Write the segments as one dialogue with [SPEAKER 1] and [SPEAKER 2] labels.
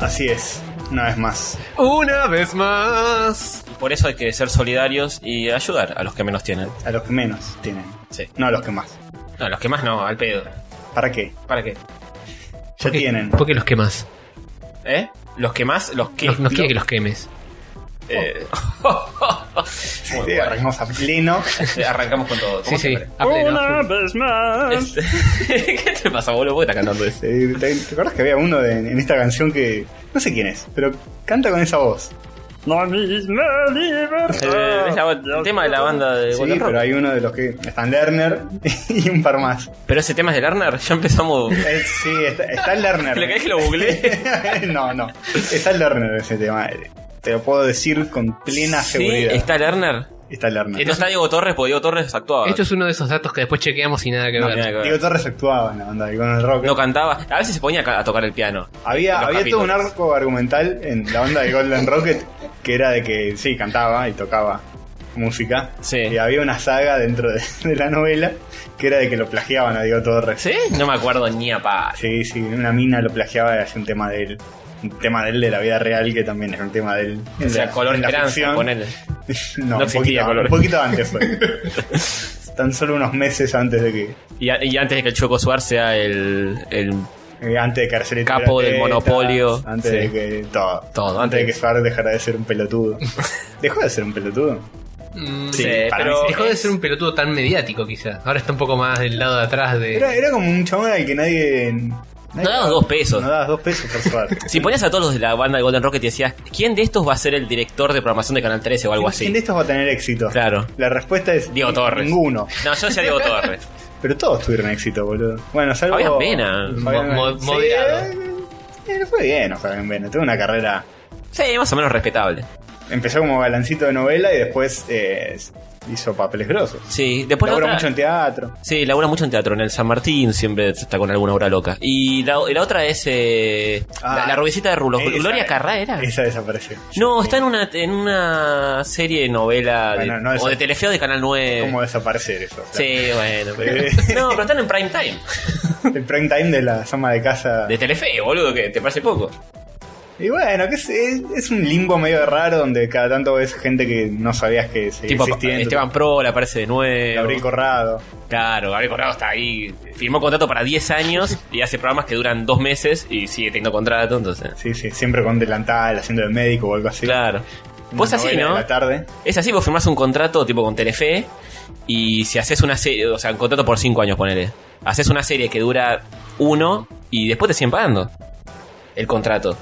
[SPEAKER 1] Así es, una vez más.
[SPEAKER 2] Una vez más.
[SPEAKER 3] Por eso hay que ser solidarios y ayudar a los que menos tienen.
[SPEAKER 1] A los que menos tienen.
[SPEAKER 3] Sí.
[SPEAKER 1] No a los que más.
[SPEAKER 3] No, a los que más no, al pedo.
[SPEAKER 1] ¿Para qué?
[SPEAKER 3] ¿Para qué?
[SPEAKER 1] Ya
[SPEAKER 2] ¿Por qué-
[SPEAKER 1] tienen.
[SPEAKER 2] ¿Por qué los quemas?
[SPEAKER 3] ¿Eh? Los que más, los que.
[SPEAKER 2] Nos, nos quiere que
[SPEAKER 3] lo-
[SPEAKER 2] los quemes.
[SPEAKER 3] eh,
[SPEAKER 1] Sí,
[SPEAKER 3] bueno,
[SPEAKER 1] sí, arrancamos a pleno.
[SPEAKER 3] Eh, arrancamos con todo.
[SPEAKER 2] Sí,
[SPEAKER 3] como
[SPEAKER 2] sí.
[SPEAKER 3] siempre.
[SPEAKER 2] A pleno.
[SPEAKER 1] Una vez más.
[SPEAKER 3] Este, ¿Qué te pasa, boludo? ¿Por qué estás cantando eso?
[SPEAKER 1] Eh, ¿Te, te acuerdas que había uno de- en esta canción que no sé quién es, pero canta con esa voz? No misma
[SPEAKER 3] Eh, es la- el tema de la banda de
[SPEAKER 1] Sí,
[SPEAKER 3] Golden Rock.
[SPEAKER 1] pero hay uno de los que están Lerner y un par más.
[SPEAKER 3] Pero ese tema es de Lerner, ya empezamos.
[SPEAKER 1] Eh, sí, está, está Lerner.
[SPEAKER 3] ¿Le crees que lo googleé?
[SPEAKER 1] no, no. Está Lerner ese tema. Te lo puedo decir con plena
[SPEAKER 3] Sí,
[SPEAKER 1] seguridad.
[SPEAKER 3] está Lerner.
[SPEAKER 1] Está Lerner.
[SPEAKER 3] No está Diego Torres, porque Diego Torres actuaba.
[SPEAKER 2] Esto es uno de esos datos que después chequeamos y nada que
[SPEAKER 3] No,
[SPEAKER 2] ver.
[SPEAKER 3] nada que ver.
[SPEAKER 1] Diego Torres actuaba en la banda de Golden Rock.
[SPEAKER 3] No cantaba. A veces se ponía a ca- a tocar el piano.
[SPEAKER 1] Había,
[SPEAKER 3] Los
[SPEAKER 1] había todo un
[SPEAKER 3] capítulos.
[SPEAKER 1] arco argumental en la onda de Golden Rocket que era de que sí, cantaba y tocaba música.
[SPEAKER 3] Sí.
[SPEAKER 1] Y había una saga dentro de, de la novela que era de que lo plagiaban a Diego Torres.
[SPEAKER 3] ¿Sí? No me acuerdo ni a paz.
[SPEAKER 1] Sí, sí, una mina lo plagiaba y hacía un tema de él. Un tema de él de la vida real que también era un tema de él.
[SPEAKER 3] O sea, color esperanza,
[SPEAKER 1] ficción.
[SPEAKER 3] ponele.
[SPEAKER 1] No,
[SPEAKER 3] No
[SPEAKER 1] un,
[SPEAKER 3] existía
[SPEAKER 1] poquito,
[SPEAKER 3] color.
[SPEAKER 1] un poquito antes fue. Tan solo unos meses antes de que.
[SPEAKER 3] Y, a- y antes de que el Chueco Suárez sea el, el
[SPEAKER 1] eh, Antes de que Arcelete
[SPEAKER 3] Capo
[SPEAKER 1] tuviera
[SPEAKER 3] del
[SPEAKER 1] tetas,
[SPEAKER 3] monopolio.
[SPEAKER 1] Antes
[SPEAKER 3] Sí.
[SPEAKER 1] de que. Todo.
[SPEAKER 3] todo.
[SPEAKER 1] Antes de que
[SPEAKER 3] que
[SPEAKER 1] Suárez dejara de ser un pelotudo. ¿Dejó de ser un pelotudo?
[SPEAKER 2] Mm,
[SPEAKER 3] Sí,
[SPEAKER 1] para
[SPEAKER 3] pero.
[SPEAKER 1] mí
[SPEAKER 2] Dejó de ser un pelotudo tan mediático, quizás. Ahora está un poco más del lado de atrás de.
[SPEAKER 1] Era, era como un chabón al que nadie.
[SPEAKER 3] No dabas dos pesos.
[SPEAKER 1] No dabas dos pesos por Suárez.
[SPEAKER 3] Si ponías a todos los de la banda de Golden Rocket y decías, ¿quién de estos va a ser el director de programación de Canal 13 o algo así?
[SPEAKER 1] ¿Quién de estos va a tener éxito?
[SPEAKER 3] Claro.
[SPEAKER 1] La respuesta es.
[SPEAKER 3] Diego Torres.
[SPEAKER 1] Ninguno.
[SPEAKER 3] No, yo decía Diego Torres.
[SPEAKER 1] Pero todos tuvieron éxito, boludo. Bueno, salvo.
[SPEAKER 3] Fabián Vena.
[SPEAKER 1] Fabián
[SPEAKER 2] Mo-
[SPEAKER 1] Vena.
[SPEAKER 2] mo- moderado.
[SPEAKER 1] Sí, eh, eh, fue bien, o Fabián Vena. Tuvo una carrera.
[SPEAKER 3] Sí, más o menos respetable.
[SPEAKER 1] Empezó como balancito de novela y después eh, hizo papeles grosos.
[SPEAKER 3] Sí, después la
[SPEAKER 1] Laburó
[SPEAKER 3] otra-
[SPEAKER 1] mucho en teatro.
[SPEAKER 3] Sí, labura mucho en teatro. En el San Martín siempre está con alguna obra loca. Y la, la otra es. eh,
[SPEAKER 1] Ah.
[SPEAKER 3] la, la rubiecita de Rulos.
[SPEAKER 1] Esa-
[SPEAKER 3] ¿Gloria Carrá era?
[SPEAKER 1] Esa desapareció.
[SPEAKER 3] No, está en una, en una serie, novela. de-
[SPEAKER 1] Bueno, no,
[SPEAKER 3] o
[SPEAKER 1] esa-
[SPEAKER 3] de Telefeo de Canal 9.
[SPEAKER 1] ¿Cómo desaparecer eso? Claro.
[SPEAKER 3] Sí, bueno, pero.
[SPEAKER 1] Eh.
[SPEAKER 3] No, pero están en prime time.
[SPEAKER 1] El prime time de la ama de casa.
[SPEAKER 3] De Telefeo, boludo, que te parece poco.
[SPEAKER 1] Y bueno, que es, es- es un limbo medio raro donde cada tanto ves gente que no sabías que seguía
[SPEAKER 3] tipo,
[SPEAKER 1] existiendo.
[SPEAKER 3] Esteban Pro aparece de nuevo.
[SPEAKER 1] Gabriel Corrado.
[SPEAKER 3] Claro, Gabriel Corrado está ahí. Firmó contrato para 10 años y hace programas que duran 2 meses y sigue teniendo contrato, entonces.
[SPEAKER 1] Sí, sí, siempre con delantal, haciendo de médico o algo así.
[SPEAKER 3] Claro.
[SPEAKER 1] Una
[SPEAKER 3] Pues así,
[SPEAKER 1] novela
[SPEAKER 3] ¿no?
[SPEAKER 1] de La tarde.
[SPEAKER 3] Es así, vos firmás un contrato tipo con Telefe y si haces una serie, o sea, un contrato por 5 años, ponele. Haces una serie que dura uno y después te siguen pagando el contrato.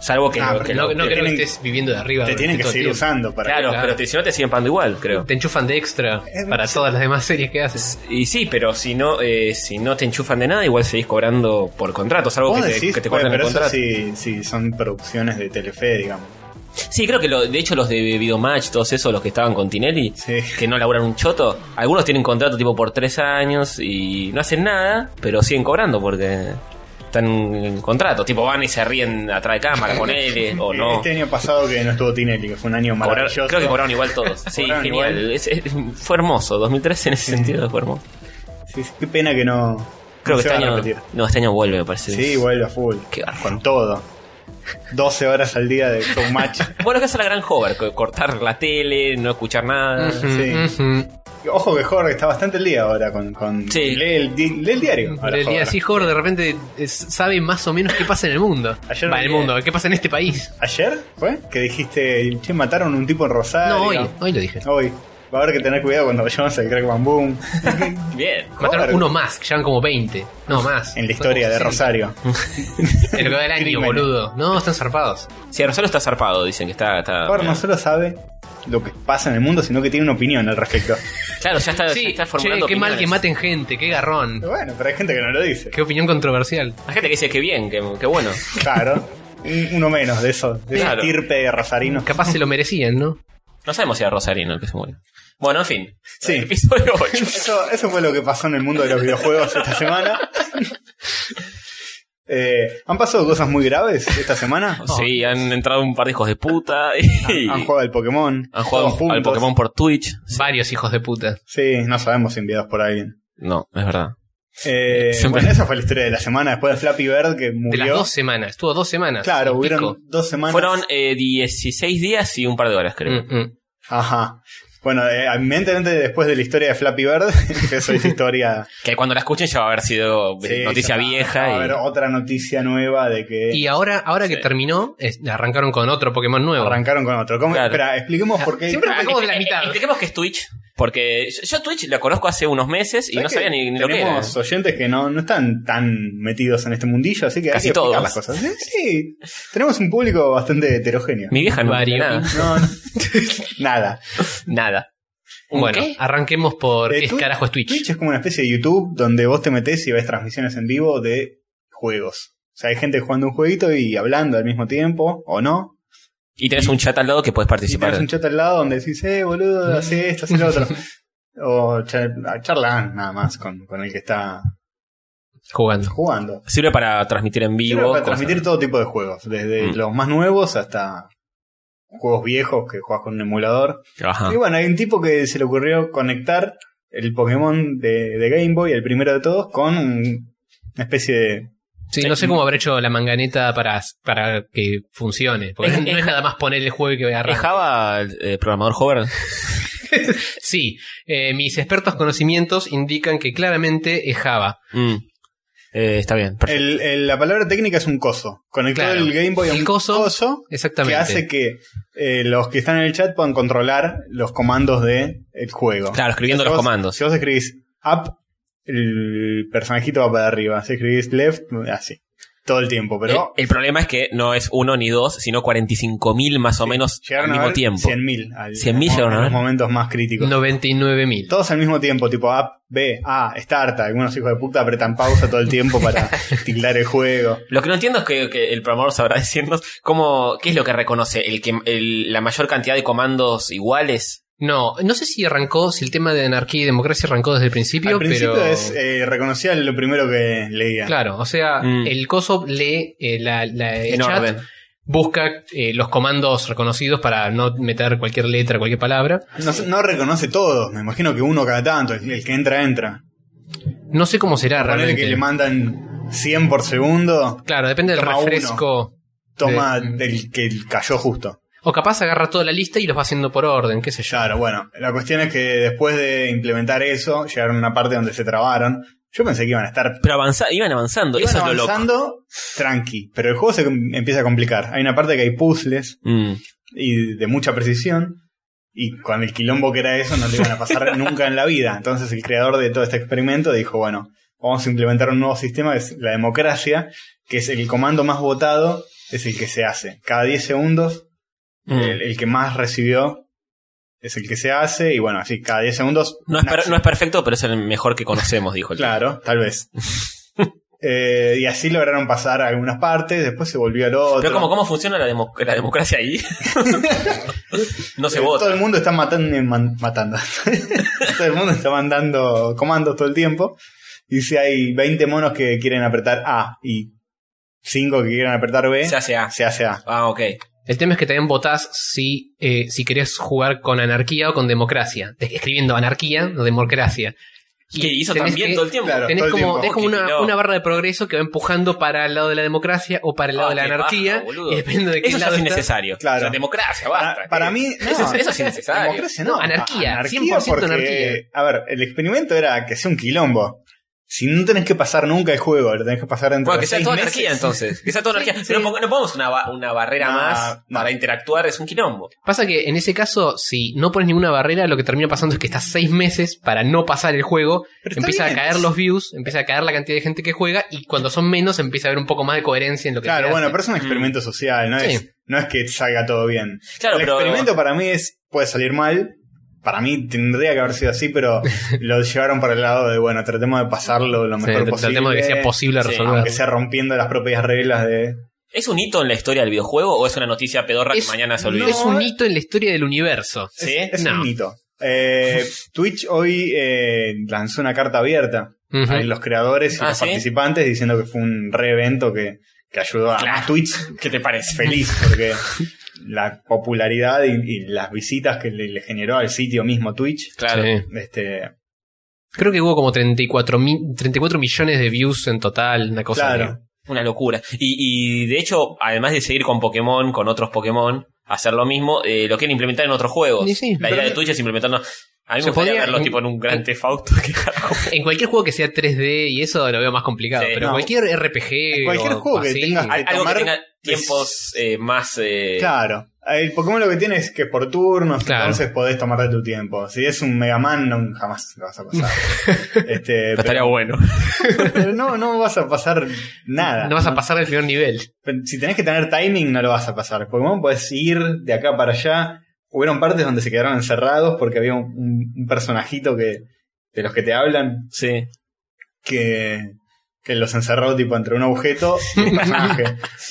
[SPEAKER 3] Salvo que...
[SPEAKER 1] Ah,
[SPEAKER 3] lo-
[SPEAKER 1] pero
[SPEAKER 3] que
[SPEAKER 2] No,
[SPEAKER 3] lo-
[SPEAKER 2] no
[SPEAKER 1] te
[SPEAKER 2] creo
[SPEAKER 1] tienen-
[SPEAKER 2] que estés viviendo de arriba.
[SPEAKER 1] Te
[SPEAKER 2] durante
[SPEAKER 1] tienen que
[SPEAKER 2] todo el
[SPEAKER 1] seguir
[SPEAKER 2] tiempo.
[SPEAKER 1] usando para.
[SPEAKER 3] claro,
[SPEAKER 2] claro.
[SPEAKER 3] pero te- si no te siguen pagando igual, creo.
[SPEAKER 2] Te enchufan de extra
[SPEAKER 1] Es
[SPEAKER 2] para
[SPEAKER 1] demasiado.
[SPEAKER 2] todas las demás series que haces.
[SPEAKER 3] Y sí, pero si no eh, si no te enchufan de nada, igual seguís cobrando por contrato, salvo que
[SPEAKER 1] Vos
[SPEAKER 3] te,
[SPEAKER 1] decís,
[SPEAKER 3] que te
[SPEAKER 1] Bueno,
[SPEAKER 3] corten el
[SPEAKER 1] pero eso
[SPEAKER 3] contrato.
[SPEAKER 1] sí, sí, son producciones de Telefe, digamos.
[SPEAKER 3] Sí, creo que lo- de hecho los de Videomatch, todos esos, los que estaban con Tinelli,
[SPEAKER 1] Sí.
[SPEAKER 3] que no laburan un choto, algunos tienen contrato tipo por tres años y no hacen nada, pero siguen cobrando porque están en contrato. Tipo van y se ríen atrás de cámara con él o
[SPEAKER 1] Eh,
[SPEAKER 3] no.
[SPEAKER 1] Este año pasado que no estuvo Tinelli, que fue un año
[SPEAKER 3] Cobrar-
[SPEAKER 1] maravilloso.
[SPEAKER 3] creo que cobraron igual todos. Sí,
[SPEAKER 1] Cobraron
[SPEAKER 3] genial.
[SPEAKER 1] igual.
[SPEAKER 3] Es- es- fue hermoso. 2013 en ese sentido fue hermoso.
[SPEAKER 1] Sí, sí, qué pena que no.
[SPEAKER 3] Creo que
[SPEAKER 1] no
[SPEAKER 3] este
[SPEAKER 1] se va a
[SPEAKER 3] año.
[SPEAKER 1] repetir.
[SPEAKER 3] No, este año vuelve, me parece.
[SPEAKER 1] Sí, vuelve a full.
[SPEAKER 3] Qué bárbaro.
[SPEAKER 1] con todo. 12 horas al día de match.
[SPEAKER 3] Bueno, que es la gran hover, co- cortar la tele, no escuchar nada.
[SPEAKER 1] Sí.
[SPEAKER 2] Ujú.
[SPEAKER 1] Ojo que Jorge está bastante al día ahora con. con
[SPEAKER 3] Sí.
[SPEAKER 1] lee, el, di- lee el diario. ahora,
[SPEAKER 2] el día
[SPEAKER 1] Jorge.
[SPEAKER 2] así, Jorge de repente es- sabe más o menos qué pasa en el mundo.
[SPEAKER 1] Ayer
[SPEAKER 2] Va,
[SPEAKER 1] me
[SPEAKER 2] en el
[SPEAKER 1] olvidé.
[SPEAKER 2] mundo, qué pasa en este país.
[SPEAKER 1] ¿Ayer fue? Que dijiste, che, mataron un tipo en Rosario.
[SPEAKER 2] no, hoy, hoy lo dije.
[SPEAKER 1] Hoy. Va a haber que tener cuidado cuando vayamos al Crack Bam Boom.
[SPEAKER 3] Bien.
[SPEAKER 2] Mataron
[SPEAKER 1] Jorge.
[SPEAKER 2] uno más, que llevan como 20. No, más.
[SPEAKER 1] en la historia de
[SPEAKER 2] Son como
[SPEAKER 1] Rosario.
[SPEAKER 2] 60. En lo que va del año,
[SPEAKER 1] Crímenes.
[SPEAKER 2] boludo. No, están zarpados.
[SPEAKER 3] Si Rosario está zarpado, dicen que está. está-
[SPEAKER 1] Jorge no solo sabe lo que pasa en el mundo, sino que tiene una opinión al respecto.
[SPEAKER 3] Claro, ya está, ya
[SPEAKER 2] Sí,
[SPEAKER 3] está
[SPEAKER 2] che,
[SPEAKER 3] formulando.
[SPEAKER 2] qué mal que
[SPEAKER 3] opiniones.
[SPEAKER 2] maten gente, qué garrón.
[SPEAKER 1] Pero bueno, pero hay gente que no lo dice.
[SPEAKER 2] Qué opinión controversial.
[SPEAKER 3] Hay gente que dice que bien, que, que bueno.
[SPEAKER 1] Claro. Un- Uno menos de eso, de esa
[SPEAKER 3] Claro.
[SPEAKER 1] estirpe de rosarinos.
[SPEAKER 2] Capaz se lo merecían, ¿no?
[SPEAKER 3] No sabemos si era Rosarino el que se murió. Bueno, en fin.
[SPEAKER 1] Sí.
[SPEAKER 3] Episodio 8.
[SPEAKER 1] Eso, eso fue lo que pasó en el mundo de los videojuegos esta semana. Eh, ¿Han pasado cosas muy graves esta semana?
[SPEAKER 3] Sí, han entrado un par de hijos de puta y.
[SPEAKER 1] Oh. Han jugado al Pokémon.
[SPEAKER 3] han jugado
[SPEAKER 1] todos
[SPEAKER 3] al
[SPEAKER 1] juntos.
[SPEAKER 3] Pokémon por Twitch.
[SPEAKER 2] Varios hijos de puta.
[SPEAKER 1] Sí, no sabemos si enviados por alguien.
[SPEAKER 3] No, es verdad.
[SPEAKER 1] Eh,
[SPEAKER 3] Siempre.
[SPEAKER 1] Bueno, esa fue la historia de la semana después de Flappy Bird que
[SPEAKER 2] De las
[SPEAKER 1] murió.
[SPEAKER 2] dos semanas, estuvo dos semanas.
[SPEAKER 1] claro,
[SPEAKER 2] y
[SPEAKER 1] hubieron
[SPEAKER 2] pico.
[SPEAKER 1] dos semanas.
[SPEAKER 3] Fueron eh, 16 días y un par de horas, creo.
[SPEAKER 2] Mm, mm.
[SPEAKER 1] Ajá. Bueno, eh, evidentemente después de la historia de Flappy Bird empezó esa historia.
[SPEAKER 3] Que cuando la escuchen ya va a haber sido eh,
[SPEAKER 1] Sí,
[SPEAKER 3] noticia
[SPEAKER 1] ya está.
[SPEAKER 3] vieja.
[SPEAKER 1] A
[SPEAKER 3] y-
[SPEAKER 1] ver, otra noticia nueva de que
[SPEAKER 2] Y ahora, ahora que terminó, es- arrancaron con otro Pokémon nuevo.
[SPEAKER 1] arrancaron con otro. ¿Cómo?
[SPEAKER 3] Claro.
[SPEAKER 1] Espera, expliquemos por qué.
[SPEAKER 2] Siempre
[SPEAKER 1] Ah,
[SPEAKER 2] arrancamos de la mitad.
[SPEAKER 3] Eh, Expliquemos qué es Twitch. Porque yo, yo Twitch lo conozco hace unos meses y
[SPEAKER 1] ¿sabes
[SPEAKER 3] no
[SPEAKER 1] que
[SPEAKER 3] sabía ni, ni lo que era. eh?
[SPEAKER 1] Tenemos oyentes que no, no están tan metidos en este mundillo, así que
[SPEAKER 3] Casi
[SPEAKER 1] hay que
[SPEAKER 3] todos.
[SPEAKER 1] explicar las cosas. Sí, sí. tenemos un público bastante heterogéneo.
[SPEAKER 3] Mi vieja no
[SPEAKER 2] Vario.
[SPEAKER 3] nada.
[SPEAKER 1] No, no. nada.
[SPEAKER 3] Nada. ¿Un
[SPEAKER 2] Bueno,
[SPEAKER 3] qué?
[SPEAKER 2] arranquemos por
[SPEAKER 1] Eh,
[SPEAKER 2] qué
[SPEAKER 1] Twi-
[SPEAKER 2] carajo es Twitch.
[SPEAKER 1] Twitch es como una especie de YouTube donde vos te metés y ves transmisiones en vivo de juegos. O sea, hay gente jugando un jueguito y hablando al mismo tiempo, o no.
[SPEAKER 3] Y tenés un chat al lado que puedes
[SPEAKER 1] Y
[SPEAKER 3] participar.
[SPEAKER 1] tenés un chat al lado donde decís, eh,
[SPEAKER 3] Mm.
[SPEAKER 1] boludo, hace esto, hace lo otro. o char- charlan nada más con, con el que está
[SPEAKER 2] Jugando.
[SPEAKER 1] jugando.
[SPEAKER 3] Sirve para transmitir en
[SPEAKER 1] Sirve
[SPEAKER 3] vivo.
[SPEAKER 1] para
[SPEAKER 3] cosas.
[SPEAKER 1] transmitir todo tipo de juegos, desde
[SPEAKER 3] Mm.
[SPEAKER 1] los más nuevos hasta juegos viejos que juegas con un emulador.
[SPEAKER 3] Ajá.
[SPEAKER 1] Y bueno, hay un tipo que se le ocurrió conectar el Pokémon de, de Game Boy, el primero de todos, con un- una especie de...
[SPEAKER 2] Sí, no sé cómo habrá hecho la manganeta para, para que funcione. Porque
[SPEAKER 3] Es-
[SPEAKER 2] no es
[SPEAKER 3] es-
[SPEAKER 2] nada más poner el juego y que
[SPEAKER 3] ¿Es
[SPEAKER 2] arranque.
[SPEAKER 3] Java eh, programador joven?
[SPEAKER 2] Sí, eh, mis expertos conocimientos indican que claramente es Java.
[SPEAKER 3] Mm. Eh, está bien. perfecto.
[SPEAKER 1] el- el- la palabra técnica es un coso. Conectó
[SPEAKER 2] Claro.
[SPEAKER 1] el Game Boy a
[SPEAKER 2] El
[SPEAKER 1] un
[SPEAKER 2] coso
[SPEAKER 1] coso, que
[SPEAKER 2] Exactamente.
[SPEAKER 1] hace que eh, los que están en el chat puedan controlar los comandos del juego.
[SPEAKER 3] Claro, escribiendo
[SPEAKER 1] Si
[SPEAKER 3] los
[SPEAKER 1] vos-
[SPEAKER 3] comandos.
[SPEAKER 1] Si vos escribís up, el personajito va para arriba. Si escribís left, así. Todo el tiempo, pero
[SPEAKER 3] Eh, el, el problema es que no es uno ni dos, sino 45.000 más o menos al
[SPEAKER 1] llegaron a
[SPEAKER 3] mismo
[SPEAKER 1] ver
[SPEAKER 3] tiempo.
[SPEAKER 1] 100.000 al-
[SPEAKER 3] 100.000
[SPEAKER 1] en
[SPEAKER 3] llegaron a ver.
[SPEAKER 1] los momentos más críticos.
[SPEAKER 2] 99.000.
[SPEAKER 1] Todos al mismo tiempo, tipo up, B, A, start. Algunos hijos de puta apretan pausa todo el tiempo para tildar el juego.
[SPEAKER 3] Lo que no entiendo es que, que el programador sabrá decirnos cómo, qué es lo que reconoce, el que el- la mayor cantidad de comandos iguales.
[SPEAKER 2] No, no sé si arrancó, si el tema de anarquía y democracia arrancó desde el principio,
[SPEAKER 1] al principio
[SPEAKER 2] pero...
[SPEAKER 1] es eh, reconocía lo primero que leía.
[SPEAKER 2] Claro, o sea,
[SPEAKER 3] Mm.
[SPEAKER 2] el coso lee eh, la, la- el
[SPEAKER 3] En
[SPEAKER 2] chat,
[SPEAKER 3] orden.
[SPEAKER 2] busca eh, los comandos reconocidos para no meter cualquier letra, cualquier palabra.
[SPEAKER 1] No, no reconoce todo, me imagino que uno cada tanto, el, el que entra, entra.
[SPEAKER 2] No sé cómo será
[SPEAKER 1] Ponele que
[SPEAKER 2] realmente.
[SPEAKER 1] le mandan 100 por segundo,
[SPEAKER 2] Claro, depende del
[SPEAKER 1] Toma uno.
[SPEAKER 2] refresco.
[SPEAKER 1] toma
[SPEAKER 2] De-
[SPEAKER 1] el que cayó justo.
[SPEAKER 2] O capaz agarra toda la lista y los va haciendo por orden, qué sé yo.
[SPEAKER 1] Claro, bueno, la cuestión es que después de implementar eso, llegaron a una parte donde se trabaron. Yo pensé que iban a estar
[SPEAKER 3] Pero avanza, iban avanzando,
[SPEAKER 1] iban
[SPEAKER 3] eso es lo loco.
[SPEAKER 1] avanzando tranqui, pero el juego se com- empieza a complicar. Hay una parte que hay puzzles
[SPEAKER 3] Mm.
[SPEAKER 1] y de mucha precisión. Y con el quilombo que era eso, no le iban a pasar nunca en la vida. Entonces el creador de todo este experimento dijo, bueno, vamos a implementar un nuevo sistema que es la democracia, que es el comando más votado, es el que se hace. Cada 10 segundos,
[SPEAKER 3] Mm.
[SPEAKER 1] el, el que más recibió es el que se hace, y bueno, así, cada 10 segundos...
[SPEAKER 3] No, es
[SPEAKER 1] una
[SPEAKER 3] per-
[SPEAKER 1] acción.
[SPEAKER 3] no es perfecto, pero es el mejor que conocemos, dijo el
[SPEAKER 1] Claro, tal vez. Eh, y así lograron pasar a algunas partes, después se volvió al otro.
[SPEAKER 3] Pero como, ¿cómo funciona la, democ- la democracia ahí? no se
[SPEAKER 1] Eh,
[SPEAKER 3] vota.
[SPEAKER 1] Todo el mundo está matando. man- matando. todo el mundo está mandando comandos todo el tiempo. Y si hay 20 monos que quieren apretar A y 5 que quieren apretar B,
[SPEAKER 3] Se hace A.
[SPEAKER 1] se hace A.
[SPEAKER 3] Ah, ok.
[SPEAKER 2] El tema es que también votás si, eh, si querés jugar con anarquía o con democracia. Te- Escribiendo anarquía o democracia. Y
[SPEAKER 3] Que hizo
[SPEAKER 2] tenés
[SPEAKER 3] también
[SPEAKER 2] que-
[SPEAKER 3] todo el tiempo.
[SPEAKER 1] Claro.
[SPEAKER 2] Tenés
[SPEAKER 1] todo el
[SPEAKER 2] como,
[SPEAKER 1] tiempo.
[SPEAKER 2] tenés como
[SPEAKER 3] Oh, qué
[SPEAKER 2] una,
[SPEAKER 3] quilombo.
[SPEAKER 2] una barra de progreso que va empujando para el lado de la democracia o para el lado
[SPEAKER 3] Ah,
[SPEAKER 2] de la
[SPEAKER 3] qué
[SPEAKER 2] anarquía.
[SPEAKER 3] paja, boludo.
[SPEAKER 2] y depende de qué
[SPEAKER 3] Eso ya
[SPEAKER 2] lado
[SPEAKER 3] es
[SPEAKER 2] estás.
[SPEAKER 3] innecesario.
[SPEAKER 1] Claro.
[SPEAKER 3] O sea, democracia,
[SPEAKER 1] Para,
[SPEAKER 3] basta. eh.
[SPEAKER 1] para mí,
[SPEAKER 3] Eso,
[SPEAKER 1] no,
[SPEAKER 3] es- eso es innecesario.
[SPEAKER 1] democracia no.
[SPEAKER 2] Anarquía, 100% anarquía.
[SPEAKER 1] A ver, el experimento era que sea un quilombo. Si no tenés que pasar nunca el juego, lo tenés que pasar dentro
[SPEAKER 3] Bueno, que
[SPEAKER 1] de
[SPEAKER 3] sea
[SPEAKER 1] seis
[SPEAKER 3] toda
[SPEAKER 1] meses.
[SPEAKER 3] anarquía entonces. Que sea toda anarquía.
[SPEAKER 2] Sí,
[SPEAKER 3] Pero
[SPEAKER 2] sí.
[SPEAKER 3] No, pong- no pongamos una, ba- una barrera
[SPEAKER 1] No,
[SPEAKER 3] más
[SPEAKER 1] no.
[SPEAKER 3] para interactuar, es un quilombo.
[SPEAKER 2] Pasa que en ese caso, si no pones ninguna barrera, lo que termina pasando es que estás seis meses para no pasar el juego,
[SPEAKER 1] Pero está
[SPEAKER 2] empieza a
[SPEAKER 1] bien.
[SPEAKER 2] caer los views, empieza a caer la cantidad de gente que juega, y cuando son menos empieza a haber un poco más de coherencia en lo que
[SPEAKER 1] Claro,
[SPEAKER 2] se
[SPEAKER 1] bueno,
[SPEAKER 2] hace.
[SPEAKER 1] pero es un experimento social, no,
[SPEAKER 2] Sí.
[SPEAKER 1] es, no es que salga todo bien.
[SPEAKER 3] Claro,
[SPEAKER 1] el
[SPEAKER 3] pero-
[SPEAKER 1] experimento para mí es puede salir mal. Para mí tendría que haber sido así, pero lo llevaron para el lado de, bueno, tratemos de pasarlo lo
[SPEAKER 2] Sí,
[SPEAKER 1] mejor
[SPEAKER 2] tratemos
[SPEAKER 1] posible.
[SPEAKER 2] de que sea posible
[SPEAKER 3] Sí,
[SPEAKER 2] resolver.
[SPEAKER 1] Aunque sea rompiendo las propias reglas de...
[SPEAKER 3] ¿Es un hito en la historia del videojuego o es una noticia pedorra
[SPEAKER 2] Es-
[SPEAKER 3] que mañana se
[SPEAKER 1] no,
[SPEAKER 3] olvida?
[SPEAKER 2] es un hito en la historia del universo.
[SPEAKER 3] ¿Sí?
[SPEAKER 1] Es
[SPEAKER 2] No.
[SPEAKER 1] un mito. Eh, Twitch hoy eh, lanzó una carta abierta
[SPEAKER 2] Ujú.
[SPEAKER 1] a los creadores y
[SPEAKER 3] Ah,
[SPEAKER 1] los
[SPEAKER 3] ¿sí?
[SPEAKER 1] participantes diciendo que fue un reevento que, que ayudó a
[SPEAKER 3] Claro.
[SPEAKER 1] Twitch
[SPEAKER 3] ¿Qué te parece?
[SPEAKER 1] feliz porque la popularidad y, y las visitas que le, le generó al sitio mismo Twitch
[SPEAKER 3] Claro.
[SPEAKER 2] Sí.
[SPEAKER 1] este
[SPEAKER 2] Creo que hubo como 34, mi- 34 millones de views en total, una cosa.
[SPEAKER 1] Claro.
[SPEAKER 2] que-
[SPEAKER 3] Una locura. Y, y, de hecho, además de seguir con Pokémon, con otros Pokémon, hacer lo mismo, eh, lo quieren implementar en otros juegos.
[SPEAKER 2] Y sí,
[SPEAKER 3] la
[SPEAKER 1] pero-
[SPEAKER 3] idea de Twitch es implementarlo. A mí
[SPEAKER 2] Se
[SPEAKER 3] me gustaría
[SPEAKER 2] podría-
[SPEAKER 3] verlo tipo en un gran tefauto. Que...
[SPEAKER 2] En cualquier juego que sea 3D y eso lo veo más complicado,
[SPEAKER 3] Sí,
[SPEAKER 2] pero
[SPEAKER 1] no.
[SPEAKER 2] cualquier RPG.
[SPEAKER 1] Cualquier
[SPEAKER 2] o
[SPEAKER 1] juego que
[SPEAKER 2] así,
[SPEAKER 1] tengas-
[SPEAKER 2] hay-
[SPEAKER 3] Algo que
[SPEAKER 1] tomar-
[SPEAKER 3] tenga tiempos eh, más. eh,
[SPEAKER 1] Claro. El Pokémon lo que tiene es que es por turnos,
[SPEAKER 2] Claro.
[SPEAKER 1] entonces podés tomarte tu tiempo. Si es un Mega Man, no, jamás lo vas a pasar. este,
[SPEAKER 3] pero estaría bueno.
[SPEAKER 1] pero no, no vas a pasar nada.
[SPEAKER 2] No vas a pasar del primer nivel.
[SPEAKER 1] Pero Si tenés que tener timing, no lo vas a pasar. Pokémon podés ir de acá para allá. Hubieron partes donde se quedaron encerrados porque había un, un- un personajito que de los que te hablan
[SPEAKER 3] Sí.
[SPEAKER 1] que, que los encerró tipo entre un objeto y un personaje.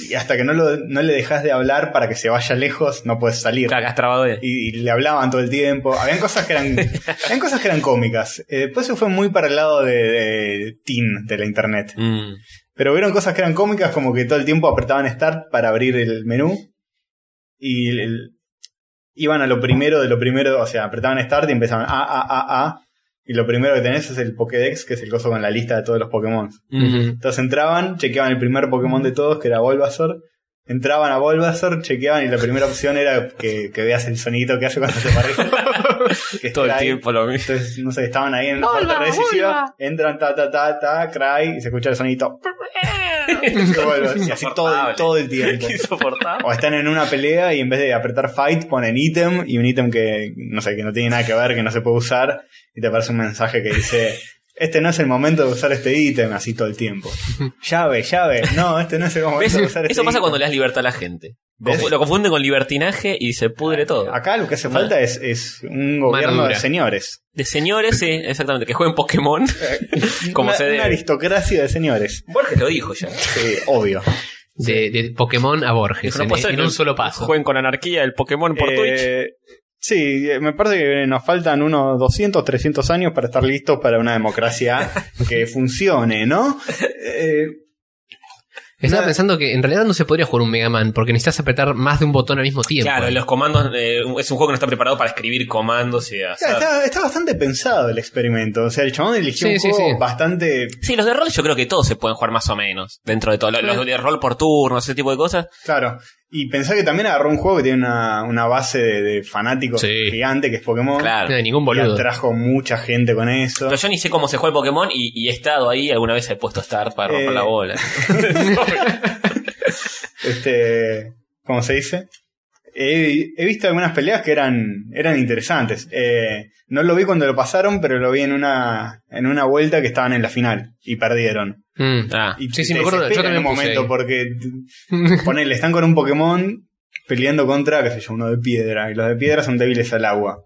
[SPEAKER 1] y hasta que no, lo- no le dejas de hablar para que se vaya lejos, no puedes salir.
[SPEAKER 3] Cagas trabado de-
[SPEAKER 1] Y, y le hablaban todo el tiempo. Habían cosas que eran, habían cosas que eran cómicas. Eh, después se fue muy para el lado de, de teen, de la internet.
[SPEAKER 3] Mm.
[SPEAKER 1] Pero hubieron cosas que eran cómicas, como que todo el tiempo apretaban Start para abrir el menú. Y el- el- iban a lo primero de lo primero, o sea, apretaban Start y empezaban A, A, A, A. Y lo primero que tenés es el Pokédex, que es el coso con la lista de todos los Pokémon.
[SPEAKER 3] Ujú.
[SPEAKER 1] Entonces entraban, chequeaban el primer Pokémon de todos, que era Bulbasaur. Entraban a Bulbasaur, chequeaban y la primera opción era que, que veas el sonidito que hace cuando se parece. que es
[SPEAKER 3] Todo el
[SPEAKER 1] Cry.
[SPEAKER 3] tiempo lo mismo.
[SPEAKER 1] Entonces, no sé, estaban ahí en la parte re decisiva, entran ta ta ta ta, cry, y se escucha el sonidito. Y se vuelve, y así todo, el- todo el tiempo.
[SPEAKER 3] Insoportable.
[SPEAKER 1] O están en una pelea y en vez de apretar fight ponen ítem y un ítem que no sé, que no tiene nada que ver, que no se puede usar, y te aparece un mensaje que dice este no es el momento de usar este ítem así todo el tiempo. Llave, llave, no, este no es el momento
[SPEAKER 3] ¿Ves?
[SPEAKER 1] de usar este
[SPEAKER 3] Eso pasa
[SPEAKER 1] ítem.
[SPEAKER 3] cuando le das libertad a la gente.
[SPEAKER 1] ¿Ves?
[SPEAKER 3] Confu- Lo confunde con libertinaje y se pudre todo.
[SPEAKER 1] Acá lo que hace falta es, es un gobierno de
[SPEAKER 2] dura.
[SPEAKER 1] señores.
[SPEAKER 3] De señores, sí, exactamente, que jueguen Pokémon. Como
[SPEAKER 1] una,
[SPEAKER 3] se debe.
[SPEAKER 1] una aristocracia de señores.
[SPEAKER 3] Borges lo dijo ya.
[SPEAKER 1] Sí, obvio.
[SPEAKER 2] De, de Pokémon a Borges.
[SPEAKER 3] Dijo, no
[SPEAKER 2] en,
[SPEAKER 3] puede ser
[SPEAKER 2] en
[SPEAKER 3] que
[SPEAKER 2] un solo paso.
[SPEAKER 3] Jueguen con anarquía el Pokémon por Twitch.
[SPEAKER 1] Eh, Sí, eh, me parece que nos faltan unos 200, 300 años para estar listos para una democracia que funcione, ¿no? Eh,
[SPEAKER 2] Estaba
[SPEAKER 1] Nada.
[SPEAKER 2] pensando que en realidad no se podría jugar un Mega Man porque necesitas apretar más de un botón al mismo tiempo.
[SPEAKER 3] Claro, los comandos. eh, es un juego que no está preparado para escribir comandos y hacer.
[SPEAKER 1] está, está bastante pensado el experimento. O sea, el chabón eligió
[SPEAKER 2] Sí,
[SPEAKER 1] un
[SPEAKER 2] sí,
[SPEAKER 1] juego
[SPEAKER 2] sí.
[SPEAKER 1] bastante.
[SPEAKER 3] Sí, los de rol yo creo que todos se pueden jugar más o menos. Dentro de todo. Los, los de rol por turno, ese tipo de cosas.
[SPEAKER 1] Claro. Y pensá que también agarró un juego que tiene una, una base de, de fanáticos
[SPEAKER 2] Sí.
[SPEAKER 1] gigante, que es Pokémon.
[SPEAKER 3] Claro.
[SPEAKER 2] No hay ningún
[SPEAKER 1] Y
[SPEAKER 2] boludo.
[SPEAKER 1] atrajo mucha gente con eso.
[SPEAKER 3] Pero yo ni sé cómo se juega el Pokémon y, y he estado ahí. Alguna vez he puesto start para romper
[SPEAKER 1] Eh.
[SPEAKER 3] la bola.
[SPEAKER 1] este, ¿cómo se dice? He, he visto algunas peleas que eran, eran interesantes. Eh, no lo vi cuando lo pasaron, pero lo vi en una, en una vuelta que estaban en la final y perdieron.
[SPEAKER 2] Mm.
[SPEAKER 3] Ah.
[SPEAKER 1] Y
[SPEAKER 2] Sí, sí,
[SPEAKER 1] te
[SPEAKER 2] me acuerdo, yo
[SPEAKER 1] desespera en un
[SPEAKER 2] también puse
[SPEAKER 1] momento
[SPEAKER 2] ahí.
[SPEAKER 1] porque
[SPEAKER 2] Mm.
[SPEAKER 1] ponele, están con un Pokémon peleando contra, qué sé yo, uno de piedra. Y los de piedra son débiles al agua.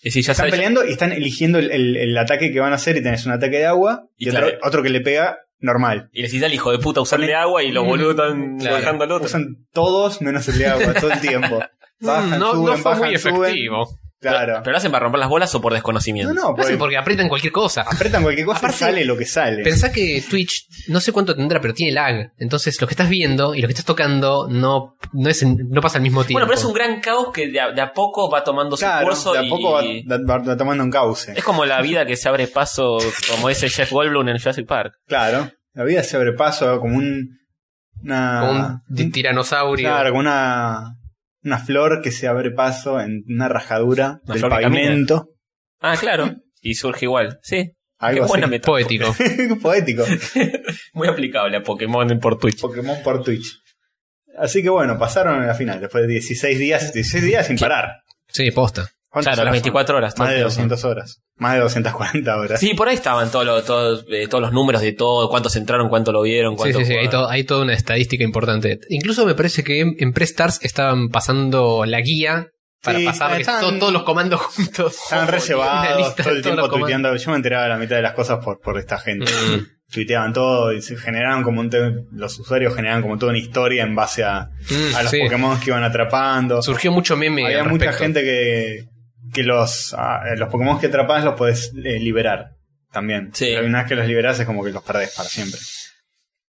[SPEAKER 3] Y si ya
[SPEAKER 1] Están
[SPEAKER 3] sabes.
[SPEAKER 1] peleando y están eligiendo el, el- el ataque que van a hacer y tenés un ataque de agua y,
[SPEAKER 3] Y
[SPEAKER 1] otro,
[SPEAKER 3] claro.
[SPEAKER 1] otro que le pega normal.
[SPEAKER 3] Y les dices al hijo de puta usarle agua y los boludos están
[SPEAKER 2] Claro.
[SPEAKER 3] bajando al otro.
[SPEAKER 1] Usan todos menos el de agua todo el tiempo. Bajan,
[SPEAKER 2] Mm, no,
[SPEAKER 1] suben,
[SPEAKER 2] no fue
[SPEAKER 1] bajan,
[SPEAKER 2] muy
[SPEAKER 1] suben.
[SPEAKER 2] efectivo.
[SPEAKER 1] Claro.
[SPEAKER 3] Pero lo hacen para romper las bolas o por desconocimiento.
[SPEAKER 1] No, no,
[SPEAKER 2] Lo
[SPEAKER 1] porque
[SPEAKER 2] hacen porque aprietan cualquier cosa.
[SPEAKER 1] apretan cualquier cosa
[SPEAKER 2] Aparte-
[SPEAKER 1] y sale lo que sale.
[SPEAKER 2] Pensá que Twitch no sé cuánto tendrá, pero tiene lag. Entonces lo que estás viendo y lo que estás tocando no, no, es, en- no pasa al mismo tiempo.
[SPEAKER 3] Bueno, pero es un gran caos que de a, de a poco va tomando su
[SPEAKER 1] claro,
[SPEAKER 3] curso
[SPEAKER 1] de a
[SPEAKER 3] y-
[SPEAKER 1] poco va, va- va tomando un cauce.
[SPEAKER 3] es como la vida que se abre paso, como dice Jeff Goldblum en Jurassic Park.
[SPEAKER 1] Claro. La vida se abre paso como un. Una,
[SPEAKER 2] Como un ti- tiranosaurio.
[SPEAKER 1] Ah, mm. claro, como una. Una flor que se abre paso en una rajadura
[SPEAKER 3] Una
[SPEAKER 1] del
[SPEAKER 3] flor que camina.
[SPEAKER 1] pavimento.
[SPEAKER 3] Ah, claro. Y surge igual. Sí. Qué
[SPEAKER 1] Algo
[SPEAKER 3] buena
[SPEAKER 1] así.
[SPEAKER 3] metáfora.
[SPEAKER 2] Poético.
[SPEAKER 1] Poético.
[SPEAKER 3] Muy aplicable a Pokémon por Twitch.
[SPEAKER 1] Pokémon por Twitch. Así que bueno, pasaron a la final. Después de 16 días, 16 días sin parar.
[SPEAKER 2] Sí, posta.
[SPEAKER 1] ¿Cuántas
[SPEAKER 3] Claro, las
[SPEAKER 1] horas son?
[SPEAKER 3] 24 horas. todo
[SPEAKER 1] Más de
[SPEAKER 3] el tiempo.
[SPEAKER 1] 200 horas. Más de 240 horas.
[SPEAKER 3] Sí, por ahí estaban todos los, todos, eh, todos los números de todo, cuántos entraron, cuánto lo vieron,
[SPEAKER 2] Sí,
[SPEAKER 3] cuánto
[SPEAKER 2] sí, sí. Hay, to- hay toda una estadística importante. Incluso me parece que en, en Prestars estaban pasando la guía para
[SPEAKER 1] Sí,
[SPEAKER 2] pasar que
[SPEAKER 1] estaban-
[SPEAKER 2] to- todos los comandos juntos.
[SPEAKER 1] Estaban
[SPEAKER 2] Una
[SPEAKER 1] reservados
[SPEAKER 2] lista
[SPEAKER 1] todo
[SPEAKER 2] de
[SPEAKER 1] el
[SPEAKER 2] todos
[SPEAKER 1] tiempo
[SPEAKER 2] los comandos.
[SPEAKER 1] tuiteando. Yo me enteraba de la mitad de las cosas por, por esta gente.
[SPEAKER 2] Mm.
[SPEAKER 1] Tuiteaban todo y se generaban como un te- los usuarios generaban como toda una historia en base a,
[SPEAKER 2] Mm,
[SPEAKER 1] a los
[SPEAKER 2] sí.
[SPEAKER 1] Pokémon que iban atrapando.
[SPEAKER 2] Surgió mucho meme.
[SPEAKER 1] Había
[SPEAKER 2] al
[SPEAKER 1] mucha
[SPEAKER 2] respecto.
[SPEAKER 1] gente que, que los, ah, los Pokémon que atrapás los podés eh, liberar también.
[SPEAKER 3] Sí.
[SPEAKER 1] Pero una vez que los liberás es como que los perdés para siempre.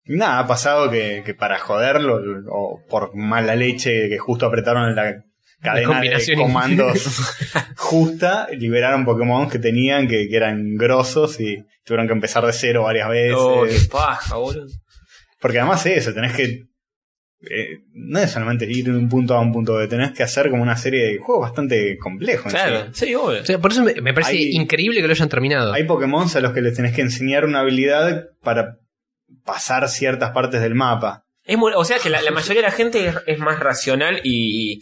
[SPEAKER 1] Y Nada, ha pasado que, que para joderlo o por mala leche que justo apretaron la, cadena de
[SPEAKER 2] combinación.
[SPEAKER 1] comandos justa, liberaron Pokémon que tenían, que, que eran grosos y tuvieron que empezar de cero varias veces.
[SPEAKER 3] Oh, qué paja, boludo.
[SPEAKER 1] Porque además es eso, tenés que. eh, no es solamente ir de un punto A a un punto B, tenés que hacer como una serie de juegos bastante complejos. en
[SPEAKER 3] Claro,
[SPEAKER 1] sí.
[SPEAKER 3] sí, obvio.
[SPEAKER 2] O sea, por eso me, me parece
[SPEAKER 1] Hay-
[SPEAKER 2] increíble que lo hayan terminado.
[SPEAKER 1] Hay Pokémon a los que les tenés que enseñar una habilidad para pasar ciertas partes del mapa.
[SPEAKER 3] Es muy- o sea que la, la mayoría de la gente es, es más racional y,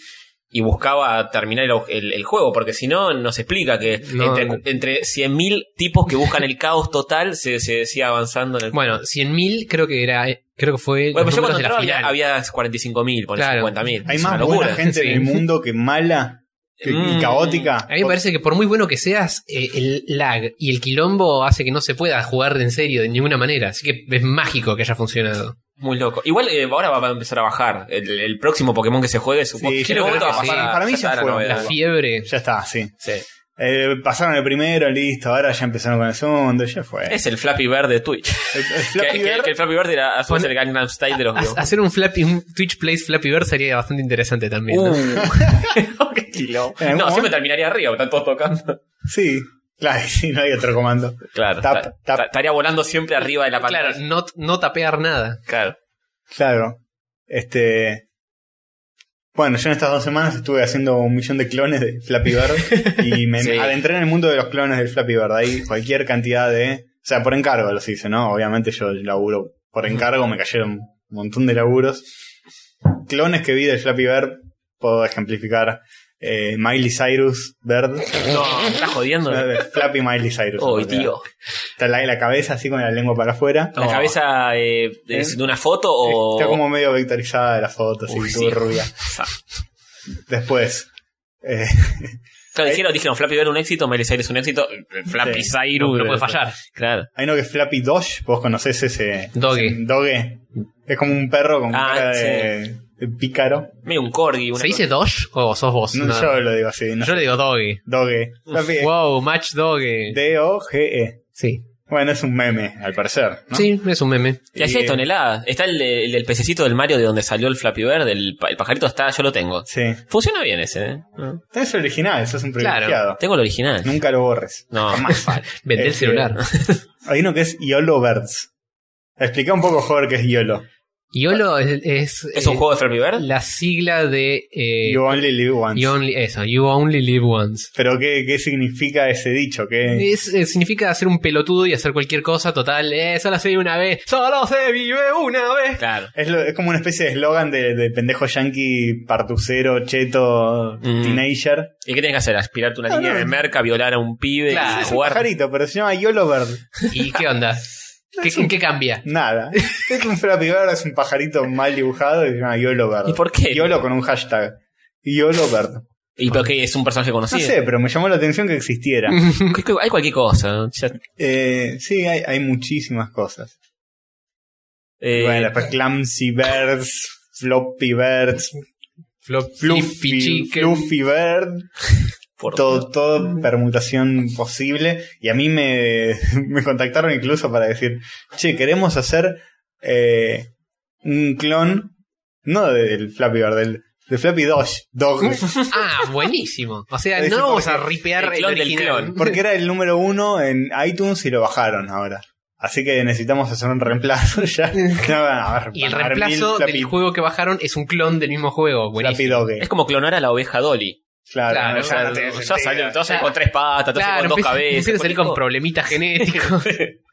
[SPEAKER 3] y buscaba terminar el, el- el juego, porque si no, nos explica que
[SPEAKER 2] No,
[SPEAKER 3] entre,
[SPEAKER 2] no.
[SPEAKER 3] entre 100.000 tipos que buscan el caos total se, se sigue avanzando en el
[SPEAKER 2] Bueno, 100.000 creo que era, eh, creo que fue
[SPEAKER 3] Bueno, pues
[SPEAKER 2] los
[SPEAKER 3] yo cuando
[SPEAKER 2] números de la
[SPEAKER 3] entraba había,
[SPEAKER 2] final.
[SPEAKER 3] había 45.000, ponle
[SPEAKER 2] Claro.
[SPEAKER 3] 50.000.
[SPEAKER 1] Hay
[SPEAKER 3] Es
[SPEAKER 1] más
[SPEAKER 3] una locura.
[SPEAKER 1] buena gente
[SPEAKER 2] sí.
[SPEAKER 1] en el mundo que mala que-
[SPEAKER 3] Mm.
[SPEAKER 1] y caótica.
[SPEAKER 2] A mí me parece que por muy bueno que seas, eh, el lag y el quilombo hace que no se pueda jugar en serio de ninguna manera. Así que es mágico que haya funcionado.
[SPEAKER 3] Muy loco. Igual eh, ahora va a empezar a bajar. El, el próximo Pokémon que se juegue, supongo.
[SPEAKER 1] Sí,
[SPEAKER 3] ¿Qué
[SPEAKER 1] yo
[SPEAKER 2] creo
[SPEAKER 3] momento
[SPEAKER 2] que
[SPEAKER 3] va a
[SPEAKER 2] sí.
[SPEAKER 3] pasar?
[SPEAKER 1] Para mí
[SPEAKER 3] Ya
[SPEAKER 1] ya
[SPEAKER 3] está la
[SPEAKER 1] fue.
[SPEAKER 3] novedad.
[SPEAKER 2] La fiebre.
[SPEAKER 1] Ya está, sí.
[SPEAKER 3] Sí.
[SPEAKER 1] Eh, pasaron el primero, listo, ahora ya empezaron con el segundo, ya fue.
[SPEAKER 3] Es el Flappy Bird de Twitch.
[SPEAKER 1] El- el
[SPEAKER 3] Que-
[SPEAKER 1] Flappy
[SPEAKER 3] que,
[SPEAKER 1] Bird-
[SPEAKER 3] que el Flappy Bird era a su vez el Gangnam Style de los
[SPEAKER 2] Ha-
[SPEAKER 3] videojuegos.
[SPEAKER 2] Hacer un, flappy, un Twitch Plays Flappy Bird sería bastante interesante también. ¿no?
[SPEAKER 3] Uh. Qué quilombo.
[SPEAKER 1] En algún
[SPEAKER 3] No, siempre
[SPEAKER 1] momento-
[SPEAKER 3] terminaría arriba, están todos tocando.
[SPEAKER 1] Sí, claro, sí, no hay otro comando.
[SPEAKER 3] Claro. ta-
[SPEAKER 1] Tap, tap.
[SPEAKER 3] ta- Estaría volando siempre arriba de la pantalla.
[SPEAKER 2] Claro, no, no tapear nada.
[SPEAKER 3] Claro.
[SPEAKER 1] Claro. Este. Bueno, yo en estas dos semanas estuve haciendo un millón de clones de Flappy Bird y me
[SPEAKER 3] Sí.
[SPEAKER 1] adentré en el mundo de los clones del Flappy Bird. Ahí cualquier cantidad de. O sea, por encargo los hice, ¿no? Obviamente yo laburo por encargo, me cayeron un montón de laburos. Clones que vi del Flappy Bird, puedo ejemplificar. eh, Miley Cyrus Bird.
[SPEAKER 3] No, me estás jodiendo.
[SPEAKER 1] Flappy Miley Cyrus.
[SPEAKER 3] Uy, tío.
[SPEAKER 1] Está la, la cabeza así con la lengua para afuera.
[SPEAKER 3] ¿La
[SPEAKER 2] Oh.
[SPEAKER 3] cabeza eh, es de una foto o.?
[SPEAKER 1] Está como medio vectorizada de la foto, así
[SPEAKER 3] Uy, sí.
[SPEAKER 1] turbia.
[SPEAKER 2] Ah.
[SPEAKER 1] Después. eh,
[SPEAKER 3] Claro, dijeron, dijeron Flappy Bird un éxito, Miley Cyrus un éxito, Flappy
[SPEAKER 1] Sí.
[SPEAKER 3] Cyrus.
[SPEAKER 2] No puede fallar.
[SPEAKER 3] Claro.
[SPEAKER 1] hay uno que es Flappy Doge, vos conocés ese.
[SPEAKER 2] Doge.
[SPEAKER 1] ese Doge. Es como un perro con
[SPEAKER 3] Ah,
[SPEAKER 1] cara de, de pícaro.
[SPEAKER 3] Medio un corgi. Una
[SPEAKER 2] ¿Se dice Doge o sos vos?
[SPEAKER 1] No,
[SPEAKER 2] No.
[SPEAKER 1] Yo lo digo así. no
[SPEAKER 2] Yo
[SPEAKER 1] sé.
[SPEAKER 2] le digo Doggy.
[SPEAKER 1] Doge. Flappy
[SPEAKER 2] Wow, match Doggy.
[SPEAKER 1] D-O-G-E.
[SPEAKER 2] Sí.
[SPEAKER 1] E. Bueno, es un meme, al parecer. ¿no?
[SPEAKER 2] Sí, es un meme.
[SPEAKER 3] Y así hay
[SPEAKER 1] Eh,
[SPEAKER 3] toneladas. Está el, de- el del pececito del Mario de donde salió el Flappy Bird, el, pa- el pajarito está, yo lo tengo.
[SPEAKER 1] Sí.
[SPEAKER 3] Funciona bien ese, ¿eh?
[SPEAKER 1] Tenés el original, sos un
[SPEAKER 2] Claro,
[SPEAKER 1] privilegiado.
[SPEAKER 3] Tengo el original.
[SPEAKER 1] Nunca lo borres.
[SPEAKER 3] No,
[SPEAKER 1] Jamás.
[SPEAKER 2] Vende el
[SPEAKER 1] Este,
[SPEAKER 2] celular.
[SPEAKER 1] Hay uno que es YOLO Birds. Explica un poco, Jorge, qué es YOLO.
[SPEAKER 2] YOLO es, es,
[SPEAKER 3] ¿Es un
[SPEAKER 2] eh,
[SPEAKER 3] juego de Flappy Bird?
[SPEAKER 2] la sigla de eh,
[SPEAKER 1] You only live once.
[SPEAKER 2] you only- eso, you only live once.
[SPEAKER 1] Pero ¿qué, qué significa ese dicho? ¿Qué,
[SPEAKER 2] Es- eh, significa hacer un pelotudo y hacer cualquier cosa total. Eh, solo se vive una vez. Solo se vive una vez.
[SPEAKER 3] Claro.
[SPEAKER 1] es, lo- es como una especie de eslogan de, de pendejo yankee, partucero, cheto,
[SPEAKER 3] Mm.
[SPEAKER 1] teenager.
[SPEAKER 3] ¿Y qué tienes que hacer? ¿Aspirarte una
[SPEAKER 1] No,
[SPEAKER 3] línea
[SPEAKER 1] no.
[SPEAKER 3] de merca, violar a un pibe,
[SPEAKER 2] Claro.
[SPEAKER 3] y
[SPEAKER 1] Es un
[SPEAKER 3] jugar?
[SPEAKER 1] pajarito, pero se llama Yolo Bird.
[SPEAKER 2] ¿Y qué onda? ¿Qué, ¿En qué cambia?
[SPEAKER 1] Nada. es un Flappy Bird, es un pajarito mal dibujado y se llama Yolo Bird.
[SPEAKER 3] ¿Y por qué?
[SPEAKER 1] Yolo con un hashtag. Yolo Bird.
[SPEAKER 3] ¿Y por qué es Mm. un personaje
[SPEAKER 1] No
[SPEAKER 3] conocido?
[SPEAKER 1] sé, pero me llamó la atención que existiera.
[SPEAKER 3] Hay cu- Hay cualquier cosa. ¿no? Ya-
[SPEAKER 1] Eh, sí, hay, hay muchísimas cosas.
[SPEAKER 3] eh,
[SPEAKER 1] bueno, después Clumsy Birds, Floppy Birds, Fluffy,
[SPEAKER 2] Fluffy chicken.
[SPEAKER 1] Fluffy Bird.
[SPEAKER 3] por-
[SPEAKER 1] todo, todo permutación posible. Y a mí me, me contactaron incluso para decir, che, queremos hacer eh, un clon, no del Flappy Bird, del, de Flappy Dosh, Dog,
[SPEAKER 2] Ah, buenísimo. O sea,
[SPEAKER 1] Ese
[SPEAKER 2] no vamos a
[SPEAKER 1] porque-
[SPEAKER 2] ripear
[SPEAKER 3] el
[SPEAKER 2] el,
[SPEAKER 3] clon del
[SPEAKER 2] original.
[SPEAKER 3] clon.
[SPEAKER 1] porque era el número uno en iTunes y lo bajaron ahora. Así que necesitamos hacer un reemplazo ya. No, a ver,
[SPEAKER 2] Y el
[SPEAKER 1] van a haber
[SPEAKER 2] reemplazo
[SPEAKER 1] mil Flappy,
[SPEAKER 2] del juego que bajaron es un clon del mismo juego.
[SPEAKER 1] Flappy
[SPEAKER 2] Buenísimo.
[SPEAKER 1] Dog.
[SPEAKER 3] Es como clonar a la oveja Dolly.
[SPEAKER 1] Claro,
[SPEAKER 2] claro,
[SPEAKER 1] no,
[SPEAKER 3] O
[SPEAKER 1] ya
[SPEAKER 3] sea,
[SPEAKER 1] no tiene
[SPEAKER 3] ya
[SPEAKER 1] sentido.
[SPEAKER 3] salió, te vas a ir con tres patas, te vas a ir
[SPEAKER 2] Claro,
[SPEAKER 3] con dos
[SPEAKER 2] empieza-
[SPEAKER 3] cabezas.
[SPEAKER 2] empieza a salir con problemitas genéticos.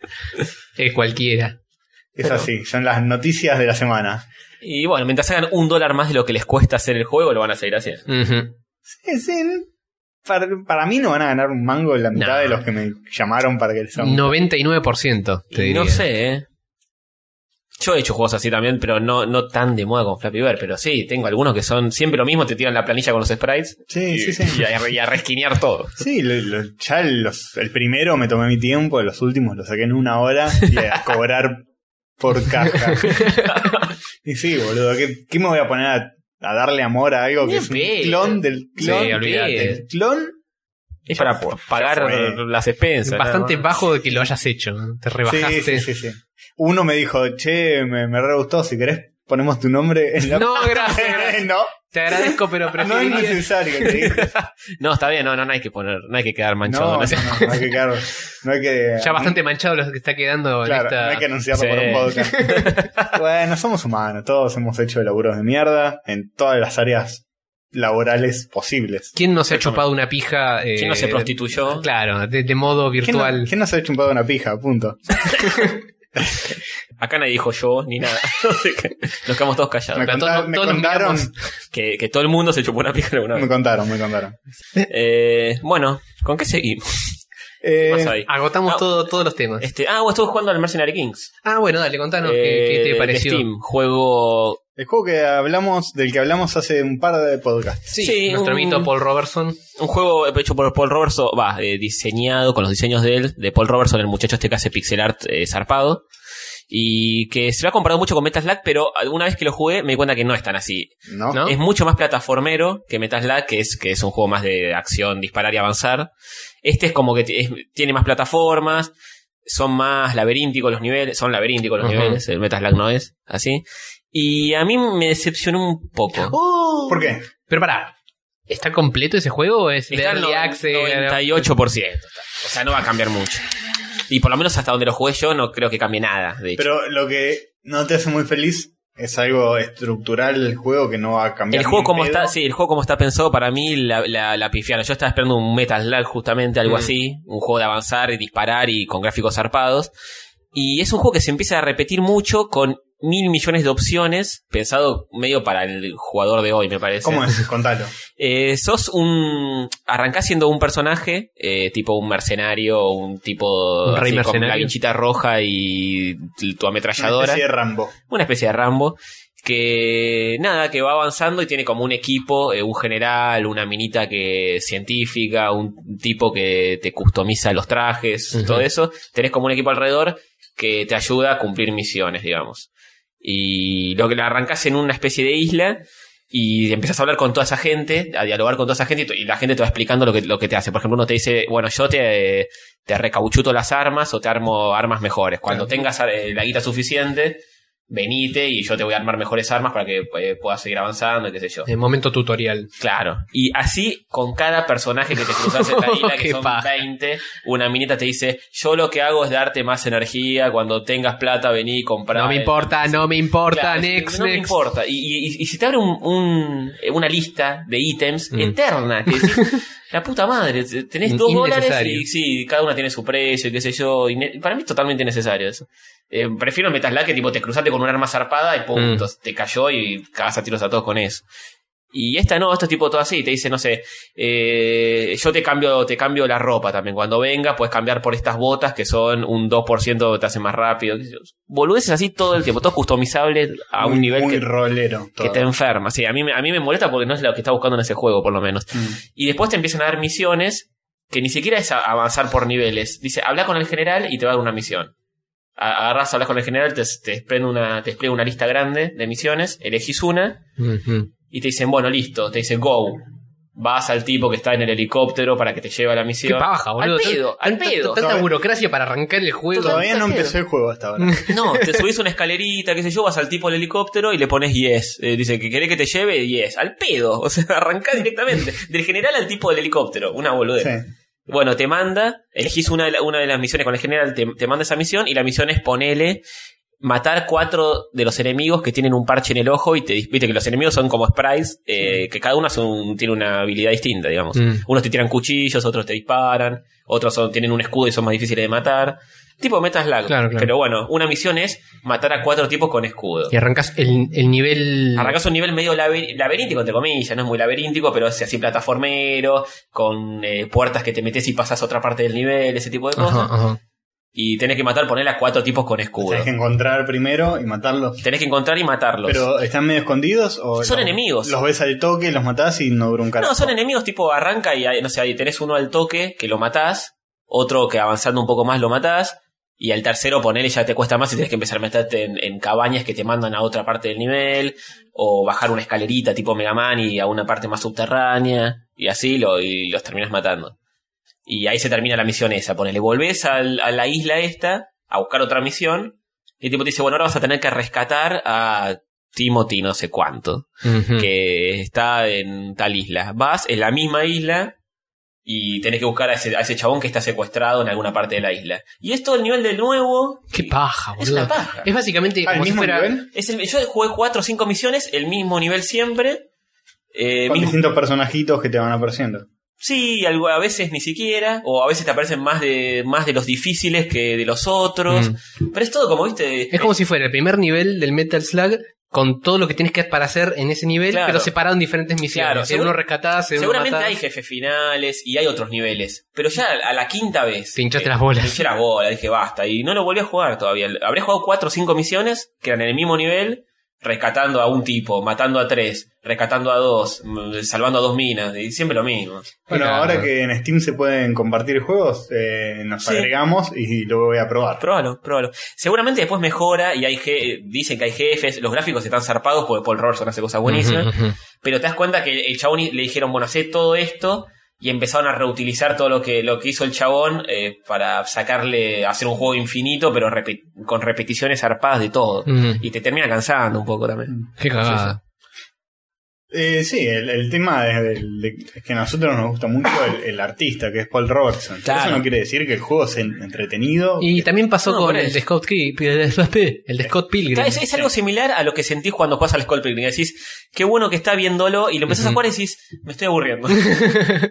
[SPEAKER 2] Eh, cualquiera.
[SPEAKER 1] Es así, son las noticias de la semana.
[SPEAKER 3] Y bueno, mientras hagan un dólar más de lo que les cuesta hacer el juego, lo van a seguir haciendo.
[SPEAKER 2] Ujú.
[SPEAKER 1] Sí, sí. Para, para mí no van a ganar un mango la mitad
[SPEAKER 2] No.
[SPEAKER 1] de los que me llamaron para que les haga un-
[SPEAKER 2] 99%. Te
[SPEAKER 3] Y no
[SPEAKER 2] diría.
[SPEAKER 3] sé, ¿eh? Yo he hecho juegos así también, pero no, no tan de moda con Flappy Bird. Pero sí, tengo algunos que son siempre lo mismo, te tiran la planilla con los sprites
[SPEAKER 1] Sí,
[SPEAKER 3] y,
[SPEAKER 1] sí, sí.
[SPEAKER 3] y a, y a resquinear todo.
[SPEAKER 1] Sí, lo- lo- ya los- el primero me tomé mi tiempo, los últimos los saqué en una hora y a cobrar por caja. y sí, boludo, ¿qué, qué me voy a poner a, a darle amor a algo
[SPEAKER 3] Ni
[SPEAKER 1] que es un
[SPEAKER 3] en pedo.
[SPEAKER 1] clon del clon?
[SPEAKER 2] Sí, olvídate.
[SPEAKER 1] del clon?
[SPEAKER 3] Es para po- pagar
[SPEAKER 1] fue.
[SPEAKER 3] las expensas.
[SPEAKER 2] Bastante
[SPEAKER 3] nada más.
[SPEAKER 2] bajo de que lo hayas hecho. Te
[SPEAKER 1] Sí, sí,
[SPEAKER 2] rebajaste.
[SPEAKER 1] sí, sí. Uno me dijo, che, me, me re gustó, si querés ponemos tu nombre en la.
[SPEAKER 2] No, gracias. gracias.
[SPEAKER 1] no,
[SPEAKER 2] Te agradezco, pero
[SPEAKER 1] no es
[SPEAKER 2] preferiría.
[SPEAKER 1] necesario que digas.
[SPEAKER 3] No, está bien, no, no, no hay que poner, no hay que quedar manchado.
[SPEAKER 1] No, no,
[SPEAKER 3] no sé.
[SPEAKER 1] no, no hay que quedar- no hay que.
[SPEAKER 2] ya bastante manchado lo que está quedando en
[SPEAKER 1] Claro,
[SPEAKER 2] esta.
[SPEAKER 1] no hay que anunciarlo
[SPEAKER 3] Sí.
[SPEAKER 1] por un podcast. bueno, somos humanos, todos hemos hecho laburos de mierda en todas las áreas laborales posibles.
[SPEAKER 2] ¿Quién no se ha chupado una pija? eh,
[SPEAKER 3] ¿Quién no se prostituyó?
[SPEAKER 2] Claro, de, de modo
[SPEAKER 1] ¿Quién no,
[SPEAKER 2] virtual.
[SPEAKER 1] quién no se ha chumpado una pija? Punto.
[SPEAKER 3] Acá nadie dijo yo ni nada. Así que Nos quedamos todos callados.
[SPEAKER 1] Me,
[SPEAKER 2] pero
[SPEAKER 1] conta-
[SPEAKER 2] todos-
[SPEAKER 1] me
[SPEAKER 2] todos nos
[SPEAKER 1] contaron,
[SPEAKER 3] Que, que todo el mundo se chupó una pija alguna
[SPEAKER 1] me
[SPEAKER 3] vez.
[SPEAKER 1] contaron, me contaron.
[SPEAKER 3] Eh, bueno, ¿con qué seguimos? ¿Qué
[SPEAKER 1] Eh,
[SPEAKER 3] más hay?
[SPEAKER 2] Agotamos
[SPEAKER 3] Ah.
[SPEAKER 2] todo, todos los temas.
[SPEAKER 3] Este, ah, vos estuve jugando al Mercenary Kings.
[SPEAKER 2] Ah, bueno, dale, contanos qué, qué
[SPEAKER 3] Eh, de
[SPEAKER 2] te pareció.
[SPEAKER 3] Steam, juego.
[SPEAKER 1] el juego que hablamos, del que hablamos hace un par de podcasts.
[SPEAKER 2] Sí,
[SPEAKER 3] Sí,
[SPEAKER 2] nuestro
[SPEAKER 3] un-
[SPEAKER 2] amiguito Paul Robertson.
[SPEAKER 3] Un juego hecho por Paul Robertson, va, eh, diseñado con los diseños de él, de Paul Robertson, el muchacho este que hace pixel art eh, zarpado. Y que se lo ha comparado mucho con Metal Slug, pero alguna vez que lo jugué me di cuenta que no es tan así.
[SPEAKER 1] ¿No?
[SPEAKER 2] ¿No?
[SPEAKER 3] Es mucho más plataformero que Metal Slug, que es, que es un juego más de acción, disparar y avanzar. Este es como que t- es- tiene más plataformas, son más laberínticos los niveles, son laberínticos los
[SPEAKER 2] Ujú.
[SPEAKER 3] niveles, el Metal Slug no es así. Y a mí me decepcionó un poco.
[SPEAKER 1] ¿Por qué?
[SPEAKER 2] Pero pará, ¿está completo ese juego o es de
[SPEAKER 3] Está al
[SPEAKER 2] Early
[SPEAKER 3] no-
[SPEAKER 2] Access?
[SPEAKER 3] 98%. está. O sea, no va a cambiar mucho. Y por lo menos hasta donde lo jugué yo no creo que cambie nada, de hecho.
[SPEAKER 1] Pero lo que no te hace muy feliz es algo estructural del juego que no va a cambiar.
[SPEAKER 3] el juego
[SPEAKER 1] ni
[SPEAKER 3] como
[SPEAKER 1] pedo.
[SPEAKER 3] está, sí, el juego como está pensado para mí la, la, la pifiaron. Yo estaba esperando un Metal Slug justamente, algo
[SPEAKER 2] Mm.
[SPEAKER 3] así, un juego de avanzar y disparar y con gráficos zarpados. Y es un juego que se empieza a repetir mucho con mil millones de opciones, pensado medio para el jugador de hoy, me parece.
[SPEAKER 1] ¿Cómo es? Contalo.
[SPEAKER 3] Eh, sos un. Arrancás siendo un personaje, eh, tipo un mercenario, un tipo.
[SPEAKER 2] Un rey
[SPEAKER 3] así, Con la
[SPEAKER 2] mercenario.
[SPEAKER 3] vinchita roja y tu
[SPEAKER 1] Una
[SPEAKER 3] ametralladora
[SPEAKER 1] especie de Rambo.
[SPEAKER 3] una especie de Rambo que nada, que va avanzando y tiene como un equipo, eh, un general, una minita que científica, un tipo que te customiza los trajes,
[SPEAKER 2] Ujú.
[SPEAKER 3] todo eso, tenés como un equipo alrededor que te ayuda a cumplir misiones, digamos. Y lo que la arrancás en una especie de isla y empiezas a hablar con toda esa gente, a dialogar con toda esa gente y, t- y la gente te va explicando lo que, lo que te hace. Por ejemplo, uno te dice, bueno, yo te, te recauchuto las armas o te armo armas mejores. Cuando tengas eh, la guita suficiente, venite y yo te voy a armar mejores armas para que eh, puedas seguir avanzando y qué sé yo.
[SPEAKER 2] En Eh, momento tutorial.
[SPEAKER 3] Claro. Y así con cada personaje que te cruzas en la isla, que
[SPEAKER 2] Qué
[SPEAKER 3] son
[SPEAKER 2] paja.
[SPEAKER 3] 20, una minita te dice, yo lo que hago es darte más energía, cuando tengas plata vení y comprá.
[SPEAKER 2] no me
[SPEAKER 3] el-
[SPEAKER 2] importa, no me importa,
[SPEAKER 3] eh. Claro, es que
[SPEAKER 2] next,
[SPEAKER 3] no me
[SPEAKER 2] next.
[SPEAKER 3] importa. Y, y- y- y si te abre un- un- eh, una lista de ítems
[SPEAKER 2] Mm.
[SPEAKER 3] eterna, que decís, la puta madre, tenés dos dólares
[SPEAKER 2] Innecesario.
[SPEAKER 3] y sí, cada una tiene su precio y qué sé yo. y ne- para mí es totalmente innecesario eso. Eh, prefiero el Metal Slug que tipo te cruzaste con un arma zarpada y pum,
[SPEAKER 2] Mm.
[SPEAKER 3] tos- te cayó y cagás a tiros a todos con eso. Y esta no, esto es tipo todo así, te dice, no sé, eh, yo te cambio, te cambio la ropa también. Cuando venga, puedes cambiar por estas botas que son un 2% te hacen más rápido. qué sé yo. Boludeces así todo el tiempo, todo customizable a un
[SPEAKER 1] Muy-
[SPEAKER 3] nivel
[SPEAKER 1] muy
[SPEAKER 3] que,
[SPEAKER 1] rolero.
[SPEAKER 3] que
[SPEAKER 1] todo.
[SPEAKER 3] te enferma. Sí, a mí, me- a mí me molesta porque no es lo que está buscando en ese juego, por lo menos.
[SPEAKER 1] Mm.
[SPEAKER 3] Y después te empiezan a dar misiones que ni siquiera es a- avanzar por niveles. Dice, habla con el general y te va a dar una misión. A- Agarrás, hablas con el general, te, te, desprende una, te despliega una lista grande de misiones, elegís una
[SPEAKER 2] Ujú.
[SPEAKER 3] y te dicen, bueno, listo, te dicen go. Vas al tipo que está en el helicóptero para que te lleve a la
[SPEAKER 2] Qué
[SPEAKER 3] misión.
[SPEAKER 2] paja, boludo.
[SPEAKER 3] Al pedo, al
[SPEAKER 2] Tanta-
[SPEAKER 3] pedo.
[SPEAKER 2] Tanta
[SPEAKER 1] Todavía-
[SPEAKER 2] burocracia para arrancar el juego.
[SPEAKER 1] Todavía no empezó el juego hasta ahora.
[SPEAKER 3] No, te subís una escalerita, qué sé yo, vas al tipo del helicóptero y le pones yes. Eh, dice que querés que te lleve yes. Al pedo. O sea, arrancá directamente. Del general al tipo del helicóptero. Una boludez.
[SPEAKER 1] Sí.
[SPEAKER 3] Bueno, te manda, elegís una de, la- una de las misiones con el general, te, te manda esa misión y la misión es ponele matar cuatro de los enemigos que tienen un parche en el ojo y te dis- viste que los enemigos son como sprites, eh, que cada uno hace un- tiene una habilidad distinta, digamos.
[SPEAKER 2] Mm.
[SPEAKER 3] Unos te tiran cuchillos, otros te disparan, otros son- tienen un escudo y son más difíciles de matar. Tipo metas lag.
[SPEAKER 2] Claro, claro.
[SPEAKER 3] Pero bueno, una misión es matar a cuatro tipos con escudo.
[SPEAKER 2] Y arrancas el, el nivel.
[SPEAKER 3] Arrancás un nivel medio laber- laberíntico, entre comillas, no es muy laberíntico, pero es así plataformero, con eh, puertas que te metes y pasas a otra parte del nivel, ese tipo de cosas.
[SPEAKER 2] Ajá, ajá.
[SPEAKER 3] Y tenés que matar, poner a cuatro tipos con escudo.
[SPEAKER 1] Tenés que encontrar primero y matarlos.
[SPEAKER 3] Tenés que encontrar y matarlos.
[SPEAKER 1] Pero están medio escondidos o.
[SPEAKER 3] Son
[SPEAKER 1] los-
[SPEAKER 3] enemigos.
[SPEAKER 1] Los ves al toque, los matás y no dura un carajo.
[SPEAKER 3] no, son enemigos tipo arranca y ahí, no sé, ahí tenés uno al toque que lo matás, otro que avanzando un poco más lo matás, y al tercero ponerle ya te cuesta más y tenés que empezar a meterte en, en cabañas que te mandan a otra parte del nivel, o bajar una escalerita tipo Mega Man y a una parte más subterránea, y así lo, y los terminas matando. Y ahí se termina la misión esa, ponele, volvés al- a la isla esta a buscar otra misión, y el tipo te dice, bueno, ahora vas a tener que rescatar a Timothy no sé cuánto,
[SPEAKER 2] Ujú.
[SPEAKER 3] que está en tal isla. Vas en la misma isla y tenés que buscar a ese, a ese chabón que está secuestrado en alguna parte de la isla. Y es todo el nivel de nuevo.
[SPEAKER 2] Qué paja, boludo.
[SPEAKER 3] Es una paja.
[SPEAKER 2] Es básicamente
[SPEAKER 1] ¿Al
[SPEAKER 2] como si
[SPEAKER 1] Ah, mismo
[SPEAKER 2] fuera-
[SPEAKER 1] nivel?
[SPEAKER 3] Es el- yo jugué cuatro o cinco misiones, el mismo nivel siempre. eh,
[SPEAKER 1] Con
[SPEAKER 3] mismo-
[SPEAKER 1] distintos personajitos que te van apareciendo.
[SPEAKER 3] sí, algo- a veces ni siquiera. O a veces te aparecen más de, más de los difíciles que de los otros.
[SPEAKER 2] Mm.
[SPEAKER 3] Pero es todo como, viste.
[SPEAKER 2] Es como si fuera el primer nivel del Metal Slug con todo lo que tienes que hacer para hacer en ese nivel,
[SPEAKER 3] Claro.
[SPEAKER 2] pero separado en diferentes misiones.
[SPEAKER 3] Claro,
[SPEAKER 2] de
[SPEAKER 3] seguro-
[SPEAKER 2] uno rescatás, de uno
[SPEAKER 3] Seguramente
[SPEAKER 2] matás.
[SPEAKER 3] hay jefes finales y hay otros niveles. Pero ya a la quinta vez.
[SPEAKER 2] Te hinchaste las bolas.
[SPEAKER 3] me hinché las bolas, dije basta. Y no lo volví a jugar todavía. Habré jugado cuatro o cinco misiones que eran en el mismo nivel, rescatando a un tipo, matando a tres, rescatando a dos, mm, salvando a dos minas. Y siempre lo mismo.
[SPEAKER 1] Bueno,
[SPEAKER 2] Claro.
[SPEAKER 1] ahora que en Steam se pueden compartir juegos, eh, nos
[SPEAKER 3] Sí.
[SPEAKER 1] agregamos y lo voy a probar.
[SPEAKER 3] Próbalo, próbalo. Seguramente después mejora y hay je- dicen que hay jefes. Los gráficos están zarpados porque Paul Robertson hace cosas buenísimas.
[SPEAKER 2] Ujú, ujú.
[SPEAKER 3] Pero te das cuenta que el chabón le dijeron, bueno, hacé todo esto. Y empezaron a reutilizar todo lo que, lo que hizo el chabón eh, para sacarle, hacer un juego infinito, pero repe- con repeticiones zarpadas de todo.
[SPEAKER 2] Ujú.
[SPEAKER 3] Y te termina cansando un poco también.
[SPEAKER 2] Qué cagada.
[SPEAKER 1] Eh, sí, el, el tema es, del- de- es que a nosotros nos gusta mucho el, el artista, que es Paul Robertson. Pero
[SPEAKER 3] Claro.
[SPEAKER 1] Eso no quiere decir que el juego sea en- entretenido.
[SPEAKER 2] Y
[SPEAKER 1] que-
[SPEAKER 2] también pasó
[SPEAKER 3] No,
[SPEAKER 2] con
[SPEAKER 3] por
[SPEAKER 2] el
[SPEAKER 3] eso.
[SPEAKER 2] de Scott Key, el de Scott Pilgrim.
[SPEAKER 3] Claro, es, es algo similar a lo que sentís cuando juegas al Skull Pilgrim. Decís, qué bueno que está viéndolo, y lo empezás a
[SPEAKER 2] Ujú.
[SPEAKER 3] jugar y decís, me estoy aburriendo.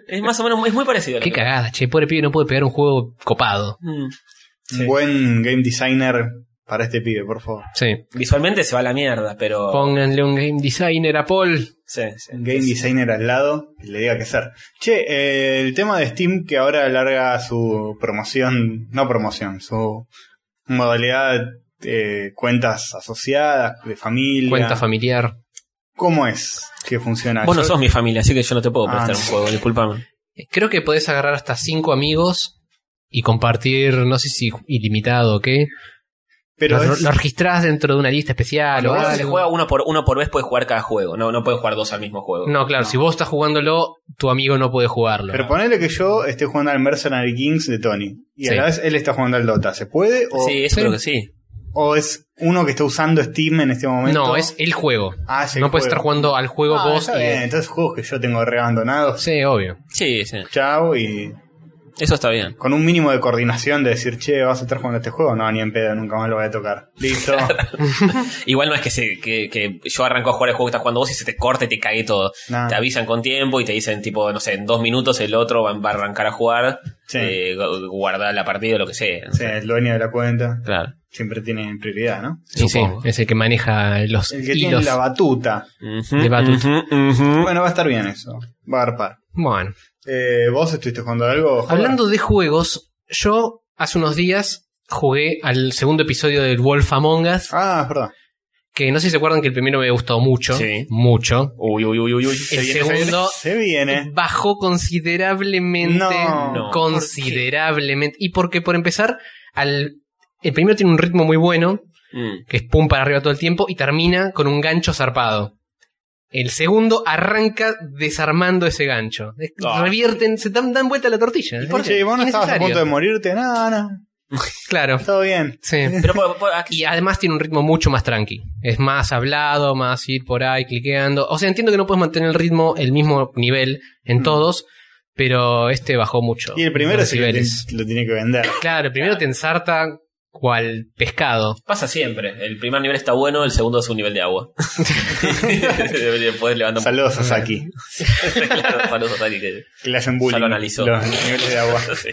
[SPEAKER 3] es más o menos, es muy parecido. a lo
[SPEAKER 2] Qué
[SPEAKER 3] que-
[SPEAKER 2] cagada, che, pobre pibe no puede pegar un juego copado.
[SPEAKER 3] Mm.
[SPEAKER 1] un
[SPEAKER 3] sí.
[SPEAKER 1] buen game designer para este pibe, por favor.
[SPEAKER 2] Sí.
[SPEAKER 3] Visualmente se va a la mierda, pero...
[SPEAKER 2] Pónganle un game designer a Paul.
[SPEAKER 3] Sí, sí.
[SPEAKER 1] Un game designer al lado que le diga qué hacer. Che, eh, el tema de Steam que ahora alarga su promoción, no promoción, su modalidad eh, cuentas asociadas, de familia.
[SPEAKER 2] Cuenta familiar.
[SPEAKER 1] ¿Cómo es que funciona?
[SPEAKER 3] Vos no
[SPEAKER 1] Yo-
[SPEAKER 3] sos mi familia, así que yo no te puedo
[SPEAKER 1] Ah,
[SPEAKER 3] prestar
[SPEAKER 1] no.
[SPEAKER 3] un juego, disculpame.
[SPEAKER 2] Eh, Creo que podés agarrar hasta cinco amigos y compartir, no sé si ilimitado o qué.
[SPEAKER 1] Pero
[SPEAKER 2] lo,
[SPEAKER 1] es-
[SPEAKER 2] lo registrás dentro de una lista especial o
[SPEAKER 3] Cuando uno se
[SPEAKER 2] algo.
[SPEAKER 3] juega uno por, uno por vez, puede jugar cada juego. No, no pueden jugar dos al mismo juego.
[SPEAKER 2] No, claro,
[SPEAKER 1] No.
[SPEAKER 2] si vos estás jugándolo, tu amigo no puede jugarlo.
[SPEAKER 1] Pero ponele que yo esté jugando al Mercenary Kings de Tony. Y a
[SPEAKER 2] Sí.
[SPEAKER 1] la vez él está jugando al Dota. ¿Se puede? O,
[SPEAKER 3] sí, eso
[SPEAKER 2] sí.
[SPEAKER 3] creo que sí.
[SPEAKER 1] o es uno que está usando Steam en este momento?
[SPEAKER 2] no, es el juego.
[SPEAKER 1] Ah, es el
[SPEAKER 2] no puedes
[SPEAKER 1] juego.
[SPEAKER 2] estar jugando al juego
[SPEAKER 1] Ah,
[SPEAKER 2] vos
[SPEAKER 1] está
[SPEAKER 2] y.
[SPEAKER 1] bien. Entonces juegos que yo tengo reabandonados.
[SPEAKER 2] Sí, obvio.
[SPEAKER 3] Sí, sí.
[SPEAKER 1] Chao y
[SPEAKER 3] Eso está bien.
[SPEAKER 1] con un mínimo de coordinación de decir, che, vas a estar jugando a este juego. No, ni en pedo, nunca más lo voy a tocar. Listo.
[SPEAKER 3] Igual no es que, se, que, que yo arranco a jugar el juego que estás jugando vos y se te corta y te cague todo.
[SPEAKER 1] Nah.
[SPEAKER 3] Te avisan con tiempo y te dicen, tipo, no sé, en dos minutos el otro va va a arrancar a jugar,
[SPEAKER 1] Sí.
[SPEAKER 3] eh, gu- guardar la partida o lo que sea.
[SPEAKER 1] O sea, el dueño de la cuenta
[SPEAKER 3] Claro.
[SPEAKER 1] siempre tiene prioridad, ¿no?
[SPEAKER 2] Sí, sí,
[SPEAKER 3] Supongo.
[SPEAKER 2] es el que maneja los
[SPEAKER 1] El que tiene
[SPEAKER 2] hilos.
[SPEAKER 1] la batuta.
[SPEAKER 3] Ujú,
[SPEAKER 2] De Battlefield.
[SPEAKER 3] ujú, ujú.
[SPEAKER 1] Bueno, va a estar bien eso. Va a arpar.
[SPEAKER 2] Bueno,
[SPEAKER 1] Eh, ¿Vos estuviste jugando algo? Jorge?
[SPEAKER 2] hablando de juegos, yo hace unos días jugué al segundo episodio del Wolf Among Us,
[SPEAKER 1] Ah, es verdad.
[SPEAKER 2] que no sé si se acuerdan que el primero me gustó mucho,
[SPEAKER 3] Sí.
[SPEAKER 2] mucho.
[SPEAKER 3] Uy, uy, uy, uy, uy.
[SPEAKER 2] El
[SPEAKER 1] viene,
[SPEAKER 2] segundo
[SPEAKER 1] Se viene.
[SPEAKER 2] bajó considerablemente,
[SPEAKER 1] Eh. No. No.
[SPEAKER 2] considerablemente. Y porque por empezar, al, el primero tiene un ritmo muy bueno,
[SPEAKER 3] Mm.
[SPEAKER 2] que es pum para arriba todo el tiempo, y termina con un gancho zarpado. El segundo arranca desarmando ese gancho. Es-
[SPEAKER 3] Ah.
[SPEAKER 2] Revierten, se dan, dan vuelta la tortilla.
[SPEAKER 1] Por si vos no estabas a
[SPEAKER 2] Innecesario.
[SPEAKER 1] punto de morirte, nada, nada.
[SPEAKER 2] Claro,
[SPEAKER 1] Todo bien.
[SPEAKER 2] sí.
[SPEAKER 3] Pero por- por- aquí-
[SPEAKER 2] Y además tiene un ritmo mucho más tranqui. Es más hablado, más ir por ahí cliqueando. O sea, entiendo que no puedes mantener el ritmo, el mismo nivel en
[SPEAKER 1] Mm.
[SPEAKER 2] todos, pero este bajó mucho.
[SPEAKER 1] Y el primero
[SPEAKER 2] los
[SPEAKER 1] sí lo,
[SPEAKER 2] niveles.
[SPEAKER 1] tiene- lo tiene que vender.
[SPEAKER 2] Claro, el primero te ensarta cual pescado.
[SPEAKER 3] Pasa siempre. El primer nivel está bueno, el segundo es un nivel de agua. Le Podés levantar un
[SPEAKER 1] Saludos a Saki,
[SPEAKER 3] claro, saludos a Tali, que-
[SPEAKER 1] que le hacen bullying.
[SPEAKER 3] Ya lo analizó.
[SPEAKER 1] Los niveles de agua.
[SPEAKER 3] sí.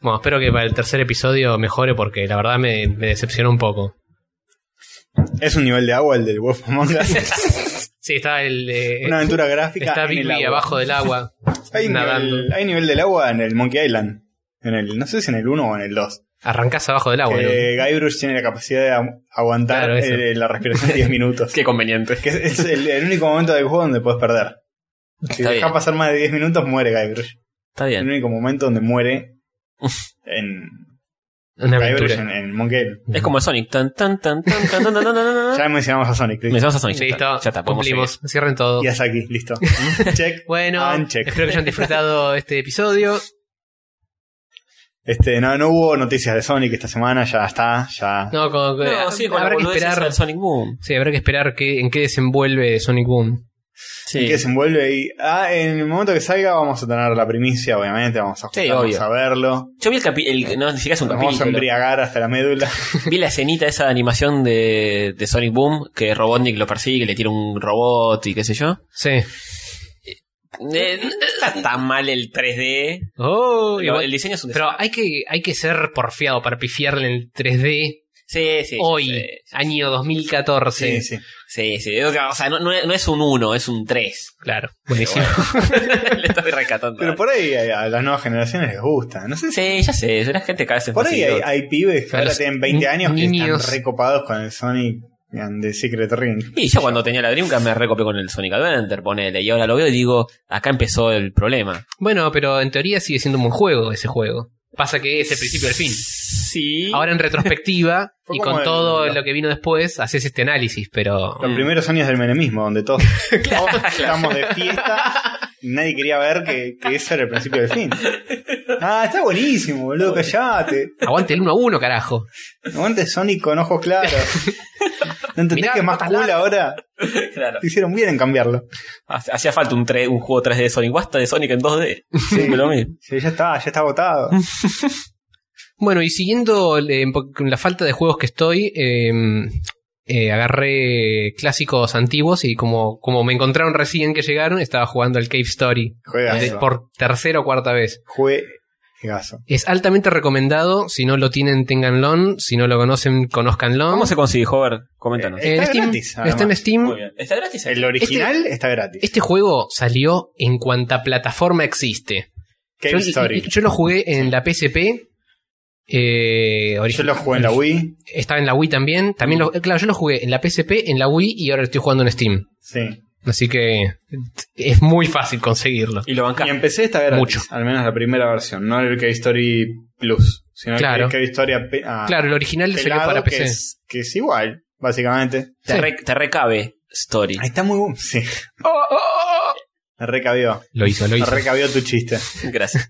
[SPEAKER 2] Bueno, espero que para el tercer episodio mejore porque la verdad me, me decepcionó un poco.
[SPEAKER 1] Es un nivel de agua el del Wolf Among Us.
[SPEAKER 2] Sí, está el. eh,
[SPEAKER 1] Una aventura gráfica.
[SPEAKER 2] está
[SPEAKER 1] en
[SPEAKER 2] Big
[SPEAKER 1] el
[SPEAKER 2] Bee
[SPEAKER 1] agua.
[SPEAKER 2] abajo del agua.
[SPEAKER 1] Hay
[SPEAKER 2] nadando.
[SPEAKER 1] nivel, hay nivel del agua en el Monkey Island. En el, no sé si en el 1 o en el 2.
[SPEAKER 2] Arrancás abajo del agua. ¿no?
[SPEAKER 1] Eh, Guybrush tiene la capacidad de agu- aguantar
[SPEAKER 2] Ah, Claro, eso.
[SPEAKER 1] eh, la respiración 10 minutos.
[SPEAKER 3] Qué conveniente.
[SPEAKER 1] Que es es el, el único momento del juego donde puedes perder. Si
[SPEAKER 3] Está
[SPEAKER 1] dejas
[SPEAKER 3] bien.
[SPEAKER 1] pasar más de 10 minutos, muere Guybrush.
[SPEAKER 3] Está
[SPEAKER 1] el
[SPEAKER 3] bien.
[SPEAKER 1] único momento donde muere en
[SPEAKER 2] Una
[SPEAKER 1] Guybrush,
[SPEAKER 2] aventura.
[SPEAKER 1] en, en Monkey Island.
[SPEAKER 3] Es como el Sonic. Tan, tan, tan, tan, tan, tan, tan, tan, tan, tan.
[SPEAKER 1] Ya mencionamos a Sonic, listo.
[SPEAKER 3] Mencionamos a Sonic. ya
[SPEAKER 2] Listo,
[SPEAKER 3] está. Ya está, podemos
[SPEAKER 2] cumplimos. Cierren todo.
[SPEAKER 1] Y a Saki, listo. Check.
[SPEAKER 2] Bueno,
[SPEAKER 1] Uncheck.
[SPEAKER 2] espero que hayan disfrutado este episodio.
[SPEAKER 1] Este, no, no hubo noticias de Sonic esta semana, ya está, ya.
[SPEAKER 2] No, con- con-
[SPEAKER 3] No, sí, con la
[SPEAKER 2] habrá que
[SPEAKER 3] boludez esa
[SPEAKER 2] esperar.
[SPEAKER 3] del Sonic Boom.
[SPEAKER 2] Sí, habrá que esperar que, en qué desenvuelve Sonic Boom.
[SPEAKER 3] Sí.
[SPEAKER 1] Que se envuelve y. Ah, en el momento que salga vamos a tener la primicia, obviamente, vamos a,
[SPEAKER 3] Sí,
[SPEAKER 1] juntarnos
[SPEAKER 3] obvio.
[SPEAKER 1] a verlo.
[SPEAKER 3] Yo vi el capítulo. No, ni siquiera es un
[SPEAKER 1] Nos vamos a
[SPEAKER 3] capítulo.
[SPEAKER 1] embriagar hasta la médula.
[SPEAKER 3] Vi la escenita esa de animación de, de Sonic Boom, que Robotnik lo persigue, que le tira un robot y qué sé yo.
[SPEAKER 2] Sí.
[SPEAKER 3] Eh, no está tan mal el 3D.
[SPEAKER 2] Oh,
[SPEAKER 3] Lo-
[SPEAKER 2] igual-
[SPEAKER 3] el diseño es un
[SPEAKER 2] pero hay que, hay que ser porfiado para pifiarle en el 3D
[SPEAKER 3] desastre. Sí, sí.
[SPEAKER 2] hoy,
[SPEAKER 3] sí,
[SPEAKER 2] año 2014.
[SPEAKER 1] Sí, sí.
[SPEAKER 3] Sí, sí. O sea, no, no es no es un 1, es un 3.
[SPEAKER 2] Claro, buenísimo.
[SPEAKER 3] le estoy rescatando.
[SPEAKER 1] Pero por ahí a, a las nuevas generaciones les gusta. No sé si.
[SPEAKER 3] Sí, ya sé. es una gente cada vez es
[SPEAKER 1] Por
[SPEAKER 3] más
[SPEAKER 1] ahí hay,
[SPEAKER 3] idiota.
[SPEAKER 1] hay pibes que
[SPEAKER 2] Pero
[SPEAKER 1] ahora
[SPEAKER 2] los
[SPEAKER 1] tienen 20 años que
[SPEAKER 2] niños-
[SPEAKER 1] están recopados con el Sonic and the Secret Ring.
[SPEAKER 3] Y yo cuando tenía la Dreamcast me recopé con el Sonic Adventure, ponele. Y ahora lo veo y digo, acá empezó el problema.
[SPEAKER 2] bueno, pero en teoría sigue siendo un buen juego ese juego. Pasa que es el principio del fin.
[SPEAKER 3] Sí.
[SPEAKER 2] Ahora en retrospectiva
[SPEAKER 1] Fue
[SPEAKER 2] y
[SPEAKER 1] como
[SPEAKER 2] con
[SPEAKER 1] el-
[SPEAKER 2] todo lo que vino después, haces este análisis, pero...
[SPEAKER 1] Los primeros años del menemismo, donde todos todos estábamos de fiesta y nadie quería ver que, que eso era el principio del fin. Ah, está buenísimo, boludo, callate.
[SPEAKER 2] Aguante el 1 a 1, carajo.
[SPEAKER 1] Aguante Sonic con ojos claros. ¿No entendés
[SPEAKER 2] Mirá,
[SPEAKER 1] que es más
[SPEAKER 2] botas
[SPEAKER 1] cool ahora?
[SPEAKER 3] Claro.
[SPEAKER 1] Hicieron bien en cambiarlo.
[SPEAKER 3] Hacía falta un, tre- un juego 3D de Sonic. Basta de Sonic en 2D.
[SPEAKER 1] Sí.
[SPEAKER 3] Lo mismo.
[SPEAKER 1] Sí, ya está, ya está agotado.
[SPEAKER 2] Bueno, y siguiendo eh, un po- con la falta de juegos que estoy, eh, eh, agarré clásicos antiguos y como, como me encontraron recién que llegaron, estaba jugando el Cave Story de-
[SPEAKER 1] Juegazo.
[SPEAKER 2] por tercera o cuarta vez.
[SPEAKER 1] Juegazo.
[SPEAKER 2] Es altamente recomendado, si no lo tienen, ténganlo, si no lo conocen, conozcanlo.
[SPEAKER 3] ¿Cómo se consigue, Hover? Coméntanos.
[SPEAKER 1] Eh,
[SPEAKER 2] en
[SPEAKER 1] Está
[SPEAKER 2] Steam,
[SPEAKER 1] gratis,
[SPEAKER 2] está en
[SPEAKER 1] además.
[SPEAKER 2] Steam.
[SPEAKER 3] Muy bien. ¿Está gratis?
[SPEAKER 1] El original está gratis.
[SPEAKER 2] Este juego salió en cuanta plataforma existe.
[SPEAKER 1] Cave
[SPEAKER 2] yo,
[SPEAKER 1] Story.
[SPEAKER 2] yo lo jugué en la PSP. eh,
[SPEAKER 1] Yo
[SPEAKER 2] origi-
[SPEAKER 1] lo jugué en la Wii.
[SPEAKER 2] Estaba en la Wii también. También
[SPEAKER 1] Mm.
[SPEAKER 2] lo- eh, claro, yo lo jugué en la PSP, en la Wii y ahora lo estoy jugando en Steam.
[SPEAKER 1] Sí.
[SPEAKER 2] Así que es muy fácil conseguirlo.
[SPEAKER 3] Y lo
[SPEAKER 1] Y
[SPEAKER 3] bancás.
[SPEAKER 1] empecé esta gratis.
[SPEAKER 2] Mucho.
[SPEAKER 1] Al menos la primera versión. No el Cave Story Plus. Sino
[SPEAKER 2] Claro.
[SPEAKER 1] el Cave Story ape- ah,
[SPEAKER 2] Claro, el original salió
[SPEAKER 1] pelado,
[SPEAKER 2] para
[SPEAKER 1] que
[SPEAKER 2] PC.
[SPEAKER 1] es- que es igual, básicamente.
[SPEAKER 3] Te,
[SPEAKER 2] Sí.
[SPEAKER 3] re- te recabe Story.
[SPEAKER 1] Ahí Está muy bueno. Sí.
[SPEAKER 2] Oh,
[SPEAKER 1] Me recabió.
[SPEAKER 2] Lo hizo, lo
[SPEAKER 1] Me
[SPEAKER 2] hizo.
[SPEAKER 1] recabió tu chiste.
[SPEAKER 3] Gracias.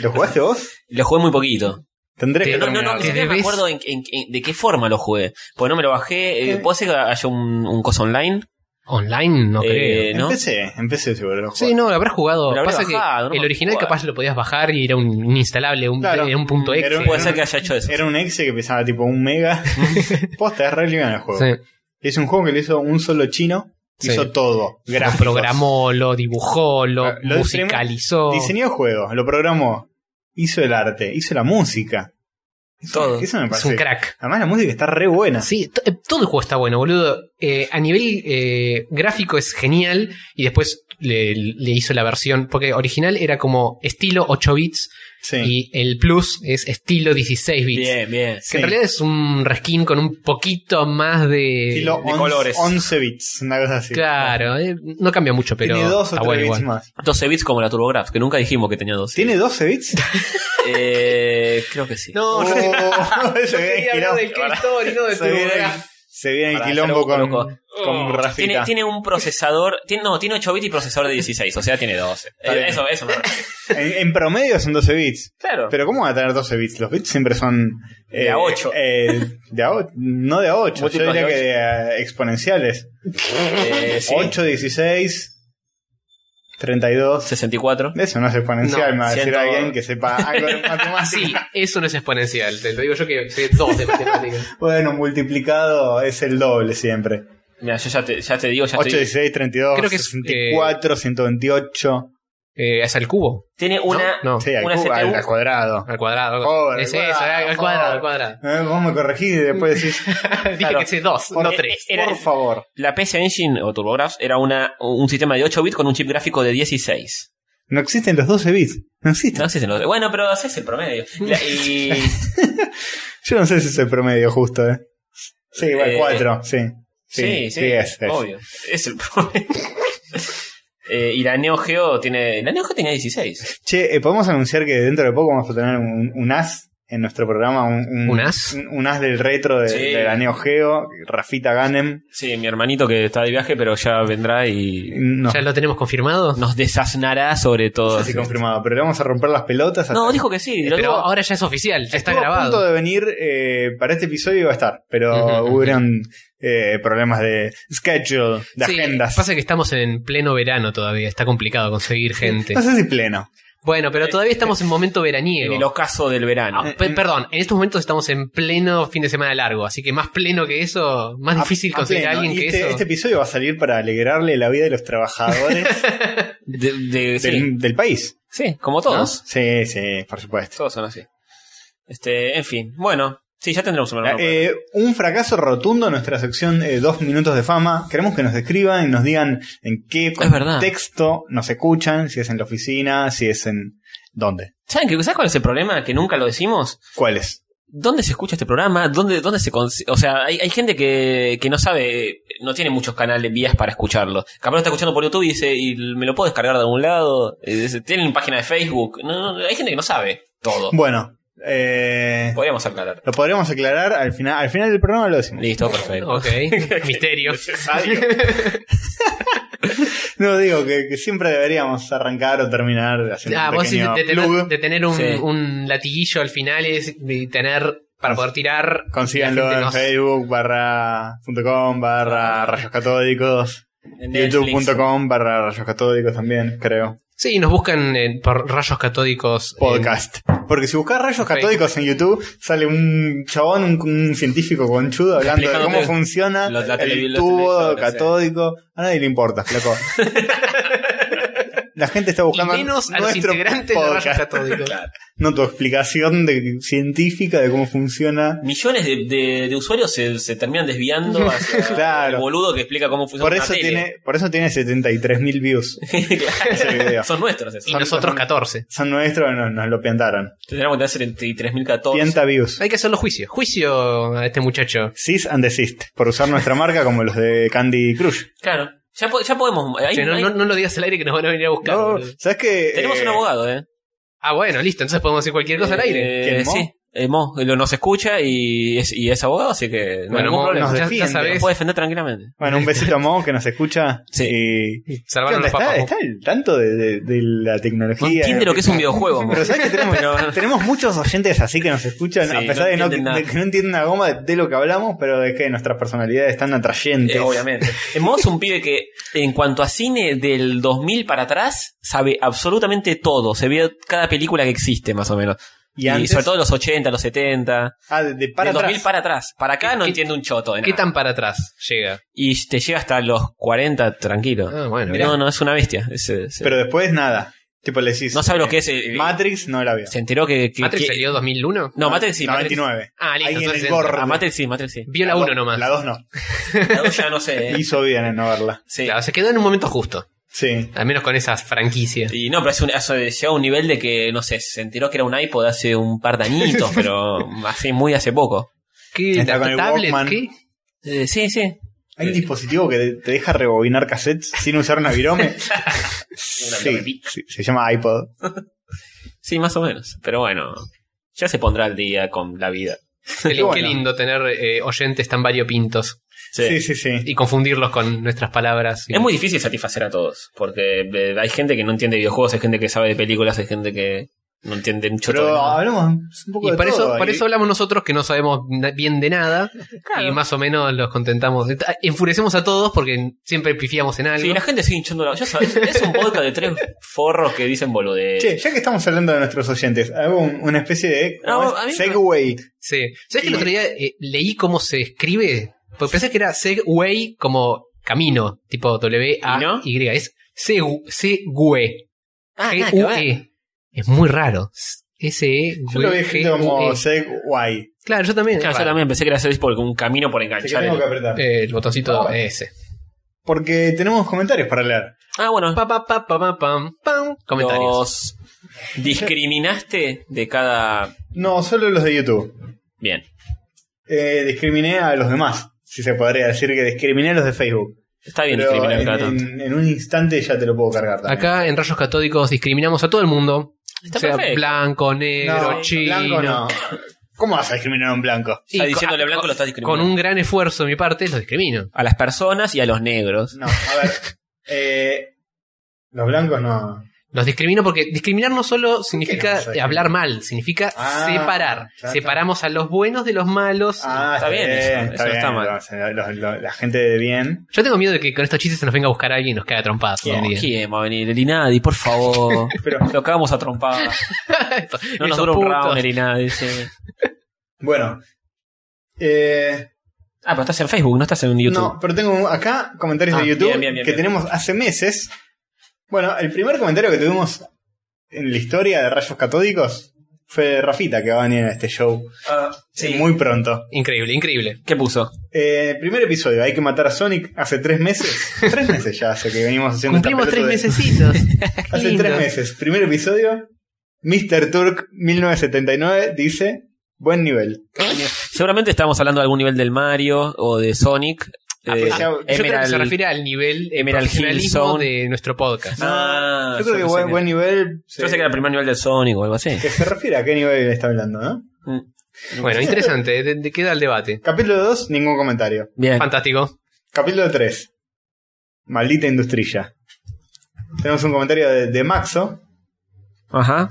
[SPEAKER 1] ¿Lo jugaste vos?
[SPEAKER 3] Lo jugué muy poquito.
[SPEAKER 1] Tendré
[SPEAKER 2] Te-
[SPEAKER 1] que
[SPEAKER 3] No, no, no,
[SPEAKER 1] terminarlo.
[SPEAKER 3] ni siquiera me
[SPEAKER 2] debes-
[SPEAKER 3] acuerdo en- en- en- de qué forma lo jugué. Pues no me lo bajé. Eh,
[SPEAKER 1] ¿Qué?
[SPEAKER 3] ¿Puede ser que haya un, un coso online?
[SPEAKER 2] Online no creo.
[SPEAKER 3] Eh, ¿no?
[SPEAKER 1] Empecé, empecé seguro. Lo
[SPEAKER 2] Sí, no, lo habrás jugado.
[SPEAKER 3] Me lo habré
[SPEAKER 2] Pasa que
[SPEAKER 3] bajado, no me
[SPEAKER 2] el original
[SPEAKER 3] acuerdo.
[SPEAKER 2] capaz lo podías bajar y era un, un instalable, un,
[SPEAKER 1] Claro.
[SPEAKER 2] era un punto
[SPEAKER 1] Era
[SPEAKER 2] exe.
[SPEAKER 1] un-
[SPEAKER 3] Puede ser que haya hecho eso.
[SPEAKER 1] Era un exe que pesaba tipo un mega. Posta, es re liviano el juego.
[SPEAKER 2] Sí.
[SPEAKER 1] Es un juego que lo hizo un solo chino.
[SPEAKER 2] Sí.
[SPEAKER 1] Hizo todo.
[SPEAKER 2] Lo
[SPEAKER 1] Gráficos.
[SPEAKER 2] programó, lo dibujó, lo,
[SPEAKER 1] Ah, lo
[SPEAKER 2] musicalizó.
[SPEAKER 1] Diseñó juegos, lo programó. Hizo el arte, hizo la música.
[SPEAKER 3] Todo.
[SPEAKER 1] Eso me
[SPEAKER 2] Es
[SPEAKER 1] parece.
[SPEAKER 2] un crack.
[SPEAKER 1] Además, la música está re buena.
[SPEAKER 2] Sí, to- eh, todo el juego está bueno, boludo. Eh, a nivel eh, gráfico es genial y después le, le hizo la versión, porque original era como estilo 8 bits
[SPEAKER 1] Sí.
[SPEAKER 2] y el plus es estilo 16 bits.
[SPEAKER 3] Bien, bien.
[SPEAKER 2] Que en
[SPEAKER 1] sí.
[SPEAKER 2] realidad es un reskin con un poquito más eh, de...
[SPEAKER 1] Estilo
[SPEAKER 3] de colores.
[SPEAKER 1] 11 bits, una cosa así.
[SPEAKER 2] Claro, eh, no cambia mucho, pero
[SPEAKER 1] Tiene 2 o
[SPEAKER 2] está
[SPEAKER 1] 3
[SPEAKER 2] bueno
[SPEAKER 1] bits
[SPEAKER 2] igual.
[SPEAKER 1] más.
[SPEAKER 3] 12 bits como la TurboGrafx, que nunca dijimos que tenía 12.
[SPEAKER 1] ¿Tiene 12 bits?
[SPEAKER 3] Eh, creo que sí.
[SPEAKER 2] No,
[SPEAKER 1] Oh,
[SPEAKER 2] yo quería-
[SPEAKER 1] se
[SPEAKER 2] yo
[SPEAKER 1] viene
[SPEAKER 2] quería
[SPEAKER 1] el
[SPEAKER 2] hablar del
[SPEAKER 1] quilombo.
[SPEAKER 2] Cave Story, no de
[SPEAKER 1] Se viene el-
[SPEAKER 2] TurboGrafx.
[SPEAKER 1] Se viene el
[SPEAKER 3] Pará,
[SPEAKER 1] quilombo
[SPEAKER 3] ya lo
[SPEAKER 1] con,
[SPEAKER 3] busco,
[SPEAKER 1] con
[SPEAKER 2] Oh,
[SPEAKER 1] Rafita.
[SPEAKER 3] Tiene, tiene un procesador. Tiene, no, tiene 8 bits y procesador de 16, o sea, tiene 12.
[SPEAKER 1] Está
[SPEAKER 3] Eh,
[SPEAKER 1] bien.
[SPEAKER 3] eso, eso. me refiero.
[SPEAKER 1] En, en promedio son 12 bits.
[SPEAKER 3] Claro.
[SPEAKER 1] Pero ¿cómo van a tener 12 bits? Los bits siempre son...
[SPEAKER 3] De a ocho.
[SPEAKER 1] eh, de a o- no de a 8, yo
[SPEAKER 3] Múltiplos
[SPEAKER 1] diría
[SPEAKER 3] de
[SPEAKER 1] que de a exponenciales.
[SPEAKER 3] Eh, sí.
[SPEAKER 1] 8, 16, 32.
[SPEAKER 3] 64.
[SPEAKER 1] Eso no es exponencial,
[SPEAKER 2] No,
[SPEAKER 1] me va a decir
[SPEAKER 3] siento-
[SPEAKER 1] alguien que sepa algo de matemáticas.
[SPEAKER 2] Sí, eso no es exponencial, te lo digo yo que sé dos de matemáticas.
[SPEAKER 1] Bueno, multiplicado es el doble siempre.
[SPEAKER 3] Mira, yo ya te, ya te digo, ya
[SPEAKER 1] 8,
[SPEAKER 3] estoy-
[SPEAKER 1] 16, 32,
[SPEAKER 2] Creo que es,
[SPEAKER 3] eh,
[SPEAKER 1] 64, 128.
[SPEAKER 2] Eh, es al cubo.
[SPEAKER 3] Tiene una.
[SPEAKER 2] No, no.
[SPEAKER 1] Sí, al,
[SPEAKER 3] Una
[SPEAKER 1] cubo- al-
[SPEAKER 3] CPU.
[SPEAKER 1] al cuadrado.
[SPEAKER 2] Al cuadrado. al
[SPEAKER 1] Joder,
[SPEAKER 2] cuadrado.
[SPEAKER 1] al
[SPEAKER 2] es
[SPEAKER 1] cuadrado,
[SPEAKER 2] eso, al cuadrado, al cuadrado.
[SPEAKER 1] Eh, Vos me corregís y después decís,
[SPEAKER 2] Dije
[SPEAKER 1] Claro.
[SPEAKER 2] que es dos,
[SPEAKER 1] por,
[SPEAKER 2] no tres.
[SPEAKER 3] era-
[SPEAKER 1] por favor.
[SPEAKER 3] La PC Engine o TurboGrafx era una, un sistema de 8 bits con un chip gráfico de 16.
[SPEAKER 1] No existen los 12 bits. No existen.
[SPEAKER 3] No sé si no- Bueno, pero ese es el promedio. La- y,
[SPEAKER 1] Yo no sé si es el promedio justo, eh. Sí, igual
[SPEAKER 3] Eh,
[SPEAKER 1] 4, sí.
[SPEAKER 3] sí, sí,
[SPEAKER 1] es, es.
[SPEAKER 3] obvio. Es el promedio. Eh, y la Neo Geo tiene. La Neo Geo tenía 16.
[SPEAKER 1] Che, eh, ¿podemos anunciar que dentro de poco vamos a tener un, un as en nuestro programa un, un-
[SPEAKER 2] ¿Un as?
[SPEAKER 1] un- un as del retro de,
[SPEAKER 3] Sí.
[SPEAKER 1] de la Neo Geo, Rafita Ganem.
[SPEAKER 3] Sí, mi hermanito que está de viaje, pero ya vendrá y
[SPEAKER 1] No,
[SPEAKER 2] ¿Ya lo tenemos confirmado?
[SPEAKER 3] nos desaznará sobre todo.
[SPEAKER 1] no sé si confirmado, pero le vamos a romper las pelotas.
[SPEAKER 3] No, dijo que sí. lo
[SPEAKER 2] Pero
[SPEAKER 3] digo-
[SPEAKER 2] ahora ya es oficial, ya está
[SPEAKER 1] Estuvo a punto
[SPEAKER 2] grabado.
[SPEAKER 1] de venir eh, para este episodio iba a estar, pero
[SPEAKER 2] Ujú, ujú.
[SPEAKER 1] hubieron eh, problemas de schedule, de
[SPEAKER 2] Sí,
[SPEAKER 1] agendas.
[SPEAKER 2] Pasa que estamos en pleno verano todavía, está complicado conseguir gente.
[SPEAKER 1] No sé si pleno.
[SPEAKER 2] Bueno, pero todavía estamos en momento
[SPEAKER 3] en
[SPEAKER 2] veraniego.
[SPEAKER 3] el ocaso del verano.
[SPEAKER 2] Ah, pe- perdón, en estos momentos estamos en pleno fin de semana largo, así que más pleno que eso, más
[SPEAKER 1] A-
[SPEAKER 2] difícil
[SPEAKER 1] a
[SPEAKER 2] conseguir a
[SPEAKER 1] Ah, pleno.
[SPEAKER 2] alguien
[SPEAKER 1] Y
[SPEAKER 2] que
[SPEAKER 1] este,
[SPEAKER 2] eso.
[SPEAKER 1] este episodio va a salir para alegrarle la vida de los trabajadores
[SPEAKER 3] De- de- sí.
[SPEAKER 1] del, del país.
[SPEAKER 3] Sí, como todos.
[SPEAKER 1] Sí, sí, por supuesto.
[SPEAKER 3] Todos son así. Este, en fin. Bueno, sí, ya tendremos un programa.
[SPEAKER 1] Eh, un fracaso rotundo en nuestra sección eh, Dos Minutos de Fama. Queremos que nos escriban y nos digan en qué
[SPEAKER 3] verdad.
[SPEAKER 1] contexto nos escuchan, si es en la oficina, si es en... ¿Dónde?
[SPEAKER 3] ¿Saben qué? ¿Sabes cuál es el problema? Que nunca lo decimos.
[SPEAKER 1] ¿Cuáles?
[SPEAKER 3] ¿Dónde se escucha este programa? ¿Dónde, dónde se cons- O sea, hay, hay gente que, que no sabe, no tiene muchos canales, vías para escucharlo. Capaz lo está escuchando por YouTube y dice, y me lo puedo descargar de algún lado. Eh, dice, Tienen página de Facebook. No, no, hay gente que no sabe todo.
[SPEAKER 1] Bueno, eh,
[SPEAKER 3] Podríamos aclarar.
[SPEAKER 1] lo podríamos aclarar al final, al final del programa lo decimos.
[SPEAKER 3] Listo, perfecto.
[SPEAKER 2] Ok, misterio.
[SPEAKER 1] Este No digo que, que siempre deberíamos arrancar o terminar haciendo
[SPEAKER 2] Ah,
[SPEAKER 1] un
[SPEAKER 2] vos decís
[SPEAKER 1] pequeño
[SPEAKER 2] de tener,
[SPEAKER 1] plug.
[SPEAKER 2] de tener un,
[SPEAKER 3] Sí.
[SPEAKER 2] un latiguillo al final es de tener para poder tirar.
[SPEAKER 1] Consíganlo
[SPEAKER 2] la gente
[SPEAKER 1] en
[SPEAKER 2] nos-
[SPEAKER 1] facebook barra punto com
[SPEAKER 2] Ah.
[SPEAKER 1] barra rayos catódicos,
[SPEAKER 3] En Netflix.
[SPEAKER 1] youtube.com barra rayos catódicos también, creo.
[SPEAKER 2] Sí, nos buscan eh, por rayos catódicos. eh,
[SPEAKER 1] Podcast. Porque si buscas rayos
[SPEAKER 2] Facebook.
[SPEAKER 1] catódicos en YouTube, sale un chabón, un, un científico conchudo hablando de cómo
[SPEAKER 3] Explicándote
[SPEAKER 1] funciona
[SPEAKER 3] los- la tele-
[SPEAKER 1] el
[SPEAKER 3] los
[SPEAKER 1] tubo
[SPEAKER 3] televisores,
[SPEAKER 1] catódico. A nadie le importa, flaco. La gente está
[SPEAKER 2] y
[SPEAKER 1] buscando
[SPEAKER 2] menos a los
[SPEAKER 1] nuestro
[SPEAKER 2] integrantes de
[SPEAKER 1] podcast.
[SPEAKER 2] rayos catódicos.
[SPEAKER 3] Claro.
[SPEAKER 1] No tu explicación de- científica de cómo funciona.
[SPEAKER 3] Millones de, de- de usuarios se, se terminan desviando hacia
[SPEAKER 1] Claro.
[SPEAKER 3] el boludo que explica cómo funciona
[SPEAKER 1] Por
[SPEAKER 3] una
[SPEAKER 1] eso,
[SPEAKER 3] tele.
[SPEAKER 1] tiene, por eso tiene 73.000 views
[SPEAKER 3] Claro.
[SPEAKER 1] ese video.
[SPEAKER 3] Son nuestros esos.
[SPEAKER 2] Y nosotros 14.
[SPEAKER 1] Son nuestros, nos, nos lo piantaron.
[SPEAKER 3] Tendríamos que tener 73.014.
[SPEAKER 1] Pianta views.
[SPEAKER 2] Hay que hacerlo juicio. Juicio a este muchacho.
[SPEAKER 1] Sis and desist. Por usar nuestra marca como los de Candy Crush.
[SPEAKER 3] Claro. Ya, po- ya podemos. ahí-
[SPEAKER 2] Che, no,
[SPEAKER 3] ahí-
[SPEAKER 2] no- no lo digas al aire que nos van a venir a buscar.
[SPEAKER 1] No,
[SPEAKER 2] boludo.
[SPEAKER 1] ¿Sabes qué?
[SPEAKER 3] Tenemos
[SPEAKER 1] Eh,
[SPEAKER 3] un abogado, ¿eh?
[SPEAKER 2] Ah, bueno, listo. Entonces podemos decir cualquier cosa al aire.
[SPEAKER 3] Eh,
[SPEAKER 1] ¿Quién, Mo?
[SPEAKER 3] sí, eh, Mo, lo- nos escucha y es, y es abogado, así que no hay
[SPEAKER 2] Bueno,
[SPEAKER 3] ningún
[SPEAKER 2] Mo,
[SPEAKER 3] problema.
[SPEAKER 1] nos
[SPEAKER 2] ya- ya,
[SPEAKER 1] defiende.
[SPEAKER 3] Lo
[SPEAKER 2] sabes,
[SPEAKER 3] puede defender tranquilamente.
[SPEAKER 1] Bueno, un besito a Mo que nos escucha.
[SPEAKER 3] Sí.
[SPEAKER 1] Y- ¿Qué
[SPEAKER 2] salvaron
[SPEAKER 1] onda?
[SPEAKER 2] los
[SPEAKER 1] ¿Está,
[SPEAKER 2] papas.
[SPEAKER 1] está al tanto de, de- de la tecnología.
[SPEAKER 3] No entiende lo que es un videojuego, Mo.
[SPEAKER 1] Pero sabes que tenemos,
[SPEAKER 3] Pero-
[SPEAKER 1] tenemos muchos oyentes así que nos escuchan,
[SPEAKER 3] Sí,
[SPEAKER 1] a pesar
[SPEAKER 3] no
[SPEAKER 1] de, no,
[SPEAKER 3] entienden nada.
[SPEAKER 1] de que no entienden una goma de, de lo que hablamos, pero de que nuestras personalidades están atrayentes.
[SPEAKER 3] Eh, obviamente. Eh, Mo es un pibe que, en cuanto a cine del 2000 para atrás, sabe absolutamente todo. Se vio cada película que existe, más o menos.
[SPEAKER 1] Y
[SPEAKER 3] Y,
[SPEAKER 1] antes-
[SPEAKER 3] sobre todo los 80, los 70.
[SPEAKER 1] Ah, de, de para
[SPEAKER 3] Del 2000
[SPEAKER 1] atrás.
[SPEAKER 3] para atrás. Para acá no
[SPEAKER 2] ¿Qué-
[SPEAKER 3] entiende un choto. de
[SPEAKER 2] ¿Qué
[SPEAKER 3] nada.
[SPEAKER 2] tan para atrás llega?
[SPEAKER 3] Y te llega hasta los 40 tranquilo.
[SPEAKER 2] Ah, bueno.
[SPEAKER 3] no, no, es una bestia. Es, es-
[SPEAKER 1] Pero después nada. Tipo le decís.
[SPEAKER 3] no sabe lo que
[SPEAKER 1] eh,
[SPEAKER 3] es. el-
[SPEAKER 1] Matrix no la vio.
[SPEAKER 3] se enteró que. que-
[SPEAKER 2] ¿Matrix
[SPEAKER 3] que-
[SPEAKER 2] salió 2001?
[SPEAKER 3] No, Matrix sí. Matrix-
[SPEAKER 1] 99.
[SPEAKER 2] Ah, listo.
[SPEAKER 1] Alguien
[SPEAKER 2] entonces
[SPEAKER 1] en el gorro.
[SPEAKER 3] Ah, Matrix sí, Matrix sí.
[SPEAKER 2] Vio la 1 nomás.
[SPEAKER 1] La 2 no.
[SPEAKER 3] La dos ya no sé. eh.
[SPEAKER 1] Hizo bien en no verla.
[SPEAKER 3] Sí.
[SPEAKER 2] Claro, se quedó en un momento justo.
[SPEAKER 1] Sí.
[SPEAKER 2] Al menos con esa franquicia.
[SPEAKER 3] Y no, pero es un, eso llega a un nivel de que, no sé, se enteró que era un iPod hace un par de añitos, pero así muy hace poco.
[SPEAKER 2] ¿Qué?
[SPEAKER 1] Está
[SPEAKER 2] ¿La
[SPEAKER 1] con el
[SPEAKER 2] tablet?
[SPEAKER 1] Walkman.
[SPEAKER 2] ¿Qué?
[SPEAKER 3] Eh, sí, sí.
[SPEAKER 1] Hay un dispositivo que te deja rebobinar cassettes sin usar una virome. sí,
[SPEAKER 3] viromepita.
[SPEAKER 1] sí, se llama iPod.
[SPEAKER 3] Sí, más o menos. Pero bueno, ya se pondrá al día con la vida.
[SPEAKER 2] Qué,
[SPEAKER 1] Qué bueno.
[SPEAKER 2] qué lindo tener eh, oyentes tan variopintos
[SPEAKER 1] Sí, sí, sí.
[SPEAKER 2] y confundirlos con nuestras palabras. y-
[SPEAKER 3] Es muy difícil satisfacer a todos, porque eh, hay gente que no entiende videojuegos, hay gente que sabe de películas, hay gente que no entiende mucho
[SPEAKER 1] Pero
[SPEAKER 3] todo.
[SPEAKER 1] hablemos un poco
[SPEAKER 2] Y
[SPEAKER 1] de
[SPEAKER 2] por eso,
[SPEAKER 1] todo,
[SPEAKER 2] por
[SPEAKER 1] y-
[SPEAKER 2] eso hablamos nosotros que no sabemos na- bien de nada y más o menos los contentamos. Enfurecemos a todos porque siempre pifiamos en algo.
[SPEAKER 3] Sí, la gente sigue hinchando la... ya sabes, es un podcast de tres forros que dicen boludez.
[SPEAKER 1] Che, ya que estamos hablando de nuestros oyentes, hago un- una especie de
[SPEAKER 3] No,
[SPEAKER 1] ¿cómo es?
[SPEAKER 3] a mí no-
[SPEAKER 1] segway.
[SPEAKER 2] Sí. ¿Sabes que el
[SPEAKER 1] Y-
[SPEAKER 2] otro día eh, leí cómo se escribe? Porque pensé que era Segway como camino, tipo
[SPEAKER 3] ¿Y no?
[SPEAKER 2] W-A-Y. Es segu- Segway.
[SPEAKER 3] Ah, nada que
[SPEAKER 1] uh,
[SPEAKER 3] ver.
[SPEAKER 2] G-U-E. E Es muy raro. E S-E.
[SPEAKER 1] Yo lo vi escrito
[SPEAKER 3] E.
[SPEAKER 1] como
[SPEAKER 2] G-U-E.
[SPEAKER 1] segway.
[SPEAKER 2] Claro, yo también.
[SPEAKER 3] Claro, yo
[SPEAKER 2] Raro.
[SPEAKER 3] también pensé que era hacer por un camino por
[SPEAKER 1] Así que
[SPEAKER 3] enganchar.
[SPEAKER 1] tengo
[SPEAKER 3] el-
[SPEAKER 1] que apretar.
[SPEAKER 2] Eh, el botoncito
[SPEAKER 1] Ah.
[SPEAKER 2] S.
[SPEAKER 1] Porque tenemos comentarios para leer.
[SPEAKER 3] Ah, bueno,
[SPEAKER 2] Pa, pa, pa, pa, pa, pam, pam. Comentarios.
[SPEAKER 3] los discriminaste de cada...
[SPEAKER 1] No, solo los de YouTube.
[SPEAKER 3] Bien.
[SPEAKER 1] Eh, discriminé a los demás. Si se podría decir que discriminé a los de Facebook.
[SPEAKER 3] Está bien
[SPEAKER 1] Pero eh,
[SPEAKER 3] discriminar
[SPEAKER 1] en,
[SPEAKER 3] cada tanto.
[SPEAKER 1] en- en un instante ya te lo puedo cargar. también.
[SPEAKER 2] Acá en Rayos Catódicos discriminamos a todo el mundo.
[SPEAKER 3] Está
[SPEAKER 2] O sea,
[SPEAKER 3] perfecto.
[SPEAKER 2] blanco, negro,
[SPEAKER 1] no,
[SPEAKER 2] chino.
[SPEAKER 1] blanco no. ¿Cómo vas a discriminar a un blanco?
[SPEAKER 2] Y
[SPEAKER 3] Está
[SPEAKER 2] con-
[SPEAKER 3] diciéndole blanco
[SPEAKER 2] con-
[SPEAKER 3] lo está discriminando.
[SPEAKER 2] Con un gran esfuerzo de mi parte, lo discrimino.
[SPEAKER 3] A las personas y a los negros.
[SPEAKER 1] No, a ver. eh, los blancos no.
[SPEAKER 2] Los discrimino porque discriminar no solo significa
[SPEAKER 1] no soy?
[SPEAKER 2] hablar mal, significa
[SPEAKER 1] Ah,
[SPEAKER 2] separar.
[SPEAKER 1] ya está.
[SPEAKER 2] Separamos a los buenos de los malos.
[SPEAKER 1] Ah,
[SPEAKER 3] está bien eso, eso no está mal.
[SPEAKER 1] entonces, los- los- la gente de bien.
[SPEAKER 2] Yo tengo miedo de que con estos chistes se nos venga a buscar alguien y nos caiga trompadas
[SPEAKER 1] ¿Quién?
[SPEAKER 2] un día.
[SPEAKER 3] ¿Quién va a venir? El Inadi, por favor.
[SPEAKER 1] Pero-
[SPEAKER 3] lo cagamos a trompar.
[SPEAKER 2] Esto-
[SPEAKER 3] No nos
[SPEAKER 2] esos
[SPEAKER 3] dura un
[SPEAKER 2] putos.
[SPEAKER 3] round el Inadi. dice.
[SPEAKER 1] Bueno. Eh,
[SPEAKER 3] Ah, pero estás en Facebook, no estás en YouTube.
[SPEAKER 1] no, pero tengo un- acá comentarios
[SPEAKER 3] Ah,
[SPEAKER 1] de YouTube
[SPEAKER 3] bien, bien, bien,
[SPEAKER 1] que
[SPEAKER 3] bien.
[SPEAKER 1] tenemos hace meses. Bueno, el primer comentario que tuvimos en la historia de Rayos Catódicos fue de Rafita, que va a venir a este show
[SPEAKER 3] Ah, sí.
[SPEAKER 1] muy pronto.
[SPEAKER 2] Increíble, increíble.
[SPEAKER 3] ¿Qué puso?
[SPEAKER 1] Eh, primer episodio, hay que matar a Sonic hace tres meses. tres meses ya hace que venimos haciendo esta
[SPEAKER 2] Cumplimos tres
[SPEAKER 1] pelotudez.
[SPEAKER 2] mesecitos.
[SPEAKER 1] Hace
[SPEAKER 2] Lindo.
[SPEAKER 1] tres meses, primer episodio, Mr. Turk 1979 dice, buen nivel.
[SPEAKER 3] Seguramente estábamos hablando de algún nivel del Mario o de Sonic.
[SPEAKER 1] Ah,
[SPEAKER 3] eh,
[SPEAKER 1] pues ya- yo
[SPEAKER 2] Yo creo que se
[SPEAKER 3] Emerald-
[SPEAKER 2] refiere al nivel
[SPEAKER 3] Emerald Hill
[SPEAKER 2] profesionalismo
[SPEAKER 3] Zone.
[SPEAKER 2] de nuestro podcast.
[SPEAKER 3] Ah,
[SPEAKER 1] yo creo que
[SPEAKER 3] pensé
[SPEAKER 1] buen, buen nivel...
[SPEAKER 3] Yo pensé que era el primer nivel del Sonic o algo así.
[SPEAKER 1] Que se refiere a qué nivel está hablando, ¿no?
[SPEAKER 2] Bueno, interesante. ¿De, de qué da el debate?
[SPEAKER 1] Capítulo 2, ningún comentario.
[SPEAKER 3] Bien.
[SPEAKER 2] Fantástico.
[SPEAKER 1] Capítulo 3, maldita industrilla. Tenemos un comentario de, de Maxo.
[SPEAKER 3] Ajá.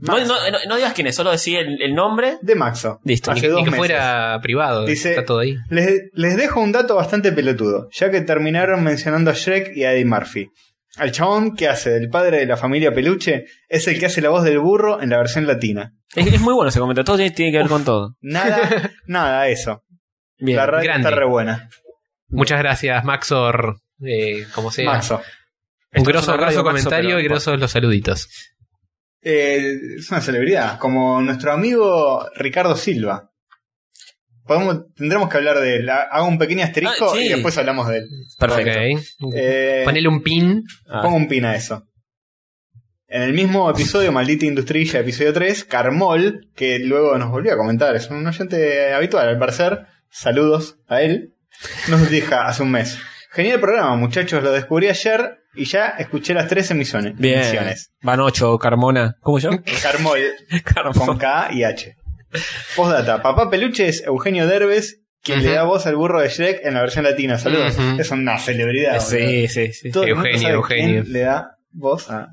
[SPEAKER 3] No,
[SPEAKER 1] Max.
[SPEAKER 3] no- no- no digas quién es, solo decir el, el nombre.
[SPEAKER 1] De Maxo.
[SPEAKER 3] Listo.
[SPEAKER 1] Hace
[SPEAKER 2] Ni-
[SPEAKER 1] dos
[SPEAKER 2] ni que
[SPEAKER 1] meses.
[SPEAKER 2] fuera privado.
[SPEAKER 1] Dice-
[SPEAKER 2] está todo ahí.
[SPEAKER 1] Les, les dejo un dato bastante pelotudo, ya que terminaron mencionando a Shrek y a Eddie Murphy. Al chabón que hace del padre de la familia Peluche es el que hace la voz del burro en la versión latina.
[SPEAKER 3] Es, es muy bueno ese comentario, todo tiene, tiene que ver con todo.
[SPEAKER 1] Nada, nada, eso.
[SPEAKER 3] Bien.
[SPEAKER 1] la radio
[SPEAKER 2] grande.
[SPEAKER 1] está re buena.
[SPEAKER 2] Muchas gracias, Maxor. eh, como sea.
[SPEAKER 1] Maxo.
[SPEAKER 2] Un
[SPEAKER 3] Esto es
[SPEAKER 2] grosso,
[SPEAKER 3] una radio,
[SPEAKER 2] grosso
[SPEAKER 3] Maxo,
[SPEAKER 2] comentario
[SPEAKER 3] pero-
[SPEAKER 2] y grosos los saluditos.
[SPEAKER 1] Eh, es una celebridad, como nuestro amigo Ricardo Silva. Podemos, tendremos que hablar de él. Ha- Hago un pequeño asterisco
[SPEAKER 3] Ah, sí.
[SPEAKER 1] y después hablamos de él.
[SPEAKER 3] Perfecto.
[SPEAKER 2] Ok.
[SPEAKER 1] Eh,
[SPEAKER 2] Ponele un pin.
[SPEAKER 3] Ah,
[SPEAKER 1] Pongo un pin a eso. En el mismo episodio, Maldita Industrilla, episodio 3, Carmol, que luego nos volvió a comentar, es un oyente habitual al parecer, saludos a él, nos dijo hace un mes. Genial programa, muchachos, lo descubrí ayer y ya escuché las tres emisiones.
[SPEAKER 3] Bien.
[SPEAKER 1] emisiones.
[SPEAKER 3] Van 8, Carmona. ¿Cómo yo?
[SPEAKER 1] Carmol, con
[SPEAKER 3] Carmona.
[SPEAKER 1] K y H. Postdata, papá peluche es Eugenio Derbez, quien le
[SPEAKER 2] Ujú.
[SPEAKER 1] da voz al burro de Shrek en la versión latina, saludos.
[SPEAKER 2] Ujú.
[SPEAKER 1] Es una celebridad. boludo.
[SPEAKER 3] Eh, Sí, sí, sí.
[SPEAKER 1] Todo el mundo
[SPEAKER 2] Eugenio,
[SPEAKER 1] sabe quién
[SPEAKER 2] Eugenio.
[SPEAKER 1] le da voz a.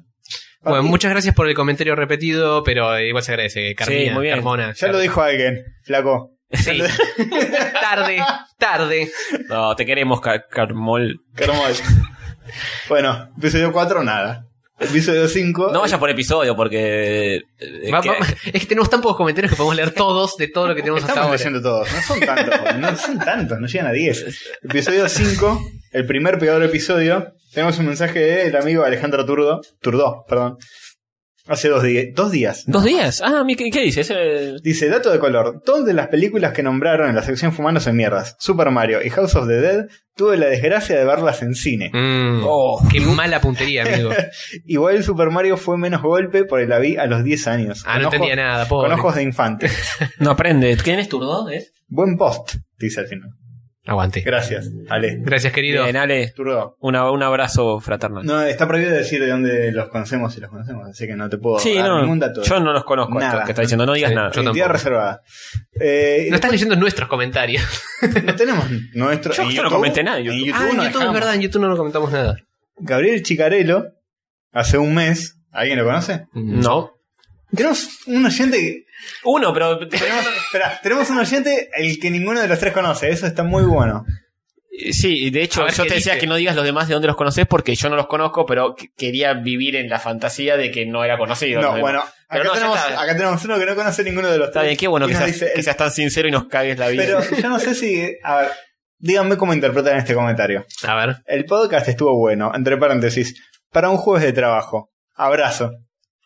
[SPEAKER 2] Bueno,
[SPEAKER 1] Papi,
[SPEAKER 2] muchas gracias por el comentario repetido, pero eh, igual se agradece, Carmina,
[SPEAKER 3] muy bien.
[SPEAKER 2] Carmona.
[SPEAKER 1] Ya lo dijo alguien, flaco.
[SPEAKER 2] Sí. tarde, tarde.
[SPEAKER 3] No, te queremos, Car- Carmol.
[SPEAKER 1] Qué hermoso. bueno, episodio 4, nada. Episodio 5.
[SPEAKER 3] No vayas por episodio porque. eh, eh,
[SPEAKER 2] Va-
[SPEAKER 3] que-
[SPEAKER 2] va- es que tenemos tan pocos comentarios que podemos leer todos de todo lo que tenemos hasta
[SPEAKER 1] Estamos
[SPEAKER 2] ahora.
[SPEAKER 1] leyendo todos. No son tantos, joder, no son tantos, no llegan a 10. Episodio 5, el primer peor episodio. Tenemos un mensaje del amigo Alejandro Turdo. Turdó, perdón. Hace dos, di- dos días.
[SPEAKER 3] ¿Dos días? Ah, mi- ¿qué, qué dice? Ese-
[SPEAKER 1] Dice, dato de color, todas de las películas que nombraron en la sección Fumanos en Mierdas, Super Mario y House of the Dead, tuve la desgracia de verlas en cine.
[SPEAKER 2] Mm,
[SPEAKER 3] Oh.
[SPEAKER 2] Qué mala puntería, amigo.
[SPEAKER 1] Igual Super Mario fue menos golpe porque la vi a los 10 años.
[SPEAKER 2] Ah, no
[SPEAKER 1] Con
[SPEAKER 2] entendía
[SPEAKER 1] ojos-
[SPEAKER 2] nada, pobre.
[SPEAKER 1] Con ojos de infante.
[SPEAKER 3] No aprende. ¿Quién es Turdo? ¿Es?
[SPEAKER 1] Buen post, dice al final.
[SPEAKER 2] Aguante.
[SPEAKER 1] Gracias, Ale.
[SPEAKER 2] Gracias, querido.
[SPEAKER 3] Bien, Ale.
[SPEAKER 1] Turdo.
[SPEAKER 3] Una- un abrazo fraternal.
[SPEAKER 1] No, está prohibido decir de dónde los conocemos si los conocemos, así que no te puedo
[SPEAKER 3] sí,
[SPEAKER 1] dar
[SPEAKER 3] no.
[SPEAKER 1] ningún dato.
[SPEAKER 3] Yo no los conozco,
[SPEAKER 1] Nada.
[SPEAKER 3] estos que está diciendo. No digas
[SPEAKER 2] Sí,
[SPEAKER 3] nada.
[SPEAKER 2] yo
[SPEAKER 1] Identidad
[SPEAKER 2] tampoco.
[SPEAKER 1] reservada. Eh,
[SPEAKER 2] No estás leyendo nuestros comentarios.
[SPEAKER 1] no tenemos nuestro.
[SPEAKER 3] Yo-
[SPEAKER 1] en
[SPEAKER 3] yo no
[SPEAKER 1] YouTube-
[SPEAKER 3] comenté nada en
[SPEAKER 1] en
[SPEAKER 3] YouTube.
[SPEAKER 1] YouTube
[SPEAKER 2] ah, en
[SPEAKER 1] no
[SPEAKER 2] YouTube es
[SPEAKER 1] dejamos.
[SPEAKER 2] verdad, en YouTube no lo comentamos nada.
[SPEAKER 1] Gabriel Chicarello, hace un mes, ¿alguien lo conoce?
[SPEAKER 3] No.
[SPEAKER 1] Tenemos un oyente que-
[SPEAKER 3] Uno, pero. tenemos-
[SPEAKER 1] Esperá, tenemos un oyente el que ninguno de los tres conoce, eso está muy bueno.
[SPEAKER 3] Sí, de hecho,
[SPEAKER 2] A ver
[SPEAKER 3] yo
[SPEAKER 2] qué
[SPEAKER 3] te decía
[SPEAKER 2] dice.
[SPEAKER 3] que no digas los demás de dónde los conoces porque yo no los conozco, pero que- quería vivir en la fantasía de que no era conocido.
[SPEAKER 1] No,
[SPEAKER 3] ¿no?
[SPEAKER 1] bueno,
[SPEAKER 3] Pero
[SPEAKER 1] acá,
[SPEAKER 3] no, ya
[SPEAKER 1] tenemos,
[SPEAKER 3] está.
[SPEAKER 1] acá tenemos uno que no conoce ninguno de los
[SPEAKER 3] Está
[SPEAKER 1] tres.
[SPEAKER 3] bien, qué bueno
[SPEAKER 1] Y
[SPEAKER 3] que
[SPEAKER 1] nos
[SPEAKER 3] seas,
[SPEAKER 1] dice,
[SPEAKER 3] que seas tan sincero y nos cagues la vida.
[SPEAKER 1] Pero yo no sé si. A ver, díganme cómo interpretan este comentario.
[SPEAKER 2] A ver.
[SPEAKER 1] El podcast estuvo bueno, entre paréntesis, para un jueves de trabajo. Abrazo.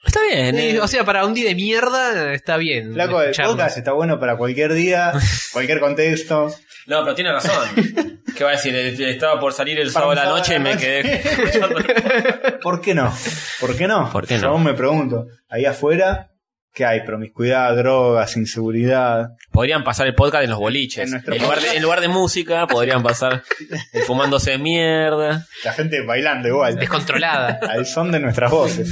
[SPEAKER 3] Está bien.
[SPEAKER 2] Eh,
[SPEAKER 3] eh,
[SPEAKER 2] o sea, para un día de mierda está bien.
[SPEAKER 1] Flaco, el
[SPEAKER 2] escucharnos.
[SPEAKER 1] podcast está bueno para cualquier día, cualquier contexto.
[SPEAKER 3] No, pero tiene razón. ¿Qué va a decir? Eh, Estaba por salir el
[SPEAKER 1] Para
[SPEAKER 3] sábado
[SPEAKER 1] un
[SPEAKER 3] a la
[SPEAKER 1] sábado
[SPEAKER 3] noche
[SPEAKER 1] a
[SPEAKER 3] y
[SPEAKER 1] la
[SPEAKER 3] me
[SPEAKER 1] noche.
[SPEAKER 3] quedé escuchando.
[SPEAKER 1] ¿Por qué no? ¿Por qué no?
[SPEAKER 3] ¿Por qué no?
[SPEAKER 1] Yo aún me pregunto, ahí afuera, ¿qué hay? Promiscuidad, drogas, inseguridad.
[SPEAKER 3] Podrían pasar el podcast en los boliches.
[SPEAKER 1] En
[SPEAKER 3] En,
[SPEAKER 1] nuestro
[SPEAKER 3] lugar de, en lugar de música, podrían pasar el fumándose de mierda.
[SPEAKER 1] La gente bailando igual.
[SPEAKER 2] Descontrolada.
[SPEAKER 1] al son de nuestras voces.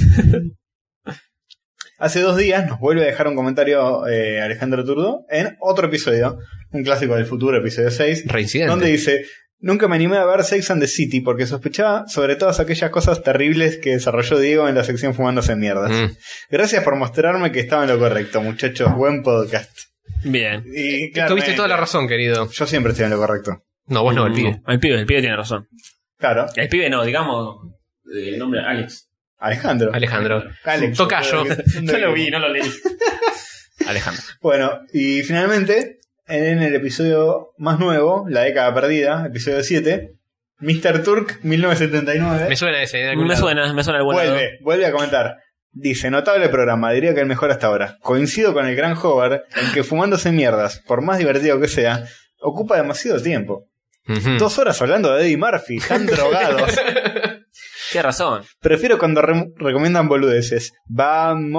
[SPEAKER 1] Hace dos días nos vuelve a dejar un comentario eh, Alejandro Turdo en otro episodio, un clásico del futuro, episodio 6,
[SPEAKER 2] Reincidente.
[SPEAKER 1] donde dice, nunca me animé a ver Sex and the City porque sospechaba sobre todas aquellas cosas terribles que desarrolló Diego en la sección fumándose mierdas.
[SPEAKER 2] Mm.
[SPEAKER 1] Gracias por mostrarme que estaba en lo correcto, muchachos, buen podcast.
[SPEAKER 3] Bien.
[SPEAKER 1] Y
[SPEAKER 2] Tuviste
[SPEAKER 1] claramente,
[SPEAKER 2] toda la razón, querido.
[SPEAKER 1] Yo siempre estoy en lo correcto.
[SPEAKER 2] No, vos no, el pibe.
[SPEAKER 3] El pibe, el pibe tiene razón.
[SPEAKER 1] Claro,
[SPEAKER 3] El pibe no, digamos. eh, El nombre Alex.
[SPEAKER 1] Alejandro.
[SPEAKER 2] Alejandro.
[SPEAKER 1] Alex,
[SPEAKER 2] Tocayo.
[SPEAKER 1] boludo, que-
[SPEAKER 3] No lo vi, no lo leí. Alejandro.
[SPEAKER 1] Bueno, y finalmente, en el episodio más nuevo, La década perdida, episodio 7, Mr. Turk
[SPEAKER 2] Me
[SPEAKER 1] 1979,
[SPEAKER 2] suena ese. de algún
[SPEAKER 3] Me
[SPEAKER 2] lado.
[SPEAKER 3] suena, me suena el bueno.
[SPEAKER 1] vuelve, vuelve a comentar. Dice, notable programa, diría que el mejor hasta ahora. Coincido con el gran Hover en que fumándose mierdas, por más divertido que sea, ocupa demasiado tiempo.
[SPEAKER 2] Ujú.
[SPEAKER 1] Dos horas hablando de Eddie Murphy, tan drogados.
[SPEAKER 3] Tiene razón.
[SPEAKER 1] Prefiero cuando re- recomiendan boludeces.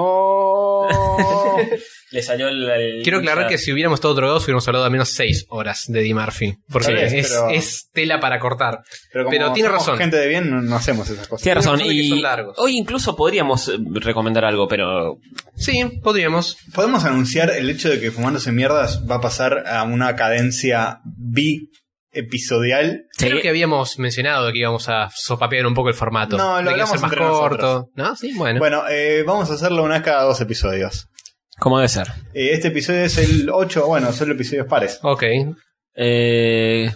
[SPEAKER 1] ¡Vamos!
[SPEAKER 3] Le salió el. el-
[SPEAKER 2] Quiero aclarar que si hubiéramos estado drogados hubiéramos hablado al menos 6 horas de Eddie Murphy. Porque
[SPEAKER 1] Tal vez,
[SPEAKER 2] es,
[SPEAKER 1] pero-
[SPEAKER 2] es tela para cortar.
[SPEAKER 1] como
[SPEAKER 2] Pero tiene
[SPEAKER 1] somos
[SPEAKER 2] razón.
[SPEAKER 1] gente de bien, no, no hacemos esas cosas.
[SPEAKER 3] Tiene razón.
[SPEAKER 2] Son que son
[SPEAKER 3] Y
[SPEAKER 2] largos.
[SPEAKER 3] hoy incluso podríamos eh, recomendar algo, pero.
[SPEAKER 2] Sí, podríamos.
[SPEAKER 1] ¿Podemos anunciar el hecho de que Fumándose Mierdas va a pasar a una cadencia bi-episodial?
[SPEAKER 2] Creo que habíamos mencionado que íbamos a sopapear un poco el formato.
[SPEAKER 1] No, lo
[SPEAKER 2] De que iba
[SPEAKER 1] hablamos
[SPEAKER 2] a ser más
[SPEAKER 1] entre nosotros.
[SPEAKER 2] corto. ¿No? Sí, bueno.
[SPEAKER 1] Bueno, eh, vamos a hacerlo una vez cada dos episodios.
[SPEAKER 3] Como debe ser.
[SPEAKER 1] Eh, este episodio es el 8, bueno, son episodios pares.
[SPEAKER 2] Ok.
[SPEAKER 3] Eh,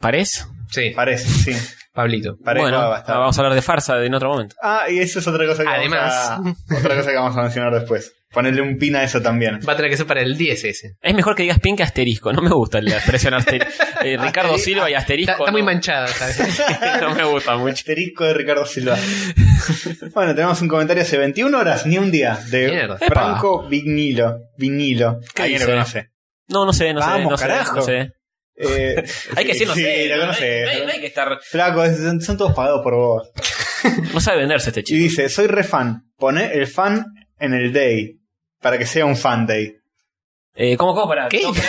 [SPEAKER 3] ¿Parés?
[SPEAKER 2] Sí,
[SPEAKER 1] Pares, sí.
[SPEAKER 2] Pablito.
[SPEAKER 1] Pares
[SPEAKER 3] bueno, ah,
[SPEAKER 1] va a bastar.
[SPEAKER 3] vamos a hablar de farsa en otro momento.
[SPEAKER 1] Ah, y eso es otra cosa que vamos
[SPEAKER 2] Además.
[SPEAKER 1] a, otra cosa que vamos a mencionar después. Ponerle un pin a eso también.
[SPEAKER 2] Va a tener que ser para el 10 ese.
[SPEAKER 3] Es mejor que digas pin que asterisco. No me gusta la expresión asterisco. Eh, Ricardo
[SPEAKER 1] Asteri-
[SPEAKER 3] Silva y asterisco.
[SPEAKER 2] Está, está muy
[SPEAKER 3] no.
[SPEAKER 2] manchada, ¿sabes?
[SPEAKER 3] no me gusta mucho.
[SPEAKER 1] Asterisco de Ricardo Silva. bueno, tenemos un comentario hace 21 horas, ni un día, de
[SPEAKER 2] Mierda.
[SPEAKER 1] Franco Vignilo. Vinilo.
[SPEAKER 3] ¿Qué
[SPEAKER 1] ¿Alguien
[SPEAKER 3] dice?
[SPEAKER 1] lo conoce?
[SPEAKER 3] No, no sé, no sé,
[SPEAKER 1] Vamos,
[SPEAKER 3] no sé,
[SPEAKER 1] carajo.
[SPEAKER 3] no sé.
[SPEAKER 1] Eh,
[SPEAKER 3] Hay que decir, no
[SPEAKER 1] sí,
[SPEAKER 3] sé.
[SPEAKER 1] lo
[SPEAKER 3] no, no
[SPEAKER 1] conoces.
[SPEAKER 3] hay, no hay- no hay que estar.
[SPEAKER 1] Flaco, es- son, son todos pagados por vos.
[SPEAKER 3] No sabe venderse este
[SPEAKER 1] Y
[SPEAKER 3] chico.
[SPEAKER 1] dice, soy re fan. Pone el fan en el day. Para que sea un fan day.
[SPEAKER 3] Eh, ¿Cómo, cómo para?
[SPEAKER 2] ¿Qué?
[SPEAKER 3] No, pará,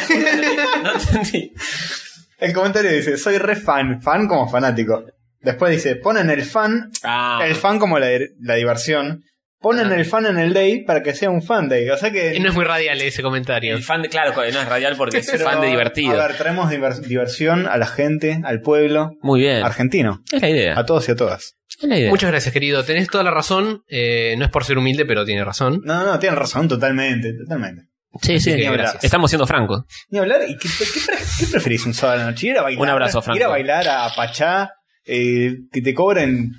[SPEAKER 3] no entendí.
[SPEAKER 1] El comentario dice, soy re fan. Fan como fanático. Después dice, ponen el fan,
[SPEAKER 3] Ah,
[SPEAKER 1] el fan como la, la diversión. Ponen
[SPEAKER 3] Ah.
[SPEAKER 1] el fan en el day para que sea un fan day. O sea que...
[SPEAKER 2] no es muy radial ese comentario.
[SPEAKER 3] el fan de, claro, no es radial porque es
[SPEAKER 1] pero,
[SPEAKER 3] fan de
[SPEAKER 1] A
[SPEAKER 3] divertido.
[SPEAKER 1] ver, traemos diver- diversión a la gente, al pueblo
[SPEAKER 3] Muy bien.
[SPEAKER 1] argentino.
[SPEAKER 3] Es la idea.
[SPEAKER 1] A todos y a todas.
[SPEAKER 3] Es la idea.
[SPEAKER 2] Muchas gracias, querido. Tenés toda la razón. Eh, no es por ser humilde, pero tiene razón.
[SPEAKER 1] No, no, tienen razón totalmente, totalmente.
[SPEAKER 3] Sí, sí,
[SPEAKER 2] Así que
[SPEAKER 3] ni hablar.
[SPEAKER 2] gracias.
[SPEAKER 3] Estamos siendo francos.
[SPEAKER 1] Ni hablar. ¿Y qué, qué pre- qué preferís un sábado a la noche? Ir a bailar.
[SPEAKER 3] Un abrazo, Franco.
[SPEAKER 1] Ir a bailar a Pachá, eh, que te cobren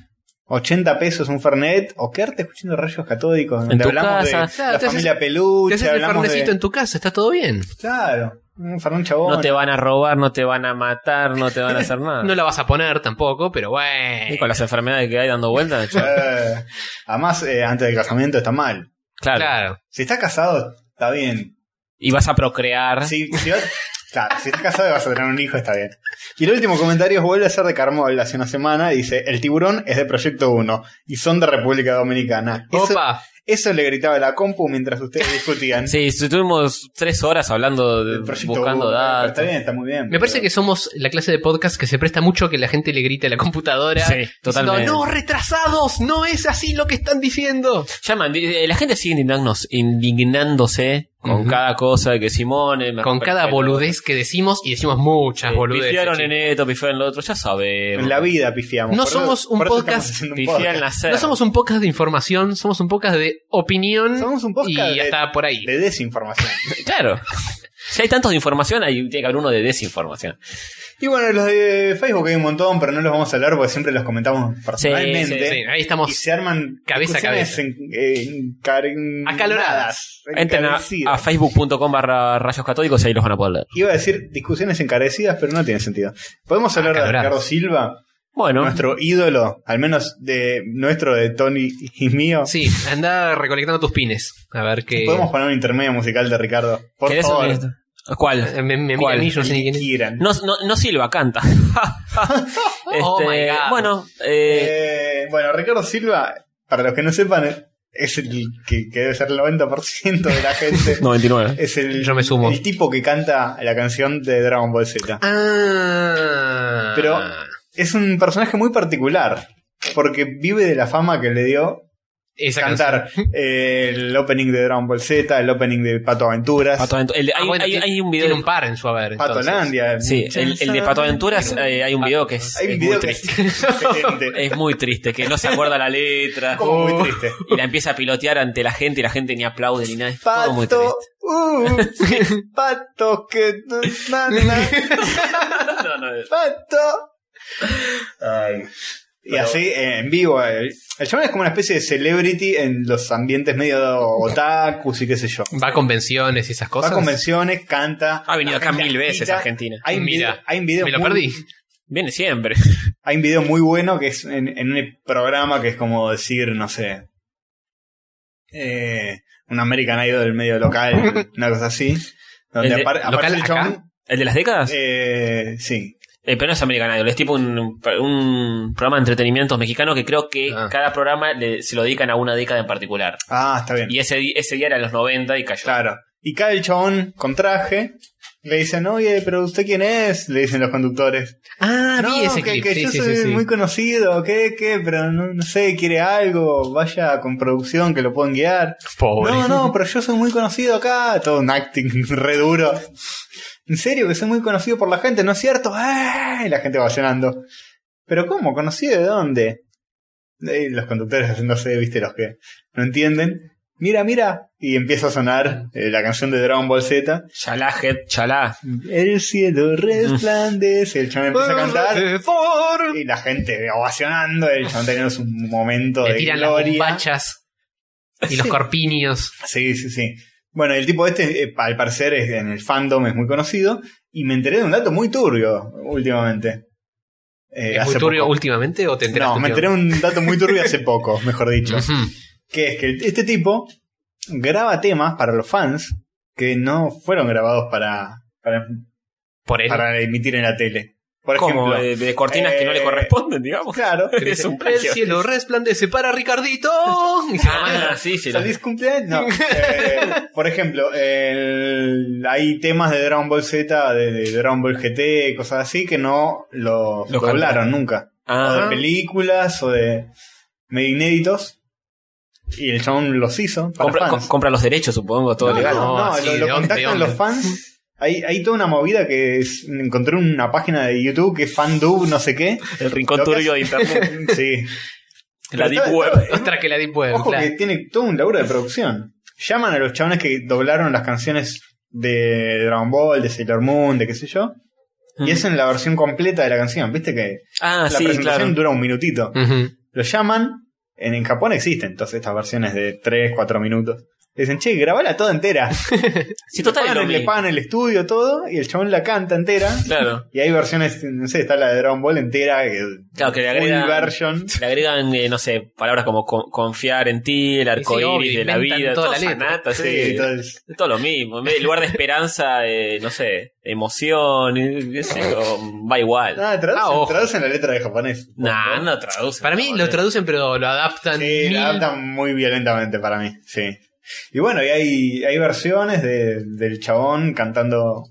[SPEAKER 1] 80 pesos un Fernet, o quedarte escuchando rayos catódicos. donde
[SPEAKER 3] En tu
[SPEAKER 1] hablamos
[SPEAKER 3] casa.
[SPEAKER 1] de
[SPEAKER 2] Claro,
[SPEAKER 1] la
[SPEAKER 2] te haces-
[SPEAKER 1] familia
[SPEAKER 2] Te
[SPEAKER 1] peluche,
[SPEAKER 2] haces el
[SPEAKER 1] hablamos
[SPEAKER 2] farnecito
[SPEAKER 1] de.
[SPEAKER 2] en tu casa, está todo bien.
[SPEAKER 1] Claro, un Fernet chabón.
[SPEAKER 3] No te van a robar, no te van a matar, no te van a hacer nada.
[SPEAKER 2] No la vas a poner tampoco, pero
[SPEAKER 3] Y
[SPEAKER 2] bueno.
[SPEAKER 3] con las enfermedades que hay dando vueltas, yo-
[SPEAKER 1] Eh, además, eh, antes del casamiento está mal.
[SPEAKER 3] claro.
[SPEAKER 2] Claro.
[SPEAKER 1] Si estás casado, está bien.
[SPEAKER 3] Y vas a procrear.
[SPEAKER 1] Si, si vas- claro, si estás casado y vas a tener un hijo, está bien. Y el último comentario vuelve a ser de Carmol hace una semana. y Dice: El tiburón es de Proyecto 1 y son de República Dominicana. Eso-
[SPEAKER 2] Opa.
[SPEAKER 1] Eso le gritaba la compu mientras ustedes discutían.
[SPEAKER 3] Sí, estuvimos tres horas hablando, de-
[SPEAKER 1] El proyecto
[SPEAKER 3] buscando
[SPEAKER 1] Google, pero Está
[SPEAKER 3] datos.
[SPEAKER 1] bien, está muy bien.
[SPEAKER 2] Me parece
[SPEAKER 1] pero-
[SPEAKER 2] que somos la clase de podcast que se presta mucho que la gente le grite a la computadora.
[SPEAKER 3] Sí,
[SPEAKER 2] diciendo,
[SPEAKER 3] totalmente.
[SPEAKER 2] no, retrasados, no es así lo que están diciendo.
[SPEAKER 3] Llaman, eh, la gente sigue indignándose, indignándose con
[SPEAKER 2] Ujú.
[SPEAKER 3] cada cosa que Simón.
[SPEAKER 2] Con cada boludez que decimos y decimos muchas boludeces.
[SPEAKER 3] eh, Pifiaron
[SPEAKER 2] chicos.
[SPEAKER 3] en esto, pifiaron en lo otro, ya sabemos.
[SPEAKER 1] En la vida pifiamos.
[SPEAKER 2] No
[SPEAKER 1] por eso-
[SPEAKER 2] somos un
[SPEAKER 1] por eso
[SPEAKER 2] podcast
[SPEAKER 1] estamos haciendo un
[SPEAKER 3] Pifiar en
[SPEAKER 1] podcast.
[SPEAKER 3] nacer.
[SPEAKER 2] No somos un podcast de información, somos un podcast de opinión
[SPEAKER 1] Somos un podcast
[SPEAKER 2] y
[SPEAKER 1] de-
[SPEAKER 2] hasta por ahí.
[SPEAKER 1] De desinformación.
[SPEAKER 3] Claro. Si hay tantos de información, hay, tiene que haber uno de desinformación.
[SPEAKER 1] y bueno, los de Facebook hay un montón, pero no los vamos a hablar porque siempre los comentamos personalmente.
[SPEAKER 2] Sí, ahí
[SPEAKER 1] Y
[SPEAKER 2] estamos
[SPEAKER 1] se arman
[SPEAKER 2] Cabeza a
[SPEAKER 1] discusiones en- en- en-
[SPEAKER 2] Acaloradas.
[SPEAKER 3] Entren a,
[SPEAKER 1] encarecidas.
[SPEAKER 3] a facebook.com barra rayos catódicos y ahí los van a poder leer.
[SPEAKER 1] Iba a decir discusiones encarecidas, pero no tiene sentido. ¿Podemos hablar de
[SPEAKER 2] Ah, Acaloradas.
[SPEAKER 1] Ricardo Silva?
[SPEAKER 3] Bueno,
[SPEAKER 1] Nuestro ídolo, al menos de nuestro, de Tony y mío.
[SPEAKER 2] Sí, anda recolectando tus pines. A ver qué.
[SPEAKER 1] Podemos poner un intermedio musical de Ricardo. Por
[SPEAKER 3] ¿querés
[SPEAKER 1] favor,
[SPEAKER 3] un- ¿Cuál?
[SPEAKER 2] Eh, Me, me mira
[SPEAKER 3] ¿Cuál?
[SPEAKER 2] a mí, yo no sé ni
[SPEAKER 1] el que
[SPEAKER 2] quién es.
[SPEAKER 1] quieran.
[SPEAKER 3] No, no, no Silva, canta. Este,
[SPEAKER 2] Oh my God.
[SPEAKER 3] Bueno, eh,
[SPEAKER 1] Eh, bueno, Ricardo Silva, para los que no sepan, es el que, que debe ser el 90% de la gente.
[SPEAKER 3] 99.
[SPEAKER 1] Es el,
[SPEAKER 2] Yo me sumo.
[SPEAKER 1] el tipo que canta la canción de Dragon Ball Z.
[SPEAKER 2] Ah.
[SPEAKER 1] Pero- Es un personaje muy particular, porque vive de la fama que le dio
[SPEAKER 2] Esa
[SPEAKER 1] cantar eh, el opening de Dragon Ball Z, el opening de Pato Aventuras.
[SPEAKER 3] Pato Aventu- el de-
[SPEAKER 2] Ah,
[SPEAKER 3] hay,
[SPEAKER 2] bueno,
[SPEAKER 3] hay-
[SPEAKER 2] tiene-
[SPEAKER 3] hay un video.
[SPEAKER 2] Tiene un par en su haber. entonces.
[SPEAKER 1] Patolandia.
[SPEAKER 3] sí, el, el de Pato Aventuras eh, hay un video que es,
[SPEAKER 1] Ah, Hay un
[SPEAKER 3] es muy
[SPEAKER 1] video que es
[SPEAKER 3] triste.
[SPEAKER 1] excelente.
[SPEAKER 3] Es muy triste, que no se acuerda la letra.
[SPEAKER 1] como
[SPEAKER 2] Oh.
[SPEAKER 1] muy triste.
[SPEAKER 3] Y la empieza a pilotear ante la gente y la gente ni aplaude ni nada. Es todo muy
[SPEAKER 1] Pato,
[SPEAKER 3] triste.
[SPEAKER 1] uh, pato que na, na,
[SPEAKER 3] No, no, no.
[SPEAKER 1] pato. Y Pero- así eh, en vivo. El, el chabón es como una especie de celebrity en los ambientes medio otakus y qué sé yo.
[SPEAKER 2] Va a convenciones y esas
[SPEAKER 1] Va
[SPEAKER 2] cosas.
[SPEAKER 1] a convenciones, canta.
[SPEAKER 3] Ha venido
[SPEAKER 1] la
[SPEAKER 3] acá
[SPEAKER 1] gente
[SPEAKER 3] mil veces
[SPEAKER 1] agita.
[SPEAKER 3] a Argentina.
[SPEAKER 1] Hay un
[SPEAKER 2] Mira,
[SPEAKER 1] video, hay un video
[SPEAKER 2] Me lo
[SPEAKER 1] muy-
[SPEAKER 2] perdí.
[SPEAKER 3] Viene siempre.
[SPEAKER 1] Hay un video muy bueno que es en, en un programa que es como decir, no sé. Eh, un American Idol del medio local, una cosa así. Donde
[SPEAKER 3] ¿El de-
[SPEAKER 1] apar-
[SPEAKER 2] local
[SPEAKER 1] aparece el
[SPEAKER 2] acá?
[SPEAKER 1] chabón.
[SPEAKER 3] ¿El de las décadas?
[SPEAKER 1] Eh, sí.
[SPEAKER 3] Eh, pero no es American Idol, es tipo un, un programa de entretenimiento mexicano que creo que
[SPEAKER 2] Ah.
[SPEAKER 3] cada programa le- se lo dedican a una década en particular.
[SPEAKER 1] Ah, está bien.
[SPEAKER 3] Y ese, di- ese día era los 90 y cayó.
[SPEAKER 1] Claro. Y cae el chabón con traje. Le dicen, oye, pero ¿usted quién es? Le dicen los conductores.
[SPEAKER 2] Ah,
[SPEAKER 1] no,
[SPEAKER 2] vi ese
[SPEAKER 1] que,
[SPEAKER 2] clip.
[SPEAKER 1] que
[SPEAKER 2] Sí,
[SPEAKER 1] yo
[SPEAKER 2] sí,
[SPEAKER 1] soy
[SPEAKER 2] sí, sí.
[SPEAKER 1] muy conocido, ¿qué? ¿Qué? Pero no, no sé, quiere algo, vaya con producción que lo puedan guiar.
[SPEAKER 2] Pobre.
[SPEAKER 1] No, no, pero yo soy muy conocido acá. Todo un acting re duro. En serio, que soy muy conocido por la gente, ¿no es cierto? ¡Ah! Y la gente va llenando. ¿Pero cómo? ¿Conocido de dónde? Eh, los conductores haciéndose, viste, los que no entienden. Mira, mira. Y empieza a sonar eh, la canción de Dragon Ball Z.
[SPEAKER 3] Chalá, Head, Chalá.
[SPEAKER 1] El cielo resplandece. El chabón empieza a cantar.
[SPEAKER 2] cantar.
[SPEAKER 1] Y la gente ovacionando. El chabón teniendo un momento
[SPEAKER 2] Le
[SPEAKER 1] de
[SPEAKER 2] tiran las
[SPEAKER 1] gloria.
[SPEAKER 2] bombachas y los corpiños.
[SPEAKER 1] Sí, sí, sí. Bueno, el tipo este, eh, al parecer, es- en el fandom es muy conocido. Y me enteré de un dato muy turbio últimamente. Eh,
[SPEAKER 2] ¿Es muy
[SPEAKER 1] hace
[SPEAKER 2] turbio
[SPEAKER 1] poco.
[SPEAKER 2] últimamente o te enteraste?
[SPEAKER 1] No, me enteré de un dato muy turbio hace poco, mejor dicho.
[SPEAKER 2] Ujú.
[SPEAKER 1] que es que el- este tipo graba temas para los fans que no fueron grabados para, para,
[SPEAKER 2] Por él.
[SPEAKER 1] para emitir en la tele. Por
[SPEAKER 3] Como
[SPEAKER 1] ejemplo,
[SPEAKER 3] de, de cortinas que no le
[SPEAKER 1] eh,
[SPEAKER 3] corresponden, digamos.
[SPEAKER 1] claro,
[SPEAKER 2] Que dice,
[SPEAKER 3] es un
[SPEAKER 2] El
[SPEAKER 3] plagio".
[SPEAKER 2] cielo resplandece para Ricardito. Y se la manda.
[SPEAKER 3] Ah, sí, sí. lo-
[SPEAKER 1] ¿Feliz cumpleaños? No. Eh, por ejemplo, el- hay temas de Dragon Ball Z, de, de Dragon Ball GT, cosas así, que no los
[SPEAKER 3] Los
[SPEAKER 1] doblaron nunca. O de
[SPEAKER 3] Ah,
[SPEAKER 1] películas o de medio inéditos. Y el chabón los hizo para
[SPEAKER 3] compra,
[SPEAKER 1] fans.
[SPEAKER 3] com- compra los derechos, supongo, todo
[SPEAKER 1] no,
[SPEAKER 3] legal.
[SPEAKER 1] no, no,
[SPEAKER 2] No, así,
[SPEAKER 1] lo-
[SPEAKER 2] de
[SPEAKER 1] lo,
[SPEAKER 2] onda,
[SPEAKER 1] contactan
[SPEAKER 2] de onda.
[SPEAKER 1] los fans. Hay, hay toda una movida que es- encontré una página de YouTube que es fandub, no sé qué.
[SPEAKER 3] El rincón
[SPEAKER 1] Lo que
[SPEAKER 3] turbio de
[SPEAKER 1] hace-
[SPEAKER 3] internet.
[SPEAKER 1] Sí.
[SPEAKER 3] La
[SPEAKER 1] Pero
[SPEAKER 3] Deep
[SPEAKER 1] está-
[SPEAKER 3] Web.
[SPEAKER 1] está-
[SPEAKER 2] Otra que la di puede,
[SPEAKER 1] Ojo
[SPEAKER 2] claro.
[SPEAKER 1] que tiene todo un laburo de producción. Llaman a los chabones que doblaron las canciones de Dragon Ball, de Sailor Moon, de qué sé yo. Y hacen la versión completa de la canción. Viste que
[SPEAKER 3] Mm. Ah,
[SPEAKER 1] la
[SPEAKER 3] sí,
[SPEAKER 1] presentación
[SPEAKER 3] claro. Mm.
[SPEAKER 1] dura un minutito.
[SPEAKER 2] Ujú.
[SPEAKER 1] Los llaman. En, en Japón existen todas estas versiones de 3, 4 minutos. Le dicen, che, grabala toda entera.
[SPEAKER 3] Sí, total,
[SPEAKER 1] le,
[SPEAKER 3] es lo
[SPEAKER 1] pagan, le
[SPEAKER 3] mismo.
[SPEAKER 1] pagan el estudio, todo. Y el chabón la canta entera.
[SPEAKER 3] Claro.
[SPEAKER 1] Y hay versiones, no sé, está la de Dragon Ball entera. que-
[SPEAKER 3] Claro, que le
[SPEAKER 1] full
[SPEAKER 3] agregan-
[SPEAKER 1] version.
[SPEAKER 3] Le agregan, eh, no sé, palabras como co- confiar en ti, el arco
[SPEAKER 2] obvio,
[SPEAKER 3] iris de la
[SPEAKER 2] inventan
[SPEAKER 3] vida,
[SPEAKER 2] toda
[SPEAKER 3] toda
[SPEAKER 2] la letra.
[SPEAKER 1] Sí, entonces-
[SPEAKER 3] Todo lo mismo. En vez- en lugar de esperanza, eh, no sé, emoción, eh, qué sé yo, va igual.
[SPEAKER 1] Ah, traducen,
[SPEAKER 2] Ah, ojo.
[SPEAKER 1] traducen la letra de japonés.
[SPEAKER 3] Nah, no eh. traduce.
[SPEAKER 2] Para mí lo traducen, pero lo adaptan.
[SPEAKER 1] Sí,
[SPEAKER 2] mil-
[SPEAKER 1] la adaptan muy violentamente para mí, sí. Y bueno, y hay, hay versiones de- del chabón cantando.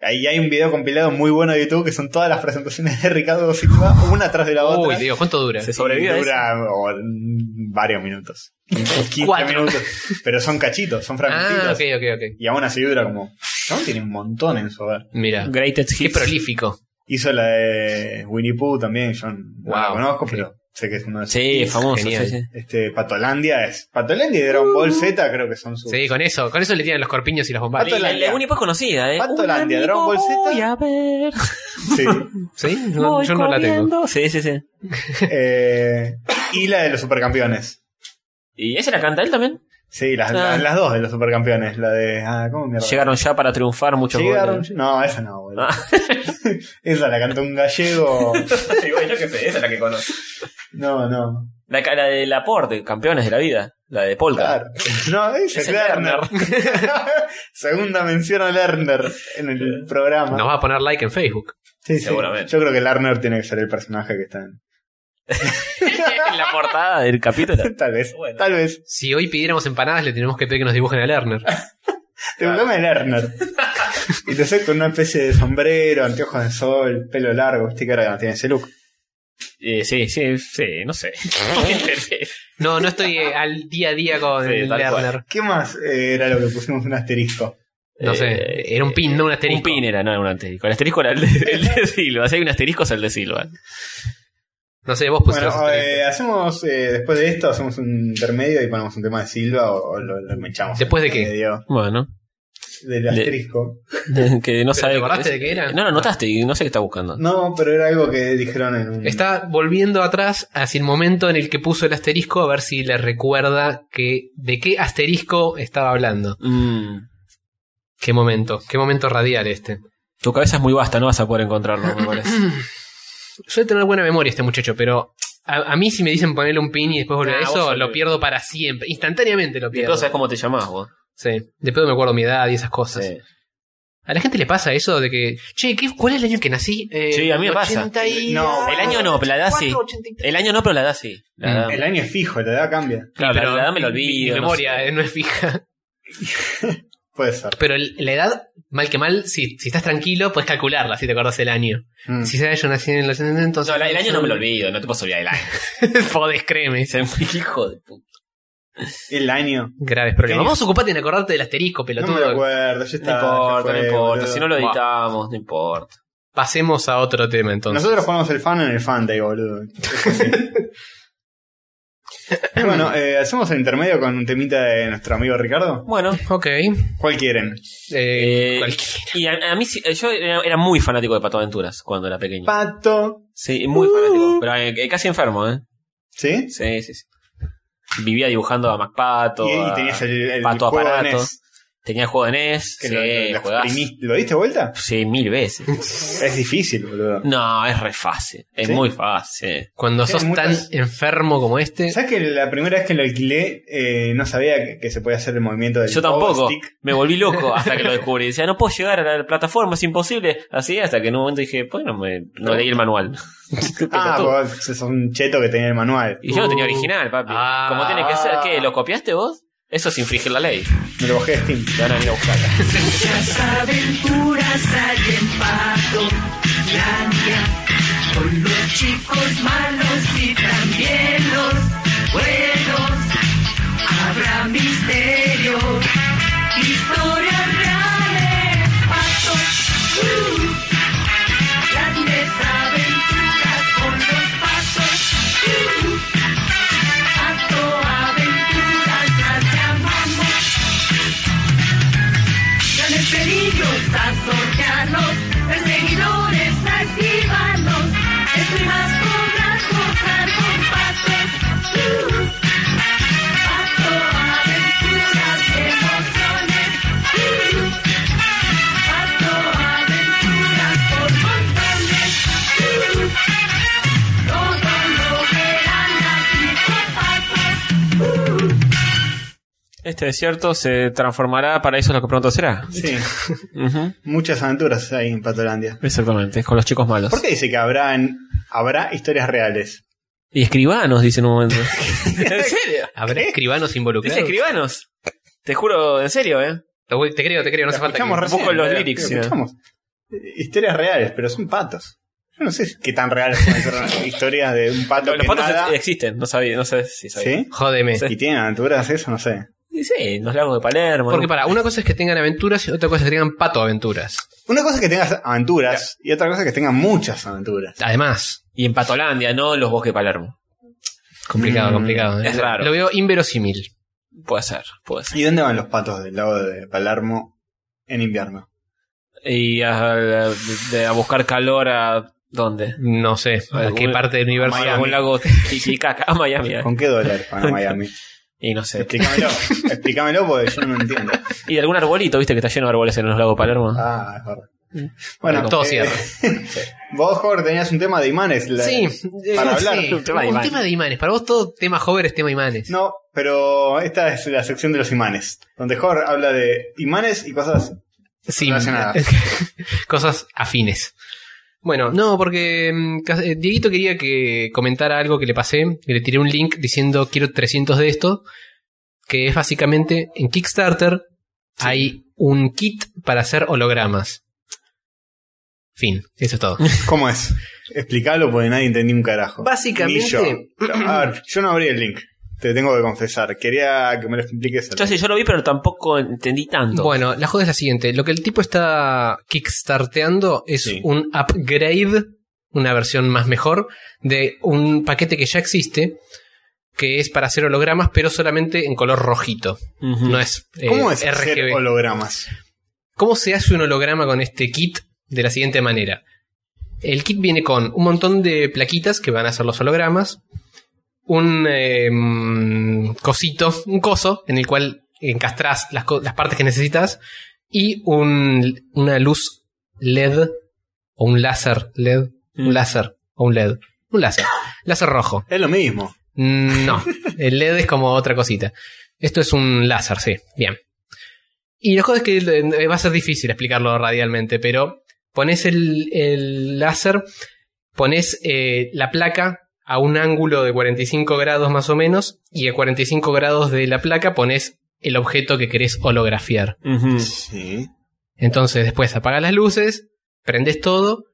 [SPEAKER 1] Ahí hay un video compilado muy bueno de YouTube que son todas las presentaciones de Ricardo Silva, una tras de la otra.
[SPEAKER 2] Uy, Dios, ¿cuánto dura?
[SPEAKER 3] Se
[SPEAKER 1] Y
[SPEAKER 3] sobrevive a
[SPEAKER 1] Dura o, mm, varios minutos. 15
[SPEAKER 2] Cuatro.
[SPEAKER 1] minutos. Pero son cachitos, son fragmentitos.
[SPEAKER 2] Ah, ok, ok, ok.
[SPEAKER 1] Y aún así dura como. Chabón tiene un montón en su haber.
[SPEAKER 2] Mira,
[SPEAKER 3] Greatest
[SPEAKER 2] qué
[SPEAKER 3] Hits.
[SPEAKER 2] prolífico.
[SPEAKER 1] Hizo la de Winnie Pooh también, yo no la
[SPEAKER 2] Wow,
[SPEAKER 1] conozco,
[SPEAKER 2] ok.
[SPEAKER 1] pero sé que es uno de sus
[SPEAKER 3] Sí, famoso.
[SPEAKER 2] Genial.
[SPEAKER 3] sí, sí.
[SPEAKER 1] Este, Patolandia es. Patolandia y Dragon Ball Z creo que son sus.
[SPEAKER 2] Sí, con eso, con eso le tiran los corpiños y las bombachas.
[SPEAKER 3] La, la única es conocida, ¿eh?
[SPEAKER 1] Patolandia,
[SPEAKER 3] Un amigo
[SPEAKER 1] Dragon Ball Z.
[SPEAKER 3] Voy a ver.
[SPEAKER 1] Sí.
[SPEAKER 2] Sí, no, yo no la tengo.
[SPEAKER 3] corriendo. Sí, sí, sí.
[SPEAKER 1] Eh, y la de los supercampeones.
[SPEAKER 3] ¿Y esa la canta él también?
[SPEAKER 1] Sí, las,
[SPEAKER 3] Ah.
[SPEAKER 1] la- las dos de los supercampeones. La de. Ah, ¿cómo mierda?
[SPEAKER 3] Llegaron ya para triunfar muchos
[SPEAKER 1] Llegaron-
[SPEAKER 3] goles.
[SPEAKER 1] No, esa no, boludo.
[SPEAKER 3] Ah.
[SPEAKER 1] esa la cantó un gallego.
[SPEAKER 3] yo qué sé, esa es la que conozco.
[SPEAKER 1] No, no.
[SPEAKER 3] La, la de Laporte, campeones de la vida. La de Polka.
[SPEAKER 1] Claro. No, esa
[SPEAKER 3] Es
[SPEAKER 1] es
[SPEAKER 3] el
[SPEAKER 1] Lerner. Segunda mención a Lerner en el programa.
[SPEAKER 2] Nos va a poner like en Facebook.
[SPEAKER 1] Sí, sí.
[SPEAKER 3] Seguramente.
[SPEAKER 1] Yo creo que Lerner tiene que ser el personaje que está en.
[SPEAKER 3] en la portada del capítulo.
[SPEAKER 1] Tal vez,
[SPEAKER 3] Bueno.
[SPEAKER 1] tal vez.
[SPEAKER 2] Si hoy pidiéramos empanadas, le tenemos que pedir que nos dibujen a Lerner.
[SPEAKER 1] Te volveme Lerner. y te haces con una especie de sombrero, anteojos de sol, pelo largo, este que ahora no tiene ese look.
[SPEAKER 3] Eh, sí, sí, sí, no sé.
[SPEAKER 2] No, no estoy eh, al día a día con
[SPEAKER 3] Sí,
[SPEAKER 2] el
[SPEAKER 3] tal cual.
[SPEAKER 2] Lerner.
[SPEAKER 1] ¿Qué más eh, era lo que pusimos un asterisco?
[SPEAKER 2] No sé, era un pin, no un asterisco.
[SPEAKER 3] Eh, Un pin era, no era un asterisco. El asterisco era el de, el de Silva. Si hay un asterisco es el de Silva.
[SPEAKER 2] No sé, vos pusiste
[SPEAKER 1] Bueno,
[SPEAKER 2] los asteriscos.
[SPEAKER 1] eh, hacemos eh, después de esto, hacemos un intermedio y ponemos un tema de Silva o, o lo, lo mechamos.
[SPEAKER 2] ¿Después de qué?
[SPEAKER 1] Medio
[SPEAKER 3] Bueno,
[SPEAKER 1] del
[SPEAKER 3] De-
[SPEAKER 1] asterisco.
[SPEAKER 3] que no
[SPEAKER 2] ¿Pero
[SPEAKER 3] sabe.
[SPEAKER 2] ¿Te acordaste de qué era?
[SPEAKER 3] No, lo notaste y no sé qué está buscando.
[SPEAKER 1] No, pero era algo que dijeron en un.
[SPEAKER 2] Está volviendo atrás hacia el momento en el que puso el asterisco a ver si le recuerda que de qué asterisco estaba hablando.
[SPEAKER 3] Mm,
[SPEAKER 2] Qué momento, qué momento radial este.
[SPEAKER 3] tu cabeza es muy vasta, no vas a poder encontrarlo, me parece.
[SPEAKER 2] Suele tener buena memoria este muchacho, pero a, a mí si me dicen ponerle un pin y después volver
[SPEAKER 3] Ah,
[SPEAKER 2] a
[SPEAKER 3] vos
[SPEAKER 2] eso,
[SPEAKER 3] sabés.
[SPEAKER 2] lo pierdo para siempre. Instantáneamente lo
[SPEAKER 3] Y
[SPEAKER 2] pierdo.
[SPEAKER 3] entonces sabes cómo te llamás vos.
[SPEAKER 2] Sí, después me acuerdo mi edad y esas cosas.
[SPEAKER 3] Sí.
[SPEAKER 2] A la gente le pasa eso de que, che, ¿qué- ¿cuál es el año que nací? Eh,
[SPEAKER 3] Sí, a mí me pasa.
[SPEAKER 2] 80 y-
[SPEAKER 1] No,
[SPEAKER 3] El año no, pero la edad sí.
[SPEAKER 2] 83.
[SPEAKER 3] El año no, pero la edad sí. La
[SPEAKER 2] Mm.
[SPEAKER 3] edad-
[SPEAKER 1] El año es fijo, la edad cambia.
[SPEAKER 3] claro,
[SPEAKER 2] Pero
[SPEAKER 3] la edad me lo
[SPEAKER 2] mi-
[SPEAKER 3] olvido.
[SPEAKER 2] Mi
[SPEAKER 3] no
[SPEAKER 2] memoria
[SPEAKER 3] sé.
[SPEAKER 2] eh, no es fija.
[SPEAKER 1] Puede ser.
[SPEAKER 2] Pero el- la edad, mal que mal, si, si estás tranquilo, puedes calcularla si te acordás el año.
[SPEAKER 1] Mm.
[SPEAKER 2] Si sabes yo nací en el 80, entonces.
[SPEAKER 3] No, la- el año no me lo olvido, no te puedo olvidar el año.
[SPEAKER 2] Podés, créeme.
[SPEAKER 3] Ese Hijo de puta.
[SPEAKER 1] El año.
[SPEAKER 2] Graves problemas.
[SPEAKER 1] ¿Qué?
[SPEAKER 2] Vos ocupate en acordarte del asterisco,
[SPEAKER 1] No me lo
[SPEAKER 2] pelotudo.
[SPEAKER 1] acuerdo, ya
[SPEAKER 3] No
[SPEAKER 1] está. ya
[SPEAKER 3] importa,
[SPEAKER 1] fue,
[SPEAKER 3] no importa.
[SPEAKER 1] boludo.
[SPEAKER 3] Si no lo
[SPEAKER 2] Buah.
[SPEAKER 3] editamos, no importa.
[SPEAKER 2] Pasemos a otro tema entonces.
[SPEAKER 1] Nosotros jugamos el fan en el fan day, boludo. Es así. bueno, eh, hacemos el intermedio con un temita de nuestro amigo Ricardo.
[SPEAKER 3] Bueno,
[SPEAKER 2] Ok. Eh,
[SPEAKER 1] ¿Cuál quieren?
[SPEAKER 3] Eh,
[SPEAKER 2] cualquiera.
[SPEAKER 3] y a, a mí sí- eh, yo era, era muy fanático de Pato Aventuras cuando era pequeño.
[SPEAKER 1] Pato.
[SPEAKER 3] sí, muy fanático. Pero eh, eh, casi enfermo, ¿eh?
[SPEAKER 1] ¿Sí?
[SPEAKER 3] Sí, sí, sí. Vivía dibujando a MacPato.
[SPEAKER 1] Y, y
[SPEAKER 3] a-
[SPEAKER 1] tenías el, el
[SPEAKER 3] Pato
[SPEAKER 1] juego de
[SPEAKER 3] Aparato.
[SPEAKER 1] NES,
[SPEAKER 3] Tenía el juego de NES.
[SPEAKER 1] que
[SPEAKER 3] sí,
[SPEAKER 1] lo, lo- lo
[SPEAKER 3] juegazo.
[SPEAKER 1] exprimiste. ¿Lo diste vuelta?
[SPEAKER 3] Sí, mil veces.
[SPEAKER 1] Es difícil, boludo.
[SPEAKER 3] No, es re fácil. Es
[SPEAKER 1] ¿Sí?
[SPEAKER 3] muy fácil.
[SPEAKER 2] Cuando
[SPEAKER 1] Sí,
[SPEAKER 2] sos
[SPEAKER 1] hay muchas-
[SPEAKER 2] tan enfermo como este.
[SPEAKER 1] ¿Sabes que la primera vez que lo alquilé eh, no sabía que, que se podía hacer el movimiento del
[SPEAKER 3] Yo tampoco.
[SPEAKER 1] overstick?
[SPEAKER 3] Me volví loco hasta que lo descubrí. Decía, no puedo llegar a la plataforma, es imposible. Así hasta que en un momento dije, bueno, me, no leí el manual. Qué
[SPEAKER 1] Ah,
[SPEAKER 3] pelotudo.
[SPEAKER 1] vos sos un cheto que tenía el manual.
[SPEAKER 3] y yo no tenía
[SPEAKER 2] Uh.
[SPEAKER 3] original, papi.
[SPEAKER 2] Ah.
[SPEAKER 3] Como tiene que ser. ¿Qué? ¿Lo copiaste vos? Eso es infringir la ley.
[SPEAKER 1] Me lo bajé de Steam.
[SPEAKER 3] Te van a venir a buscar.
[SPEAKER 4] Muchas aventuras hay en Patolandia Con los chicos malos y también los buenos Habrá misterio, historias reales Pato, uh, grandes aventuras con los patos uh, Pato aventuras las llamamos Grandes peligros a sortearlos, perseguidores a esquivarlos, escribas podrás forjar con pasos. Uh, paso, aventuras y emociones. Uh, paso, aventuras por montones. Uh, todo lo verán aquí con pasos. Uh.
[SPEAKER 3] Este desierto se transformará, para eso es lo que pronto será.
[SPEAKER 1] Sí.
[SPEAKER 3] Ujú.
[SPEAKER 1] Muchas aventuras hay en Patolandia.
[SPEAKER 3] Exactamente, con los chicos malos.
[SPEAKER 1] ¿Por qué dice que habrá, en- habrá historias reales?
[SPEAKER 3] Y escribanos, dice en un momento. ¿En serio?
[SPEAKER 2] ¿Habrá
[SPEAKER 1] ¿Qué?
[SPEAKER 2] escribanos involucrados?
[SPEAKER 3] Dice escribanos. Te juro, en serio, ¿eh?
[SPEAKER 2] Lo voy- Te creo, te creo, no
[SPEAKER 1] Lo
[SPEAKER 2] hace falta.
[SPEAKER 1] escuchamos
[SPEAKER 2] que-
[SPEAKER 1] recién,
[SPEAKER 3] poco los
[SPEAKER 1] lo
[SPEAKER 3] lyrics,
[SPEAKER 1] escuchamos. Eh, Historias reales, pero son patos. Yo no sé qué tan reales pueden ser historias de un pato
[SPEAKER 3] Los
[SPEAKER 1] que
[SPEAKER 3] patos
[SPEAKER 1] nada.
[SPEAKER 3] ex- existen, no sabía, no sé si sabía.
[SPEAKER 1] ¿Sí?
[SPEAKER 2] Jódeme.
[SPEAKER 1] ¿Y tienen aventuras eso? No sé.
[SPEAKER 3] Y sí, en los lagos de Palermo.
[SPEAKER 2] Porque
[SPEAKER 3] ¿no?
[SPEAKER 2] para, una cosa es que tengan aventuras y otra cosa es que tengan pato aventuras.
[SPEAKER 1] Una cosa es que tengas aventuras y otra cosa es que tengas muchas aventuras.
[SPEAKER 2] Además,
[SPEAKER 3] Y en Patolandia, no en los bosques de Palermo.
[SPEAKER 2] complicado,
[SPEAKER 1] Mm,
[SPEAKER 2] complicado. ¿eh?
[SPEAKER 3] es raro.
[SPEAKER 2] Lo veo inverosímil.
[SPEAKER 3] Puede ser, puede ser.
[SPEAKER 1] ¿Y dónde van los patos del lago de Palermo en invierno?
[SPEAKER 3] Y a, a- de- a buscar calor a... ¿Dónde?
[SPEAKER 2] No sé a
[SPEAKER 3] Algún-
[SPEAKER 2] qué parte del universo.
[SPEAKER 3] A algún lago Titicaca, a Miami. ¿eh?
[SPEAKER 1] ¿Con qué dólar van a Miami?
[SPEAKER 3] Y no sé.
[SPEAKER 1] Explícamelo. Explícamelo porque yo no entiendo.
[SPEAKER 3] Y de algún arbolito, viste, que está lleno de árboles en los lagos de Palermo.
[SPEAKER 1] Ah, es verdad.
[SPEAKER 2] Bueno, todo
[SPEAKER 1] eh,
[SPEAKER 2] cierra.
[SPEAKER 1] Vos, Jorge, tenías un tema de imanes. la-
[SPEAKER 2] Sí, eh,
[SPEAKER 1] para hablar.
[SPEAKER 2] sí,
[SPEAKER 3] Un tema de
[SPEAKER 2] un
[SPEAKER 3] imanes.
[SPEAKER 2] tema de imanes. Para vos todo tema hover es tema imanes.
[SPEAKER 1] No, pero esta es la sección de los imanes, donde Jorge habla de imanes y cosas.
[SPEAKER 2] Sí,
[SPEAKER 1] relacionadas.
[SPEAKER 2] cosas afines. Bueno, no, porque mm, cas- eh, Dieguito quería que comentara algo que le pasé, que le tiré un link diciendo quiero 300 de esto, que es básicamente en Kickstarter hay un kit para hacer hologramas. Fin. Eso es todo.
[SPEAKER 1] ¿Cómo es? Explicalo porque nadie entendí un carajo.
[SPEAKER 2] Básicamente-
[SPEAKER 1] Ni yo. A ver, yo no abrí el link. Te tengo que confesar. Quería que me lo expliques.
[SPEAKER 3] Yo sí, yo lo vi, pero tampoco entendí tanto.
[SPEAKER 2] Bueno, la joda es la siguiente. Lo que el tipo está kickstarteando es
[SPEAKER 1] Sí.
[SPEAKER 2] un upgrade, una versión más mejor, de un paquete que ya existe, que es para hacer hologramas, pero solamente en color rojito.
[SPEAKER 3] Ujú.
[SPEAKER 2] No es, eh,
[SPEAKER 1] Mm. ¿Cómo es hacer
[SPEAKER 2] RGB.
[SPEAKER 1] hologramas?
[SPEAKER 2] ¿Cómo se hace un holograma con este kit? De la siguiente manera. El kit viene con un montón de plaquitas que van a ser los hologramas, un eh, mm, cosito, un coso en el cual encastrás las, co- las partes que necesitas y un- una luz LED o un láser LED,
[SPEAKER 3] Mm.
[SPEAKER 2] un láser o un LED, un láser, láser rojo.
[SPEAKER 1] Es lo mismo.
[SPEAKER 2] Mm, No, el LED es como otra cosita. Esto es un láser, sí, bien. Y lo joder es que eh, va a ser difícil explicarlo radialmente, pero pones el, el láser, pones eh, la placa a un ángulo de 45 grados más o menos, y a 45 grados de la placa pones el objeto que querés holografiar.
[SPEAKER 3] Ujú.
[SPEAKER 1] Sí.
[SPEAKER 2] Entonces después apagas las luces, prendes todo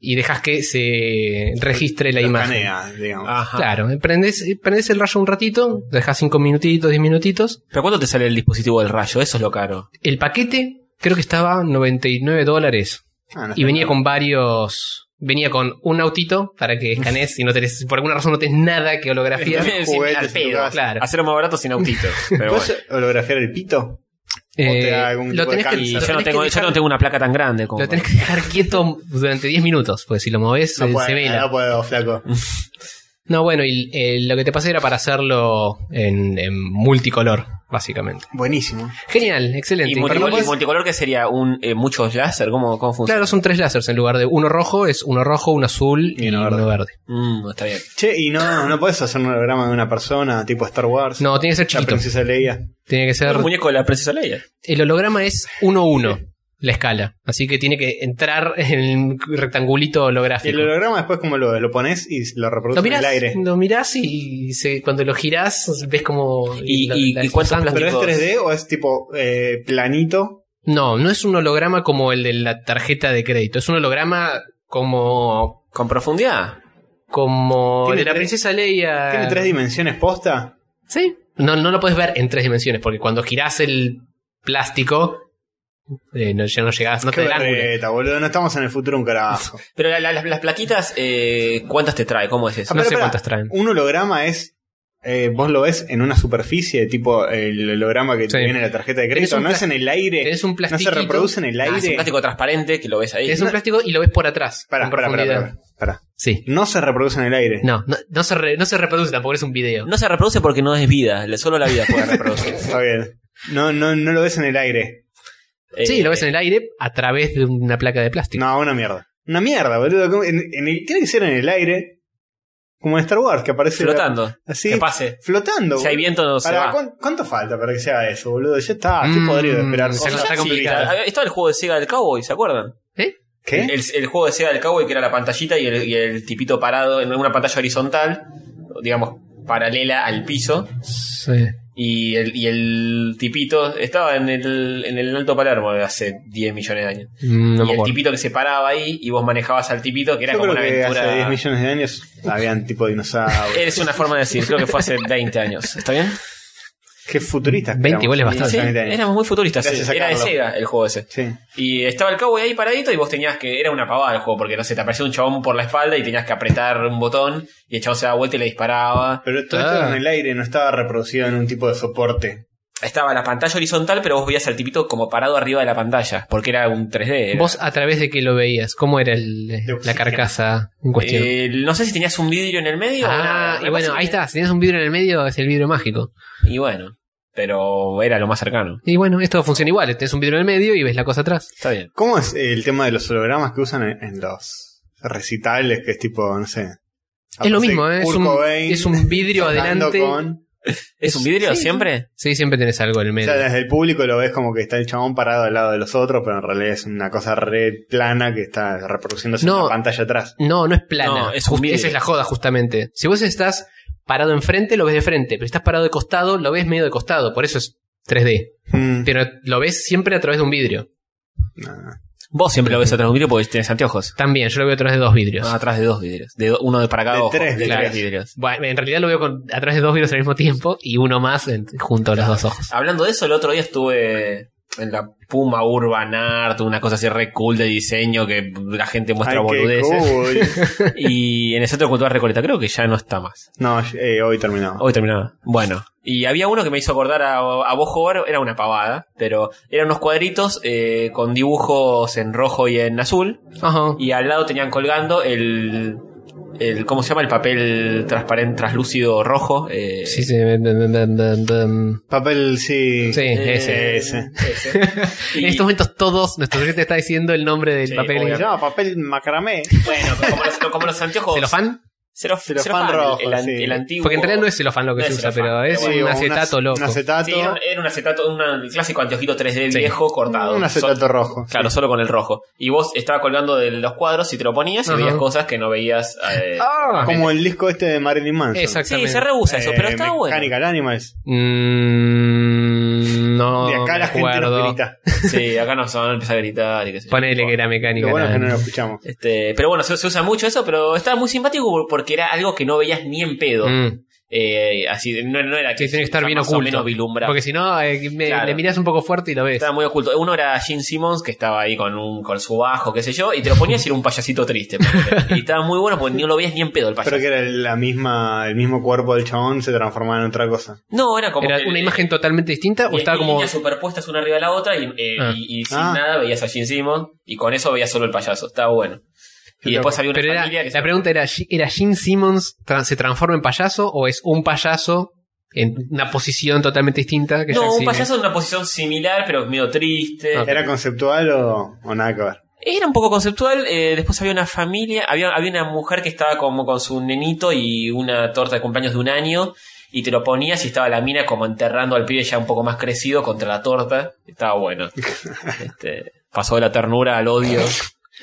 [SPEAKER 2] y dejas que se registre la
[SPEAKER 1] Lo
[SPEAKER 2] imagen. Ah,
[SPEAKER 1] escanea, digamos.
[SPEAKER 3] Ajá.
[SPEAKER 2] Claro, eh, prendes, prendes el rayo un ratito, dejas 5 minutitos, 10 minutitos.
[SPEAKER 3] ¿Pero cuánto te sale el dispositivo del rayo? Eso es lo caro.
[SPEAKER 2] El paquete creo que estaba 99 dólares.
[SPEAKER 1] Ah, no
[SPEAKER 2] Y
[SPEAKER 1] está
[SPEAKER 2] venía
[SPEAKER 1] mal.
[SPEAKER 2] con varios... Venía con un autito para que escanees si no tenés, si por alguna razón no tenés nada que holografía.
[SPEAKER 3] Bien, sí,
[SPEAKER 1] juguetes
[SPEAKER 3] al
[SPEAKER 1] y
[SPEAKER 3] pedo,
[SPEAKER 1] lugares.
[SPEAKER 2] claro.
[SPEAKER 3] Hacerlo más barato sin autito. Pero bueno.
[SPEAKER 1] ¿Puedes holografiar el pito?
[SPEAKER 2] Eh,
[SPEAKER 1] te da algún tipo
[SPEAKER 2] lo
[SPEAKER 1] de
[SPEAKER 2] tenés que,
[SPEAKER 1] cáncer.
[SPEAKER 2] lo
[SPEAKER 3] Y yo no,
[SPEAKER 2] tenés que
[SPEAKER 3] tengo, yo
[SPEAKER 2] dejar-
[SPEAKER 3] no tengo una placa tan grande como.
[SPEAKER 2] lo tenés que dejar quieto durante 10 minutos, porque si lo moves
[SPEAKER 1] No
[SPEAKER 2] se,
[SPEAKER 1] puedo,
[SPEAKER 2] se vela.
[SPEAKER 1] no puedo, flaco.
[SPEAKER 2] No, bueno, y eh, lo que te pasé era para hacerlo en, en multicolor, básicamente.
[SPEAKER 1] Buenísimo.
[SPEAKER 2] Genial, excelente.
[SPEAKER 3] ¿Y
[SPEAKER 2] Y
[SPEAKER 3] multicolor,
[SPEAKER 2] podés-
[SPEAKER 3] y multicolor que sería? un eh, ¿Muchos láser? ¿Cómo, cómo funciona?
[SPEAKER 2] Claro, son tres láseres en lugar de uno rojo, es uno rojo, uno azul y, uno, verde.
[SPEAKER 3] Mm, está bien.
[SPEAKER 1] Che, y no, no puedes hacer un holograma de una persona tipo Star Wars.
[SPEAKER 2] No, tiene que ser
[SPEAKER 1] La
[SPEAKER 2] chiquito.
[SPEAKER 1] princesa Leia.
[SPEAKER 2] Tiene que ser.
[SPEAKER 3] El muñeco de la princesa Leia.
[SPEAKER 2] El holograma es 1-1 la escala. Así que tiene que entrar en el rectangulito
[SPEAKER 1] Y
[SPEAKER 2] holográfico.
[SPEAKER 1] el holograma después como lo, lo pones y lo
[SPEAKER 2] Lo
[SPEAKER 1] reproduces en
[SPEAKER 2] mirás,
[SPEAKER 1] el aire.
[SPEAKER 2] lo mirás y se- cuando lo girás ves como...
[SPEAKER 3] Y-
[SPEAKER 2] la-
[SPEAKER 3] y-
[SPEAKER 2] la-
[SPEAKER 3] y cuántos
[SPEAKER 2] los ángulos.
[SPEAKER 1] ¿Pero es
[SPEAKER 3] chicos.
[SPEAKER 1] 3D o es tipo eh, planito?
[SPEAKER 2] No, no es un holograma como el de la tarjeta de crédito. Es un holograma como...
[SPEAKER 3] Con profundidad.
[SPEAKER 2] Como...
[SPEAKER 1] Tiene
[SPEAKER 2] De la
[SPEAKER 1] tres-
[SPEAKER 2] princesa Leia...
[SPEAKER 1] ¿Tiene tres dimensiones posta?
[SPEAKER 2] Sí. No, no lo puedes ver en tres dimensiones, porque cuando girás el plástico, eh, no, ya no llegás, no
[SPEAKER 1] Qué
[SPEAKER 2] te da el ángulo.
[SPEAKER 1] berreta, boludo. No estamos en el futuro un carajo.
[SPEAKER 3] Pero la- la- las, las plaquitas, eh, ¿cuántas te trae? ¿Cómo es eso?
[SPEAKER 1] Ah,
[SPEAKER 2] No
[SPEAKER 1] pero
[SPEAKER 2] sé
[SPEAKER 1] pará,
[SPEAKER 2] cuántas traen.
[SPEAKER 1] Un holograma es... eh, vos lo ves en una superficie, tipo el holograma que te
[SPEAKER 2] Sí.
[SPEAKER 1] viene en la tarjeta de
[SPEAKER 2] Tenés
[SPEAKER 1] crédito.
[SPEAKER 2] un
[SPEAKER 1] No es
[SPEAKER 2] plas-
[SPEAKER 1] en el aire.
[SPEAKER 2] Tenés un
[SPEAKER 1] No
[SPEAKER 2] plastiquito.
[SPEAKER 1] se reproduce en el
[SPEAKER 3] Ah, es un
[SPEAKER 1] aire.
[SPEAKER 3] plástico transparente que lo ves ahí.
[SPEAKER 2] Tenés un plástico y lo ves por atrás.
[SPEAKER 1] Pará,
[SPEAKER 2] en
[SPEAKER 1] pará, pará,
[SPEAKER 2] profundidad.
[SPEAKER 1] pará, pará.
[SPEAKER 2] Sí.
[SPEAKER 1] No se reproduce en el aire.
[SPEAKER 2] No, no, no se re- no se reproduce tampoco, es un video.
[SPEAKER 3] No se reproduce porque no es vida. Solo la vida puede reproducir.
[SPEAKER 1] Está bien. No, no, no lo ves en el aire.
[SPEAKER 3] eh,
[SPEAKER 2] sí, lo ves en el aire a través de una placa de plástico.
[SPEAKER 1] No, una mierda. Una mierda, boludo. ¿Cómo- En, en el- tiene que ser en el aire. Como en Star Wars, que aparece. la-
[SPEAKER 3] Eh, Flotando.
[SPEAKER 1] Así.
[SPEAKER 3] Que pase.
[SPEAKER 1] Flotando.
[SPEAKER 3] Si hay
[SPEAKER 1] boludo.
[SPEAKER 3] viento, no se
[SPEAKER 1] Pará,
[SPEAKER 3] va.
[SPEAKER 1] ¿cuán- ¿Cuánto falta para que se haga eso, boludo? Ya está, estoy
[SPEAKER 2] Mm,
[SPEAKER 1] podrido de esperar.
[SPEAKER 2] se
[SPEAKER 1] cosas.
[SPEAKER 2] nos está
[SPEAKER 1] Sí,
[SPEAKER 2] complicando.
[SPEAKER 1] claro.
[SPEAKER 3] Ah, Estaba el juego de Sega del Cowboy, ¿se acuerdan?
[SPEAKER 2] ¿Eh?
[SPEAKER 1] ¿Qué?
[SPEAKER 3] El, el juego de Sega del Cowboy que era la pantallita y el, y el tipito parado en una pantalla horizontal, digamos, paralela al piso.
[SPEAKER 2] Sí.
[SPEAKER 3] Y el, y el tipito estaba en el, en el Alto Palermo de hace 10 millones de años.
[SPEAKER 2] Mm, No
[SPEAKER 3] y
[SPEAKER 2] me
[SPEAKER 3] el
[SPEAKER 2] acuerdo.
[SPEAKER 3] tipito que se paraba ahí y vos manejabas al tipito que era
[SPEAKER 1] Yo
[SPEAKER 3] como una
[SPEAKER 1] creo que hace 10
[SPEAKER 3] aventura. Eh,
[SPEAKER 1] millones de años habían tipo dinosaurios.
[SPEAKER 3] Es una forma de decir, creo que fue hace 20 años. ¿Está bien?
[SPEAKER 1] Qué futuristas. que
[SPEAKER 2] 20
[SPEAKER 1] éramos.
[SPEAKER 2] igual es bastante.
[SPEAKER 1] Hace
[SPEAKER 3] Sí,
[SPEAKER 1] 20 años.
[SPEAKER 3] éramos muy futuristas. sí.
[SPEAKER 1] Gracias a
[SPEAKER 3] Era de
[SPEAKER 1] Carlos.
[SPEAKER 3] Sega el juego ese.
[SPEAKER 1] Sí.
[SPEAKER 3] Y estaba el cowboy ahí paradito y vos tenías que. Era una pavada el juego, porque no sé, te aparecía un chabón por la espalda y tenías que apretar un botón y el chabón se daba vuelta y le disparaba.
[SPEAKER 1] Pero todo esto
[SPEAKER 2] Ah.
[SPEAKER 1] era en el aire, no estaba reproducido en un tipo de soporte.
[SPEAKER 3] Estaba la pantalla horizontal, pero vos veías al tipito como parado arriba de la pantalla, porque era un 3D. era.
[SPEAKER 2] Vos a través de qué lo veías, cómo era el- eh, la
[SPEAKER 1] oxígeno.
[SPEAKER 2] carcasa en cuestión.
[SPEAKER 3] Eh, no sé si tenías un vidrio en el medio. o nada,
[SPEAKER 2] ah,
[SPEAKER 3] me
[SPEAKER 2] y bueno,
[SPEAKER 3] parece
[SPEAKER 2] ahí
[SPEAKER 3] que-
[SPEAKER 2] está, si tienes un vidrio en el medio es el vidrio mágico.
[SPEAKER 3] Y bueno, pero era lo más cercano.
[SPEAKER 2] Y bueno, esto funciona igual, tenés un vidrio en el medio y ves la cosa atrás.
[SPEAKER 3] Está bien.
[SPEAKER 1] ¿Cómo es el tema de los hologramas que usan en, en los recitales? Que es tipo, no sé.
[SPEAKER 2] es lo
[SPEAKER 1] aparece
[SPEAKER 2] mismo, ¿eh? es,
[SPEAKER 1] Kurt
[SPEAKER 2] un,
[SPEAKER 1] Cobain
[SPEAKER 2] es un vidrio
[SPEAKER 1] tocando
[SPEAKER 2] adelante.
[SPEAKER 1] con-
[SPEAKER 3] ¿Es un vidrio
[SPEAKER 2] Sí,
[SPEAKER 3] siempre?
[SPEAKER 2] Sí, siempre tenés algo en el
[SPEAKER 1] o
[SPEAKER 2] medio.
[SPEAKER 1] sea, desde el público lo ves como que está el chabón parado al lado de los otros, pero en realidad es una cosa re plana que está reproduciéndose en
[SPEAKER 2] No.
[SPEAKER 1] la pantalla atrás.
[SPEAKER 2] No, no es plana.
[SPEAKER 3] No, es un
[SPEAKER 2] Just-
[SPEAKER 3] vidrio.
[SPEAKER 2] esa es la joda, justamente. Si vos estás parado enfrente, lo ves de frente. Pero si estás parado de costado, lo ves medio de costado. Por eso es 3D.
[SPEAKER 1] Mm.
[SPEAKER 2] Pero lo ves siempre a través de un vidrio.
[SPEAKER 1] No, no.
[SPEAKER 3] Vos siempre lo ves atrás de un vidrio porque tenés anteojos.
[SPEAKER 2] También, yo lo veo atrás de dos vidrios.
[SPEAKER 3] No, atrás de dos vidrios. De do- uno de para cada
[SPEAKER 1] De
[SPEAKER 3] ojo.
[SPEAKER 1] tres
[SPEAKER 3] de
[SPEAKER 1] vidrios.
[SPEAKER 3] tres vidrios.
[SPEAKER 2] Bueno, en realidad lo veo con, a través de dos vidrios al mismo tiempo y uno más en- junto a los dos ojos.
[SPEAKER 3] Hablando de eso, el otro día estuve en la Puma Urban Art, una cosa así re cool de diseño que la gente muestra
[SPEAKER 1] Ay, qué
[SPEAKER 3] boludeces.
[SPEAKER 2] ¿eh?
[SPEAKER 1] cool.
[SPEAKER 3] Y en el Centro Cultural Recoleta, creo que ya no está más.
[SPEAKER 1] No, eh, hoy terminamos.
[SPEAKER 3] Ah, Hoy terminaba. Bueno. Y había uno que me hizo acordar a, a vos jugar, era una pavada, pero eran unos cuadritos eh, con dibujos en rojo y en azul.
[SPEAKER 2] Ajá.
[SPEAKER 3] Y al lado tenían colgando el. el ¿Cómo se llama? El papel transparente, translúcido rojo. eh,
[SPEAKER 2] Sí, sí. dun, dun, dun, dun, dun.
[SPEAKER 1] Papel, sí.
[SPEAKER 2] Sí,
[SPEAKER 3] eh,
[SPEAKER 2] ese.
[SPEAKER 1] ese.
[SPEAKER 3] ese. Y-
[SPEAKER 2] En estos momentos todos, nuestro cliente está diciendo el nombre del
[SPEAKER 3] Sí,
[SPEAKER 2] papel.
[SPEAKER 1] Se
[SPEAKER 3] obvio.
[SPEAKER 1] llama papel macramé.
[SPEAKER 3] Bueno, como los, como los anteojos.
[SPEAKER 2] ¿Celofán?
[SPEAKER 3] Cero-
[SPEAKER 1] Celofán
[SPEAKER 3] celofán,
[SPEAKER 1] rojo,
[SPEAKER 3] el, el an-
[SPEAKER 1] sí.
[SPEAKER 3] el antiguo.
[SPEAKER 2] Porque en realidad no es celofán lo que
[SPEAKER 3] No
[SPEAKER 2] se
[SPEAKER 3] es
[SPEAKER 2] usa,
[SPEAKER 3] celofán,
[SPEAKER 2] pero es
[SPEAKER 3] pero
[SPEAKER 1] Sí,
[SPEAKER 2] un
[SPEAKER 1] una-
[SPEAKER 2] acetato loco.
[SPEAKER 1] Un acetato.
[SPEAKER 3] Sí, era, era un acetato, una- un clásico anteojito 3D
[SPEAKER 2] Sí.
[SPEAKER 3] viejo cortado.
[SPEAKER 1] Un acetato
[SPEAKER 3] So-
[SPEAKER 1] rojo.
[SPEAKER 3] Claro, solo con el rojo. Y vos estabas colgando de los cuadros y te lo ponías y
[SPEAKER 2] Ajá.
[SPEAKER 3] veías cosas que no veías. eh,
[SPEAKER 2] Ah,
[SPEAKER 1] Como el disco este de Marilyn Manson.
[SPEAKER 2] Exactamente.
[SPEAKER 3] sí, se rehúsa eso, pero
[SPEAKER 1] Eh,
[SPEAKER 3] está bueno.
[SPEAKER 1] Mechanical Animals.
[SPEAKER 2] Mm, no.
[SPEAKER 1] De acá
[SPEAKER 2] me
[SPEAKER 1] la gente
[SPEAKER 2] acuerdo.
[SPEAKER 1] nos grita.
[SPEAKER 3] Sí, acá nos van a empezar a gritar y qué sé yo.
[SPEAKER 2] Ponele que era mecánica.
[SPEAKER 1] Lo bueno es
[SPEAKER 2] nada
[SPEAKER 1] que no lo
[SPEAKER 2] más.
[SPEAKER 1] escuchamos.
[SPEAKER 3] Este, pero bueno, se, se usa mucho eso, pero estaba muy simpático porque era algo que no veías ni en pedo.
[SPEAKER 2] Mm,
[SPEAKER 3] Eh, así, no, no era
[SPEAKER 2] Sí, tiene que estar bien
[SPEAKER 3] más o
[SPEAKER 2] oculto.
[SPEAKER 3] menos vislumbrado.
[SPEAKER 2] Porque si no, eh, me-
[SPEAKER 3] Claro.
[SPEAKER 2] le mirás un poco fuerte y lo ves.
[SPEAKER 3] Estaba muy oculto. Uno era Gene Simmons, que estaba ahí con un con su bajo, qué sé yo, y te lo ponías y era un payasito triste. ponele. Y estaba muy bueno porque ni lo veías ni en pedo el payaso.
[SPEAKER 1] Pero que era la misma, el mismo cuerpo del chabón se transformaba en otra cosa.
[SPEAKER 3] No, era como.
[SPEAKER 2] ¿Era
[SPEAKER 3] que-
[SPEAKER 2] una imagen totalmente distinta o
[SPEAKER 3] diez
[SPEAKER 2] estaba como.
[SPEAKER 3] líneas superpuestas una arriba de la otra y, eh,
[SPEAKER 2] Ah.
[SPEAKER 3] y- y sin
[SPEAKER 1] Ah.
[SPEAKER 3] nada veías a Gene Simmons y con eso veías solo el payaso. Estaba bueno.
[SPEAKER 1] Qué
[SPEAKER 3] Y después
[SPEAKER 1] loco.
[SPEAKER 3] había una
[SPEAKER 2] Pero era,
[SPEAKER 3] familia que
[SPEAKER 2] la pregunta era, ¿Gi- ¿era Gene Simmons tra- se transforma en payaso o es un payaso en una posición totalmente distinta? Que ya
[SPEAKER 3] No, un
[SPEAKER 2] sí-
[SPEAKER 3] payaso en una posición similar, pero medio triste.
[SPEAKER 2] Ok.
[SPEAKER 1] ¿Era conceptual o, o nada que ver?
[SPEAKER 3] Era un poco conceptual. eh, después había una familia, había, había una mujer que estaba como con su nenito y una torta de cumpleaños de un año. Y te lo ponías y estaba la mina como enterrando al pibe ya un poco más crecido contra la torta. Estaba bueno. Este, pasó de la ternura al odio.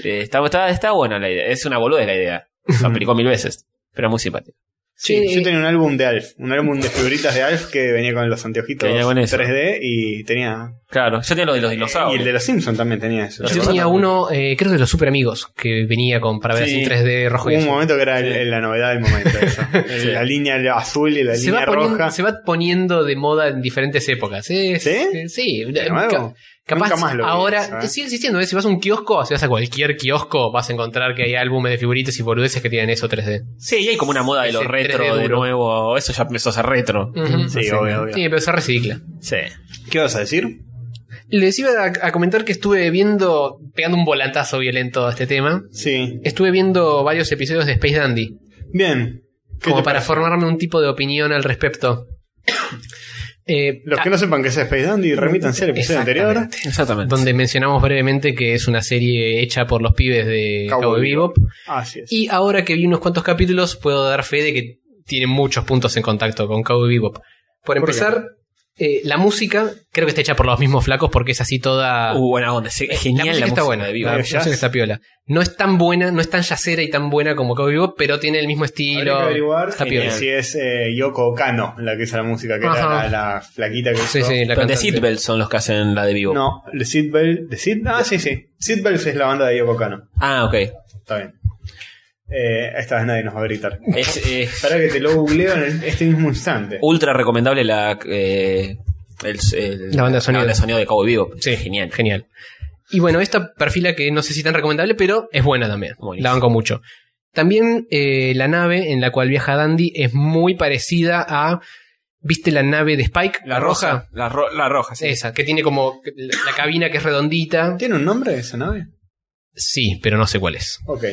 [SPEAKER 3] Eh, estaba, estaba, estaba buena la idea. Es una boludez la idea. Lo aplicó mil veces. Pero muy simpático.
[SPEAKER 1] Sí,
[SPEAKER 2] Sí.
[SPEAKER 1] yo tenía un álbum de Alf, un álbum de figuritas de Alf que venía con los anteojitos
[SPEAKER 3] Que venía con eso. Ah,
[SPEAKER 1] 3D y tenía...
[SPEAKER 3] Claro, yo tenía lo de los
[SPEAKER 1] Eh, Y
[SPEAKER 3] dinosaurios.
[SPEAKER 1] el de los Simpsons también tenía eso.
[SPEAKER 2] Yo tenía uno, eh, creo que de los super amigos, que venía con para ver
[SPEAKER 1] Sí.
[SPEAKER 2] así en 3D rojo y
[SPEAKER 1] Hubo un
[SPEAKER 2] azul.
[SPEAKER 1] momento que era el- el- la novedad del momento. eso. El-
[SPEAKER 3] Sí.
[SPEAKER 1] La línea azul y la
[SPEAKER 2] Se
[SPEAKER 1] línea
[SPEAKER 2] va, poniendo,
[SPEAKER 1] roja.
[SPEAKER 2] se va poniendo de moda en diferentes épocas. Es-
[SPEAKER 1] ¿Sí?
[SPEAKER 2] eh, Sí.
[SPEAKER 1] ¿De nuevo?
[SPEAKER 2] Ca- capaz
[SPEAKER 1] Nunca más lo vi,
[SPEAKER 2] ahora
[SPEAKER 1] ¿sabes?
[SPEAKER 2] sigue existiendo. ¿eh? Si vas a un kiosco, si vas a cualquier kiosco, vas a encontrar que hay álbumes de figuritas y boludeces que tienen eso 3D.
[SPEAKER 3] Sí, y hay como una moda de
[SPEAKER 2] Ese
[SPEAKER 3] los
[SPEAKER 2] 3D
[SPEAKER 3] retro de
[SPEAKER 2] duro.
[SPEAKER 3] nuevo. Eso ya empezó a ser retro.
[SPEAKER 2] Ujú.
[SPEAKER 1] Sí, obvio, obvio.
[SPEAKER 2] Sí, pero se recicla.
[SPEAKER 3] Sí.
[SPEAKER 1] ¿Qué vas a decir?
[SPEAKER 2] Les iba a, a comentar que estuve viendo, pegando un volantazo violento a este tema,
[SPEAKER 1] Sí.
[SPEAKER 2] estuve viendo varios episodios de Space Dandy,
[SPEAKER 1] Bien. ¿Qué
[SPEAKER 2] como
[SPEAKER 1] te
[SPEAKER 2] para
[SPEAKER 1] parece?
[SPEAKER 2] formarme un tipo de opinión al respecto. Eh,
[SPEAKER 1] Los que no sepan qué es Space Dandy, remítanse al episodio anterior.
[SPEAKER 2] Exactamente.
[SPEAKER 3] Exactamente.
[SPEAKER 2] donde mencionamos brevemente que es una serie hecha por los pibes de
[SPEAKER 1] Cowboy
[SPEAKER 2] Cowboy Bebop.
[SPEAKER 1] Así es.
[SPEAKER 2] Y ahora que vi unos cuantos capítulos, puedo dar fe de que tienen muchos puntos en contacto con Cowboy Bebop. Por
[SPEAKER 1] ¿Por qué?
[SPEAKER 2] empezar, eh, la música creo que está hecha por los mismos flacos porque es así toda... eh,
[SPEAKER 3] Uh, buena onda. sí, Es genial la
[SPEAKER 2] la música está
[SPEAKER 3] música
[SPEAKER 2] buena.
[SPEAKER 3] de
[SPEAKER 2] la
[SPEAKER 3] Viva.
[SPEAKER 1] Claro.
[SPEAKER 2] música
[SPEAKER 1] jazz.
[SPEAKER 2] está piola. No es tan buena, no es tan yacera y tan buena como Cowboy Bebop, pero tiene el mismo
[SPEAKER 1] Habría
[SPEAKER 2] estilo.
[SPEAKER 1] que averiguar
[SPEAKER 2] está
[SPEAKER 1] eh,
[SPEAKER 2] piola.
[SPEAKER 1] si es eh, Yoko Kano la que hizo la música, que
[SPEAKER 2] Ajá.
[SPEAKER 1] era la, la flaquita que
[SPEAKER 2] Sí,
[SPEAKER 1] hizo.
[SPEAKER 2] sí, la
[SPEAKER 3] Pero de
[SPEAKER 2] cantante.
[SPEAKER 3] Seatbelt son los que hacen la de vivo.
[SPEAKER 1] No, The Seatbelt. The Seat- ah, sí, sí. Seatbelts es la banda de Yoko Kano.
[SPEAKER 3] Ah, ok.
[SPEAKER 1] Está bien. Eh, esta vez nadie nos va a gritar.
[SPEAKER 3] Es eh,
[SPEAKER 1] Espera que te lo googleo en el- este mismo instante.
[SPEAKER 3] ultra recomendable la, eh, el- el-
[SPEAKER 2] La banda de sonido.
[SPEAKER 3] de Cowboy Vivo.
[SPEAKER 2] Sí,
[SPEAKER 3] genial.
[SPEAKER 2] Genial. Y bueno, esta perfila que no sé si tan recomendable, pero es buena también.
[SPEAKER 3] Buenísimo.
[SPEAKER 2] La banco mucho. También eh, la nave en la cual viaja Dandy es muy parecida a. ¿Viste la nave de Spike? La, roja.
[SPEAKER 3] La, ro- la roja, sí.
[SPEAKER 2] Esa, que tiene como la la cabina que es redondita.
[SPEAKER 1] ¿Tiene un nombre esa nave?
[SPEAKER 2] Sí, pero no sé cuál es.
[SPEAKER 1] Ok.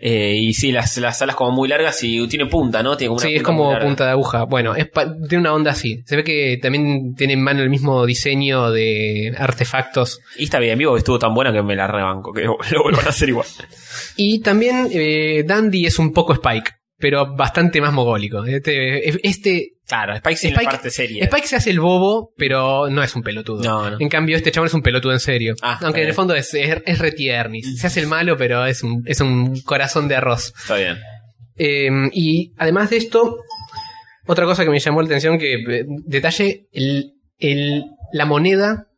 [SPEAKER 3] Eh, y sí, las, las alas como muy largas y tiene punta, ¿no? Tiene como una
[SPEAKER 2] sí, es
[SPEAKER 3] punta muy
[SPEAKER 2] como
[SPEAKER 3] larga.
[SPEAKER 2] punta de aguja. Bueno, es pa- tiene una onda así. Se ve que también tiene en mano el mismo diseño de artefactos.
[SPEAKER 3] Y está bien, vivo estuvo tan buena que me la rebanco. Que lo lo vuelvan a hacer igual.
[SPEAKER 2] Y también eh, Dandy es un poco Spike, pero bastante más mogólico. Este, este
[SPEAKER 3] Claro, Spike sin
[SPEAKER 2] Spike-
[SPEAKER 3] la parte seria.
[SPEAKER 2] Spike se hace el bobo, pero no es un pelotudo.
[SPEAKER 3] No, no.
[SPEAKER 2] En cambio, este chabón es un pelotudo en serio.
[SPEAKER 3] Ah, está
[SPEAKER 2] Aunque
[SPEAKER 3] bien. Mm.
[SPEAKER 2] en el fondo es, es, es retiernis. Se hace el malo, pero es un, es un corazón de arroz.
[SPEAKER 3] Está bien.
[SPEAKER 2] Eh, y además de esto, otra cosa que me llamó la atención que eh, detalle, el, el- la moneda,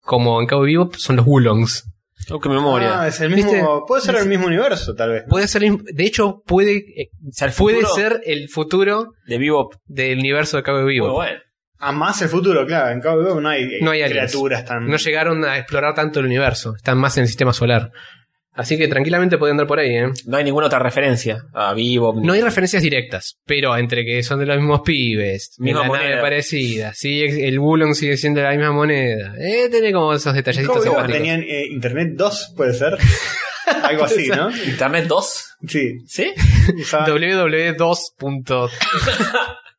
[SPEAKER 2] como en Cabo Vivo, son los Wulongs.
[SPEAKER 3] Oh, qué memoria.
[SPEAKER 1] Ah, es el mismo.
[SPEAKER 2] ¿Viste?
[SPEAKER 1] Puede ser el mismo universo, tal vez.
[SPEAKER 2] Puede ser, el- de hecho, puede, eh,
[SPEAKER 3] O sea, el
[SPEAKER 2] puede
[SPEAKER 3] futuro
[SPEAKER 2] ser el futuro
[SPEAKER 3] de Bebop.
[SPEAKER 2] del universo de Cabo Vivo.
[SPEAKER 3] Muy bueno.
[SPEAKER 1] A más el futuro, claro. En Cowboy Bebop no hay, eh,
[SPEAKER 2] No hay aliens.
[SPEAKER 1] criaturas tan.
[SPEAKER 2] No llegaron a explorar tanto el universo, están más en el sistema solar. Así que tranquilamente puede andar por ahí, ¿eh?
[SPEAKER 3] No hay ninguna otra referencia a Bebop. ni-
[SPEAKER 2] No hay referencias directas, pero entre que son de los mismos pibes,
[SPEAKER 3] Misma
[SPEAKER 2] la nave
[SPEAKER 3] moneda.
[SPEAKER 2] parecida, sí, el Bulon sigue siendo la misma moneda. Eh, tiene como esos
[SPEAKER 1] En
[SPEAKER 2] detallecitos
[SPEAKER 1] Cowboy Bebop
[SPEAKER 2] acuáticos.
[SPEAKER 1] tenían eh, Internet 2, puede ser. Algo así, ¿no?
[SPEAKER 3] Internet 2.
[SPEAKER 1] Sí.
[SPEAKER 3] ¿Sí?
[SPEAKER 1] usaban-
[SPEAKER 2] www2.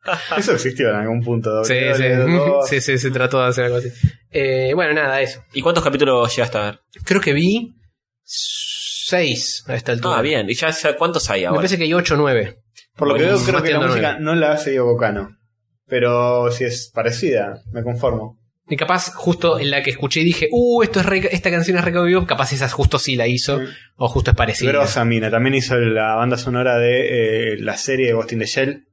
[SPEAKER 1] Ah, Eso existió en algún punto.
[SPEAKER 2] Sí, sí.
[SPEAKER 1] W2.
[SPEAKER 2] Sí, sí, se trató de hacer algo así. Eh, bueno, nada, eso.
[SPEAKER 3] ¿Y cuántos capítulos llegaste a ver?
[SPEAKER 2] Creo que vi 6 a esta altura.
[SPEAKER 3] Ah, bien. ¿Y ya sa- cuántos hay
[SPEAKER 2] Me
[SPEAKER 3] ahora?
[SPEAKER 2] parece que hay 8 o 9.
[SPEAKER 1] Por lo que veo,
[SPEAKER 2] Buenísimo.
[SPEAKER 1] creo que la
[SPEAKER 2] Mateo
[SPEAKER 1] música no la hace Diego Cano. Pero si es parecida, me conformo.
[SPEAKER 2] Y capaz, justo en la que escuché y dije, uh, esto es re- esta canción es Recabo Vivo, capaz esa justo sí la hizo,
[SPEAKER 1] Sí.
[SPEAKER 2] o justo es parecida.
[SPEAKER 1] Grosa mina. También hizo la banda sonora de eh, la serie de Ghost in the Shell,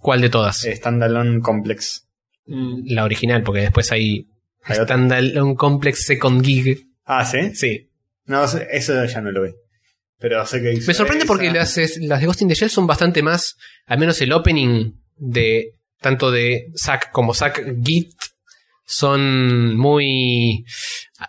[SPEAKER 2] ¿Cuál de todas?
[SPEAKER 1] eh, Standalone Complex.
[SPEAKER 3] Mm.
[SPEAKER 2] La original, porque después hay
[SPEAKER 1] Hay otra.
[SPEAKER 2] Standalone Complex Second Gig.
[SPEAKER 1] Ah, ¿sí?
[SPEAKER 2] Sí.
[SPEAKER 1] No, sé- eso ya no lo vi. Pero sé que hizo
[SPEAKER 2] Me sorprende
[SPEAKER 1] esa.
[SPEAKER 2] porque las, es- las de Ghost in the Shell son bastante más, al menos el opening de tanto de Zack como Zack Git son muy...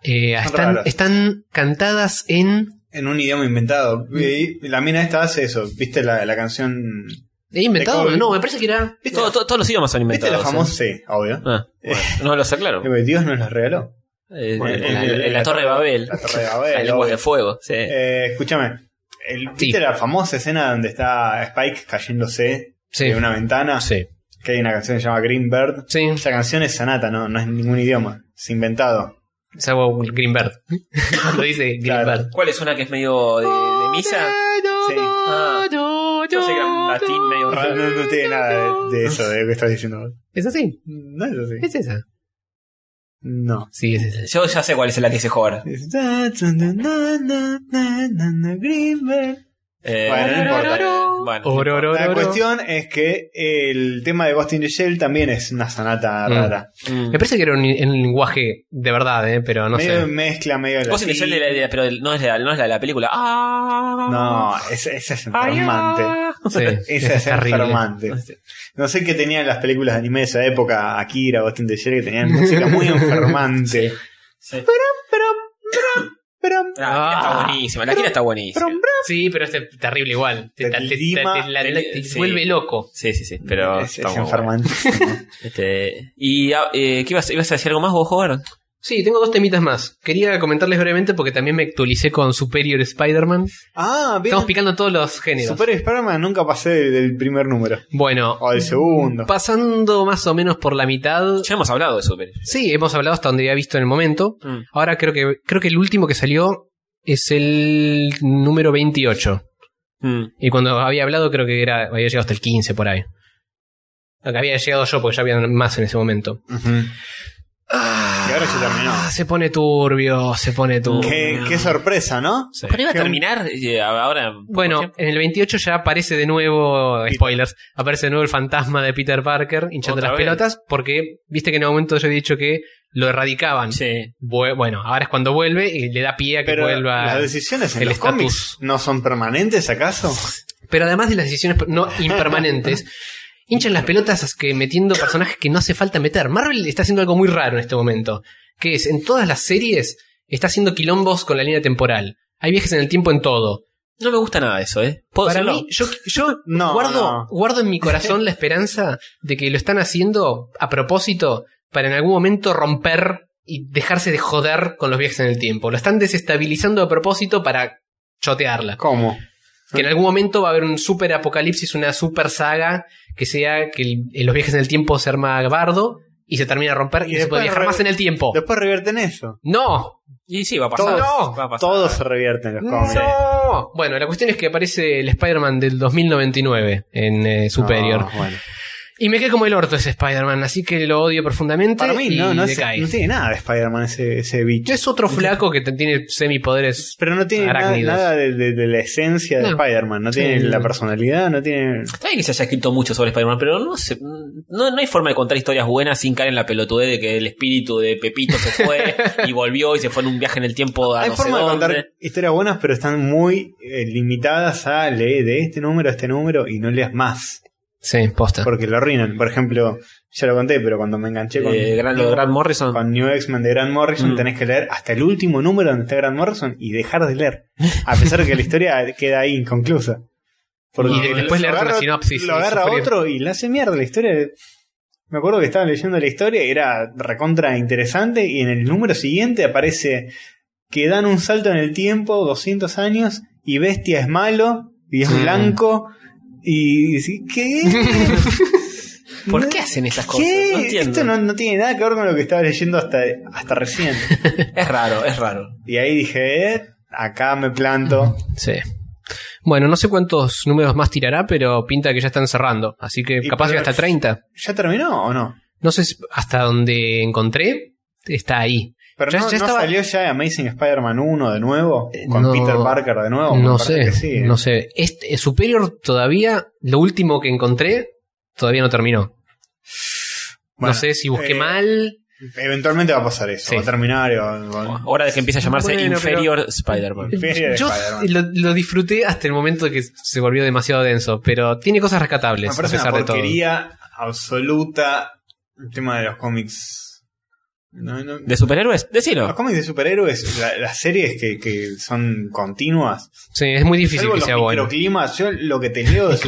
[SPEAKER 2] eh,
[SPEAKER 1] Son
[SPEAKER 2] están,
[SPEAKER 1] raras.
[SPEAKER 2] están cantadas en...
[SPEAKER 1] En un idioma inventado. Y la mina esta hace eso. ¿Viste la, la canción?
[SPEAKER 2] ¿He inventado?
[SPEAKER 1] Cowboy.
[SPEAKER 2] No, me parece que era...
[SPEAKER 3] Todo- todo- todos los idiomas son
[SPEAKER 1] ¿Viste
[SPEAKER 3] inventados.
[SPEAKER 1] la famosa? Sí, obvio.
[SPEAKER 3] ¿eh? Ah, bueno, no lo sé, claro.
[SPEAKER 1] Eh, Dios nos la regaló.
[SPEAKER 3] Eh,
[SPEAKER 1] Bueno,
[SPEAKER 3] en, la-
[SPEAKER 1] en-
[SPEAKER 3] en la Torre de Babel.
[SPEAKER 1] La Torre de Babel,
[SPEAKER 3] Hay lenguas
[SPEAKER 1] obvio.
[SPEAKER 3] de fuego. Sí.
[SPEAKER 1] Eh, escúchame. El-
[SPEAKER 2] Sí.
[SPEAKER 1] ¿Viste la famosa escena donde está Spike cayéndose
[SPEAKER 2] Sí.
[SPEAKER 1] de una ventana?
[SPEAKER 2] Sí.
[SPEAKER 1] Que hay una canción que se llama Green Bird.
[SPEAKER 2] Sí,
[SPEAKER 1] Esa canción es sanata, no, no es ningún idioma. Es inventado.
[SPEAKER 2] salvo Greenbird. Lo dice
[SPEAKER 1] Claro.
[SPEAKER 2] Greenbird.
[SPEAKER 3] ¿Cuál es una que es medio de, de misa?
[SPEAKER 1] Sí.
[SPEAKER 2] Ah.
[SPEAKER 3] Yo sé que era un latín medio
[SPEAKER 1] No,
[SPEAKER 3] raro.
[SPEAKER 1] no tiene nada de, de eso, de lo que estás diciendo. vos.
[SPEAKER 2] Es así,
[SPEAKER 1] No es así.
[SPEAKER 2] es esa.
[SPEAKER 1] No.
[SPEAKER 2] Sí, es esa.
[SPEAKER 3] Yo ya sé cuál es la que se joda.
[SPEAKER 1] Es- Green Bird.
[SPEAKER 3] Eh,
[SPEAKER 1] Bueno, no importa.
[SPEAKER 3] bueno.
[SPEAKER 1] La
[SPEAKER 2] Ororororo.
[SPEAKER 1] cuestión es que el tema de Ghost in the Shell también es una sanata
[SPEAKER 2] Mm.
[SPEAKER 1] rara.
[SPEAKER 3] Mm.
[SPEAKER 2] Me parece que era un, en un lenguaje de verdad, eh, pero no
[SPEAKER 1] medio
[SPEAKER 2] sé.
[SPEAKER 1] mezcla, medio
[SPEAKER 3] Vos en el
[SPEAKER 1] latín.
[SPEAKER 3] de la, de la- pero del- no es la, no es la de la película. Ah.
[SPEAKER 1] No, esa, esa es
[SPEAKER 3] Ay,
[SPEAKER 1] enfermante.
[SPEAKER 3] ah.
[SPEAKER 2] Sí,
[SPEAKER 1] Esa es enfermante. No sé qué tenían las películas de anime de esa época, Akira, Ghost in the Shell, que tenían música muy enfermante.
[SPEAKER 3] Sí.
[SPEAKER 1] Pero
[SPEAKER 3] La Akira
[SPEAKER 2] Ah.
[SPEAKER 3] está buenísima. La Akira está buenísima.
[SPEAKER 2] Sí, pero este terrible igual. Te,
[SPEAKER 1] Te
[SPEAKER 2] te- te-
[SPEAKER 1] lima,
[SPEAKER 2] te- la-
[SPEAKER 3] te-
[SPEAKER 2] la- te
[SPEAKER 3] sí.
[SPEAKER 2] vuelve loco.
[SPEAKER 3] Sí, sí, sí. Pero
[SPEAKER 1] es,
[SPEAKER 3] está
[SPEAKER 1] es
[SPEAKER 3] muy buena.
[SPEAKER 1] enfermante.
[SPEAKER 3] Este, y ah, eh, ¿qué ibas, ibas a decir algo más vos, Hogar?
[SPEAKER 2] Sí, tengo dos temitas más. Quería comentarles brevemente porque también me actualicé con Superior Spider-Man.
[SPEAKER 1] ah, bien.
[SPEAKER 2] Estamos picando todos los géneros.
[SPEAKER 1] Super Oh, Spider-Man nunca pasé del, del primer número.
[SPEAKER 2] Bueno,
[SPEAKER 1] O del segundo.
[SPEAKER 2] pasando más o menos por la mitad.
[SPEAKER 3] Ya hemos hablado de Super.
[SPEAKER 2] Sí, hemos hablado hasta donde había visto en el momento. Ahora creo que creo que el último que salió es el número 28.
[SPEAKER 3] Mm.
[SPEAKER 2] Y cuando había hablado creo que era había llegado hasta el 15 por ahí. Lo que había llegado yo porque ya había más en ese momento.
[SPEAKER 1] Ujú. Y ahora se terminó.
[SPEAKER 2] Ah, se pone turbio, se pone turbio.
[SPEAKER 1] Qué, qué sorpresa, ¿no?
[SPEAKER 2] Sí.
[SPEAKER 3] Pero iba a
[SPEAKER 1] Qué-
[SPEAKER 3] terminar eh, ahora.
[SPEAKER 2] Bueno, en el 28 ya aparece de nuevo, spoilers, aparece de nuevo el fantasma de Peter Parker hinchando
[SPEAKER 3] Otra
[SPEAKER 2] las
[SPEAKER 3] vez.
[SPEAKER 2] pelotas porque viste que en algún momento yo he dicho que lo erradicaban.
[SPEAKER 3] Sí.
[SPEAKER 2] Vu- Bueno, ahora es cuando vuelve y le da pie a que
[SPEAKER 1] Pero
[SPEAKER 2] vuelva.
[SPEAKER 1] las decisiones en
[SPEAKER 2] el
[SPEAKER 1] los
[SPEAKER 2] estatus.
[SPEAKER 1] cómics no son permanentes, ¿acaso?
[SPEAKER 2] Pero además de las decisiones no impermanentes, hinchan las pelotas que metiendo personajes que no hace falta meter. Marvel está haciendo algo muy raro en este momento, que es en todas las series está haciendo quilombos con la línea temporal. Hay viajes en el tiempo en todo.
[SPEAKER 3] No me gusta nada eso, ¿eh? ¿Puedo
[SPEAKER 2] Para
[SPEAKER 3] decirlo?
[SPEAKER 2] mí, yo, yo
[SPEAKER 1] No,
[SPEAKER 2] guardo,
[SPEAKER 1] no.
[SPEAKER 2] guardo en mi corazón la esperanza de que lo están haciendo a propósito para en algún momento romper y dejarse de joder con los viajes en el tiempo. Lo están desestabilizando a propósito para chotearla.
[SPEAKER 1] ¿Cómo?
[SPEAKER 2] Que
[SPEAKER 1] Ah.
[SPEAKER 2] en algún momento va a haber un super apocalipsis, una super saga, que sea que el- en los viajes en el tiempo se arma bardo y se termina a romper y,
[SPEAKER 1] Y
[SPEAKER 2] no se
[SPEAKER 1] después
[SPEAKER 2] puede viajar
[SPEAKER 1] re-
[SPEAKER 2] más en el tiempo.
[SPEAKER 1] Después revierten eso.
[SPEAKER 2] ¡No!
[SPEAKER 3] Y sí, va a pasar.
[SPEAKER 2] Todos-
[SPEAKER 3] va a pasar.
[SPEAKER 1] Todo se revierte en los cómics.
[SPEAKER 2] ¡No!
[SPEAKER 1] Ah.
[SPEAKER 2] Bueno, la cuestión es que aparece el Spider-Man del 2099 en eh, Superior.
[SPEAKER 1] No, bueno.
[SPEAKER 2] Y me quedé como el orto ese Spider-Man, así que lo odio profundamente.
[SPEAKER 1] Para mí
[SPEAKER 2] y
[SPEAKER 1] no, no, es-
[SPEAKER 2] decae.
[SPEAKER 1] no tiene nada de Spider-Man ese, ese bicho.
[SPEAKER 2] Es otro flaco que te- tiene semipoderes.
[SPEAKER 1] Pero no tiene nada,
[SPEAKER 2] Arácnidos.
[SPEAKER 1] nada de, de- de la esencia de
[SPEAKER 2] No.
[SPEAKER 1] Spider-Man. No tiene
[SPEAKER 2] Sí,
[SPEAKER 1] la
[SPEAKER 2] no.
[SPEAKER 1] personalidad, no tiene...
[SPEAKER 3] Está bien que se haya escrito mucho sobre Spider-Man, pero no sé. No, no hay forma de contar historias buenas sin caer en la pelotudez de que el espíritu de Pepito se fue y volvió y se fue en un viaje en el tiempo a
[SPEAKER 1] Hay
[SPEAKER 3] no sé
[SPEAKER 1] forma de
[SPEAKER 3] dónde.
[SPEAKER 1] contar historias buenas, pero están muy eh, limitadas a leer de este número a este número y no leas más.
[SPEAKER 2] Sí, posta.
[SPEAKER 1] Porque lo arruinan. Por ejemplo, ya lo conté, pero cuando me enganché con,
[SPEAKER 3] Eh, Gran- lo de Grant Morrison.
[SPEAKER 1] con New X-Men de Grant Morrison,
[SPEAKER 3] Mm.
[SPEAKER 1] tenés que leer hasta el último número donde está Grant Morrison y dejar de leer. A pesar de que la historia queda ahí inconclusa.
[SPEAKER 2] Y de-
[SPEAKER 1] lo-
[SPEAKER 2] después
[SPEAKER 1] lo
[SPEAKER 2] leerte una
[SPEAKER 1] agarra-
[SPEAKER 2] sinopsis
[SPEAKER 1] Lo
[SPEAKER 2] y
[SPEAKER 1] agarra
[SPEAKER 2] sufrir.
[SPEAKER 1] otro y la hace mierda la historia. de- Me acuerdo que estaba leyendo la historia y era recontra interesante. Y en el número siguiente aparece que dan un salto en el tiempo, 200 años, y Bestia es malo y es
[SPEAKER 2] Mm.
[SPEAKER 1] blanco. Y, y- ¿qué?
[SPEAKER 3] ¿Por qué hacen esas cosas?
[SPEAKER 1] ¿Qué?
[SPEAKER 3] No entiendo.
[SPEAKER 1] Esto no, no tiene nada que ver con lo que estaba leyendo hasta, hasta recién.
[SPEAKER 3] Es raro, es raro.
[SPEAKER 1] y ahí dije, eh, acá me planto.
[SPEAKER 2] Sí. Bueno, no sé cuántos números más tirará, pero pinta que ya están cerrando. Así que
[SPEAKER 1] Y
[SPEAKER 2] capaz que
[SPEAKER 1] pero-
[SPEAKER 2] hasta 30.
[SPEAKER 1] ¿Ya terminó o no?
[SPEAKER 2] No sé si- hasta donde encontré, está ahí.
[SPEAKER 1] Pero
[SPEAKER 2] Ya-
[SPEAKER 1] no,
[SPEAKER 2] ya
[SPEAKER 1] ¿no
[SPEAKER 2] estaba- Eh,
[SPEAKER 1] salió ya Amazing Spider-Man 1 de nuevo, con
[SPEAKER 2] no,
[SPEAKER 1] Peter Parker de nuevo. Me
[SPEAKER 2] no
[SPEAKER 1] parece
[SPEAKER 2] sé,
[SPEAKER 1] que sí. ¿eh?
[SPEAKER 2] no sé. Este, superior todavía, lo último que encontré, todavía no terminó.
[SPEAKER 1] Bueno,
[SPEAKER 2] no sé si busqué
[SPEAKER 1] eh,
[SPEAKER 2] mal.
[SPEAKER 1] Eventualmente va a pasar eso,
[SPEAKER 2] Sí.
[SPEAKER 1] va a terminar. y va- va-
[SPEAKER 3] Ahora de que empiece a llamarse
[SPEAKER 2] Bueno, pero-
[SPEAKER 3] Inferior Spider-Man.
[SPEAKER 1] Feria de
[SPEAKER 2] Yo
[SPEAKER 1] Spider-Man.
[SPEAKER 2] lo, lo disfruté hasta el momento que se volvió demasiado denso, pero tiene cosas
[SPEAKER 1] Me
[SPEAKER 2] rescatables a
[SPEAKER 1] parece una
[SPEAKER 2] pesar de todo.
[SPEAKER 1] porquería absoluta el tema de los cómics. No, no-
[SPEAKER 3] ¿De superhéroes?
[SPEAKER 1] Los
[SPEAKER 3] Decilo.
[SPEAKER 1] cómics de superhéroes, la- las series que- que son continuas,
[SPEAKER 2] Sí, es muy difícil
[SPEAKER 1] Salvo
[SPEAKER 2] que
[SPEAKER 1] los
[SPEAKER 2] sea bueno.
[SPEAKER 1] microclimas, yo lo que te leo de
[SPEAKER 2] Microclimas.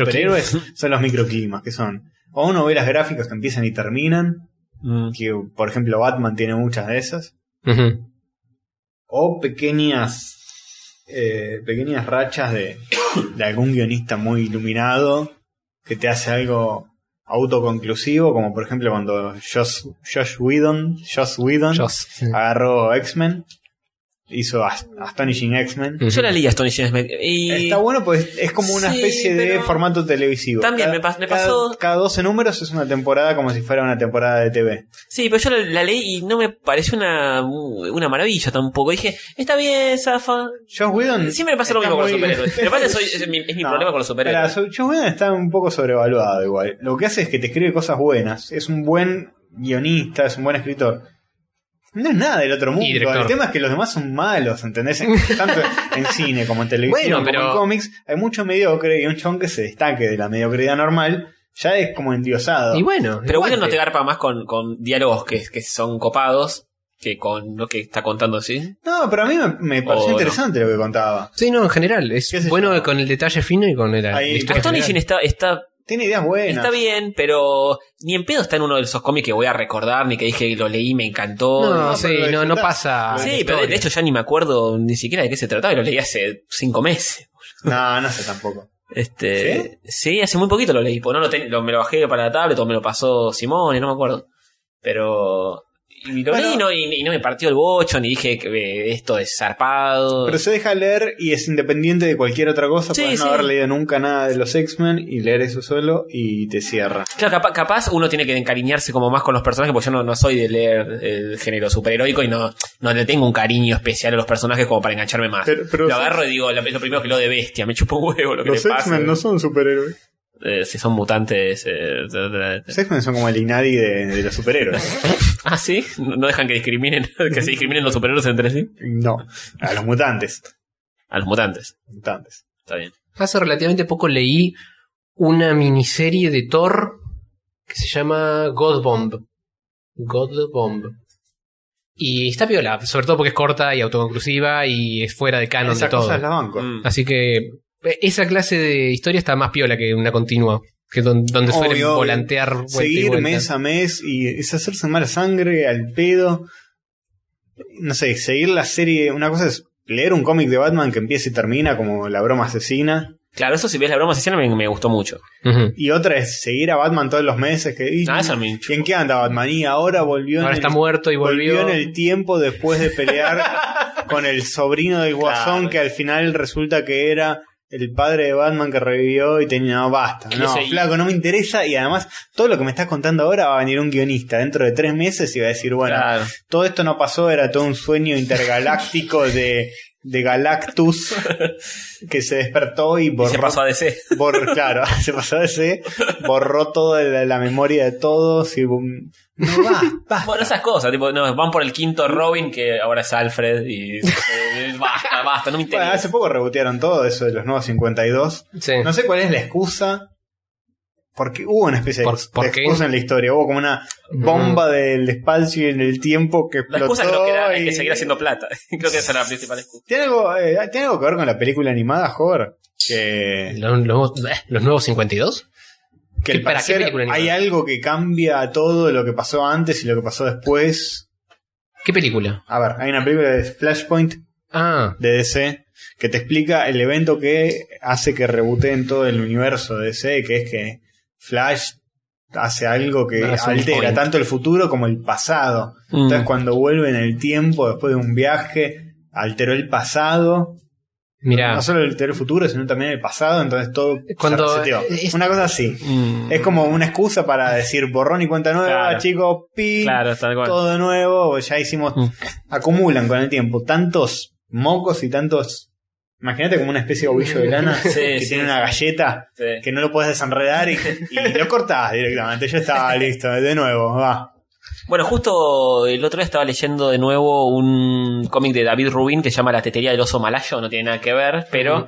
[SPEAKER 1] superhéroes son los microclimas, que son o novelas gráficas que empiezan y terminan,
[SPEAKER 3] Mm.
[SPEAKER 1] que por ejemplo Batman tiene muchas de esas,
[SPEAKER 2] Ujú.
[SPEAKER 1] o pequeñas eh, pequeñas rachas de, de algún guionista muy iluminado que te hace algo autoconclusivo, como por ejemplo cuando Josh, Josh Whedon, Josh Whedon
[SPEAKER 2] Yo- sí.
[SPEAKER 1] Ah, agarró X-Men, hizo Ast- Astonishing X-Men.
[SPEAKER 2] Ujú.
[SPEAKER 3] Yo la leí a Stone y...
[SPEAKER 1] Está bueno, pues es como una
[SPEAKER 3] Sí,
[SPEAKER 1] especie de
[SPEAKER 3] pero-
[SPEAKER 1] formato televisivo.
[SPEAKER 3] También me pas- me pasó-
[SPEAKER 1] Cada, cada 12 números es una temporada como si fuera una temporada de TV.
[SPEAKER 3] Sí, pero yo la, la leí y no me pareció una, una maravilla tampoco. Dije, está bien, Zafa.
[SPEAKER 1] Josh Whedon.
[SPEAKER 3] Siempre me pasa lo
[SPEAKER 1] Mm, está
[SPEAKER 3] mismo con los
[SPEAKER 1] muy-
[SPEAKER 3] superhéroes. Pero aparte soy- es mi, es mi
[SPEAKER 1] No,
[SPEAKER 3] problema con los
[SPEAKER 1] pero
[SPEAKER 3] superhéroes.
[SPEAKER 1] so- Josh Whedon está un poco sobrevaluado igual. Lo que hace es que te escribe cosas buenas. Es un buen guionista, es un buen escritor. No es nada del otro mundo.
[SPEAKER 2] director.
[SPEAKER 1] El tema es que los demás son malos, ¿entendés? En- Tanto en cine como en televisión,
[SPEAKER 2] Bueno, pero-
[SPEAKER 1] como en cómics. Hay mucho mediocre y un chon que se destaque de la mediocridad normal ya es como endiosado.
[SPEAKER 2] Y bueno,
[SPEAKER 3] Pero
[SPEAKER 2] igual
[SPEAKER 3] bueno, no
[SPEAKER 2] te-
[SPEAKER 3] te garpa más con, con diálogos que, que son copados que con lo que está contando, ¿sí?
[SPEAKER 1] No, pero a mí me, me pareció
[SPEAKER 2] Oh,
[SPEAKER 3] no.
[SPEAKER 1] interesante lo que contaba.
[SPEAKER 2] Sí, no, en general. Es
[SPEAKER 1] ¿Qué sé
[SPEAKER 2] bueno
[SPEAKER 1] yo?
[SPEAKER 2] con el detalle fino y con el. la
[SPEAKER 1] Ahí-
[SPEAKER 2] historia
[SPEAKER 3] Aston
[SPEAKER 2] general.
[SPEAKER 3] Ishin está, está,
[SPEAKER 1] Tiene ideas buenas.
[SPEAKER 3] está bien, pero ni en pedo está en uno de esos cómics que voy a recordar, ni que dije lo leí, me encantó.
[SPEAKER 2] No,
[SPEAKER 1] no,
[SPEAKER 2] sí,
[SPEAKER 1] pero lo
[SPEAKER 2] no, no
[SPEAKER 1] disfrutás.
[SPEAKER 2] pasa.
[SPEAKER 3] sí, pero
[SPEAKER 2] la
[SPEAKER 3] de- de
[SPEAKER 2] historia.
[SPEAKER 3] hecho ya ni me acuerdo ni siquiera de qué se trataba y lo leí hace cinco meses.
[SPEAKER 1] No, no sé tampoco.
[SPEAKER 3] Este, ¿Sí? hace muy poquito lo leí, porque no lo, ten- lo- me lo bajé para la tablet o me lo pasó Simone, no me acuerdo. Pero y lo
[SPEAKER 1] Bueno.
[SPEAKER 3] leí y no, y, y no me partió el bocho, ni dije que eh, esto es zarpado.
[SPEAKER 1] Pero se deja leer y es independiente de cualquier otra cosa.
[SPEAKER 3] Sí,
[SPEAKER 1] Podés no
[SPEAKER 3] sí.
[SPEAKER 1] haber leído nunca nada de los X-Men y leer eso solo y te cierra.
[SPEAKER 3] Claro, capa- capaz, uno tiene que encariñarse como más con los personajes, porque yo no, no soy de leer el género superheroico y no, no le tengo un cariño especial a los personajes como para engancharme más.
[SPEAKER 1] Pero- pero
[SPEAKER 3] lo
[SPEAKER 1] los
[SPEAKER 3] agarro y digo, lo- es lo primero que lo de bestia, me chupo un huevo lo que
[SPEAKER 1] Los
[SPEAKER 3] le pasa.
[SPEAKER 1] X-Men no son superhéroes.
[SPEAKER 3] Eh, si son mutantes. eh, tra- tra- tra-
[SPEAKER 1] Los X-Men son como el Inadi de, de los superhéroes.
[SPEAKER 3] Ah, sí, no no dejan que discriminen, que se discriminen los superhéroes entre sí.
[SPEAKER 1] no, a los mutantes.
[SPEAKER 3] A los mutantes.
[SPEAKER 1] Mutantes.
[SPEAKER 3] Está bien.
[SPEAKER 2] Hace relativamente poco leí una miniserie de Thor que se llama God Bomb. God Bomb. Y está piola, sobre todo porque es corta y autoconclusiva y es fuera de canon de
[SPEAKER 1] Esas
[SPEAKER 2] todo.
[SPEAKER 1] cosas las banco.
[SPEAKER 3] Mm.
[SPEAKER 2] Así que eh, esa clase de historia está más piola que una continua, que don- donde
[SPEAKER 1] Obvio,
[SPEAKER 2] suelen
[SPEAKER 1] obvio.
[SPEAKER 2] volantear vuelta y
[SPEAKER 1] Seguir
[SPEAKER 2] vuelta.
[SPEAKER 1] mes a mes y es hacerse mala sangre al pedo. No sé, seguir la serie. Una cosa es leer un cómic de Batman que empieza y termina como la broma asesina.
[SPEAKER 3] Claro, eso si ves la broma asesina me, me gustó mucho.
[SPEAKER 2] Ujú.
[SPEAKER 1] Y otra es seguir a Batman todos los meses. Que, y,
[SPEAKER 3] Ah, eso me
[SPEAKER 1] ¿y en qué anda Batman? Y ahora volvió,
[SPEAKER 2] Ahora
[SPEAKER 1] en,
[SPEAKER 2] está
[SPEAKER 1] el,
[SPEAKER 2] muerto y volvió.
[SPEAKER 1] volvió en el tiempo después de pelear con el sobrino del guasón
[SPEAKER 3] Claro.
[SPEAKER 1] que al final resulta que era el padre de Batman que revivió y tenía, no, basta.
[SPEAKER 3] Y
[SPEAKER 1] No,
[SPEAKER 3] eso- y-
[SPEAKER 1] flaco, no me interesa. Y además, todo lo que me estás contando ahora va a venir un guionista dentro de tres meses y va a decir, bueno,
[SPEAKER 3] Claro.
[SPEAKER 1] todo esto no pasó, era todo un sueño intergaláctico de, de Galactus que se despertó y
[SPEAKER 3] Y
[SPEAKER 1] borró.
[SPEAKER 3] se pasó a DC.
[SPEAKER 1] bor- claro, se pasó ese, borró toda la, la memoria de todos y boom, no va, basta.
[SPEAKER 3] Bueno, esas cosas, tipo, no, van por el quinto Robin, que ahora es Alfred, y eh, basta, basta, no me
[SPEAKER 1] Bueno,
[SPEAKER 3] interesa.
[SPEAKER 1] hace poco rebotearon todo eso de los nuevos 52.
[SPEAKER 2] Sí.
[SPEAKER 1] No sé cuál es la excusa. Porque hubo una especie de,
[SPEAKER 2] ¿Por- por
[SPEAKER 1] de
[SPEAKER 2] qué?
[SPEAKER 1] excusa en la historia. Hubo como una bomba del espacio y en el tiempo que
[SPEAKER 3] La
[SPEAKER 1] explotó.
[SPEAKER 3] excusa creo que era
[SPEAKER 1] y-
[SPEAKER 3] que seguir haciendo plata. Creo que esa era la principal excusa.
[SPEAKER 1] ¿Tiene algo, eh, ¿Tiene algo que ver con la película animada, Hover? Que,
[SPEAKER 2] ¿Los, los- los nuevos 52?
[SPEAKER 1] que
[SPEAKER 2] ¿Qué-
[SPEAKER 1] al
[SPEAKER 2] para qué
[SPEAKER 1] parecer
[SPEAKER 2] película animada?
[SPEAKER 1] hay algo que cambia todo lo que pasó antes y lo que pasó después.
[SPEAKER 2] ¿Qué película?
[SPEAKER 1] A ver, hay una película de Flashpoint
[SPEAKER 2] Ah,
[SPEAKER 1] de DC que te explica el evento que hace que reboteen todo el universo de DC, que es que Flash hace algo que
[SPEAKER 2] Ah, es un
[SPEAKER 1] altera
[SPEAKER 2] point.
[SPEAKER 1] tanto el futuro como el pasado. Entonces cuando vuelve en el tiempo después de un viaje, alteró el pasado.
[SPEAKER 2] mira.
[SPEAKER 1] No solo alteró el futuro, sino también el pasado, entonces todo se
[SPEAKER 2] Cuando-
[SPEAKER 1] reseteó.
[SPEAKER 2] es-
[SPEAKER 1] Una cosa así.
[SPEAKER 3] Mm.
[SPEAKER 1] Es como una excusa para decir borrón y cuenta nueva,
[SPEAKER 3] Claro.
[SPEAKER 1] chicos, pi,
[SPEAKER 3] Claro, tal cual.
[SPEAKER 1] todo nuevo, pues ya hicimos,
[SPEAKER 3] Mm.
[SPEAKER 1] acumulan con el tiempo tantos mocos y tantos... Imagínate como una especie de ovillo de lana
[SPEAKER 3] Sí,
[SPEAKER 1] que
[SPEAKER 3] sí,
[SPEAKER 1] tiene
[SPEAKER 3] sí.
[SPEAKER 1] una galleta
[SPEAKER 3] Sí.
[SPEAKER 1] que no lo puedes desenredar y, y lo cortás directamente. Ya está listo, de nuevo, va.
[SPEAKER 3] Bueno, justo el otro día estaba leyendo de nuevo un cómic de David Rubin que se llama La tetería del oso malayo, no tiene nada que ver, pero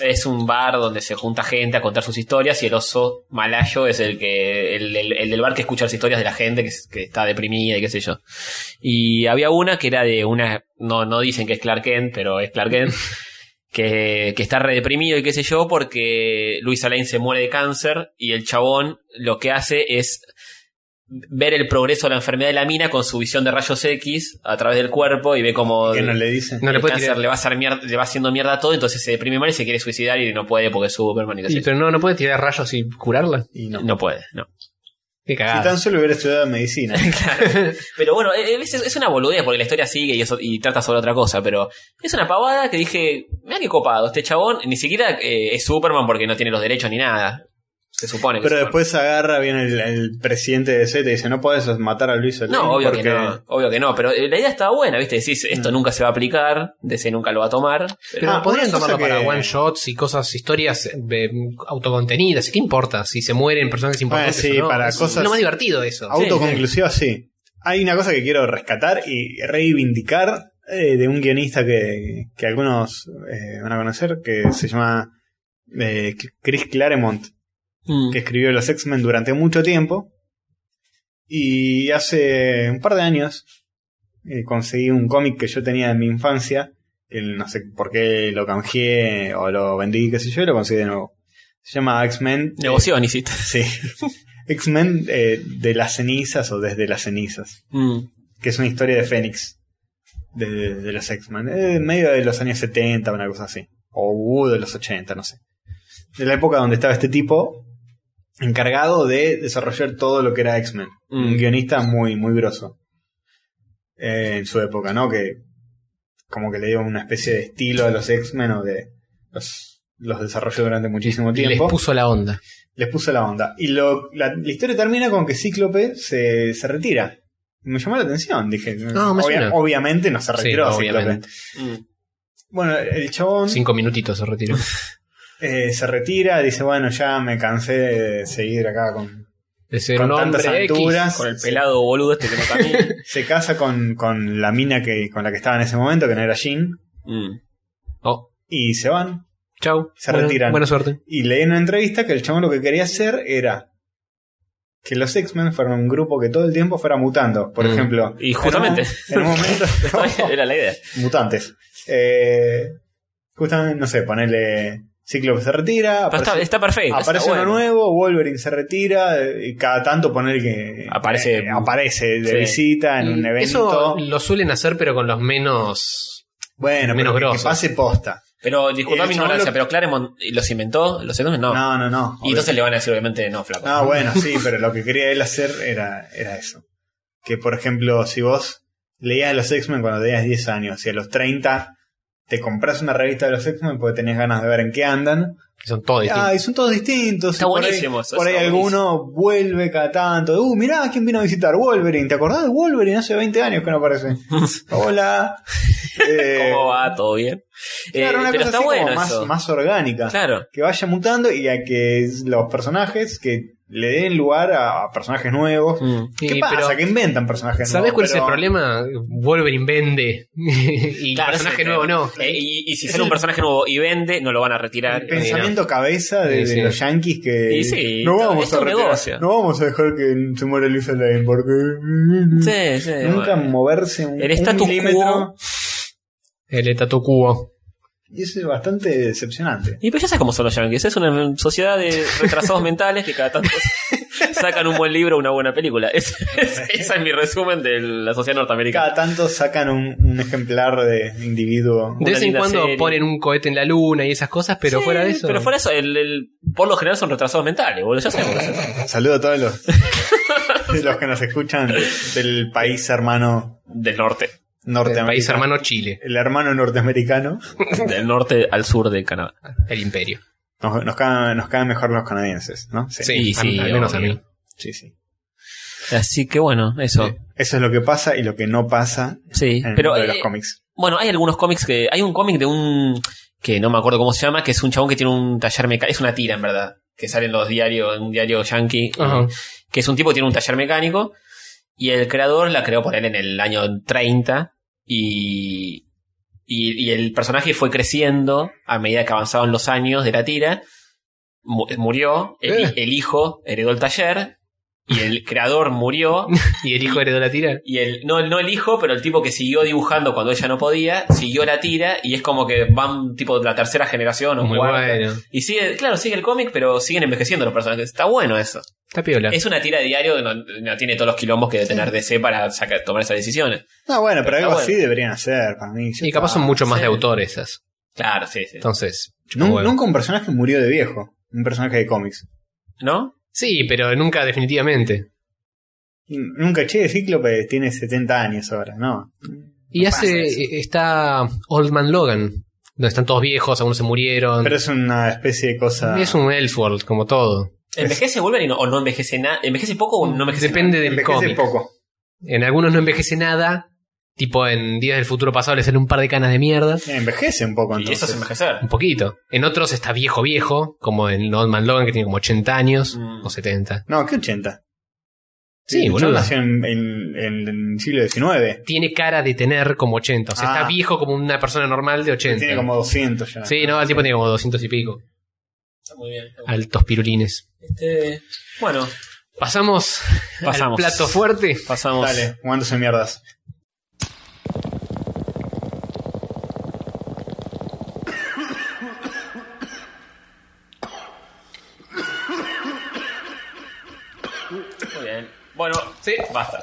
[SPEAKER 3] es un bar donde se junta gente a contar sus historias y el oso malayo es el que el, el- el del bar que escucha las historias de la gente que, es- que está deprimida y qué sé yo. Y había una que era de una, no, no dicen que es Clark Kent, pero es Clark Kent. Que, que está redeprimido y qué sé yo, porque Luis Alain se muere de cáncer y el chabón lo que hace es ver el progreso de la enfermedad de la mina con su visión de rayos X a través del cuerpo y ve como
[SPEAKER 1] Que no le dicen.
[SPEAKER 2] No le
[SPEAKER 3] el
[SPEAKER 2] puede
[SPEAKER 3] cáncer
[SPEAKER 2] tirar.
[SPEAKER 3] le va, a hacer mierda- le va haciendo mierda a todo, entonces se deprime mal y se quiere suicidar y no puede porque es Superman y qué sé
[SPEAKER 2] Y,
[SPEAKER 3] yo.
[SPEAKER 2] pero no, no puede tirar rayos y curarla.
[SPEAKER 1] Y no.
[SPEAKER 3] No puede, no.
[SPEAKER 2] Qué
[SPEAKER 1] Si
[SPEAKER 2] cagada.
[SPEAKER 1] tan solo hubiera estudiado medicina.
[SPEAKER 3] Pero bueno, eh, eh, es, es una boludez porque la historia sigue y, eso- y trata sobre otra cosa, pero es una pavada que dije, mira qué copado, este chabón ni siquiera eh, es Superman porque no tiene los derechos ni nada. Se supone que
[SPEAKER 1] Pero
[SPEAKER 3] es Superman.
[SPEAKER 1] después agarra bien el, el presidente de DC y te dice, no podés matar a Luis Solín
[SPEAKER 3] No, obvio
[SPEAKER 1] porque
[SPEAKER 3] que no, obvio que no, pero eh, la idea estaba buena, ¿viste? Decís, esto
[SPEAKER 1] Mm.
[SPEAKER 3] nunca se va a aplicar, DC nunca lo va a tomar. pero-
[SPEAKER 2] Pero
[SPEAKER 1] Ah,
[SPEAKER 2] podrían
[SPEAKER 1] una cosa
[SPEAKER 2] tomarlo para
[SPEAKER 1] que-
[SPEAKER 2] one shots y cosas, historias eh, autocontenidas. ¿Qué importa si se mueren personajes importantes?
[SPEAKER 1] sí,
[SPEAKER 2] o no?
[SPEAKER 1] para
[SPEAKER 2] es
[SPEAKER 1] cosas-
[SPEAKER 2] lo más divertido eso.
[SPEAKER 1] Autoconclusiva, sí, Hay una cosa que quiero rescatar y reivindicar eh, de un guionista que, que algunos eh, van a conocer, que se llama eh, Chris Claremont,
[SPEAKER 3] Mm.
[SPEAKER 1] que escribió los X-Men durante mucho tiempo. Y hace un par de años eh, conseguí un cómic que yo tenía en mi infancia. el- no sé por qué lo canjeé o lo vendí, qué sé yo, y lo conseguí de nuevo. Se llama X-Men. eh,
[SPEAKER 3] Negoción hiciste.
[SPEAKER 1] Sí. X-Men eh, de las cenizas o desde las cenizas.
[SPEAKER 3] Mm.
[SPEAKER 1] Que es una historia de Fénix. De, de- de los X-Men. eh, medio de los años 70, una cosa así. O uh, de los 80, no sé. De la época donde estaba este tipo encargado de desarrollar todo lo que era X-Men. Un
[SPEAKER 3] Mm.
[SPEAKER 1] guionista muy, muy grosso. Eh, en su época, ¿no? Que como que le dio una especie de estilo a los X-Men o de los, los desarrolló durante muchísimo
[SPEAKER 2] Y
[SPEAKER 1] tiempo
[SPEAKER 2] les puso la onda.
[SPEAKER 1] les puso la onda. Y lo- la, la historia termina con que Cíclope se, se retira. Me llamó la atención, dije.
[SPEAKER 2] No, Ah, me suena.
[SPEAKER 1] Obviamente no se retiró
[SPEAKER 2] Sí,
[SPEAKER 1] Cíclope.
[SPEAKER 2] obviamente.
[SPEAKER 3] Mm.
[SPEAKER 1] Bueno, el chabón
[SPEAKER 2] Cinco minutitos se retiró.
[SPEAKER 1] eh, se retira, dice, bueno, ya me cansé de seguir acá con,
[SPEAKER 2] De ser
[SPEAKER 1] con
[SPEAKER 2] un
[SPEAKER 1] tantas
[SPEAKER 2] hombre X.
[SPEAKER 1] aventuras.
[SPEAKER 3] Con el pelado boludo este que no camina.
[SPEAKER 1] Se casa con, con la mina que, con la que estaba en ese momento, que no era Jean,
[SPEAKER 3] Mm.
[SPEAKER 2] Oh,
[SPEAKER 1] y se van.
[SPEAKER 2] chau.
[SPEAKER 1] Se
[SPEAKER 2] Bueno,
[SPEAKER 1] retiran.
[SPEAKER 2] Buena suerte.
[SPEAKER 1] Y leí en una entrevista que el chabón lo que quería hacer era que los X-Men fueran un grupo que todo el tiempo fuera mutando. Por
[SPEAKER 2] Mm.
[SPEAKER 1] ejemplo,
[SPEAKER 3] Y justamente.
[SPEAKER 1] en un, en un momento
[SPEAKER 3] Era la idea.
[SPEAKER 1] mutantes. Eh, justamente, no sé, ponele. Cíclope se retira,
[SPEAKER 3] Pero está,
[SPEAKER 1] aparece,
[SPEAKER 3] está perfecto. está
[SPEAKER 1] aparece uno
[SPEAKER 3] bueno.
[SPEAKER 1] nuevo, Wolverine se retira, eh, y cada tanto poner que
[SPEAKER 3] Aparece-
[SPEAKER 1] eh, aparece de
[SPEAKER 3] Sí.
[SPEAKER 1] visita en un
[SPEAKER 2] Mm,
[SPEAKER 1] evento.
[SPEAKER 2] Eso lo suelen hacer, pero con los menos.
[SPEAKER 1] bueno,
[SPEAKER 2] menos
[SPEAKER 1] pero que- que,
[SPEAKER 2] grosso.
[SPEAKER 1] pase posta.
[SPEAKER 3] Pero disculpa
[SPEAKER 1] El
[SPEAKER 3] mi
[SPEAKER 1] chabón
[SPEAKER 3] ignorancia,
[SPEAKER 1] lo-
[SPEAKER 3] pero Claremont los inventó, los X-Men no.
[SPEAKER 1] No, no, no.
[SPEAKER 3] y entonces le van a decir obviamente no, flaco.
[SPEAKER 1] No, Ah, bueno, sí, pero lo que quería él hacer era, era eso. Que por ejemplo, si vos leías a los X-Men cuando tenías 10 años y a los 30 te compras una revista de los X-Men porque tenés ganas de ver en qué andan.
[SPEAKER 2] Son todos
[SPEAKER 1] Y,
[SPEAKER 2] distintos.
[SPEAKER 1] ah, y son todos distintos.
[SPEAKER 3] Está
[SPEAKER 1] y por ahí-
[SPEAKER 3] buenísimo eso,
[SPEAKER 1] Por ahí,
[SPEAKER 3] está
[SPEAKER 1] alguno vuelve cada tanto. Uh, mirá, ¿quién vino a visitar? Wolverine. ¿Te acordás de Wolverine? Hace 20 años que no aparece. Hola. Eh,
[SPEAKER 3] ¿Cómo va? ¿Todo bien?
[SPEAKER 1] claro,
[SPEAKER 3] Eh,
[SPEAKER 1] una
[SPEAKER 3] pero
[SPEAKER 1] cosa
[SPEAKER 3] está
[SPEAKER 1] así como
[SPEAKER 3] bueno
[SPEAKER 1] más,
[SPEAKER 3] eso.
[SPEAKER 1] más orgánica.
[SPEAKER 3] Claro.
[SPEAKER 1] Que vaya mutando y a que los personajes que le den lugar a, a personajes nuevos.
[SPEAKER 3] Mm.
[SPEAKER 1] ¿Qué
[SPEAKER 2] Y-
[SPEAKER 1] pasa?
[SPEAKER 2] pero-
[SPEAKER 1] que inventan personajes nuevos.
[SPEAKER 2] ¿Sabés cuál es el
[SPEAKER 1] pero-
[SPEAKER 2] problema? Wolverine vende. y
[SPEAKER 3] Claro,
[SPEAKER 2] personaje
[SPEAKER 3] ese-
[SPEAKER 2] nuevo no.
[SPEAKER 3] Eh, y, y si
[SPEAKER 1] Es
[SPEAKER 3] sale un
[SPEAKER 1] el-
[SPEAKER 3] personaje nuevo y vende, no lo van a retirar.
[SPEAKER 1] El pensamiento cabeza de,
[SPEAKER 2] Sí,
[SPEAKER 1] de
[SPEAKER 2] sí.
[SPEAKER 1] los yankees que
[SPEAKER 3] Eh, Y sí,
[SPEAKER 1] no
[SPEAKER 3] todo-
[SPEAKER 1] vamos
[SPEAKER 3] es
[SPEAKER 1] a
[SPEAKER 3] un
[SPEAKER 1] retirar-
[SPEAKER 3] negocio.
[SPEAKER 1] no vamos a dejar que se muera Lisa Lane porque
[SPEAKER 3] Sí, sí.
[SPEAKER 1] nunca
[SPEAKER 3] bueno.
[SPEAKER 1] moverse un,
[SPEAKER 3] El
[SPEAKER 1] un
[SPEAKER 3] status
[SPEAKER 1] milímetro
[SPEAKER 3] quo.
[SPEAKER 2] El tatu cubo.
[SPEAKER 1] y eso es bastante decepcionante.
[SPEAKER 3] Y pues ya sabes cómo son los yankees. Es una sociedad de retrasados mentales que cada tanto sacan un buen libro o una buena película. Es, es- ese es mi resumen de la sociedad norteamericana.
[SPEAKER 1] Cada tanto sacan un, un ejemplar de individuo.
[SPEAKER 2] De vez en
[SPEAKER 3] linda
[SPEAKER 2] cuando
[SPEAKER 3] serie.
[SPEAKER 2] ponen un cohete en la luna y esas cosas, pero
[SPEAKER 3] Sí,
[SPEAKER 2] fuera de eso.
[SPEAKER 3] Pero fuera de eso, el, el- por lo general son retrasados mentales, boludo. Ya sabemos.
[SPEAKER 1] Saludo a todos los, de los que nos escuchan del país hermano
[SPEAKER 3] Del norte.
[SPEAKER 2] el
[SPEAKER 1] norteamericano.
[SPEAKER 2] país hermano Chile,
[SPEAKER 1] El hermano norteamericano.
[SPEAKER 3] Del norte al sur de Canadá.
[SPEAKER 2] el imperio.
[SPEAKER 1] Nos, nos, caen, nos caen mejor los canadienses, ¿no? Sí,
[SPEAKER 2] Sí,
[SPEAKER 3] Y sí,
[SPEAKER 2] al, al menos a
[SPEAKER 3] obvio.
[SPEAKER 2] mí.
[SPEAKER 1] sí, sí.
[SPEAKER 3] Así que bueno, eso.
[SPEAKER 1] Eso es lo que pasa y lo que no pasa
[SPEAKER 3] Sí.
[SPEAKER 1] en el
[SPEAKER 3] Pero
[SPEAKER 1] mundo de los
[SPEAKER 3] eh,
[SPEAKER 1] cómics.
[SPEAKER 3] Bueno, hay algunos cómics que. Hay un cómic de un. que no me acuerdo cómo se llama, que es un chabón que tiene un taller mecánico. Es una tira, en verdad. Que sale en los diarios, en un diario yankee. eh,
[SPEAKER 2] Ajá.
[SPEAKER 3] Que es un tipo que tiene un taller mecánico. Y el creador la creó por él en el año 30. Y. Y, y el personaje fue creciendo a medida que avanzaban los años de la tira. Mu- Murió, el,
[SPEAKER 2] Eh.
[SPEAKER 3] el hijo heredó el taller. Y el creador murió.
[SPEAKER 2] Y el hijo heredó la tira.
[SPEAKER 3] Y el, no, no el hijo, pero el tipo que siguió dibujando cuando ella no podía, siguió la tira y es como que van tipo de la tercera generación o
[SPEAKER 2] Muy
[SPEAKER 3] cuarta.
[SPEAKER 2] bueno.
[SPEAKER 3] Y sigue, claro, sigue el cómic, pero siguen envejeciendo los personajes. Está bueno eso.
[SPEAKER 2] Está piola.
[SPEAKER 3] Es una tira de diario que no, no tiene todos los quilombos que debe tener DC para sacar, tomar esas decisiones.
[SPEAKER 1] No, bueno,
[SPEAKER 3] Pero
[SPEAKER 1] pero, algo
[SPEAKER 3] está
[SPEAKER 1] así
[SPEAKER 3] bueno.
[SPEAKER 1] deberían hacer para mí. ya
[SPEAKER 2] y capaz
[SPEAKER 1] está.
[SPEAKER 2] son mucho más
[SPEAKER 3] Sí.
[SPEAKER 2] de autor esas.
[SPEAKER 3] Claro, sí, sí.
[SPEAKER 2] Entonces. chupa
[SPEAKER 1] Nun-
[SPEAKER 2] huevo.
[SPEAKER 1] Nunca un personaje murió de viejo. Un personaje de cómics.
[SPEAKER 3] ¿No?
[SPEAKER 2] Sí, pero nunca definitivamente.
[SPEAKER 1] N- Nunca, che, Cíclope tiene 70 años ahora, ¿no?
[SPEAKER 2] Y
[SPEAKER 1] No pasa
[SPEAKER 2] hace.
[SPEAKER 1] eso.
[SPEAKER 2] eh, Está Old Man Logan, donde están todos viejos, algunos se murieron.
[SPEAKER 1] Pero es una especie de cosa...
[SPEAKER 2] es un Elseworld, como todo.
[SPEAKER 3] ¿Envejece Wolverine o no envejece nada? ¿Envejece poco o no envejece
[SPEAKER 2] Depende del
[SPEAKER 1] Envejece
[SPEAKER 2] cómic.
[SPEAKER 1] poco.
[SPEAKER 2] En algunos no envejece nada. Tipo en Días del Futuro Pasado le salen un par de canas de mierda.
[SPEAKER 1] Envejece un poco,
[SPEAKER 3] nada? Y
[SPEAKER 1] entonces.
[SPEAKER 3] eso es envejecer.
[SPEAKER 2] Un poquito. En otros está viejo viejo, como en Old Man Logan que tiene como 80 años
[SPEAKER 3] Mm.
[SPEAKER 2] o 70.
[SPEAKER 1] No, ¿qué 80?
[SPEAKER 2] Sí,
[SPEAKER 1] El chabón
[SPEAKER 2] boludo.
[SPEAKER 1] nació en, en- en el siglo XIX.
[SPEAKER 2] Tiene cara de tener como 80. O sea,
[SPEAKER 1] Ah.
[SPEAKER 2] está viejo como una persona normal de 80.
[SPEAKER 1] Tiene como 200 ya.
[SPEAKER 2] Sí, no, el tipo tiene como 200 y pico.
[SPEAKER 3] Está muy bien. está muy bien.
[SPEAKER 2] Altos pirulines.
[SPEAKER 3] Este, bueno,
[SPEAKER 2] Pasamos,
[SPEAKER 3] Pasamos.
[SPEAKER 2] al plato fuerte.
[SPEAKER 3] pasamos.
[SPEAKER 1] Dale, jugándose mierdas.
[SPEAKER 3] Muy bien. Bueno,
[SPEAKER 2] Sí.
[SPEAKER 3] basta.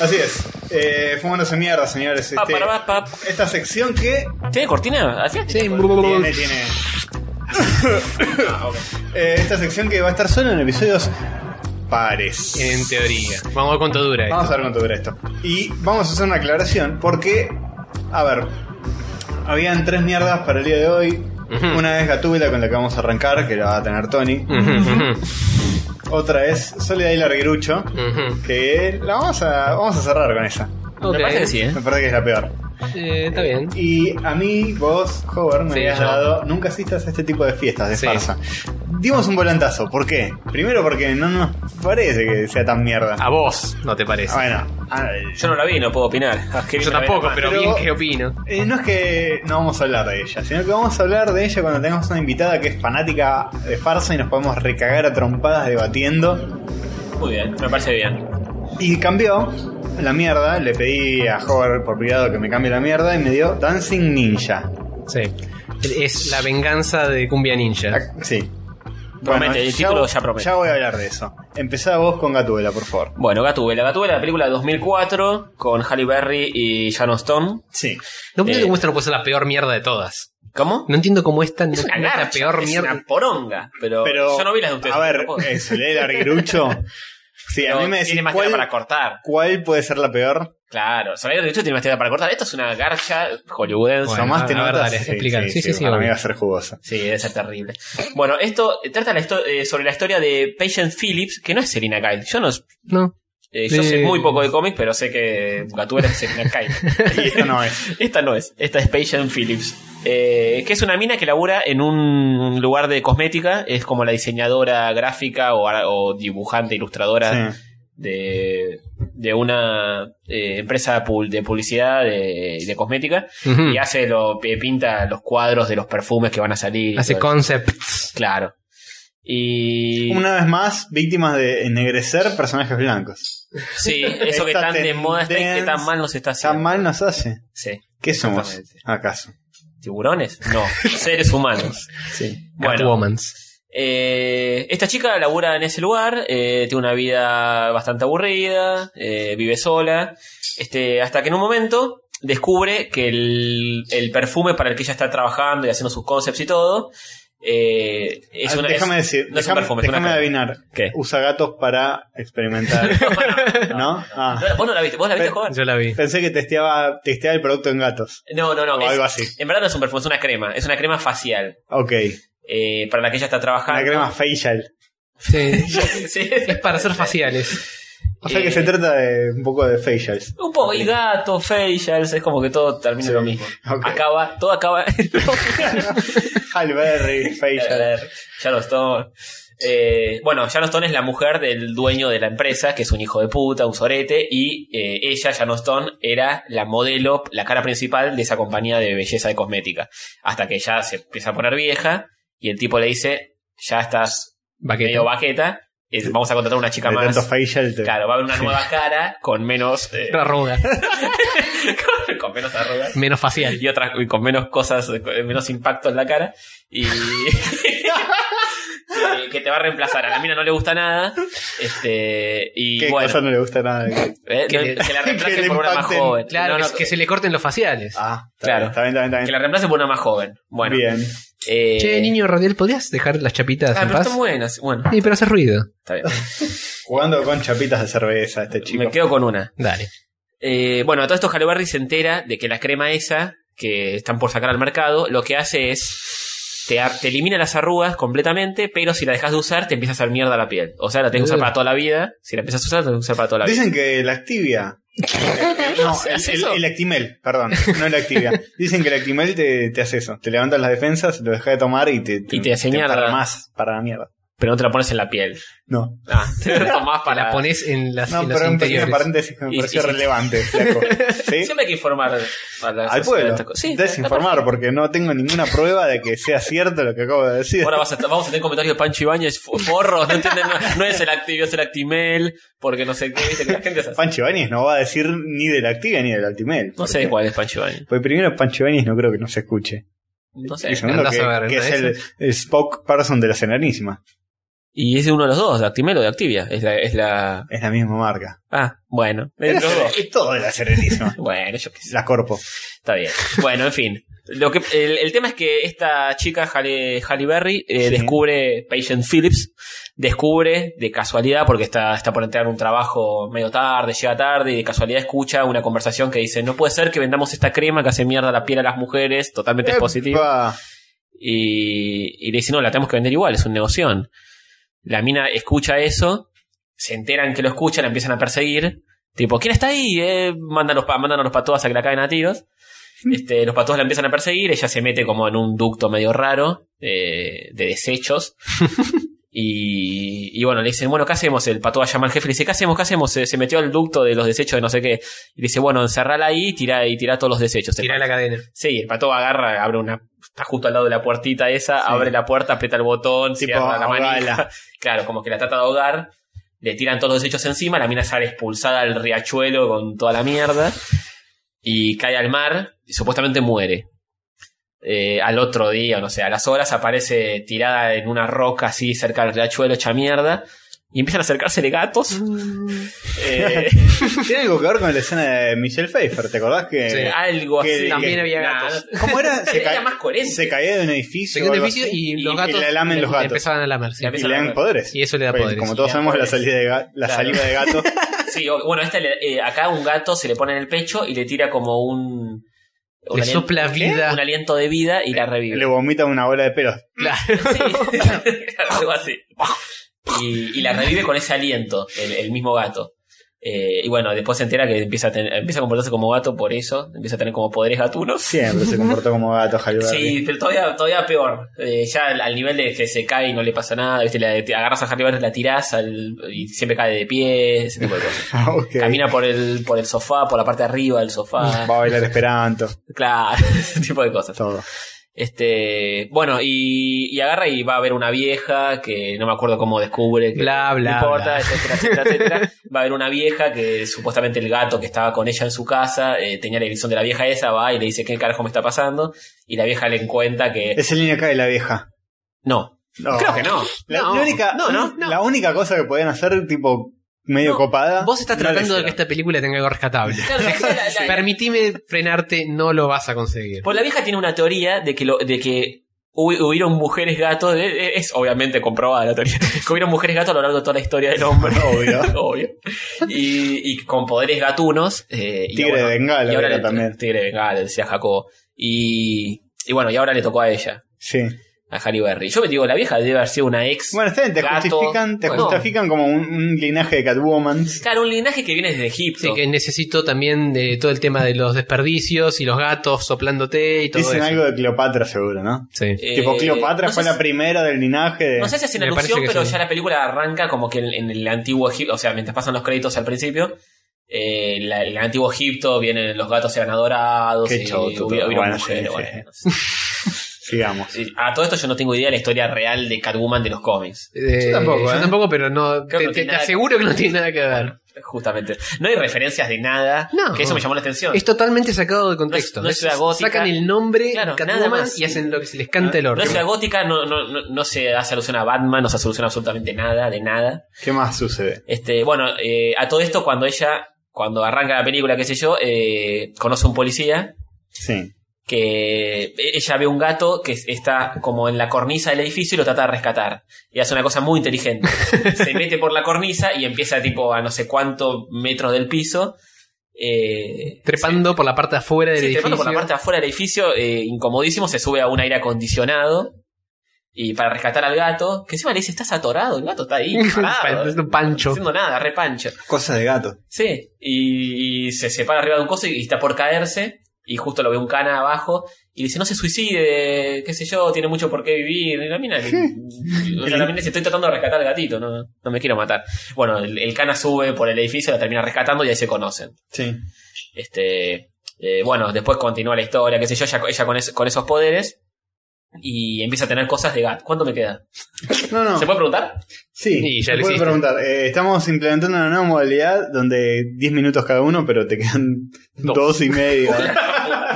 [SPEAKER 1] Así es. Eh, fumándose mierdas, señores.
[SPEAKER 3] Pa,
[SPEAKER 1] Este,
[SPEAKER 3] para, pa, pa.
[SPEAKER 1] esta sección que
[SPEAKER 3] ¿Tiene cortina? ¿Al final?
[SPEAKER 2] Sí,
[SPEAKER 1] tiene, tiene. Eh, esta sección que va a estar solo en episodios pares.
[SPEAKER 2] en teoría. Vamos a ver cuánto dura
[SPEAKER 1] Vamos
[SPEAKER 2] esto.
[SPEAKER 1] a ver cuánto dura esto. Y vamos a hacer una aclaración porque, a ver, habían tres mierdas para el día de hoy.
[SPEAKER 2] Ujú. Mm.
[SPEAKER 1] Una es Gatúbela con la que vamos a arrancar, que la va a tener Tony.
[SPEAKER 2] Ujú,
[SPEAKER 1] Otra es Soledad y Larguirucho,
[SPEAKER 2] ujú, ujú.
[SPEAKER 1] que la vamos a, vamos a cerrar con esa.
[SPEAKER 2] Ok.
[SPEAKER 3] Me parece que sí, ¿eh?
[SPEAKER 1] Me parece que es la peor.
[SPEAKER 2] Eh, está bien.
[SPEAKER 1] Y a mí, vos, Hover, me
[SPEAKER 2] Sí,
[SPEAKER 1] habías
[SPEAKER 2] yo.
[SPEAKER 1] dado nunca asistas a este tipo de fiestas, de
[SPEAKER 2] Sí.
[SPEAKER 1] farsa. Dimos un volantazo, ¿por qué? Primero porque no nos parece que sea tan mierda.
[SPEAKER 2] A vos, no te parece.
[SPEAKER 1] Bueno, a-
[SPEAKER 3] Yo no la vi, no puedo opinar.
[SPEAKER 2] Yo tampoco, pero,
[SPEAKER 1] pero-
[SPEAKER 2] bien que opino.
[SPEAKER 1] eh, no es que no vamos a hablar de ella, sino que vamos a hablar de ella cuando tengamos una invitada que es fanática de farsa y nos podemos recagar a trompadas debatiendo.
[SPEAKER 3] Muy bien, me parece bien.
[SPEAKER 1] Y cambió la mierda, le pedí a Hover por privado que me cambie la mierda y me dio Dancing Ninja.
[SPEAKER 2] Sí. Es la venganza de Cumbia Ninja.
[SPEAKER 1] Ah, Sí.
[SPEAKER 3] Promete, el título ya promete.
[SPEAKER 1] Ya voy a hablar de eso. Empezá vos con Gatúbela, por favor.
[SPEAKER 3] Bueno, Gatúbela. Gatúbela, la película de 2004 con Halle Berry y Sharon Stone.
[SPEAKER 1] Sí.
[SPEAKER 2] No entiendo
[SPEAKER 3] Eh.
[SPEAKER 2] cómo esta no puede ser la peor mierda de todas.
[SPEAKER 3] ¿Cómo?
[SPEAKER 2] No entiendo cómo esta no
[SPEAKER 3] Es una
[SPEAKER 2] no es la
[SPEAKER 3] garcha,
[SPEAKER 2] peor
[SPEAKER 3] es
[SPEAKER 2] mierda.
[SPEAKER 3] una poronga. Pero,
[SPEAKER 1] Pero.
[SPEAKER 3] yo no vi las de ustedes.
[SPEAKER 1] A ver,
[SPEAKER 3] no puedo.
[SPEAKER 1] eh, Soledad Arguirucho. Sí, a
[SPEAKER 3] Pero
[SPEAKER 1] mí me
[SPEAKER 3] tiene
[SPEAKER 1] decís
[SPEAKER 3] más que
[SPEAKER 1] cuál,
[SPEAKER 3] nada para cortar.
[SPEAKER 1] cuál puede ser la peor.
[SPEAKER 3] Claro, Salario de tiene una historia para cortar. Esto es una garcha hollywoodense.
[SPEAKER 2] Bueno,
[SPEAKER 1] Nomás te
[SPEAKER 2] a ver,
[SPEAKER 1] notas-
[SPEAKER 2] dale, explícale. Sí, sí, sí,
[SPEAKER 1] Para mí
[SPEAKER 2] obvio.
[SPEAKER 1] va a ser jugosa.
[SPEAKER 3] Sí, debe ser terrible. Bueno, esto eh, trata la histo- eh, sobre la historia de Patient Phillips, que no es Selina Kyle. Yo no
[SPEAKER 2] No.
[SPEAKER 3] eh, yo
[SPEAKER 2] Sí.
[SPEAKER 3] sé muy poco de cómics, pero sé que Gatúbela es Selina Kyle.
[SPEAKER 1] Y esto no es.
[SPEAKER 3] Esta no es, esta es Patient Phillips. eh, que es una mina que labura en un lugar de cosmética, es como la diseñadora gráfica o, ara- o dibujante, ilustradora
[SPEAKER 1] Sí.
[SPEAKER 3] de, de una eh, empresa pul- de publicidad de, de cosmética
[SPEAKER 2] Ujú.
[SPEAKER 3] y hace lo, eh, pinta los cuadros de los perfumes que van a salir. y
[SPEAKER 2] Hace
[SPEAKER 3] todo
[SPEAKER 2] concepts.
[SPEAKER 3] eso. Claro. Y
[SPEAKER 1] Una vez más, víctimas de ennegrecer personajes blancos.
[SPEAKER 3] sí, eso que
[SPEAKER 1] Esta
[SPEAKER 3] tan de moda está y que tan
[SPEAKER 1] tendencia-
[SPEAKER 3] mal nos está haciendo.
[SPEAKER 1] Tan mal nos hace.
[SPEAKER 3] Sí.
[SPEAKER 1] ¿Qué somos?
[SPEAKER 3] Exactamente.
[SPEAKER 1] ¿Acaso?
[SPEAKER 3] ¿Tiburones? No, seres humanos.
[SPEAKER 1] Sí.
[SPEAKER 3] Bueno,
[SPEAKER 2] Catwomans.
[SPEAKER 3] Eh, esta chica labura en ese lugar, eh, tiene una vida bastante aburrida, eh, vive sola, este, hasta que en un momento descubre que el, el perfume para el que ella está trabajando y haciendo sus concepts y todo, eh, es
[SPEAKER 1] Ah,
[SPEAKER 3] una...
[SPEAKER 1] déjame
[SPEAKER 3] es-
[SPEAKER 1] decir,
[SPEAKER 3] no es un
[SPEAKER 1] déjame,
[SPEAKER 3] perfume, es una
[SPEAKER 1] déjame
[SPEAKER 3] crema.
[SPEAKER 1] adivinar.
[SPEAKER 3] ¿Qué?
[SPEAKER 1] Usa gatos para experimentar. ¿No? Ah.
[SPEAKER 3] No, vos no la viste, vos la viste
[SPEAKER 1] Pe-
[SPEAKER 3] joven.
[SPEAKER 2] Yo la vi.
[SPEAKER 1] Pensé que testeaba, testeaba el producto en gatos.
[SPEAKER 3] No, no, no.
[SPEAKER 1] o
[SPEAKER 3] es-
[SPEAKER 1] algo así.
[SPEAKER 3] en verdad no es un perfume, es una crema, es una crema facial
[SPEAKER 1] Ok.
[SPEAKER 3] eh, para la que ella está trabajando.
[SPEAKER 1] La crema facial.
[SPEAKER 2] Sí.
[SPEAKER 3] Sí.
[SPEAKER 2] es para hacer faciales.
[SPEAKER 1] O sea que
[SPEAKER 3] Eh,
[SPEAKER 1] se trata de un poco de facials.
[SPEAKER 3] Un poco, y gato, facials, es como que todo termina
[SPEAKER 1] Sí.
[SPEAKER 3] lo mismo.
[SPEAKER 1] Ok.
[SPEAKER 3] Acaba, todo acaba.
[SPEAKER 1] Halberry, facial.
[SPEAKER 3] Charleston. Eh, bueno, Charleston es la mujer del dueño de la empresa, que es un hijo de puta, un sorete, y eh, ella, Charleston, era la modelo, la cara principal de esa compañía de belleza de cosmética. Hasta que ya se empieza a poner vieja, y el tipo le dice, ya estás
[SPEAKER 2] Baqueta.
[SPEAKER 3] medio baqueta, eh, vamos a contratar una
[SPEAKER 1] De
[SPEAKER 3] chica
[SPEAKER 1] tanto
[SPEAKER 3] más.
[SPEAKER 1] facial. te-
[SPEAKER 3] Claro, va a haber una nueva cara con menos... eh,
[SPEAKER 2] Arruga.
[SPEAKER 3] con- con menos arrugas
[SPEAKER 2] Menos facial.
[SPEAKER 3] y otras y con menos cosas, con menos impacto en la cara. Y y que te va a reemplazar. A la mina no le gusta nada. Este, y
[SPEAKER 1] ¿Qué
[SPEAKER 3] bueno,
[SPEAKER 1] cosa no le gusta nada? de-
[SPEAKER 3] eh,
[SPEAKER 2] que
[SPEAKER 3] no,
[SPEAKER 2] le-
[SPEAKER 3] que la reemplace
[SPEAKER 1] que le
[SPEAKER 3] por una más
[SPEAKER 1] impacten.
[SPEAKER 3] joven.
[SPEAKER 2] Claro,
[SPEAKER 3] No, no,
[SPEAKER 2] que, que se le corten los faciales.
[SPEAKER 1] Ah, está
[SPEAKER 3] Claro.
[SPEAKER 1] bien, Está bien, está bien, está bien.
[SPEAKER 3] que la reemplace por una más joven. Bueno,
[SPEAKER 1] Bien.
[SPEAKER 3] eh,
[SPEAKER 2] Che, niño Rodiel, ¿podrías dejar las chapitas
[SPEAKER 3] Ah,
[SPEAKER 2] en
[SPEAKER 3] pero
[SPEAKER 2] paz?
[SPEAKER 3] están buenas. Bueno,
[SPEAKER 2] Sí, pero hace ruido.
[SPEAKER 3] está bien.
[SPEAKER 1] Jugando con chapitas de cerveza, este chico.
[SPEAKER 3] Me quedo con una.
[SPEAKER 2] Dale.
[SPEAKER 3] Eh, bueno, a todo esto Halle Berry se entera de que la crema esa, que están por sacar al mercado, lo que hace es te, ar- te elimina las arrugas completamente, pero si la dejas de usar te empieza a hacer mierda la piel. O sea, la tenés que usar
[SPEAKER 2] Eh.
[SPEAKER 3] para toda la vida. Si la empiezas a usar, la tenés que usar para toda la vida.
[SPEAKER 1] Dicen que la Activia. No, el,
[SPEAKER 3] ¿Hace
[SPEAKER 1] el-
[SPEAKER 3] eso?
[SPEAKER 1] el Actimel, perdón, no el Activia. Dicen que el Actimel te, te hace eso. Te levantas las defensas, lo dejas de tomar y te,
[SPEAKER 3] Y te hace mierda.
[SPEAKER 1] para más para la mierda.
[SPEAKER 3] Pero no te la pones en la piel.
[SPEAKER 1] No,
[SPEAKER 3] Ah, te la tomás
[SPEAKER 2] Que
[SPEAKER 3] para...
[SPEAKER 2] la pones en, las,
[SPEAKER 1] no
[SPEAKER 2] en los
[SPEAKER 1] pero un pequeño
[SPEAKER 2] interiores.
[SPEAKER 1] paréntesis que me
[SPEAKER 3] Y-
[SPEAKER 1] pareció
[SPEAKER 3] y-
[SPEAKER 1] relevante, flaco. ¿Sí?
[SPEAKER 3] Siempre hay que informar a la
[SPEAKER 1] Al
[SPEAKER 3] sociedad de
[SPEAKER 1] pueblo.
[SPEAKER 3] estas cosas. Sí,
[SPEAKER 1] Desinformar, porque no tengo ninguna prueba de que sea cierto lo que acabo de decir.
[SPEAKER 3] Ahora vas a- vamos a tener comentarios de Pancho Ibáñez, fo- forros, no entienden, no, no es el Activio, es el Actimel, porque no sé qué, viste que la gente es así.
[SPEAKER 1] Pancho Ibáñez no va a decir ni del Activia ni del Actimel.
[SPEAKER 3] No sé cuál es Pancho Ibáñez.
[SPEAKER 1] Pues primero Pancho Ibáñez no creo que nos escuche.
[SPEAKER 3] No
[SPEAKER 1] Y
[SPEAKER 3] sé.
[SPEAKER 1] segundo
[SPEAKER 2] andás
[SPEAKER 1] que,
[SPEAKER 2] a ver,
[SPEAKER 1] que
[SPEAKER 2] ¿no?
[SPEAKER 1] es el, el spokesperson de la Serenísima.
[SPEAKER 3] Y es de uno de los dos, de Actimel o de Activia. Es la, es la.
[SPEAKER 1] Es la misma marca.
[SPEAKER 3] Ah, bueno. Es
[SPEAKER 1] Es,
[SPEAKER 3] los dos.
[SPEAKER 1] es todo de la Serenísima.
[SPEAKER 3] Bueno, yo qué sé.
[SPEAKER 1] La Corpo.
[SPEAKER 3] Está bien. Bueno, en fin. Lo que, el, el tema es que esta chica, Halle, Halle Berry, eh,
[SPEAKER 1] Sí.
[SPEAKER 3] descubre, Patient Phillips, descubre de casualidad, porque está, está por entrar a un trabajo medio tarde, llega tarde, y de casualidad escucha una conversación que dice, no puede ser que vendamos esta crema que hace mierda la piel a las mujeres, totalmente es positivo.
[SPEAKER 1] Epa.
[SPEAKER 3] Y, y le dice, no, la tenemos que vender igual, es un negoción. La mina escucha eso, se enteran que lo escuchan, la empiezan a perseguir. Tipo, ¿quién está ahí? Eh, mándanos, pa, mándanos los patoas a que la caigan a tiros. Este, los patoas la empiezan a perseguir, ella se mete como en un ducto medio raro eh, de desechos. y, y bueno, le dicen, bueno, ¿qué hacemos? El patoa llama al jefe y le dice, ¿qué hacemos? ¿Qué hacemos? Se, se metió al ducto de los desechos de no sé qué. Y le dice, bueno, encerrala ahí y tirá, y tirá todos los desechos.
[SPEAKER 2] Tirá la cadena.
[SPEAKER 3] Sí, el pato agarra, abre una. Está justo al lado de la puertita esa,
[SPEAKER 1] Sí.
[SPEAKER 3] abre la puerta, aprieta el botón,
[SPEAKER 1] Tipo,
[SPEAKER 3] cierra la manija.
[SPEAKER 1] ahogala.
[SPEAKER 3] Claro, como que la trata de ahogar, le tiran todos los desechos encima, la mina sale expulsada al riachuelo con toda la mierda y cae al mar y supuestamente muere. Eh, al otro día, no sé, a las horas aparece tirada en una roca así cerca del riachuelo, hecha mierda. Y empiezan a acercársele gatos.
[SPEAKER 1] Mm.
[SPEAKER 3] Eh,
[SPEAKER 1] Tiene algo que ver con la escena de Michelle Pfeiffer, ¿te acordás que?
[SPEAKER 2] Sí.
[SPEAKER 3] algo
[SPEAKER 1] Que-
[SPEAKER 3] así.
[SPEAKER 1] También
[SPEAKER 2] había
[SPEAKER 3] Nah,
[SPEAKER 2] gatos.
[SPEAKER 1] ¿Cómo era? Se,
[SPEAKER 3] Era
[SPEAKER 1] ca-
[SPEAKER 3] más coherente.
[SPEAKER 1] se caía de un edificio.
[SPEAKER 2] Segundo
[SPEAKER 1] o algo
[SPEAKER 2] edificio
[SPEAKER 1] así,
[SPEAKER 2] y los gatos.
[SPEAKER 1] le lamen los
[SPEAKER 2] le-
[SPEAKER 1] gatos.
[SPEAKER 2] Empezaban a lamer. sí.
[SPEAKER 3] Le
[SPEAKER 1] Y
[SPEAKER 3] empiezan
[SPEAKER 1] le
[SPEAKER 3] a
[SPEAKER 1] dan
[SPEAKER 3] lamer.
[SPEAKER 1] poderes.
[SPEAKER 2] Y eso le da
[SPEAKER 1] Pues,
[SPEAKER 2] poderes.
[SPEAKER 1] Como
[SPEAKER 2] Y
[SPEAKER 1] todos
[SPEAKER 3] le da
[SPEAKER 1] sabemos, la
[SPEAKER 3] poderes.
[SPEAKER 1] salida de, ga- la
[SPEAKER 3] Claro.
[SPEAKER 1] saliva de gato
[SPEAKER 3] Sí, o- bueno, este le- eh, acá un gato se le pone en el pecho y le tira como un. un
[SPEAKER 2] Le
[SPEAKER 3] alien-
[SPEAKER 2] sopla
[SPEAKER 3] ¿qué?
[SPEAKER 2] vida.
[SPEAKER 3] Un aliento de vida y la revive.
[SPEAKER 1] Le vomita una bola de pelos.
[SPEAKER 2] Claro.
[SPEAKER 3] Sí, algo así. Y, y la revive con ese aliento, el, el mismo gato. Eh, y bueno, después se entera que empieza a, tener- empieza a comportarse como gato por eso, empieza a tener como poderes gatunos.
[SPEAKER 1] Siempre se comportó como gato, Halle Berry.
[SPEAKER 3] Sí, pero todavía, todavía peor. Eh, ya al, al nivel de que se cae y no le pasa nada, ¿viste? La- te agarras a Harry Potter, la tirás al- y siempre cae de pie, ese tipo de cosas.
[SPEAKER 1] Ah, ok.
[SPEAKER 3] Camina por el, por el sofá, por la parte de arriba del sofá.
[SPEAKER 1] Va a bailar esperanto,
[SPEAKER 3] Claro, ese tipo de cosas.
[SPEAKER 1] todo.
[SPEAKER 3] Este, bueno, y, y agarra y va a ver una vieja que no me acuerdo cómo descubre. que-
[SPEAKER 2] Bla, bla,
[SPEAKER 3] No importa,
[SPEAKER 2] bla.
[SPEAKER 3] etcétera, etcétera, etcétera. Va a ver una vieja que supuestamente el gato que estaba con ella en su casa eh, tenía la edición de la vieja esa, va y le dice qué carajo me está pasando. Y la vieja le encuentra que.
[SPEAKER 1] Es el niño acá de la vieja.
[SPEAKER 3] No.
[SPEAKER 1] No.
[SPEAKER 3] Creo que no.
[SPEAKER 1] La,
[SPEAKER 2] No,
[SPEAKER 1] la única,
[SPEAKER 3] no, no,
[SPEAKER 1] la única cosa que podían hacer, tipo, medio
[SPEAKER 2] No,
[SPEAKER 1] copada.
[SPEAKER 2] Vos estás
[SPEAKER 1] no la
[SPEAKER 2] tratando de que
[SPEAKER 1] hicieron.
[SPEAKER 2] esta película tenga algo rescatable.
[SPEAKER 3] Claro, la- la- la-
[SPEAKER 2] Permitime frenarte, no lo vas a conseguir.
[SPEAKER 3] Pues la vieja tiene una teoría de que, lo, de que hubi- hubieron mujeres gatos, eh, eh, es obviamente comprobada la teoría, que hubieron mujeres gatos a lo largo de toda la historia del hombre.
[SPEAKER 1] Obvio.
[SPEAKER 3] Obvio. Y, y con poderes gatunos. eh, y
[SPEAKER 1] Tigre
[SPEAKER 3] bueno,
[SPEAKER 1] de Bengala,
[SPEAKER 3] y ahora
[SPEAKER 1] era
[SPEAKER 3] le-
[SPEAKER 1] también.
[SPEAKER 3] Tigre de Bengala, decía Jacobo. Y, y bueno, y ahora le tocó a ella,
[SPEAKER 1] Sí.
[SPEAKER 3] a Harry Berry. Yo me digo, la vieja debe haber sido una ex.
[SPEAKER 1] Bueno, está bien, te
[SPEAKER 3] Gato.
[SPEAKER 1] justifican, te
[SPEAKER 3] Bueno.
[SPEAKER 1] justifican como un, un linaje de Catwoman.
[SPEAKER 3] Claro, un linaje que viene desde Egipto.
[SPEAKER 2] Sí, que necesito también de todo el tema de los desperdicios y los gatos soplándote y todo
[SPEAKER 1] Dicen
[SPEAKER 2] eso.
[SPEAKER 1] algo de Cleopatra, seguro, ¿no?
[SPEAKER 2] Sí.
[SPEAKER 3] Eh,
[SPEAKER 1] tipo, Cleopatra
[SPEAKER 3] no sé
[SPEAKER 1] fue la
[SPEAKER 3] si-
[SPEAKER 1] primera del linaje de.
[SPEAKER 3] No sé si es en
[SPEAKER 2] Me
[SPEAKER 3] alusión,
[SPEAKER 2] parece que
[SPEAKER 3] pero
[SPEAKER 2] sí.
[SPEAKER 3] ya la película arranca como que en, en el antiguo Egipto, o sea, mientras pasan los créditos al principio, eh, la- en el antiguo Egipto vienen los gatos se van adorados,
[SPEAKER 1] Qué
[SPEAKER 3] y
[SPEAKER 1] choto todo.
[SPEAKER 3] hubi- hubieron
[SPEAKER 1] Bueno,
[SPEAKER 3] mujeres,
[SPEAKER 1] sí, sí.
[SPEAKER 3] bueno, no sé.
[SPEAKER 1] Sigamos.
[SPEAKER 3] Sí, A todo esto yo no tengo idea de la historia real de Catwoman de los cómics.
[SPEAKER 2] Eh,
[SPEAKER 1] Yo tampoco, ¿eh?
[SPEAKER 2] Yo tampoco, pero
[SPEAKER 3] Creo
[SPEAKER 2] no.
[SPEAKER 3] que
[SPEAKER 2] Te,
[SPEAKER 3] no tiene
[SPEAKER 2] te- te
[SPEAKER 3] nada que-
[SPEAKER 2] aseguro que no tiene nada que ver.
[SPEAKER 3] Justamente. No hay referencias de nada.
[SPEAKER 2] No.
[SPEAKER 3] Que eso me llamó la atención.
[SPEAKER 2] Es totalmente sacado de contexto.
[SPEAKER 3] no es ciudad gótica.
[SPEAKER 2] Sacan el nombre
[SPEAKER 3] Claro,
[SPEAKER 2] Catwoman
[SPEAKER 3] nada más.
[SPEAKER 2] y hacen lo que se les canta el
[SPEAKER 3] No
[SPEAKER 2] orto.
[SPEAKER 3] es ciudad gótica, no, no, no, no se hace alusión a Batman, no se hace alusión a absolutamente nada, de nada.
[SPEAKER 1] ¿Qué más sucede?
[SPEAKER 3] Este, bueno, eh, a todo esto cuando ella, cuando arranca la película, qué sé yo, eh, conoce a un policía
[SPEAKER 1] Sí.
[SPEAKER 3] que e, ella ve un gato que está como en la cornisa del edificio y lo trata de rescatar. Y hace una cosa muy inteligente. Se mete por la cornisa y empieza tipo a no sé cuántos metros del piso. eh,
[SPEAKER 2] Trepando por la parte de afuera del
[SPEAKER 3] Sí, te mando
[SPEAKER 2] edificio.
[SPEAKER 3] por la parte de afuera del edificio, eh, incomodísimo, se sube a un aire acondicionado. Y para rescatar al gato, que encima le dice, estás atorado, el gato está ahí, parado,
[SPEAKER 2] Es
[SPEAKER 3] no
[SPEAKER 2] un pancho.
[SPEAKER 3] haciendo nada, repancho.
[SPEAKER 1] Cosas de gato.
[SPEAKER 3] Sí, y, y se separa arriba de un coso y está por caerse, y justo lo ve un cana abajo, y dice, no se suicide, qué sé yo, tiene mucho por qué vivir. Y la mina, le- o sea, la mina dice, estoy tratando de rescatar al gatito, no, no me quiero matar. Bueno, el, el cana sube por el edificio, la termina rescatando y ahí se conocen.
[SPEAKER 1] Sí.
[SPEAKER 3] Este, eh, bueno, después continúa la historia, qué sé yo, ella, ella con, es- con esos poderes y empieza a tener cosas de gato. ¿Cuánto me queda?
[SPEAKER 1] No, no.
[SPEAKER 3] ¿Se puede preguntar?
[SPEAKER 1] Sí,
[SPEAKER 2] Y ya
[SPEAKER 1] te
[SPEAKER 2] lo
[SPEAKER 1] puedo
[SPEAKER 2] hiciste.
[SPEAKER 1] preguntar. Eh, estamos implementando una nueva modalidad donde 10 minutos cada uno, pero te quedan
[SPEAKER 2] Dos.
[SPEAKER 1] dos, y medio.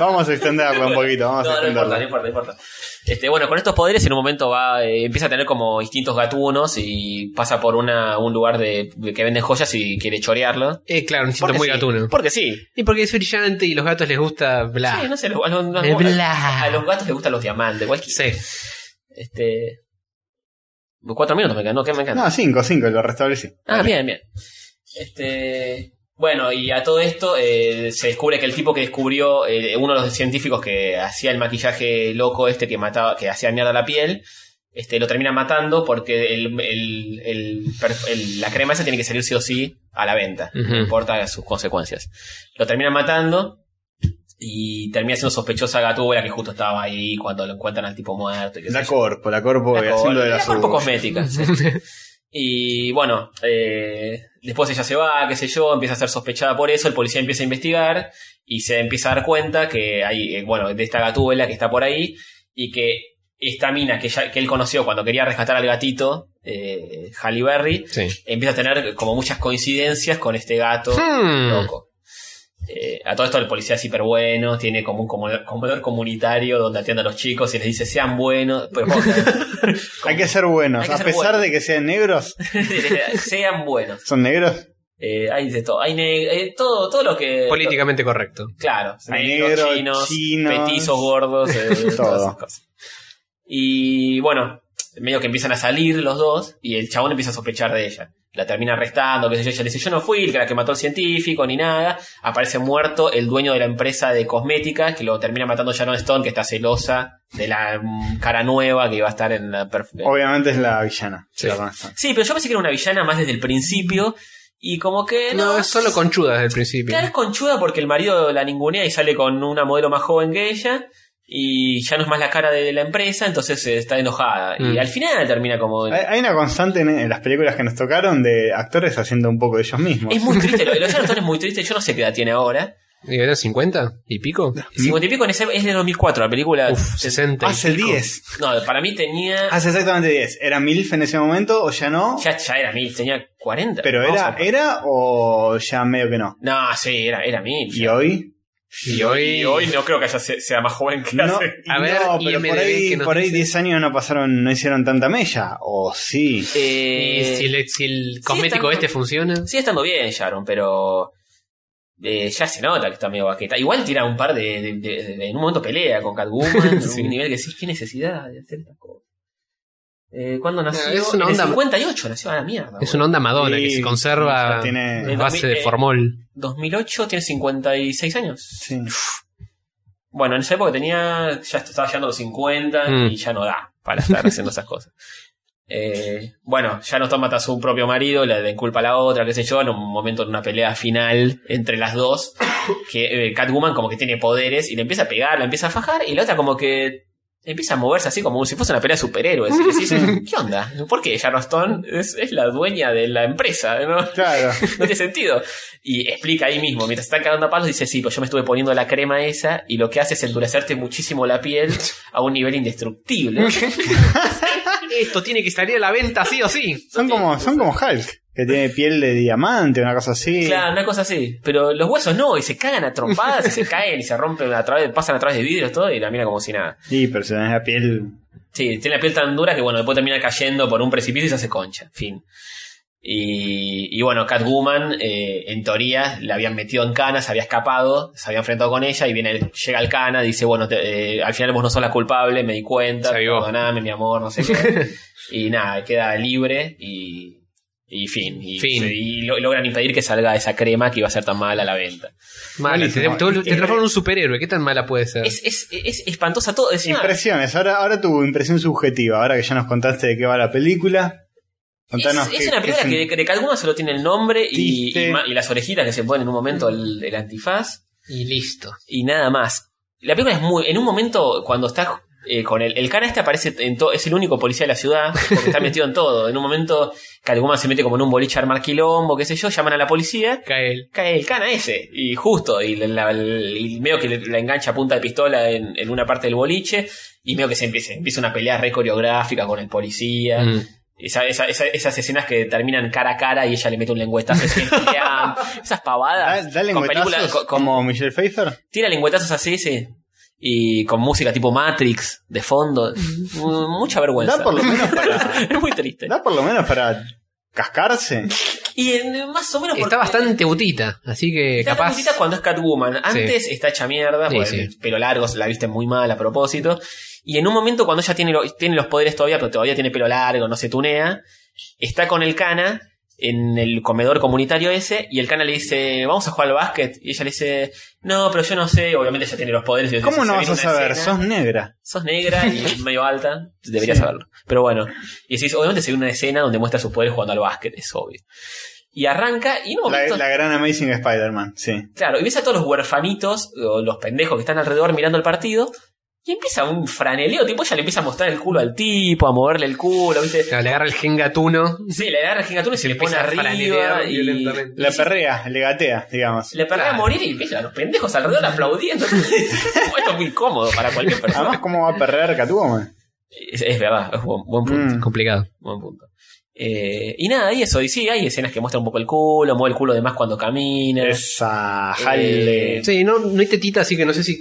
[SPEAKER 1] vamos a extenderlo un poquito, vamos a
[SPEAKER 3] no, no importa, no
[SPEAKER 1] extenderlo.
[SPEAKER 3] importa, no importa. Este, bueno, con estos poderes en un momento va, eh, empieza a tener como instintos gatunos y pasa por una, un lugar de, de que venden joyas y quiere chorearlo.
[SPEAKER 2] Eh, claro, me siento
[SPEAKER 3] Porque
[SPEAKER 2] muy
[SPEAKER 3] sí,
[SPEAKER 2] gatuno.
[SPEAKER 3] Porque sí.
[SPEAKER 2] Y porque es brillante y los gatos les gusta bla.
[SPEAKER 3] Sí, no sé, a los, a los-
[SPEAKER 2] Eh, bla.
[SPEAKER 3] a los gatos les gustan los diamantes, cualquier.
[SPEAKER 2] Sí.
[SPEAKER 3] Este. Cuatro minutos me quedan, ¿no? ¿Qué me quedan?
[SPEAKER 1] No, 5, 5, lo restablecí.
[SPEAKER 3] Ah, bien, bien. Este, bueno, y a todo esto eh, se descubre que el tipo que descubrió, eh, uno de los científicos que hacía el maquillaje loco este que mataba, que hacía mierda la piel, este, lo termina matando porque el, el- el per- el- la crema esa tiene que salir sí o sí a la venta,
[SPEAKER 2] Ujú.
[SPEAKER 3] no importa sus consecuencias. Lo termina matando y termina siendo sospechosa Gatúbela que justo estaba ahí cuando lo encuentran al tipo muerto. y qué sé
[SPEAKER 1] La
[SPEAKER 3] yo.
[SPEAKER 1] corpo, la corpo
[SPEAKER 3] La
[SPEAKER 1] haciendo
[SPEAKER 3] cor-
[SPEAKER 1] de la
[SPEAKER 3] la cuerpo
[SPEAKER 1] suya.
[SPEAKER 3] cosmética. sí. y bueno, eh, después ella se va, qué sé yo, empieza a ser sospechada por eso, el policía empieza a investigar y se empieza a dar cuenta que hay, eh, bueno, de esta gatúbela que está por ahí y que esta mina que, ella- que él conoció cuando quería rescatar al gatito, eh, Halle Berry,
[SPEAKER 2] Sí.
[SPEAKER 3] empieza a tener como muchas coincidencias con este gato
[SPEAKER 2] Hmm.
[SPEAKER 3] loco. Eh, a todo esto el policía es hiper bueno, tiene como un comodor, comodor comunitario donde atiende a los chicos y les dice sean buenos, pues,
[SPEAKER 1] Hay que ser buenos.
[SPEAKER 3] Hay que
[SPEAKER 1] a
[SPEAKER 3] ser
[SPEAKER 1] pesar
[SPEAKER 3] buenos.
[SPEAKER 1] de que sean negros,
[SPEAKER 3] sean buenos.
[SPEAKER 1] son negros.
[SPEAKER 3] Eh, hay de todo, hay ne- eh, todo, todo lo que...
[SPEAKER 2] Políticamente correcto.
[SPEAKER 3] Claro,
[SPEAKER 1] Hay
[SPEAKER 3] negros,
[SPEAKER 1] negros,
[SPEAKER 3] chinos,
[SPEAKER 1] chinos.
[SPEAKER 3] petizos, gordos, eh, todas
[SPEAKER 1] Todo.
[SPEAKER 3] esas cosas. Y bueno, medio que empiezan a salir los dos y el chabón empieza a sospechar de ella. La termina arrestando, qué sé yo. Ella le dice, yo no fui el que la que mató al científico ni nada. Aparece muerto el dueño de la empresa de cosméticas, que lo termina matando Sharon Stone, que está celosa de la mm, cara nueva que iba a estar en la... perf-
[SPEAKER 1] Obviamente es la villana.
[SPEAKER 2] Sí.
[SPEAKER 1] la Sharon Stone.
[SPEAKER 3] Sí, pero yo pensé que era una villana más desde el principio. Y como que...
[SPEAKER 2] No, es solo conchuda desde el principio.
[SPEAKER 3] Claro, es conchuda porque el marido la ningunea y sale con una modelo más joven que ella. Y ya no es más la cara de la empresa, entonces eh, está enojada. Y
[SPEAKER 2] Mm.
[SPEAKER 3] al final termina como.
[SPEAKER 1] Hay, hay una constante en, en las películas que nos tocaron de actores haciendo un poco de ellos mismos.
[SPEAKER 3] Es muy triste, lo, lo de Sharon Stone es muy triste. Yo no sé qué edad tiene ahora.
[SPEAKER 2] ¿Y ¿Era 50 y pico?
[SPEAKER 3] 50 y pico en ese, es de 2004, la película.
[SPEAKER 2] Uf, Ah, 60. y
[SPEAKER 1] Hace
[SPEAKER 2] pico.
[SPEAKER 1] 10.
[SPEAKER 3] No, para mí tenía.
[SPEAKER 1] Hace exactamente 10. ¿Era MILF en ese momento o ya no?
[SPEAKER 3] Ya, ya era mil, tenía 40.
[SPEAKER 1] Pero
[SPEAKER 3] Vamos
[SPEAKER 1] era,
[SPEAKER 3] a-
[SPEAKER 1] era o ya medio que no.
[SPEAKER 3] No, sí, era, era mil.
[SPEAKER 1] ¿Y hoy?
[SPEAKER 2] Y hoy.
[SPEAKER 3] Y hoy no creo que haya se- sea más joven que
[SPEAKER 1] No,
[SPEAKER 3] hace.
[SPEAKER 1] y
[SPEAKER 2] A ver,
[SPEAKER 1] no, pero
[SPEAKER 2] IMDb,
[SPEAKER 1] por ahí,
[SPEAKER 2] ¿qué nos
[SPEAKER 1] por ahí
[SPEAKER 2] dice?
[SPEAKER 1] 10 años no pasaron, no hicieron tanta mella. O sí.
[SPEAKER 2] Y
[SPEAKER 3] Eh,
[SPEAKER 2] si el, si el cosmético
[SPEAKER 3] está-
[SPEAKER 2] este funciona.
[SPEAKER 3] Sigue estando bien Sharon, pero eh, ya se nota que está medio vaqueta. Igual tira un par de, de- de- de- en un momento pelea con Catwoman,
[SPEAKER 2] Sí.
[SPEAKER 3] en un nivel que decís, qué necesidad de hacer estas cosas. Eh, ¿Cuándo nació?
[SPEAKER 2] es una
[SPEAKER 3] En el
[SPEAKER 2] onda-
[SPEAKER 3] 58 nació a la mierda.
[SPEAKER 2] Es
[SPEAKER 3] boludo.
[SPEAKER 2] una onda Madonna
[SPEAKER 1] Sí,
[SPEAKER 2] que se conserva
[SPEAKER 1] ya tiene-
[SPEAKER 2] en base de
[SPEAKER 3] Eh,
[SPEAKER 2] formol.
[SPEAKER 3] 2008 tiene 56 años.
[SPEAKER 1] Sí.
[SPEAKER 3] Bueno, en esa época tenía, ya estaba llegando a los 50
[SPEAKER 2] Mm.
[SPEAKER 3] y ya no da para estar haciendo esas cosas. Eh, bueno, ya no está mata a su propio marido, le culpa a la otra, qué sé yo, en un momento en una pelea final entre las dos, que eh, Catwoman como que tiene poderes y le empieza a pegar, la empieza a fajar y la otra como que empieza a moverse así como si fuese una pelea de superhéroes. Y decís, ¿qué onda? ¿Por qué Sharon Stone es, es la dueña de la empresa? ¿no?
[SPEAKER 1] Claro.
[SPEAKER 3] no tiene sentido. Y explica ahí mismo, mientras están cagando a palos, dice, sí, pues yo me estuve poniendo la crema esa y lo que hace es endurecerte muchísimo la piel a un nivel indestructible.
[SPEAKER 2] Esto tiene que salir a la venta sí o sí.
[SPEAKER 1] Son como, son como Hulk, que tiene piel de diamante, una cosa así.
[SPEAKER 3] Claro, una cosa así. Pero los huesos no, y se cagan a trompadas, y se caen y se rompen a través, pasan a través de vidrios todo y la mira como si nada.
[SPEAKER 1] Sí, pero si tenés la piel.
[SPEAKER 3] Sí, tiene la piel tan dura que bueno, después termina cayendo por un precipicio y se hace concha, fin. Y, y bueno, Catwoman, eh, en teoría, la habían metido en cana, se había escapado, se había enfrentado con ella y viene el- llega el cana, dice, bueno, te- eh, al final vos no sos la culpable, me di cuenta,
[SPEAKER 2] Se avivó.
[SPEAKER 3] perdoname, mi amor, no sé qué. y nada, queda libre y, y fin. Y,
[SPEAKER 2] Fin.
[SPEAKER 3] y lo- logran impedir que salga esa crema que iba a ser tan mala a la venta.
[SPEAKER 2] Mal, te, te,
[SPEAKER 1] Buenísimo.
[SPEAKER 2] te transforma en un superhéroe. ¿Qué tan mala puede ser?
[SPEAKER 3] Es, es, es espantosa todo. Es una-
[SPEAKER 1] Impresiones. Ahora, ahora tu impresión subjetiva, ahora que ya nos contaste de qué va la película. Contanos.
[SPEAKER 3] es, es
[SPEAKER 1] qué-
[SPEAKER 3] una
[SPEAKER 1] qué
[SPEAKER 3] película
[SPEAKER 1] sen-
[SPEAKER 3] que, de- de Catwoman solo tiene el nombre y,
[SPEAKER 1] Tiste.
[SPEAKER 3] y ma- y las orejitas que se ponen en un momento el, el antifaz
[SPEAKER 2] Y listo.
[SPEAKER 3] y nada más. La película es muy. En un momento, cuando está eh, con el. El cara este aparece en todo. Es el único policía de la ciudad porque está metido en todo. En un momento, Catwoman se mete como en un boliche a armar quilombo, qué sé yo, llaman a la policía.
[SPEAKER 2] Cae él.
[SPEAKER 3] Cae el cana ese, y justo, y, la- la- y medio que le- la engancha a punta de pistola en, en una parte del boliche, y medio que se empieza, empieza una pelea re coreográfica con el policía.
[SPEAKER 2] Mm.
[SPEAKER 3] Esa- esa- esa- esas escenas que terminan cara a cara y ella le mete un lengüetazo. se pelean. esas
[SPEAKER 1] Da,
[SPEAKER 3] pavadas.
[SPEAKER 1] da
[SPEAKER 3] con
[SPEAKER 1] lengüetazos
[SPEAKER 3] películas, co- con-
[SPEAKER 1] como Michelle Pfeiffer.
[SPEAKER 3] tira lengüetazos así, sí. Y con música tipo Matrix de fondo. Mm, Mucha vergüenza.
[SPEAKER 1] Da por lo menos para.
[SPEAKER 3] es muy triste.
[SPEAKER 1] da por lo menos para cascarse.
[SPEAKER 3] Y eh, más o menos
[SPEAKER 2] Está
[SPEAKER 3] porque-
[SPEAKER 2] bastante butita, así que
[SPEAKER 3] Está
[SPEAKER 2] Eh, capaz.
[SPEAKER 3] capacita cuando es Catwoman. Antes está hecha mierda,
[SPEAKER 2] Sí,
[SPEAKER 3] pero
[SPEAKER 2] sí.
[SPEAKER 3] pelo largo, la viste muy mal a propósito. Y en un momento cuando ella tiene, lo- tiene los poderes todavía, pero todavía tiene pelo largo, no se tunea, está con el cana en el comedor comunitario ese y el cana le dice, vamos a jugar al básquet. Y ella le dice, no, pero yo no sé, obviamente ella tiene los poderes. y
[SPEAKER 1] ¿Cómo
[SPEAKER 3] se
[SPEAKER 1] no vas
[SPEAKER 3] viene
[SPEAKER 1] a
[SPEAKER 3] una
[SPEAKER 1] saber?
[SPEAKER 3] escena.
[SPEAKER 1] Sos negra.
[SPEAKER 3] Sos negra y medio alta, deberías
[SPEAKER 1] Sí.
[SPEAKER 3] saberlo. Pero bueno, y decís, obviamente se ve una escena donde muestra sus poderes jugando al básquet, es obvio. Y arranca y no
[SPEAKER 1] La, la gran Amazing Spider-Man, sí.
[SPEAKER 3] Claro, y ves a todos los huerfanitos, o los pendejos que están alrededor mirando el partido, y empieza un franeleo, tipo ella le empieza a mostrar el culo al tipo, a moverle el culo, ¿viste?
[SPEAKER 2] Claro, Le agarra el gen gatuno.
[SPEAKER 3] Sí, le agarra el gigatuno y se le pone
[SPEAKER 2] empieza a
[SPEAKER 3] arriba.
[SPEAKER 2] franelear
[SPEAKER 3] Y
[SPEAKER 2] violentamente.
[SPEAKER 1] La perrea, le gatea, digamos.
[SPEAKER 3] le perrea a
[SPEAKER 2] Claro.
[SPEAKER 3] morir y ves a los pendejos alrededor aplaudiendo. Esto es muy cómodo para cualquier persona.
[SPEAKER 1] Además, ¿cómo va a perrear Catwoman?
[SPEAKER 3] Es, es verdad, es buen, buen punto.
[SPEAKER 1] Mm.
[SPEAKER 2] Complicado.
[SPEAKER 3] Buen punto. Eh, y nada, y eso, y sí, hay escenas que muestran un poco el culo, mueve el culo de más cuando camina.
[SPEAKER 1] Esa jale.
[SPEAKER 3] Eh,
[SPEAKER 2] Sí, no, no hay tetita, así que no sé si.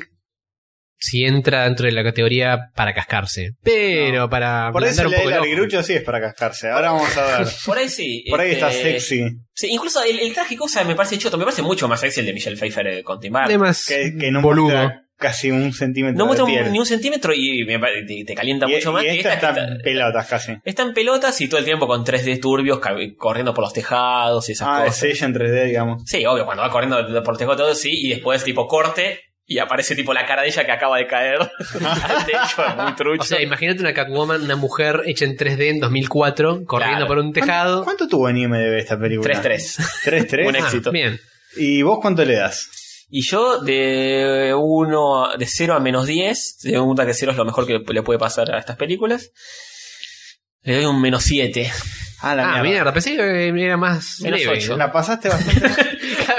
[SPEAKER 2] Si entra dentro de la categoría para cascarse. Pero para.
[SPEAKER 1] Por eso
[SPEAKER 2] ablandar
[SPEAKER 1] el, el
[SPEAKER 2] ojo.
[SPEAKER 1] larguirucho sí es para cascarse. Ahora vamos a ver.
[SPEAKER 3] Por ahí sí.
[SPEAKER 1] Por ahí está
[SPEAKER 3] este,
[SPEAKER 1] sexy.
[SPEAKER 3] Sí, incluso el, el traje cosa me parece choto, me parece mucho más sexy el de Michelle Pfeiffer eh, con Tim Burton.
[SPEAKER 2] Además,
[SPEAKER 1] Que, que no
[SPEAKER 2] boludo.
[SPEAKER 1] muestra casi un centímetro
[SPEAKER 3] No
[SPEAKER 1] de
[SPEAKER 3] muestra un-
[SPEAKER 1] piel.
[SPEAKER 3] ni un centímetro y me pare- te, te calienta
[SPEAKER 1] y,
[SPEAKER 3] mucho
[SPEAKER 1] y
[SPEAKER 3] más. que esta
[SPEAKER 1] esta está
[SPEAKER 3] que
[SPEAKER 1] en
[SPEAKER 3] está-
[SPEAKER 1] pelotas casi.
[SPEAKER 3] está en pelotas y todo el tiempo con 3D turbios ca- corriendo por los tejados y esas
[SPEAKER 1] Ah,
[SPEAKER 3] cosas.
[SPEAKER 1] es ella en 3D, digamos.
[SPEAKER 3] Sí, obvio, cuando va corriendo por el tejo todo, sí, y después tipo corte y aparece tipo la cara de ella que acaba de caer al techo, es muy trucho.
[SPEAKER 2] O sea, imagínate una Catwoman, una mujer hecha en 3D en 2004, corriendo
[SPEAKER 3] Claro.
[SPEAKER 2] por un tejado.
[SPEAKER 1] ¿Cuánto tuvo en IMDB esta película?
[SPEAKER 3] 3-3.
[SPEAKER 1] 3-3.
[SPEAKER 3] Un
[SPEAKER 2] Ah,
[SPEAKER 3] éxito.
[SPEAKER 2] bien.
[SPEAKER 1] ¿Y vos cuánto le das?
[SPEAKER 3] Y yo de uno a- de 0 a menos 10, de un que 0 es lo mejor que le puede pasar a estas películas. Le doy un menos 7.
[SPEAKER 1] Ah, la
[SPEAKER 2] Ah,
[SPEAKER 1] mierda.
[SPEAKER 2] mierda, pensé que era más
[SPEAKER 3] Menos
[SPEAKER 2] leve.
[SPEAKER 3] ocho.
[SPEAKER 2] ¿no?
[SPEAKER 1] La pasaste bastante.
[SPEAKER 2] Cada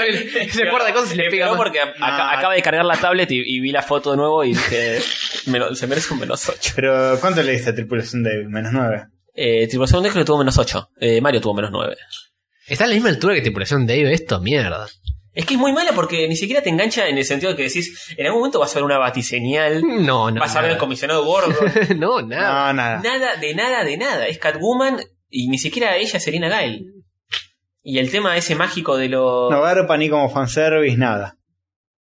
[SPEAKER 2] vez se acuerda de cosas y le pega
[SPEAKER 3] pegó
[SPEAKER 2] más.
[SPEAKER 3] porque aca-
[SPEAKER 1] Ah.
[SPEAKER 3] acaba de cargar la tablet y, y vi la foto de nuevo y dije, "Menos- se merece un menos 8.
[SPEAKER 1] Pero ¿cuánto le diste a Tripulación David? Menos 9.
[SPEAKER 3] Eh, Tripulación creo que tuvo menos 8. Eh, Mario tuvo menos 9.
[SPEAKER 2] Está a la misma altura que tripulación Dave, esto, mierda.
[SPEAKER 3] Es que es muy mala porque ni siquiera te engancha en el sentido de que decís, en algún momento vas a ver una batiseñal,
[SPEAKER 2] No, no.
[SPEAKER 3] vas a ver
[SPEAKER 2] nada.
[SPEAKER 3] el comisionado gordo.
[SPEAKER 2] no,
[SPEAKER 1] No,
[SPEAKER 2] nada.
[SPEAKER 1] nada.
[SPEAKER 3] nada, de nada, de nada. Es Catwoman y ni siquiera ella es Selena Gael. Y el tema ese mágico de los.
[SPEAKER 1] No
[SPEAKER 3] No,
[SPEAKER 1] garpa ni como fanservice, nada.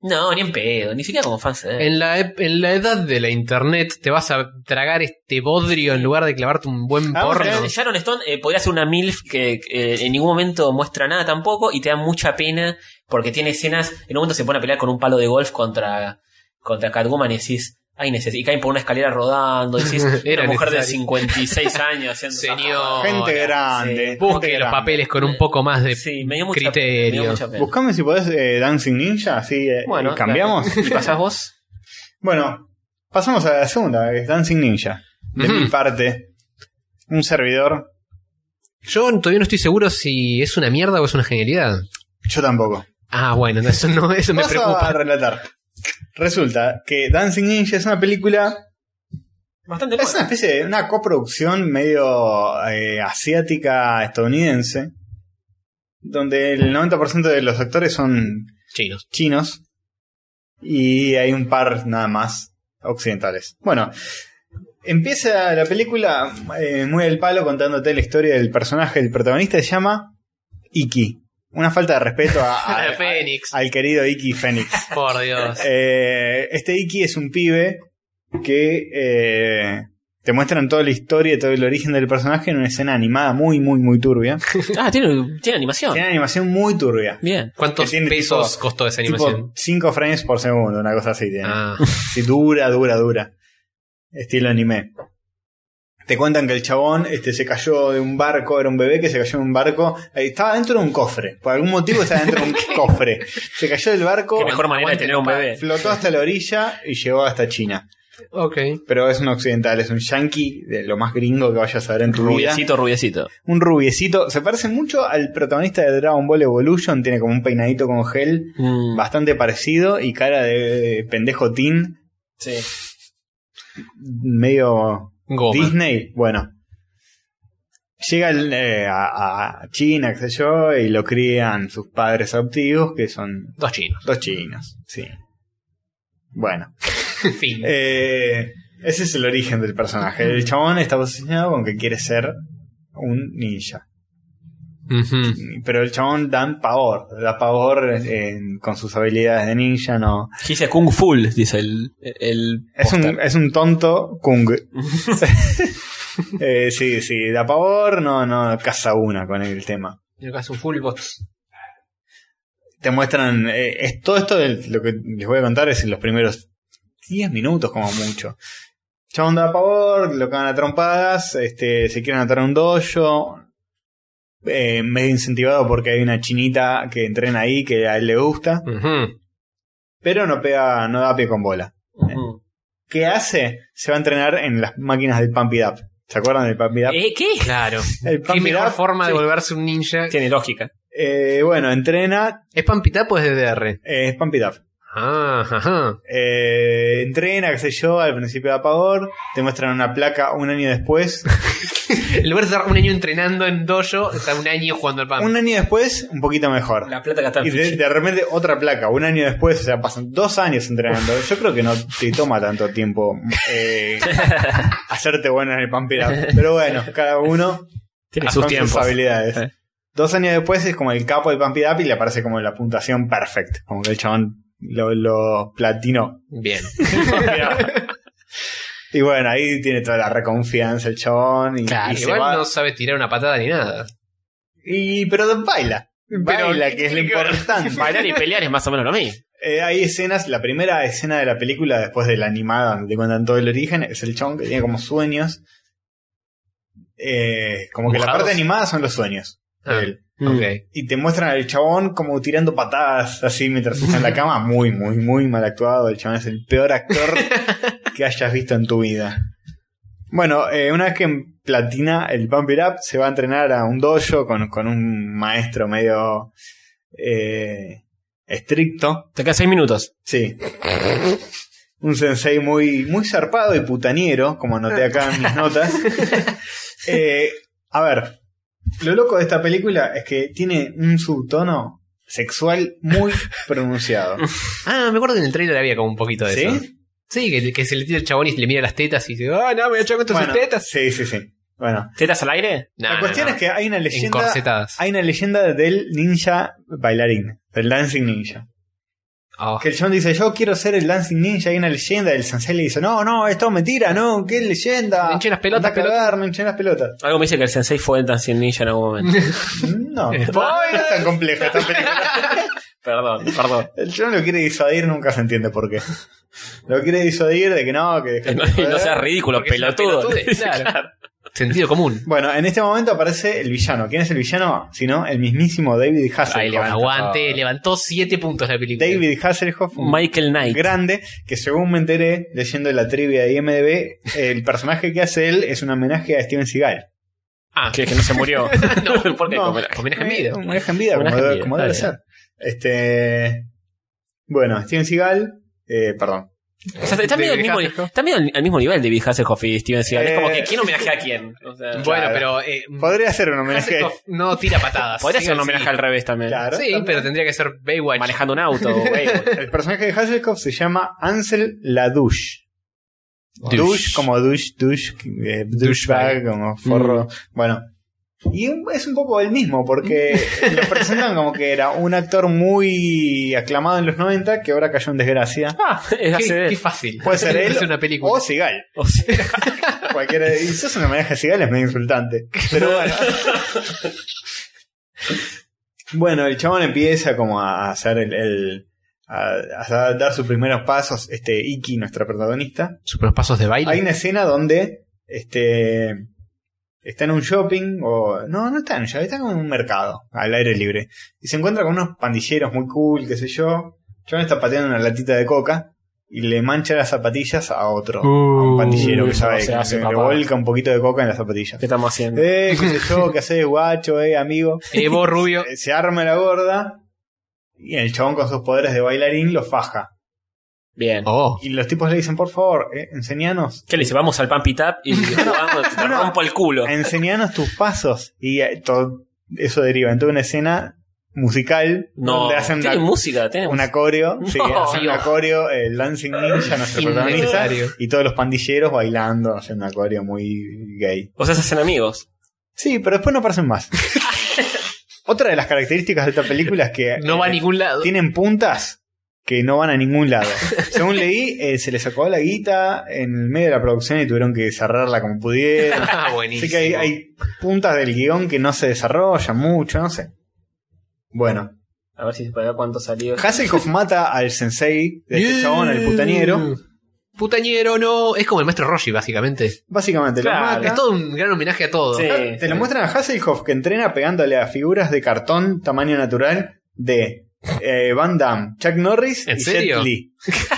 [SPEAKER 3] ni en pedo, ni siquiera como fans. eh.
[SPEAKER 2] En la, ep- en la edad de la internet te vas a tragar este bodrio en lugar de clavarte un buen
[SPEAKER 1] Ah,
[SPEAKER 2] porno.
[SPEAKER 1] ok.
[SPEAKER 3] Sharon Stone eh, podría ser una MILF que eh, en ningún momento muestra nada tampoco y te da mucha pena porque tiene escenas. En un momento se pone a pelear con un palo de golf contra, contra Catwoman y decís. Ay, neces y caen por una escalera rodando. Y decís,
[SPEAKER 2] Era
[SPEAKER 3] una mujer de
[SPEAKER 2] necesario.
[SPEAKER 3] 56 años haciendo esa
[SPEAKER 2] Señor.
[SPEAKER 1] gente
[SPEAKER 2] Ahora,
[SPEAKER 1] grande.
[SPEAKER 2] Busque
[SPEAKER 1] gente
[SPEAKER 2] los
[SPEAKER 1] grande.
[SPEAKER 2] papeles con un poco más de.
[SPEAKER 3] Sí, me dio mucha
[SPEAKER 2] Criterio.
[SPEAKER 3] pena, me dio mucha pena.
[SPEAKER 1] Buscame si podés eh, Dancing Ninja, así eh,
[SPEAKER 3] Bueno,
[SPEAKER 1] y cambiamos.
[SPEAKER 3] ¿Y pasás vos?
[SPEAKER 1] Bueno, pasamos a la segunda, que es Dancing Ninja. De
[SPEAKER 2] Ujú.
[SPEAKER 1] mi parte, un servidor,
[SPEAKER 2] Yo todavía no estoy seguro si es una mierda o es una genialidad.
[SPEAKER 1] yo tampoco.
[SPEAKER 2] Ah, bueno, no, eso no, eso me
[SPEAKER 1] Paso a
[SPEAKER 2] preocupa.
[SPEAKER 1] relatar. Resulta que Dancing Ninja es una película
[SPEAKER 3] Bastante
[SPEAKER 1] Es una especie de una coproducción medio eh, asiática estadounidense, donde el 90% de los actores son
[SPEAKER 2] Chinos.
[SPEAKER 1] chinos y hay un par nada más occidentales. Bueno, empieza la película eh, muy al palo contándote la historia del personaje, el protagonista se llama Iki. Una falta de respeto a- a-
[SPEAKER 2] A Fénix.
[SPEAKER 1] al querido Iki Fénix.
[SPEAKER 2] Por Dios.
[SPEAKER 1] Eh, este Iki es un pibe que eh, te muestran toda la historia, todo el origen del personaje en una escena animada muy, muy, muy turbia.
[SPEAKER 3] Ah, tiene, tiene animación.
[SPEAKER 1] Tiene una animación muy turbia.
[SPEAKER 3] Bien.
[SPEAKER 2] ¿Cuántos
[SPEAKER 1] que tiene
[SPEAKER 2] pesos
[SPEAKER 1] tipo-
[SPEAKER 2] costó esa
[SPEAKER 1] Tipo
[SPEAKER 2] animación?
[SPEAKER 1] 5 frames por segundo, una cosa así. Tiene.
[SPEAKER 2] Ah,
[SPEAKER 1] Así dura, dura, dura. Estilo anime. Te cuentan que el chabón este, se cayó de un barco, era un bebé que se cayó de un barco. eh, Estaba dentro de un cofre. Por algún motivo estaba dentro de un cofre. Se cayó del barco,
[SPEAKER 3] Qué mejor manera de tener un bebé.
[SPEAKER 1] flotó hasta la orilla y llegó hasta China.
[SPEAKER 2] ok.
[SPEAKER 1] pero es un occidental, es un yankee, de lo más gringo que vayas a ver en tu vida.
[SPEAKER 3] Rubiecito, rubiecito.
[SPEAKER 1] Un rubiecito, se parece mucho al protagonista de Dragon Ball Evolution, tiene como un peinadito con gel
[SPEAKER 3] Mm,
[SPEAKER 1] bastante parecido y cara de pendejo teen,
[SPEAKER 3] sí.
[SPEAKER 1] medio
[SPEAKER 2] Goma.
[SPEAKER 1] Disney. Bueno, llega el, eh, a, a China, qué sé yo, y lo crían sus padres adoptivos, que son
[SPEAKER 2] Dos chinos.
[SPEAKER 1] dos chinos, sí. Bueno,
[SPEAKER 2] fin.
[SPEAKER 1] Eh, ese es el origen del personaje. El chabón está obsesionado con que quiere ser un ninja.
[SPEAKER 2] Ujú.
[SPEAKER 1] Pero el chabón da pavor. Da pavor eh, con sus habilidades de ninja, no.
[SPEAKER 3] Dice Kung Fu, dice el. el
[SPEAKER 1] Es un, eh,
[SPEAKER 3] póster.
[SPEAKER 1] es un tonto Kung. Eh, sí, sí, da pavor, no, no, casa una con el tema.
[SPEAKER 2] Y acá es un full box.
[SPEAKER 1] Te muestran. eh, es, todo esto, del- lo que les voy a contar es en los primeros 10 minutos, como mucho. Chabón da pavor, lo cagan a trompadas, este, se quieren atar a un dojo. Eh, medio incentivado porque hay una chinita que entrena ahí que a él le gusta,
[SPEAKER 2] Ujú.
[SPEAKER 1] pero no pega, no da pie con bola.
[SPEAKER 3] Ujú.
[SPEAKER 1] ¿Qué hace? Se va a entrenar en las máquinas del Pump It Up. ¿Se acuerdan del Pump It Up?
[SPEAKER 3] ¿Eh? ¿Qué?
[SPEAKER 2] Claro.
[SPEAKER 1] El
[SPEAKER 2] Qué
[SPEAKER 1] Pump It
[SPEAKER 2] mejor
[SPEAKER 1] Up,
[SPEAKER 2] forma de
[SPEAKER 1] sí.
[SPEAKER 2] volverse un ninja.
[SPEAKER 3] Tiene lógica.
[SPEAKER 1] eh, bueno, entrena,
[SPEAKER 2] ¿Es Pampitapo o es DDR?
[SPEAKER 1] eh, es Pump It Up.
[SPEAKER 2] Ah, ajá.
[SPEAKER 1] Eh, entrena, qué sé yo, al principio da pavor, te muestran una placa un año después.
[SPEAKER 2] En lugar de estar un año entrenando en dojo, está un año jugando al pan.
[SPEAKER 1] un año después, un poquito mejor.
[SPEAKER 3] La plata que está en
[SPEAKER 1] Y de,
[SPEAKER 3] Fiji.
[SPEAKER 1] de repente otra placa, un año después, o sea, pasan dos años entrenando. Yo creo que no te toma tanto tiempo eh, hacerte bueno en el pampera. Pero bueno, cada uno
[SPEAKER 3] Tiene
[SPEAKER 1] con
[SPEAKER 3] sus tiempos.
[SPEAKER 1] habilidades.
[SPEAKER 3] Eh.
[SPEAKER 1] Dos años después es como el capo del Pump It Up y le aparece como la puntuación perfect. Como que el chabón Lo, lo platinó.
[SPEAKER 2] Bien.
[SPEAKER 1] y bueno, ahí tiene toda la reconfianza el chabón. Y,
[SPEAKER 2] Claro,
[SPEAKER 1] y se
[SPEAKER 2] igual
[SPEAKER 1] va.
[SPEAKER 2] no sabe tirar una patada ni nada.
[SPEAKER 1] Y, pero baila. Baila,
[SPEAKER 2] ¿qué
[SPEAKER 1] que es lo
[SPEAKER 2] tiene que ver?
[SPEAKER 1] importante.
[SPEAKER 3] Bailar y pelear es más o menos lo mismo.
[SPEAKER 1] Eh, hay escenas, la primera escena de la película, después de la animada, donde te cuentan todo el origen, es el chon que tiene como sueños. Eh, como que la
[SPEAKER 2] ¿Mojados?
[SPEAKER 1] parte animada son los sueños. de
[SPEAKER 2] Ah.
[SPEAKER 1] él.
[SPEAKER 3] Mm.
[SPEAKER 2] Ok.
[SPEAKER 1] Y te muestran al chabón como tirando patadas así mientras está en la cama. Muy, muy, muy mal actuado. El chabón es el peor actor que hayas visto en tu vida. Bueno, eh, una vez que platina el Pump It Up, se va a entrenar a un dojo con, con un maestro medio eh, estricto.
[SPEAKER 3] Te quedan 6 minutos.
[SPEAKER 1] Sí. Un sensei muy, muy zarpado y putaniero, como anoté acá en mis notas. Eh, a ver, lo loco de esta película es que tiene un subtono sexual muy pronunciado.
[SPEAKER 2] Ah, me acuerdo que en el trailer había como un poquito de eso.
[SPEAKER 1] ¿Sí?
[SPEAKER 2] Sí, que, que se le tira el chabón y le mira las tetas y dice, ah, no, me voy a echar con tus
[SPEAKER 1] Bueno,
[SPEAKER 2] tetas.
[SPEAKER 1] Sí, sí, sí. Bueno,
[SPEAKER 3] ¿Tetas al aire?
[SPEAKER 2] No,
[SPEAKER 1] la
[SPEAKER 2] no,
[SPEAKER 1] cuestión
[SPEAKER 2] no.
[SPEAKER 1] es que hay una leyenda.
[SPEAKER 2] Encorsetadas.
[SPEAKER 1] Hay una leyenda del ninja bailarín, del dancing ninja.
[SPEAKER 2] Oh.
[SPEAKER 1] Que el chabón dice, yo quiero ser el Dancing Ninja, hay una leyenda, el sensei le dice, no, no, esto es mentira, no, qué leyenda.
[SPEAKER 2] Me hinché las pelotas,
[SPEAKER 1] Andá a cagar, me hinché las pelotas. Mm,
[SPEAKER 3] Algo me dice que el sensei fue el Dancing Ninja en algún momento.
[SPEAKER 1] No, no es tan compleja esta película.
[SPEAKER 3] perdón, perdón.
[SPEAKER 1] El chabón lo quiere disuadir, nunca se entiende por qué. Lo quiere disuadir de que no, que...
[SPEAKER 3] No, no seas ridículo,
[SPEAKER 2] Porque es una
[SPEAKER 3] pelotudo.
[SPEAKER 2] pelotudez, claro. Sentido común.
[SPEAKER 1] Bueno, en este momento aparece el villano. ¿Quién es el villano? Sino el mismísimo David
[SPEAKER 2] Ahí levanta,
[SPEAKER 1] Hasselhoff.
[SPEAKER 2] aguante, levantó 7 puntos la película.
[SPEAKER 1] David Hasselhoff, un
[SPEAKER 3] Michael Knight.
[SPEAKER 1] grande, que según me enteré leyendo la trivia de IMDB, el personaje que hace él es un homenaje a Steven Seagal.
[SPEAKER 2] Ah,
[SPEAKER 3] Que, que no se murió.
[SPEAKER 2] No.
[SPEAKER 3] ¿Por qué?
[SPEAKER 1] No.
[SPEAKER 3] Como la-
[SPEAKER 2] homenaje en
[SPEAKER 1] Eh,
[SPEAKER 2] vida.
[SPEAKER 1] Un homenaje en vida, como,
[SPEAKER 3] Homenaje en
[SPEAKER 1] debe-
[SPEAKER 3] vida,
[SPEAKER 1] como debe
[SPEAKER 3] está
[SPEAKER 1] ser. Este. Bueno, Steven Seagal. Eh, perdón.
[SPEAKER 3] O sea, están medio al
[SPEAKER 2] David
[SPEAKER 3] mismo,
[SPEAKER 2] Hasselhoff.
[SPEAKER 3] están medio al- al mismo nivel de Hasselhoff y Steven Seagal. Es como
[SPEAKER 1] Eh.
[SPEAKER 3] que, ¿quién homenajea a quién? O sea,
[SPEAKER 2] Bueno,
[SPEAKER 1] Claro.
[SPEAKER 2] pero. eh,
[SPEAKER 1] Podría ser un homenaje.
[SPEAKER 2] Hasselhoff no tira patadas.
[SPEAKER 3] podría ser un
[SPEAKER 2] Sí,
[SPEAKER 3] homenaje
[SPEAKER 2] sí.
[SPEAKER 3] al revés también.
[SPEAKER 1] Claro.
[SPEAKER 2] Sí,
[SPEAKER 1] también.
[SPEAKER 2] pero tendría que ser Baywatch.
[SPEAKER 3] Manejando un auto, güey.
[SPEAKER 1] El personaje de Hasselhoff se llama Ansel Ladouche.
[SPEAKER 2] Douche.
[SPEAKER 1] Douche, como douche, douche, eh, douchebag, como forro. Bueno. Y un- es un poco el mismo, porque lo presentan como que era un actor muy aclamado en los 90 que ahora cayó en desgracia.
[SPEAKER 3] Ah, es
[SPEAKER 2] Qué,
[SPEAKER 3] ACD.
[SPEAKER 2] qué fácil.
[SPEAKER 1] Puede ser él
[SPEAKER 2] Es una película.
[SPEAKER 1] o Seagal.
[SPEAKER 3] O sea,
[SPEAKER 1] Cualquiera. Y si es un homenaje a Sigal es medio insultante. Pero bueno. bueno, el chabón empieza como a hacer el. el- a, a dar sus primeros pasos. Este Iki, nuestra protagonista.
[SPEAKER 2] Super los pasos de baile.
[SPEAKER 1] Hay una escena donde. Este. Está en un shopping, o. No, no está en un shopping, está en un mercado, al aire libre. Y se encuentra con unos pandilleros muy cool, qué sé yo. El chabón está pateando una latita de coca y le mancha las zapatillas a otro
[SPEAKER 2] Uh.
[SPEAKER 1] un pandillero
[SPEAKER 3] Uy,
[SPEAKER 1] que sabe
[SPEAKER 3] Uh, no se
[SPEAKER 1] que
[SPEAKER 3] hace,
[SPEAKER 1] le
[SPEAKER 3] papá.
[SPEAKER 1] volca un poquito de coca en las zapatillas.
[SPEAKER 3] ¿Qué estamos haciendo?
[SPEAKER 1] Eh, qué sé yo, qué haces, guacho, eh, amigo.
[SPEAKER 2] Eh, vos, Rubio.
[SPEAKER 1] Eh, Se arma la gorda y el chabón con sus poderes de bailarín lo faja.
[SPEAKER 3] Bien.
[SPEAKER 2] Oh.
[SPEAKER 1] Y los tipos le dicen, por favor, eh, enseñanos,
[SPEAKER 3] ¿Qué le dice? Vamos al Pump It Up y jugamos, te rompo el culo.
[SPEAKER 1] enseñanos tus pasos. Y eh, todo eso deriva en toda una escena musical
[SPEAKER 3] No,
[SPEAKER 1] donde hacen
[SPEAKER 3] tiene
[SPEAKER 1] una,
[SPEAKER 3] música, tiene
[SPEAKER 1] una
[SPEAKER 3] música.
[SPEAKER 1] coreo. sí,
[SPEAKER 3] No,
[SPEAKER 1] hacen una
[SPEAKER 2] Dios.
[SPEAKER 1] coreo, el Dancing Ninja, nuestro protagonista,
[SPEAKER 2] Innecesario.
[SPEAKER 1] y todos los pandilleros bailando, haciendo una coreo muy gay.
[SPEAKER 3] O sea, se hacen amigos.
[SPEAKER 1] Sí, pero después no aparecen más. Otra de las características de esta película es que
[SPEAKER 2] No va a
[SPEAKER 1] eh,
[SPEAKER 2] ningún lado.
[SPEAKER 1] tienen puntas que no van a ningún lado. Según leí, eh, se les acabó la guita en el medio de la producción y tuvieron que cerrarla como pudieron.
[SPEAKER 2] Ah, buenísimo.
[SPEAKER 1] Así que hay, hay puntas del guión que no se desarrollan mucho, no sé. Bueno,
[SPEAKER 3] A ver si se puede ver cuánto salió.
[SPEAKER 1] Hasselhoff mata al sensei de este
[SPEAKER 2] Yeah.
[SPEAKER 1] chabón, al putaniero.
[SPEAKER 2] Mm. Putañero, no. Es como el maestro Roshi, básicamente.
[SPEAKER 1] Básicamente
[SPEAKER 3] Claro,
[SPEAKER 1] lo mata.
[SPEAKER 2] Es todo un gran homenaje a todo.
[SPEAKER 3] Sí.
[SPEAKER 1] Ah, Te lo muestran a Hasselhoff que entrena pegándole a figuras de cartón tamaño natural de eh, Van Damme, Chuck Norris
[SPEAKER 2] ¿En
[SPEAKER 1] y
[SPEAKER 2] serio?
[SPEAKER 1] Jet Li.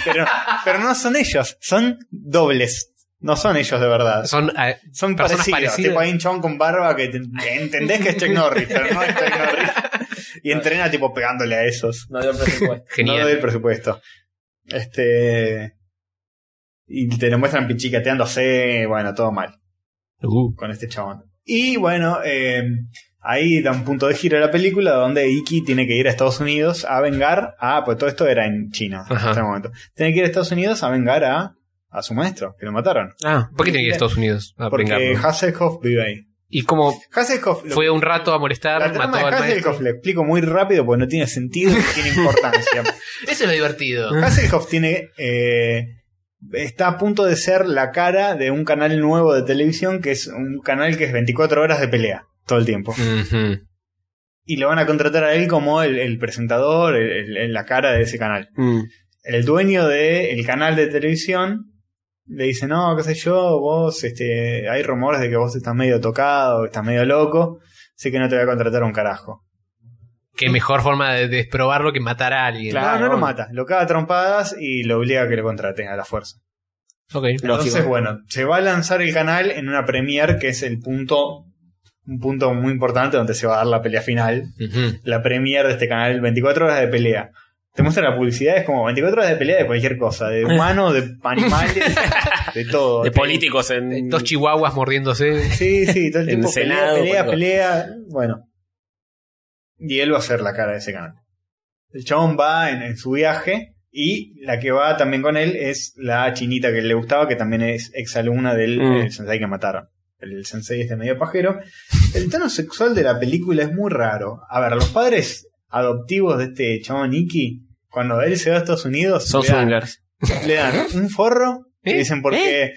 [SPEAKER 1] Pero, pero no son ellos, son dobles. No son ellos de verdad.
[SPEAKER 2] Son ah,
[SPEAKER 1] Son
[SPEAKER 2] personas
[SPEAKER 1] parecidos.
[SPEAKER 2] parecidas.
[SPEAKER 1] Tipo hay un chabón con barba que te- entendés que es Chuck Norris, pero no es Chuck Norris. Y entrena tipo pegándole a esos.
[SPEAKER 3] No dio presupuesto.
[SPEAKER 1] No doy el
[SPEAKER 2] genial.
[SPEAKER 1] presupuesto. Este. Y te lo muestran pichicateándose, bueno, todo mal
[SPEAKER 2] Uh,
[SPEAKER 1] con este chabón. Y bueno, eh, ahí da un punto de giro a la película donde Iki tiene que ir a Estados Unidos a vengar a. Pues todo esto era en China en
[SPEAKER 2] Ajá.
[SPEAKER 1] este momento. Tiene que ir a Estados Unidos a vengar a, a su maestro, que lo mataron.
[SPEAKER 3] Ah,
[SPEAKER 2] ¿Por qué tiene que ir a Estados Unidos a
[SPEAKER 1] porque
[SPEAKER 2] vengarlo?
[SPEAKER 1] Hasselhoff vive ahí.
[SPEAKER 2] Y como
[SPEAKER 1] Hasselhoff lo-
[SPEAKER 2] fue un rato a molestar,
[SPEAKER 1] la trama
[SPEAKER 2] mató
[SPEAKER 1] de
[SPEAKER 2] al maestro.
[SPEAKER 1] Hasselhoff le explico muy rápido porque no tiene sentido ni tiene importancia.
[SPEAKER 2] Eso es lo
[SPEAKER 1] Ah.
[SPEAKER 2] divertido.
[SPEAKER 1] Hasselhoff tiene. eh, está a punto de ser la cara de un canal nuevo de televisión que es un canal que es 24 horas de pelea todo el tiempo.
[SPEAKER 2] Ujú.
[SPEAKER 1] Y lo van a contratar a él como el, el presentador, el- el- el- la cara de ese canal. el dueño del canal de televisión le dice, no, qué sé yo, vos, este, hay rumores de que vos estás medio tocado, estás medio loco, así que no te voy a contratar un carajo.
[SPEAKER 2] Qué mejor forma de desprobarlo que matar a alguien.
[SPEAKER 1] no, no lo mata, lo caga a trompadas y lo obliga a que lo contraten a la fuerza.
[SPEAKER 2] Ok.
[SPEAKER 1] Entonces, bueno, se va a lanzar el canal en una premiere que es el punto, un punto muy importante donde se va a dar la pelea final.
[SPEAKER 2] Ujú.
[SPEAKER 1] la premier de este canal, 24 horas de pelea. Te muestran la publicidad, es como 24 horas de pelea de cualquier cosa, de humanos, de animales, de todo.
[SPEAKER 3] De
[SPEAKER 1] Te-
[SPEAKER 3] políticos en.
[SPEAKER 2] Dos chihuahuas mordiéndose.
[SPEAKER 1] Sí, sí, todo el
[SPEAKER 3] En
[SPEAKER 1] tiempo
[SPEAKER 3] el
[SPEAKER 1] pelea,
[SPEAKER 3] Senado,
[SPEAKER 1] pelea,
[SPEAKER 3] cualquier
[SPEAKER 1] pelea. Bueno. Y él va a ser la cara de ese canal. El chabón va en, en su viaje y la que va también con él es la chinita que le gustaba, que también es exalumna del
[SPEAKER 3] Mm.
[SPEAKER 1] eh, sensei que mataron. El sensei este medio pajero. El tono sexual de la película es muy raro. A ver, los padres adoptivos de este chabón Iki, cuando él se va a Estados Unidos,
[SPEAKER 3] Son
[SPEAKER 1] le, dan,
[SPEAKER 3] swingers.
[SPEAKER 1] le dan un forro y
[SPEAKER 2] ¿Eh?
[SPEAKER 1] dicen porque...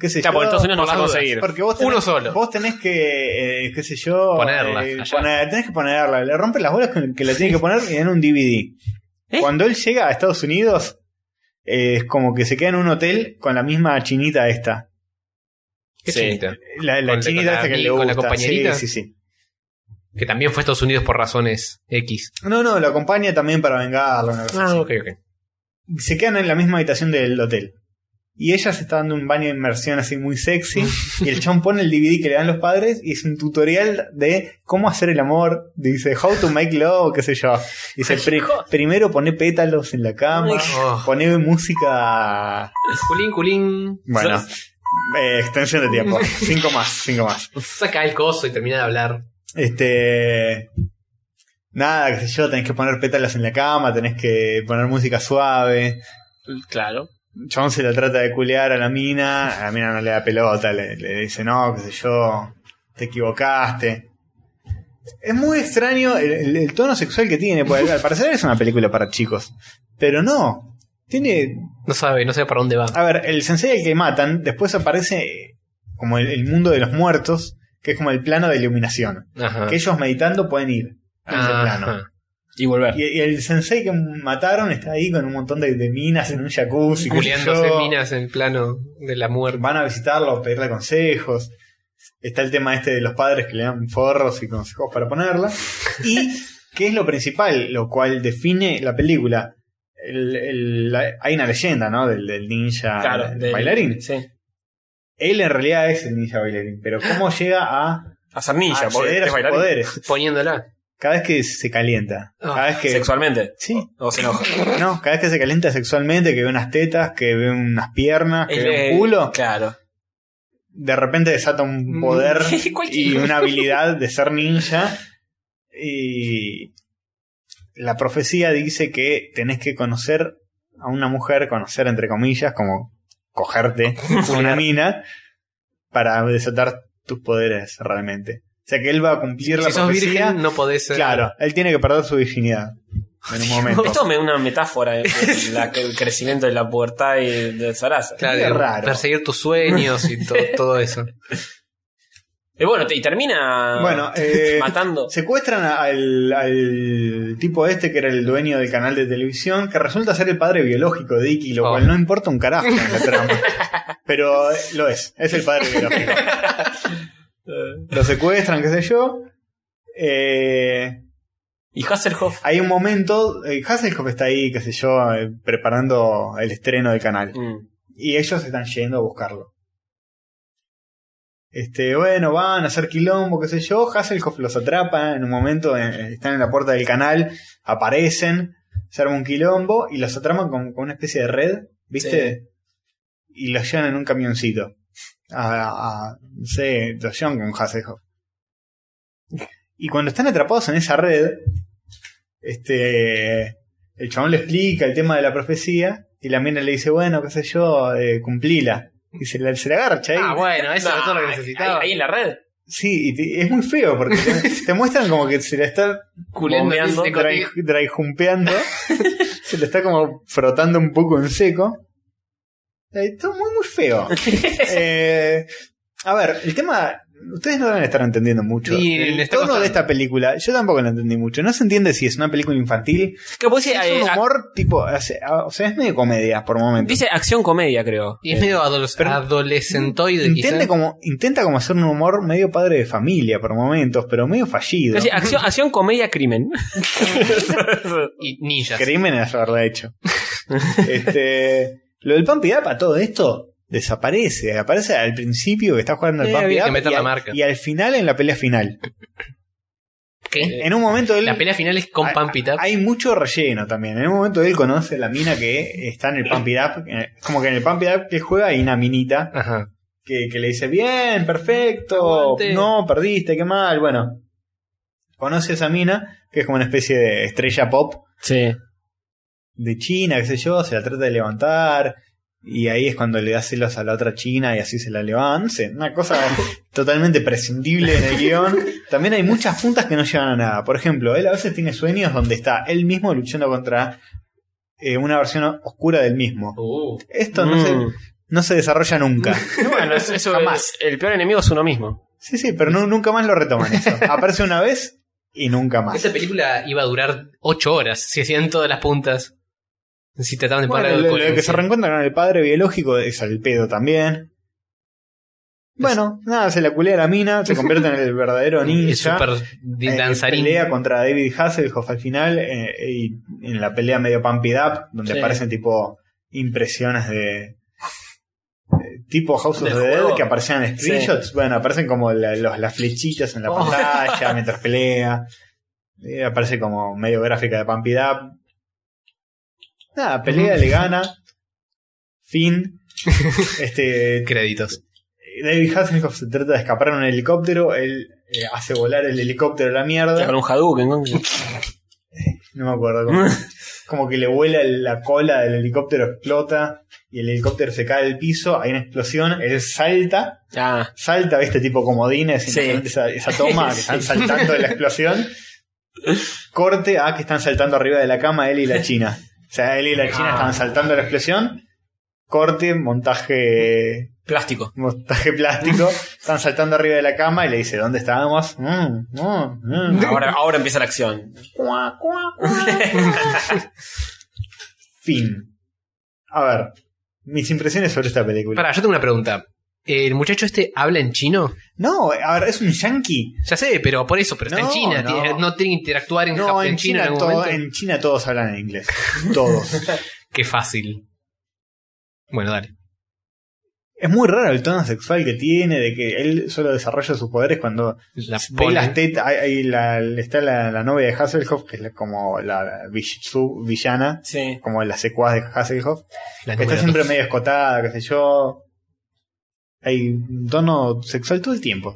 [SPEAKER 1] qué sé
[SPEAKER 3] Ya,
[SPEAKER 1] yo,
[SPEAKER 3] por Estados Unidos no
[SPEAKER 2] por
[SPEAKER 3] vas a
[SPEAKER 2] las
[SPEAKER 3] conseguir.
[SPEAKER 1] porque vos tenés,
[SPEAKER 2] Uno solo.
[SPEAKER 1] Vos tenés que, eh, qué sé yo,
[SPEAKER 2] Ponerla,
[SPEAKER 1] eh,
[SPEAKER 2] allá.
[SPEAKER 1] poner- tenés que ponerla. Le rompen las bolas con que la tiene que poner y en un DVD.
[SPEAKER 3] ¿Eh?
[SPEAKER 1] Cuando él llega a Estados Unidos, eh, es como que se queda en un hotel con la misma chinita esta.
[SPEAKER 2] Qué
[SPEAKER 3] Sí.
[SPEAKER 2] chinita.
[SPEAKER 1] La, la
[SPEAKER 2] Con la-
[SPEAKER 1] chinita
[SPEAKER 2] con la
[SPEAKER 1] esta que
[SPEAKER 2] ami-
[SPEAKER 1] le gusta.
[SPEAKER 2] con la compañerita.
[SPEAKER 1] Sí, sí, sí.
[SPEAKER 2] Que también fue a Estados Unidos por razones X.
[SPEAKER 1] No, no, lo acompaña también para vengarlo. una cosa así.
[SPEAKER 2] Ah, ok, ok.
[SPEAKER 1] Se quedan en la misma habitación del hotel. Y ella se está dando un baño de inmersión así muy sexy. y el chon pone el DVD que le dan los padres y es un tutorial de cómo hacer el amor. Dice, how to make love, qué sé yo. Dice, "Pri- primero pone pétalos en la cama,
[SPEAKER 2] Oh.
[SPEAKER 1] pone música...
[SPEAKER 2] Culín, culín.
[SPEAKER 1] Bueno, eh, extensión de tiempo. Cinco más, cinco más.
[SPEAKER 2] Saca el coso y termina de hablar.
[SPEAKER 1] Este. Nada, qué sé yo, tenés que poner pétalos en la cama, tenés que poner música suave.
[SPEAKER 3] Claro.
[SPEAKER 1] John se la trata de culear a la mina, a la mina no le da pelota, le, le dice, no, qué sé yo, te equivocaste. Es muy extraño el, el- el tono sexual que tiene, porque al parecer es una película para chicos, pero no. Tiene,
[SPEAKER 2] No sabe, no sabe para dónde va.
[SPEAKER 1] a ver, el sensei al que matan, después aparece como el, el mundo de los muertos, que es como el plano de iluminación,
[SPEAKER 2] Ajá.
[SPEAKER 1] que ellos meditando pueden ir a ese
[SPEAKER 2] Ah. Ajá.
[SPEAKER 1] plano.
[SPEAKER 3] Y volver.
[SPEAKER 1] Y, y el sensei que mataron está ahí con un montón de, de minas en un jacuzzi. qué sé
[SPEAKER 2] Culeándose
[SPEAKER 1] yo.
[SPEAKER 2] minas en el plano de la muerte.
[SPEAKER 1] Van a visitarlo, a pedirle consejos. Está el tema este de los padres que le dan forros y consejos para ponerla. Y que es lo principal, lo cual define la película. El- el- la- hay una leyenda, ¿no? Del, del ninja
[SPEAKER 3] Claro. del-
[SPEAKER 1] Ah, bailarín.
[SPEAKER 3] Sí.
[SPEAKER 1] Él en realidad es el ninja bailarín, pero ¿cómo llega a,
[SPEAKER 3] A ser ninja, porque
[SPEAKER 1] acceder a
[SPEAKER 3] es
[SPEAKER 1] sus
[SPEAKER 3] bailarín. Ah,
[SPEAKER 1] poderes?
[SPEAKER 2] Poniéndola.
[SPEAKER 1] Cada vez que se calienta. Cada vez que...
[SPEAKER 3] Sexualmente.
[SPEAKER 1] Sí,
[SPEAKER 3] O se enoja.
[SPEAKER 1] No, cada vez que se calienta sexualmente, que ve unas tetas, que ve unas piernas, que
[SPEAKER 3] Es
[SPEAKER 1] ve
[SPEAKER 3] de-
[SPEAKER 1] un culo,
[SPEAKER 3] Claro.
[SPEAKER 1] de repente desata
[SPEAKER 2] Mm.
[SPEAKER 1] un poder y una habilidad de ser ninja. Y la profecía dice que tenés que conocer a una mujer, conocer entre comillas, como cogerte una mina, para desatar tus poderes realmente. O sea que él va a cumplir la
[SPEAKER 2] Si sos
[SPEAKER 1] profecía.
[SPEAKER 2] virgen, no podés eh, ser.
[SPEAKER 1] claro, él tiene que perder su virginidad en un momento.
[SPEAKER 3] Esto es una metáfora de de la- el crecimiento de la pubertad y del zaraza.
[SPEAKER 2] Claro,
[SPEAKER 1] Qué
[SPEAKER 2] de
[SPEAKER 1] raro.
[SPEAKER 2] perseguir tus sueños y to- todo eso.
[SPEAKER 3] Y bueno, te- y termina
[SPEAKER 1] Bueno, eh,
[SPEAKER 3] matando.
[SPEAKER 1] Secuestran a- al, al tipo este que era el dueño del canal de televisión, que resulta ser el padre biológico de Iki, lo
[SPEAKER 2] Oh.
[SPEAKER 1] cual no importa un carajo en la trama. Pero eh, lo es, es el padre biológico. lo secuestran, qué sé yo. Eh,
[SPEAKER 3] Y Hasselhoff.
[SPEAKER 1] hay un momento, eh, Hasselhoff está ahí, qué sé yo, eh, preparando el estreno del canal.
[SPEAKER 3] Mm.
[SPEAKER 1] Y ellos están yendo a buscarlo. Este, bueno, van a hacer quilombo, qué sé yo. Hasselhoff los atrapa en un momento, eh, están en la puerta del canal, aparecen, se arma un quilombo y los atrapan con, con una especie de red, ¿viste? Y los llevan en un camioncito. A, a- no sé, los llevan con Hasselhoff. Y cuando están atrapados en esa red, este, el chabón le explica el tema de la profecía y la mina le dice, bueno, qué sé yo, eh, cumplila. Y se la, se la garcha ahí.
[SPEAKER 2] Ah, bueno, eso
[SPEAKER 3] Nah,
[SPEAKER 2] es todo lo que necesitaba.
[SPEAKER 3] Ah, Ahí, ahí en la red.
[SPEAKER 1] Sí, y te- es muy feo porque te, te muestran como que se la está
[SPEAKER 2] Culeando,
[SPEAKER 1] bombeando,
[SPEAKER 2] dice,
[SPEAKER 1] dry, dryjumpeando. se la está como frotando un poco en seco. Eh, Todo muy, muy feo. Eh, a ver, el tema. Ustedes no deben estar entendiendo mucho.
[SPEAKER 2] Y
[SPEAKER 1] el
[SPEAKER 2] le está
[SPEAKER 1] tono
[SPEAKER 2] costando.
[SPEAKER 1] de esta película, yo tampoco lo entendí mucho. No se entiende si es una película infantil.
[SPEAKER 3] Que vos decís,
[SPEAKER 1] es
[SPEAKER 3] eh,
[SPEAKER 1] un
[SPEAKER 3] a-
[SPEAKER 1] humor tipo. hace- ah, O sea, es medio comedia por momentos.
[SPEAKER 3] dice acción comedia, creo.
[SPEAKER 2] Y es medio adoles-
[SPEAKER 1] Eh, pero-
[SPEAKER 2] adolescentoide, quizá.
[SPEAKER 1] Intenta como, intenta como hacer un humor medio padre de familia por momentos, pero medio fallido.
[SPEAKER 3] Dice, acción, acción comedia crimen.
[SPEAKER 2] Y ninjas.
[SPEAKER 1] Crimen es haberla hecho. este, lo del Pump It Up a todo esto desaparece. Aparece al principio que está jugando al
[SPEAKER 2] Eh,
[SPEAKER 1] Pump It
[SPEAKER 2] había que
[SPEAKER 1] Up
[SPEAKER 2] meter
[SPEAKER 1] y,
[SPEAKER 2] la
[SPEAKER 1] al-
[SPEAKER 2] marca.
[SPEAKER 1] y al final en la pelea final.
[SPEAKER 2] ¿Qué?
[SPEAKER 3] Eh,
[SPEAKER 1] en un momento él,
[SPEAKER 2] La pelea final es con
[SPEAKER 1] hay-
[SPEAKER 2] Pump It Up.
[SPEAKER 1] hay mucho relleno también. En un momento él conoce a la mina que está en el Pump It Up. eh, Como que en el Pump It Up que juega hay una minita
[SPEAKER 2] Ajá.
[SPEAKER 1] que, que le dice, bien, perfecto,
[SPEAKER 2] Aguante.
[SPEAKER 1] no, perdiste, qué mal, bueno. Conoce a esa mina, que es como una especie de estrella pop
[SPEAKER 3] Sí.
[SPEAKER 1] de China, qué sé yo, se la trata de levantar, y ahí es cuando le da celos a la otra China y así se la levanta. Sí, Una cosa totalmente prescindible en el guión. También hay muchas puntas que no llevan a nada. Por ejemplo, él a veces tiene sueños donde está él mismo luchando contra eh, una versión oscura del mismo.
[SPEAKER 2] Uh.
[SPEAKER 1] Esto no, se,
[SPEAKER 3] Mm.
[SPEAKER 1] no se desarrolla nunca.
[SPEAKER 3] Bueno, es- eso
[SPEAKER 1] Jamás.
[SPEAKER 3] El peor enemigo es uno mismo.
[SPEAKER 1] Sí, sí, pero nu- nunca más lo retoman eso. Aparece una vez y nunca más.
[SPEAKER 2] Esa película iba a durar 8 horas. Si hacían todas las puntas. Si trataban de
[SPEAKER 1] Bueno,
[SPEAKER 2] parar
[SPEAKER 1] lo,
[SPEAKER 2] el
[SPEAKER 1] lo que se reencuentra con el padre biológico es al pedo también. Bueno, nada, se la culea a la mina, se convierte en el verdadero
[SPEAKER 2] Es
[SPEAKER 1] ninja.
[SPEAKER 2] súper
[SPEAKER 1] eh,
[SPEAKER 2] danzarín.
[SPEAKER 1] Pelea contra David Hasselhoff al final eh, y en la pelea medio pump it up, donde
[SPEAKER 3] Sí.
[SPEAKER 1] aparecen tipo impresiones de... eh, Tipo House of
[SPEAKER 3] Del
[SPEAKER 1] the Dead
[SPEAKER 3] juego.
[SPEAKER 1] que aparecían en screenshots, bueno, aparecen como la- los- las flechitas en la
[SPEAKER 3] Oh.
[SPEAKER 1] pantalla mientras pelea. Eh, aparece como medio gráfica de Pump It Up. Nada, pelea, le gana. Fin. Este,
[SPEAKER 2] Créditos.
[SPEAKER 1] David Hasselhoff se trata de escapar en un helicóptero. Él eh, hace volar el helicóptero a la mierda.
[SPEAKER 3] Con un Hadouken. ¿no?
[SPEAKER 1] No me acuerdo. Como, como que le vuela la cola del helicóptero, explota. Y el helicóptero se cae al piso. Hay una explosión. Él salta.
[SPEAKER 3] Ah,
[SPEAKER 1] Salta, ¿viste? Tipo comodines.
[SPEAKER 3] Sí.
[SPEAKER 1] imagínate Esa, esa toma que están saltando de la explosión. Corte a que están saltando arriba de la cama él y la china. O sea, él y la china
[SPEAKER 3] Ah.
[SPEAKER 1] estaban saltando la explosión. Corte, montaje
[SPEAKER 3] plástico.
[SPEAKER 1] montaje plástico, están saltando arriba de la cama y le dice, ¿dónde estábamos? Mm, mm, mm.
[SPEAKER 3] Ahora, ahora empieza la acción.
[SPEAKER 1] Cuá, cuá, cuá. fin. A ver, mis impresiones sobre esta película.
[SPEAKER 2] Pará, yo tengo una pregunta. ¿El muchacho este habla en chino?
[SPEAKER 1] No, a ver, es un yankee.
[SPEAKER 2] Ya sé, pero por eso, pero está
[SPEAKER 1] No,
[SPEAKER 2] en China.
[SPEAKER 1] no.
[SPEAKER 2] tiene- No tiene que interactuar en,
[SPEAKER 1] No,
[SPEAKER 2] jap-
[SPEAKER 1] en
[SPEAKER 2] China,
[SPEAKER 1] China,
[SPEAKER 2] en algún
[SPEAKER 1] todo-
[SPEAKER 2] momento.
[SPEAKER 1] en China todos hablan en inglés. Todos.
[SPEAKER 2] Qué fácil. Bueno, dale.
[SPEAKER 1] es muy raro el tono sexual que tiene, de que él solo desarrolla sus poderes cuando
[SPEAKER 2] La
[SPEAKER 1] ve
[SPEAKER 2] pone-
[SPEAKER 1] las tetas. ahí- ahí la- está la, la novia de Hasselhoff, que es la- como la vill- su villana,
[SPEAKER 3] Sí.
[SPEAKER 1] como la secuaz de Hasselhoff.
[SPEAKER 2] la
[SPEAKER 1] Que
[SPEAKER 2] número
[SPEAKER 1] está siempre
[SPEAKER 2] dos.
[SPEAKER 1] medio escotada, qué sé yo. Hay un tono sexual todo el tiempo.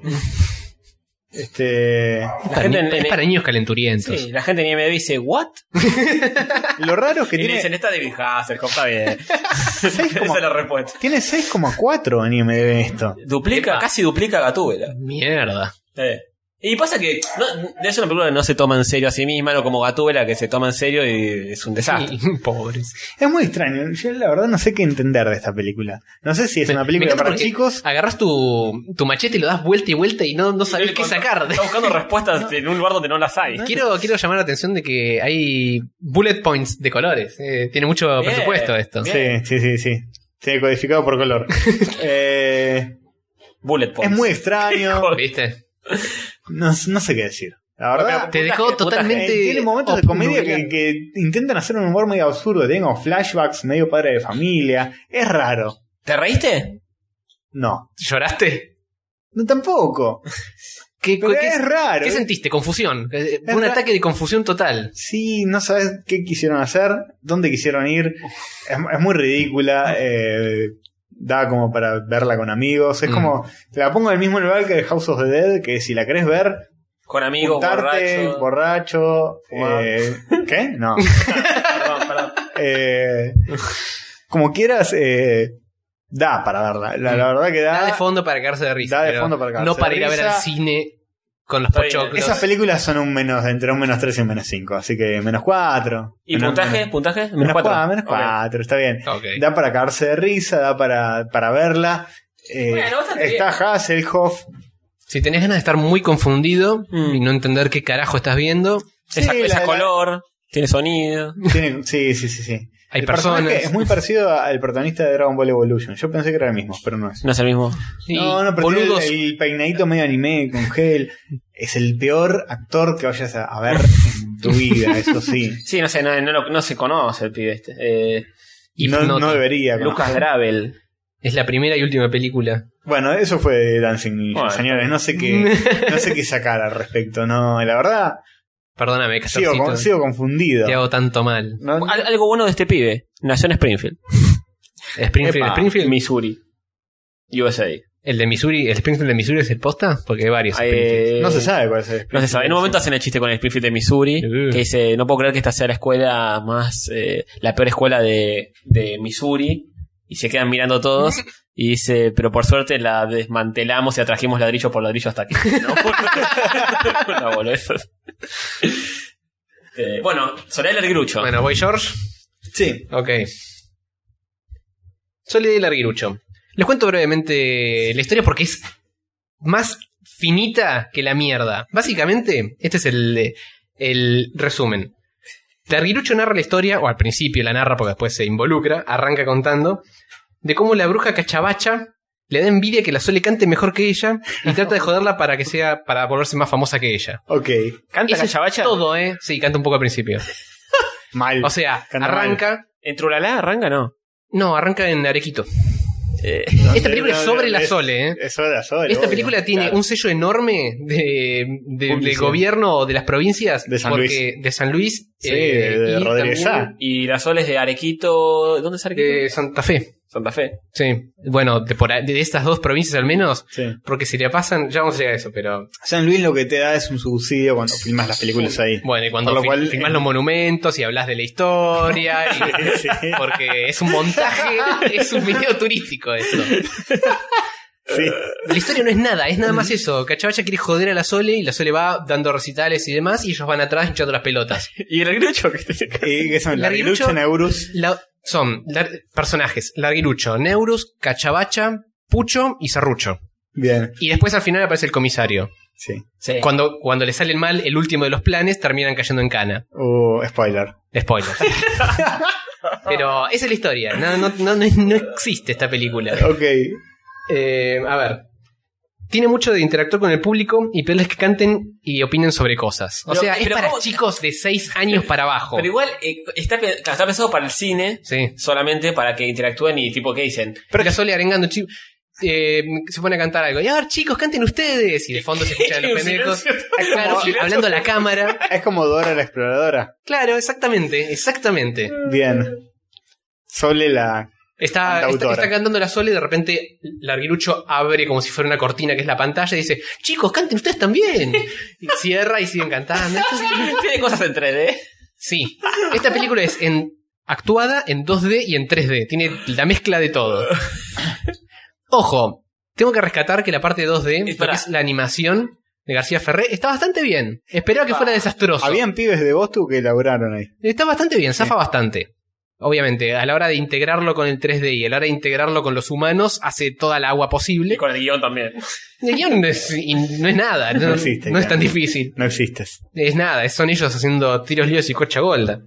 [SPEAKER 1] este.
[SPEAKER 3] La
[SPEAKER 2] Para
[SPEAKER 3] gente
[SPEAKER 2] ni-
[SPEAKER 3] en-
[SPEAKER 2] es
[SPEAKER 3] en-
[SPEAKER 2] para niños calenturientos.
[SPEAKER 3] Sí, la gente ni me dice, ¿what?
[SPEAKER 1] Lo raro es que
[SPEAKER 3] Y le
[SPEAKER 1] tiene.
[SPEAKER 3] dicen, está David Hasselhoff, está bien.
[SPEAKER 1] seis
[SPEAKER 3] Esa
[SPEAKER 1] como-
[SPEAKER 3] es la respuesta.
[SPEAKER 1] Tiene 6,4 en IMDb esto.
[SPEAKER 3] Duplica,
[SPEAKER 2] Epa.
[SPEAKER 3] casi duplica a Gatúbela.
[SPEAKER 2] Mierda.
[SPEAKER 3] Eh. Y pasa que no, es una película que no se toma en serio a sí misma, no como Gatúbela que se toma en serio y es un desastre.
[SPEAKER 2] Sí, pobres.
[SPEAKER 1] Es muy extraño. Yo la verdad no sé qué entender de esta película. No sé si es
[SPEAKER 2] Me-
[SPEAKER 1] una
[SPEAKER 2] me
[SPEAKER 1] película
[SPEAKER 2] encanta
[SPEAKER 1] para
[SPEAKER 2] porque
[SPEAKER 1] chicos.
[SPEAKER 2] Agarras tu, tu machete y lo das vuelta y vuelta y no, no sabes qué sacar.
[SPEAKER 3] Está buscando respuestas en un lugar donde no las hay.
[SPEAKER 2] Quiero, quiero llamar la atención de que hay bullet points de colores. Eh, tiene mucho
[SPEAKER 3] Bien,
[SPEAKER 2] presupuesto esto.
[SPEAKER 3] bien.
[SPEAKER 1] Sí, sí, sí, sí. Sí, codificado por color. Eh,
[SPEAKER 3] Bullet
[SPEAKER 1] es
[SPEAKER 3] points.
[SPEAKER 1] muy
[SPEAKER 2] Pues,
[SPEAKER 1] extraño.
[SPEAKER 2] ¿Viste?
[SPEAKER 1] No, no sé qué decir. La verdad.
[SPEAKER 2] Te dejó
[SPEAKER 3] Puta- puta
[SPEAKER 2] totalmente.
[SPEAKER 1] Eh, tiene momentos de comedia que,
[SPEAKER 2] obnubilado.
[SPEAKER 1] que intentan hacer un humor medio absurdo. Tienen como flashbacks, medio padre de familia. Es raro.
[SPEAKER 3] ¿Te reíste?
[SPEAKER 1] No.
[SPEAKER 2] ¿Lloraste?
[SPEAKER 1] No tampoco.
[SPEAKER 2] ¿Qué,
[SPEAKER 1] Pero
[SPEAKER 2] qué-
[SPEAKER 1] es raro. ¿eh?
[SPEAKER 2] qué sentiste? Confusión. Eh,
[SPEAKER 1] Es
[SPEAKER 2] Un
[SPEAKER 1] ra-
[SPEAKER 2] ataque de confusión total.
[SPEAKER 1] sí, no sabes qué quisieron hacer, dónde quisieron ir. Es, es muy ridícula. eh, da como para verla con amigos. Es
[SPEAKER 2] Mm.
[SPEAKER 1] como. te La pongo en el mismo lugar que House of the Dead, que si la querés ver,
[SPEAKER 3] Con amigos,
[SPEAKER 1] juntarte,
[SPEAKER 3] borracho.
[SPEAKER 1] borracho.
[SPEAKER 3] Fumar.
[SPEAKER 1] eh, ¿Qué? No.
[SPEAKER 3] Perdón, perdón.
[SPEAKER 1] Eh, como quieras, eh, Da para verla. La,
[SPEAKER 3] Mm.
[SPEAKER 1] la verdad que da.
[SPEAKER 2] Da de fondo para quedarse de risa.
[SPEAKER 1] Da de
[SPEAKER 2] pero
[SPEAKER 1] fondo para quedarse
[SPEAKER 2] No
[SPEAKER 1] de
[SPEAKER 2] para ir a ver
[SPEAKER 1] risa.
[SPEAKER 2] al cine con los
[SPEAKER 3] Está bien.
[SPEAKER 2] pochoclos.
[SPEAKER 1] Esas películas son un menos, entre un menos 3 y un menos 5, así que menos 4.
[SPEAKER 3] ¿Y puntaje? ¿Puntaje?
[SPEAKER 1] Menos 4, menos
[SPEAKER 3] Ok.
[SPEAKER 1] 4, está bien.
[SPEAKER 2] Ok.
[SPEAKER 1] Da para cagarse de risa, da para, para verla. Eh,
[SPEAKER 3] Bueno, bastante
[SPEAKER 1] está Hasselhoff.
[SPEAKER 2] Si tenés ganas de estar muy confundido
[SPEAKER 3] Mm.
[SPEAKER 2] y no entender qué carajo estás viendo,
[SPEAKER 1] Sí,
[SPEAKER 3] Esa, esa
[SPEAKER 1] la- la-
[SPEAKER 3] color, tiene sonido.
[SPEAKER 1] tiene- sí, sí, sí, sí.
[SPEAKER 2] Hay
[SPEAKER 1] El personaje
[SPEAKER 2] personas.
[SPEAKER 1] Es muy parecido al protagonista de Dragon Ball Evolution. Yo pensé que era el mismo, pero no es.
[SPEAKER 3] No es el mismo.
[SPEAKER 2] y
[SPEAKER 1] no, no, pero tiene
[SPEAKER 2] boludos.
[SPEAKER 1] el, el peinadito medio anime con gel. Es el peor actor que vayas a, a ver en tu vida, eso sí.
[SPEAKER 3] Sí, no sé, no, no, lo- no se conoce el pibe este. Eh,
[SPEAKER 1] Y no,
[SPEAKER 2] Hipnota.
[SPEAKER 1] no debería.
[SPEAKER 3] Lucas
[SPEAKER 1] conocer.
[SPEAKER 3] Gravel.
[SPEAKER 2] Es la primera y última película.
[SPEAKER 1] Bueno, eso fue de Dancing Ninja,
[SPEAKER 3] Bueno.
[SPEAKER 1] señores. No sé qué, no sé qué sacar al respecto. No, la verdad,
[SPEAKER 2] Perdóname,
[SPEAKER 1] sigo,
[SPEAKER 2] Castorcito.
[SPEAKER 1] con- sigo confundido.
[SPEAKER 2] Te hago tanto mal.
[SPEAKER 1] No,
[SPEAKER 3] Al- algo bueno de este pibe. Nació en Springfield.
[SPEAKER 2] Springfield,
[SPEAKER 3] Epa,
[SPEAKER 2] Springfield.
[SPEAKER 3] Missouri. USA.
[SPEAKER 2] El de Missouri, el Springfield de Missouri es el posta, porque hay varios. Springfield.
[SPEAKER 3] Eh,
[SPEAKER 1] no se sabe cuál es el
[SPEAKER 3] No se sabe. En un momento hacen el chiste con el Springfield de Missouri,
[SPEAKER 2] Sí.
[SPEAKER 3] que dice, no puedo creer que esta sea la escuela más, eh, la peor escuela de, de Missouri. Y se quedan mirando todos y dice, pero por suerte la desmantelamos y atrajimos ladrillo por ladrillo hasta aquí. ¿no? Una boludez. Eh, bueno, Soledad el Grucho.
[SPEAKER 2] Bueno, voy George.
[SPEAKER 1] Sí.
[SPEAKER 2] Ok. Soledad y el Arguirucho. Les cuento brevemente la historia porque es más finita que la mierda. Básicamente, este es el, el resumen. Larguirucho narra la historia, o al principio la narra porque después se involucra, arranca contando, de cómo la bruja cachabacha le da envidia que la Sole cante mejor que ella y trata de joderla para que sea, para volverse más famosa que ella.
[SPEAKER 1] Ok.
[SPEAKER 3] Canta
[SPEAKER 2] Eso es
[SPEAKER 3] Cachabacha.
[SPEAKER 2] Todo, ¿eh? Sí, canta un poco al principio.
[SPEAKER 1] Mal.
[SPEAKER 2] O sea,
[SPEAKER 1] Canta mal.
[SPEAKER 2] arranca...
[SPEAKER 3] ¿En Trulalá arranca? No.
[SPEAKER 2] No, arranca en Arequito.
[SPEAKER 3] Eh,
[SPEAKER 2] Esta película
[SPEAKER 1] no,
[SPEAKER 2] es
[SPEAKER 1] no,
[SPEAKER 2] sobre la
[SPEAKER 1] es-
[SPEAKER 2] Sole, ¿eh?
[SPEAKER 1] Eso era solo.
[SPEAKER 2] Esta película tiene
[SPEAKER 1] claro.
[SPEAKER 2] un sello enorme de, de- del
[SPEAKER 1] Publicidad.
[SPEAKER 2] gobierno o de las provincias
[SPEAKER 1] De San
[SPEAKER 2] porque- de San Luis
[SPEAKER 1] Sí,
[SPEAKER 2] eh,
[SPEAKER 1] de
[SPEAKER 2] y
[SPEAKER 1] Rodríguez
[SPEAKER 2] también
[SPEAKER 1] Sá.
[SPEAKER 3] y la Sol es de Arequito. ¿Dónde es Arequito?
[SPEAKER 2] de Santa Fe.
[SPEAKER 3] Santa Fe.
[SPEAKER 2] Sí, bueno, de, por, ahí- de estas dos provincias al menos,
[SPEAKER 1] Sí.
[SPEAKER 2] porque si le pasan, ya vamos a llegar a eso, pero
[SPEAKER 1] San Luis lo que te da es un subsidio cuando filmas las películas ahí.
[SPEAKER 2] bueno, y cuando
[SPEAKER 1] Por lo
[SPEAKER 2] fil-
[SPEAKER 1] cual,
[SPEAKER 2] filmás
[SPEAKER 1] eh,
[SPEAKER 2] los monumentos y hablas de la historia, y-
[SPEAKER 1] Sí.
[SPEAKER 2] porque es un montaje, es un video turístico eso.
[SPEAKER 1] Sí.
[SPEAKER 2] La historia no es nada, es nada más eso. Cachabacha quiere joder a la Sole y la Sole va dando recitales y demás y ellos van atrás hinchando las pelotas.
[SPEAKER 3] ¿Y el Grucho que tiene
[SPEAKER 1] Y que son Larguirucho,
[SPEAKER 2] Larguirucho.
[SPEAKER 1] Neurus.
[SPEAKER 2] La- son lar- personajes, Larguirucho, Neurus, Cachabacha, Pucho y Serrucho.
[SPEAKER 1] Bien.
[SPEAKER 2] Y después al final aparece el comisario.
[SPEAKER 1] Sí.
[SPEAKER 3] Sí.
[SPEAKER 2] Cuando, cuando le salen mal el último de los planes, terminan cayendo en cana.
[SPEAKER 1] Uh, spoiler.
[SPEAKER 2] Spoiler. Pero esa es la historia. No, no, no, no- no existe esta película.
[SPEAKER 1] Ok.
[SPEAKER 2] Eh, a ver. Tiene mucho de interactuar con el público y pedirles que canten y opinen sobre cosas. O
[SPEAKER 3] Pero-
[SPEAKER 2] sea, es
[SPEAKER 3] pero
[SPEAKER 2] para
[SPEAKER 3] ¿cómo-
[SPEAKER 2] chicos de 6 años para abajo.
[SPEAKER 3] Pero igual eh, está, pe- claro, está pensado para el cine,
[SPEAKER 2] Sí.
[SPEAKER 3] solamente para que interactúen y tipo, ¿qué dicen?
[SPEAKER 2] Pero la Sole arengando chi- eh, se pone a cantar algo. Y a ver, chicos, canten ustedes. Y de fondo se escuchan a los
[SPEAKER 3] Un
[SPEAKER 2] pendejos. ah,
[SPEAKER 3] silencio.
[SPEAKER 2] Claro,
[SPEAKER 3] silencio.
[SPEAKER 2] hablando a la cámara.
[SPEAKER 1] Es como Dora la exploradora.
[SPEAKER 2] Claro, exactamente, exactamente.
[SPEAKER 1] Bien. Sole la.
[SPEAKER 2] Está, está,
[SPEAKER 1] Cantautora.
[SPEAKER 2] está cantando la Sole y de repente Larguirucho abre como si fuera una cortina que es la pantalla y dice, chicos, canten ustedes también. Y cierra y siguen cantando.
[SPEAKER 3] Tiene cosas entre él, ¿eh?
[SPEAKER 2] Sí, esta película es en, actuada en 2D y en 3D. Tiene la mezcla de todo. Ojo, tengo que rescatar que la parte de 2D, lo que
[SPEAKER 3] Espera.
[SPEAKER 2] es la animación de García Ferré, está bastante bien. Esperaba que
[SPEAKER 3] Ah,
[SPEAKER 2] fuera desastroso.
[SPEAKER 1] Habían pibes de Bostu que laburaron ahí.
[SPEAKER 2] Está bastante bien, zafa bastante. Obviamente, a la hora de integrarlo con el 3D y a la hora de integrarlo con los humanos, hace toda la agua
[SPEAKER 3] Y
[SPEAKER 2] posible.
[SPEAKER 3] con el guión también.
[SPEAKER 2] El guión no es, y no es nada, no,
[SPEAKER 1] No existe,
[SPEAKER 2] no es tan
[SPEAKER 1] claro.
[SPEAKER 2] difícil.
[SPEAKER 1] No existes.
[SPEAKER 2] Es nada, son ellos haciendo tiros líos y cocha golda.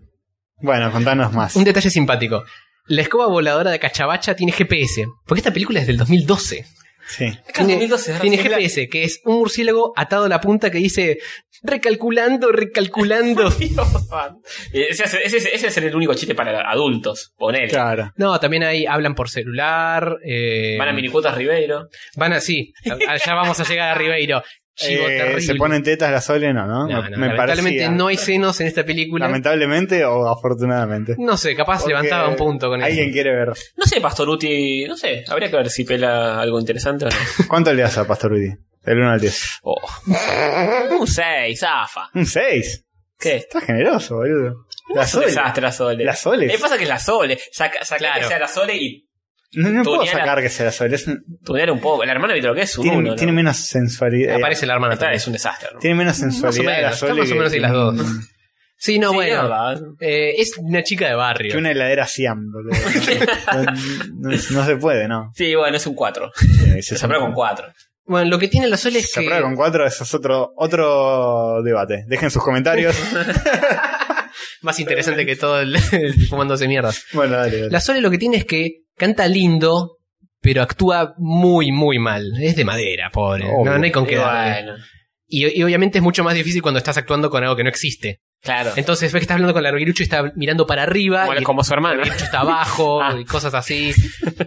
[SPEAKER 1] Bueno, contanos más.
[SPEAKER 2] Un detalle simpático. La escoba voladora de Cachabacha tiene GPS, porque esta película es del 2012.
[SPEAKER 1] Sí.
[SPEAKER 2] Tiene, tiene GPS, que es un murciélago atado a la punta que dice recalculando, recalculando.
[SPEAKER 3] Eh, Ese, es- ese, es- ese es el único chiste para adultos, ponele.
[SPEAKER 1] Claro.
[SPEAKER 2] No, también ahí hablan por celular. eh,
[SPEAKER 3] Van a Minicuotas Ribeiro.
[SPEAKER 2] van así. Allá vamos a llegar a Ribeiro. Chivo
[SPEAKER 1] Eh,
[SPEAKER 2] terrible.
[SPEAKER 1] se ponen tetas la Sole, no, ¿no?
[SPEAKER 2] No, no,
[SPEAKER 1] me me
[SPEAKER 2] lamentablemente
[SPEAKER 1] parecía.
[SPEAKER 2] no hay senos en esta película.
[SPEAKER 1] Lamentablemente o afortunadamente.
[SPEAKER 2] No sé, capaz
[SPEAKER 1] Porque
[SPEAKER 2] levantaba un punto con eso.
[SPEAKER 1] Alguien quiere ver.
[SPEAKER 3] No sé, Pastoruti, no sé, habría que ver si pela algo interesante o no.
[SPEAKER 1] ¿Cuánto le das a Pastor Rudy? Del 1 al 10.
[SPEAKER 3] Oh. Un 6, zafa.
[SPEAKER 1] Un 6.
[SPEAKER 3] ¿Qué?
[SPEAKER 1] Estás generoso, boludo. La
[SPEAKER 3] Es un
[SPEAKER 1] Sole.
[SPEAKER 3] desastre la Sole.
[SPEAKER 1] La Sole.
[SPEAKER 3] Eh, pasa que es la Sole. Saca, saca
[SPEAKER 2] Claro.
[SPEAKER 3] que sea la Sole y
[SPEAKER 1] No, no puedo
[SPEAKER 3] Tunear a-
[SPEAKER 1] sacar que sea la soledad.
[SPEAKER 3] Tunear un poco. La hermana, viste lo que es? Un
[SPEAKER 1] Tiene,
[SPEAKER 3] uno, ¿no?
[SPEAKER 1] tiene menos sensualidad.
[SPEAKER 2] Aparece la hermana
[SPEAKER 3] Está,
[SPEAKER 2] también.
[SPEAKER 3] es un desastre. ¿no?
[SPEAKER 1] Tiene menos
[SPEAKER 2] o
[SPEAKER 1] sensualidad
[SPEAKER 2] menos,
[SPEAKER 1] la
[SPEAKER 2] está
[SPEAKER 1] Sole
[SPEAKER 2] más o
[SPEAKER 1] que-
[SPEAKER 2] menos ahí las dos. Sí, no,
[SPEAKER 3] Sí,
[SPEAKER 2] bueno.
[SPEAKER 3] nada.
[SPEAKER 2] eh, es una chica de barrio.
[SPEAKER 1] Que una heladera Siam, boludo. No, no- no se puede, ¿no? Eh,
[SPEAKER 3] Sí, bueno, es un 4. Se sopla con 4.
[SPEAKER 2] Bueno, lo que tiene la Sole es
[SPEAKER 1] Se
[SPEAKER 2] que.
[SPEAKER 1] aprueba con cuatro, eso es otro, otro debate. Dejen sus comentarios.
[SPEAKER 2] Más interesante que todo el, el fumándose mierda.
[SPEAKER 1] bueno, dale, dale.
[SPEAKER 2] La Sole lo que tiene es que canta lindo, pero actúa muy, muy mal. Es de madera, pobre. No,
[SPEAKER 1] Obvio.
[SPEAKER 2] no hay con qué
[SPEAKER 3] Y
[SPEAKER 2] darle.
[SPEAKER 3] bueno,
[SPEAKER 2] Y, y obviamente es mucho más difícil cuando estás actuando con algo que no existe.
[SPEAKER 3] Claro.
[SPEAKER 2] Entonces ves que estás hablando con Larguirucho y está mirando para arriba.
[SPEAKER 3] Bueno,
[SPEAKER 2] y
[SPEAKER 3] como su hermana.
[SPEAKER 2] Larguirucho está abajo
[SPEAKER 3] Ah.
[SPEAKER 2] y cosas así.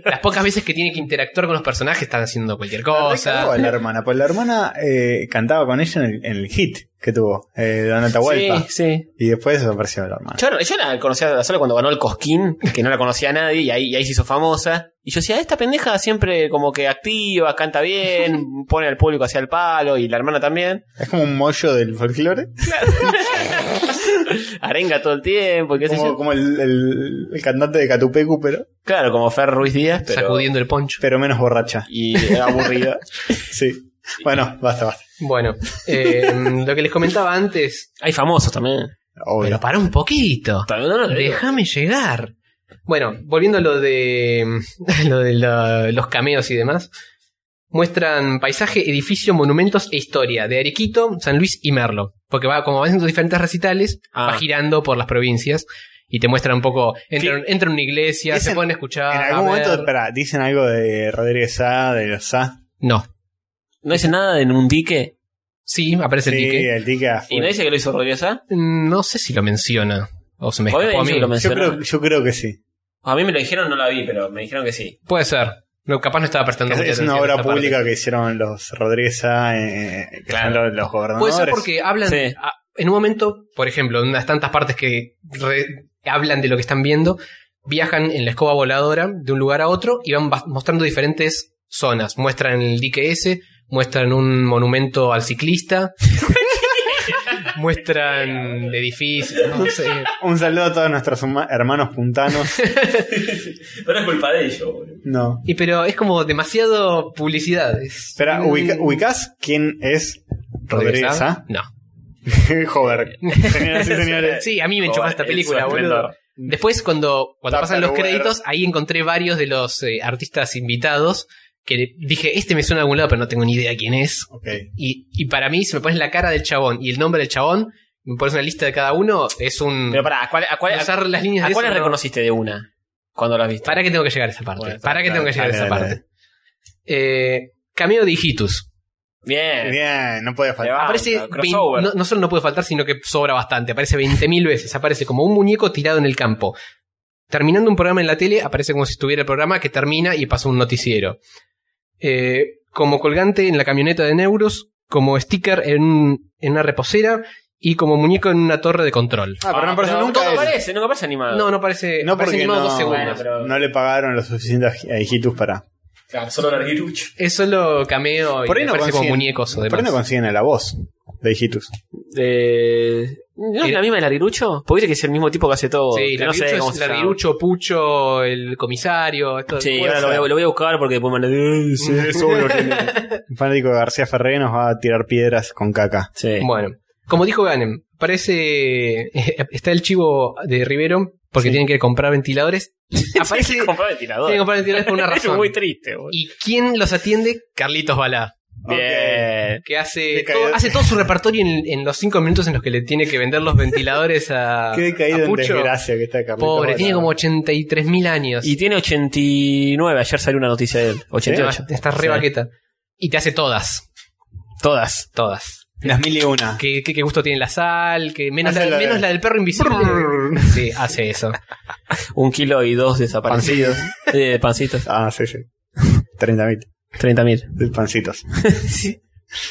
[SPEAKER 2] Las pocas veces que tiene que interactuar con los personajes están haciendo cualquier
[SPEAKER 1] La
[SPEAKER 2] cosa.
[SPEAKER 1] recagó a la hermana, pues la hermana eh, cantaba con ella en el, en el hit que tuvo, eh, Don Atahualpa.
[SPEAKER 3] Sí, sí.
[SPEAKER 1] Y después desapareció la hermana.
[SPEAKER 3] Yo, no- yo la conocía a la Sole cuando ganó el Cosquín, que no la conocía a nadie, y ahí, y ahí se hizo famosa. Y yo decía, esta pendeja siempre como que activa, canta bien, pone al público hacia el palo, y la hermana también.
[SPEAKER 1] Es como un mollo del folclore.
[SPEAKER 3] Arenga todo el tiempo, y qué sé
[SPEAKER 1] Como,
[SPEAKER 3] yo.
[SPEAKER 1] como el, el- el cantante de Catupecu, pero,
[SPEAKER 3] Claro, como Fer Ruiz Díaz, pero...
[SPEAKER 2] Sacudiendo el poncho.
[SPEAKER 1] pero menos borracha.
[SPEAKER 3] Y eh, era aburrida.
[SPEAKER 1] Sí. Bueno, basta, basta.
[SPEAKER 2] Bueno, eh, lo que les comentaba antes.
[SPEAKER 3] Hay famosos también.
[SPEAKER 1] Obvio.
[SPEAKER 2] Pero para un poquito.
[SPEAKER 3] También no lo digo.
[SPEAKER 2] Déjame llegar. Bueno, volviendo a lo de, lo de la- los cameos y demás, muestran paisaje, edificio, monumentos e historia de Arequito, San Luis y Merlo. Porque va, como va haciendo diferentes recitales,
[SPEAKER 3] Ah.
[SPEAKER 2] va girando por las provincias y te muestran un poco. Entra, entra en una iglesia,
[SPEAKER 1] Es
[SPEAKER 2] se
[SPEAKER 1] en-
[SPEAKER 2] pueden escuchar.
[SPEAKER 1] en
[SPEAKER 2] a
[SPEAKER 1] algún momento,
[SPEAKER 2] ver.
[SPEAKER 1] espera, dicen algo de Rodríguez A, de los A.
[SPEAKER 2] No.
[SPEAKER 3] No dice nada de un dique.
[SPEAKER 2] Sí, aparece
[SPEAKER 1] sí,
[SPEAKER 2] el tique.
[SPEAKER 1] el tique
[SPEAKER 3] Y no
[SPEAKER 1] fue-
[SPEAKER 3] dice que lo hizo ¿ah? Rodríguez Sá.
[SPEAKER 2] No sé si lo menciona. O se me
[SPEAKER 3] Hoy me
[SPEAKER 2] escapó
[SPEAKER 3] dice
[SPEAKER 2] a mí.
[SPEAKER 3] que lo
[SPEAKER 1] yo,
[SPEAKER 3] mencionó.
[SPEAKER 1] creo, yo creo que sí.
[SPEAKER 3] A mí me lo dijeron, no la vi, pero me dijeron que sí.
[SPEAKER 2] Puede ser. No, capaz no estaba prestando
[SPEAKER 1] Es,
[SPEAKER 2] mucha
[SPEAKER 1] es una
[SPEAKER 2] atención a
[SPEAKER 1] obra
[SPEAKER 2] esta parte.
[SPEAKER 1] pública que hicieron los Rodríguez A, eh, eh, que
[SPEAKER 3] Claro.
[SPEAKER 1] son los, los
[SPEAKER 2] Puede
[SPEAKER 1] gobernadores.
[SPEAKER 2] ser porque hablan.
[SPEAKER 3] Sí.
[SPEAKER 2] a- en un momento, por ejemplo, en unas tantas partes que re- hablan de lo que están viendo, viajan en la escoba voladora de un lugar a otro y van bas- mostrando diferentes zonas. Muestran el dique ese, muestran un monumento al ciclista. muestran edificios, no sé.
[SPEAKER 1] Un saludo a todos nuestros huma- hermanos puntanos.
[SPEAKER 3] Pero es culpa de ellos, boludo.
[SPEAKER 1] No.
[SPEAKER 2] Y pero es como demasiado publicidad. es-
[SPEAKER 1] Espera,
[SPEAKER 2] Mm,
[SPEAKER 1] ubica- ¿ubicás quién es Rodríguez ¿ah? A?
[SPEAKER 2] ¿ah? No.
[SPEAKER 1] Joder. Señoras y señores.
[SPEAKER 2] Sí, a mí me
[SPEAKER 3] Joder,
[SPEAKER 2] enchufó esta
[SPEAKER 3] el
[SPEAKER 2] película,
[SPEAKER 3] esplendor.
[SPEAKER 2] boludo. Después, cuando, cuando pasan los
[SPEAKER 1] Tupperware.
[SPEAKER 2] créditos, ahí encontré varios de los eh, artistas invitados que dije, este me suena a algún lado, pero no tengo ni idea quién es.
[SPEAKER 1] Ok.
[SPEAKER 2] Y, y para mí, si me pones la cara del chabón y el nombre del chabón, me pones una lista de cada uno, es un...
[SPEAKER 3] Pero pará, ¿a cuál, a cuál, a,
[SPEAKER 2] usar las líneas
[SPEAKER 3] a
[SPEAKER 2] de
[SPEAKER 3] cuál
[SPEAKER 2] eso,
[SPEAKER 3] la
[SPEAKER 2] no.
[SPEAKER 3] reconociste de una? Cuando la viste.
[SPEAKER 2] ¿Para qué tengo que llegar a esa parte?
[SPEAKER 3] Bueno, está,
[SPEAKER 2] ¿Para qué tengo que llegar
[SPEAKER 1] dale,
[SPEAKER 2] a esa
[SPEAKER 1] dale,
[SPEAKER 2] parte? Eh, cameo de Hijitus.
[SPEAKER 3] Bien.
[SPEAKER 1] Bien, no podía
[SPEAKER 3] Le
[SPEAKER 1] faltar.
[SPEAKER 3] va. Ah,
[SPEAKER 2] Aparece,
[SPEAKER 3] claro,
[SPEAKER 2] vein-
[SPEAKER 3] crossover.
[SPEAKER 2] no, no solo no puede faltar, sino que sobra bastante. Aparece 20.000 veces. Aparece como un muñeco tirado en el campo. Terminando un programa en la tele, aparece como si estuviera el programa que termina y pasa un noticiero. Eh, como colgante en la camioneta de Neuros, como sticker en, un- en una reposera y como muñeco en una torre de control.
[SPEAKER 1] Ah, pero no aparece
[SPEAKER 3] pero
[SPEAKER 1] nunca.
[SPEAKER 3] todo
[SPEAKER 1] él.
[SPEAKER 3] aparece, nunca aparece animado.
[SPEAKER 2] No, no parece.
[SPEAKER 1] No,
[SPEAKER 2] aparece
[SPEAKER 1] porque
[SPEAKER 2] animado
[SPEAKER 1] no,
[SPEAKER 2] dos segundos.
[SPEAKER 3] Bueno, pero-
[SPEAKER 1] no le pagaron lo suficiente a Hijitus para.
[SPEAKER 3] Claro, solo el arguirucho.
[SPEAKER 2] Es solo cameo y
[SPEAKER 1] Por ahí no
[SPEAKER 2] aparece como
[SPEAKER 1] consiguen-
[SPEAKER 2] muñecos o
[SPEAKER 1] ¿Por qué no
[SPEAKER 2] demás.
[SPEAKER 1] consiguen a la voz de Hijitus?
[SPEAKER 3] Eh, ¿No es la misma del arguirucho? Porque viste que es el mismo tipo que hace todo.
[SPEAKER 2] Sí,
[SPEAKER 3] que no sé cómo
[SPEAKER 2] Larguirucho
[SPEAKER 3] se
[SPEAKER 2] es
[SPEAKER 3] llama.
[SPEAKER 2] Larguirucho, Pucho, el comisario. esto-
[SPEAKER 3] Sí,
[SPEAKER 1] Puede
[SPEAKER 3] ahora lo voy,
[SPEAKER 1] ser.
[SPEAKER 3] a- lo voy a buscar porque después me lo
[SPEAKER 1] Sí, seguro que el fanático de García Ferré nos va a tirar piedras con caca.
[SPEAKER 3] Sí.
[SPEAKER 2] Bueno, como dijo Ganem, parece. eh, Está el chivo de Rivero porque tienen que comprar ventiladores. Aparece. tienen
[SPEAKER 3] Compró ventilador.
[SPEAKER 2] que comprar ventiladores por una
[SPEAKER 3] Es
[SPEAKER 2] razón.
[SPEAKER 3] muy triste, boludo.
[SPEAKER 2] ¿Y quién los atiende? Carlitos Balá,
[SPEAKER 3] Bien.
[SPEAKER 2] que hace
[SPEAKER 1] Qué
[SPEAKER 2] todo,
[SPEAKER 1] caído.
[SPEAKER 2] hace todo su repertorio en, en los cinco minutos en los que le tiene que vender los ventiladores a,
[SPEAKER 1] Qué decaído
[SPEAKER 2] a
[SPEAKER 1] en
[SPEAKER 2] Pucho.
[SPEAKER 1] desgracia que está Carlitos.
[SPEAKER 2] Pobre,
[SPEAKER 1] Balá.
[SPEAKER 2] tiene como 83.000 años.
[SPEAKER 3] Y tiene 89. Ayer salió una noticia de él.
[SPEAKER 2] Ah,
[SPEAKER 3] 88.
[SPEAKER 2] está re
[SPEAKER 3] Sí.
[SPEAKER 2] baqueta. Y te hace todas,
[SPEAKER 3] Todas.
[SPEAKER 2] todas.
[SPEAKER 1] Las mil y una.
[SPEAKER 2] Qué, qué- qué gusto tiene la sal, que menos,
[SPEAKER 1] Hace
[SPEAKER 2] la,
[SPEAKER 1] la de-
[SPEAKER 2] menos la del perro invisible. Sí, hace eso.
[SPEAKER 3] Un kilo y dos desaparecidos.
[SPEAKER 1] Pancitos.
[SPEAKER 3] Eh, pancitos.
[SPEAKER 1] Ah, sí, sí. 30.000
[SPEAKER 3] 30.000 mil.
[SPEAKER 1] de pancitos.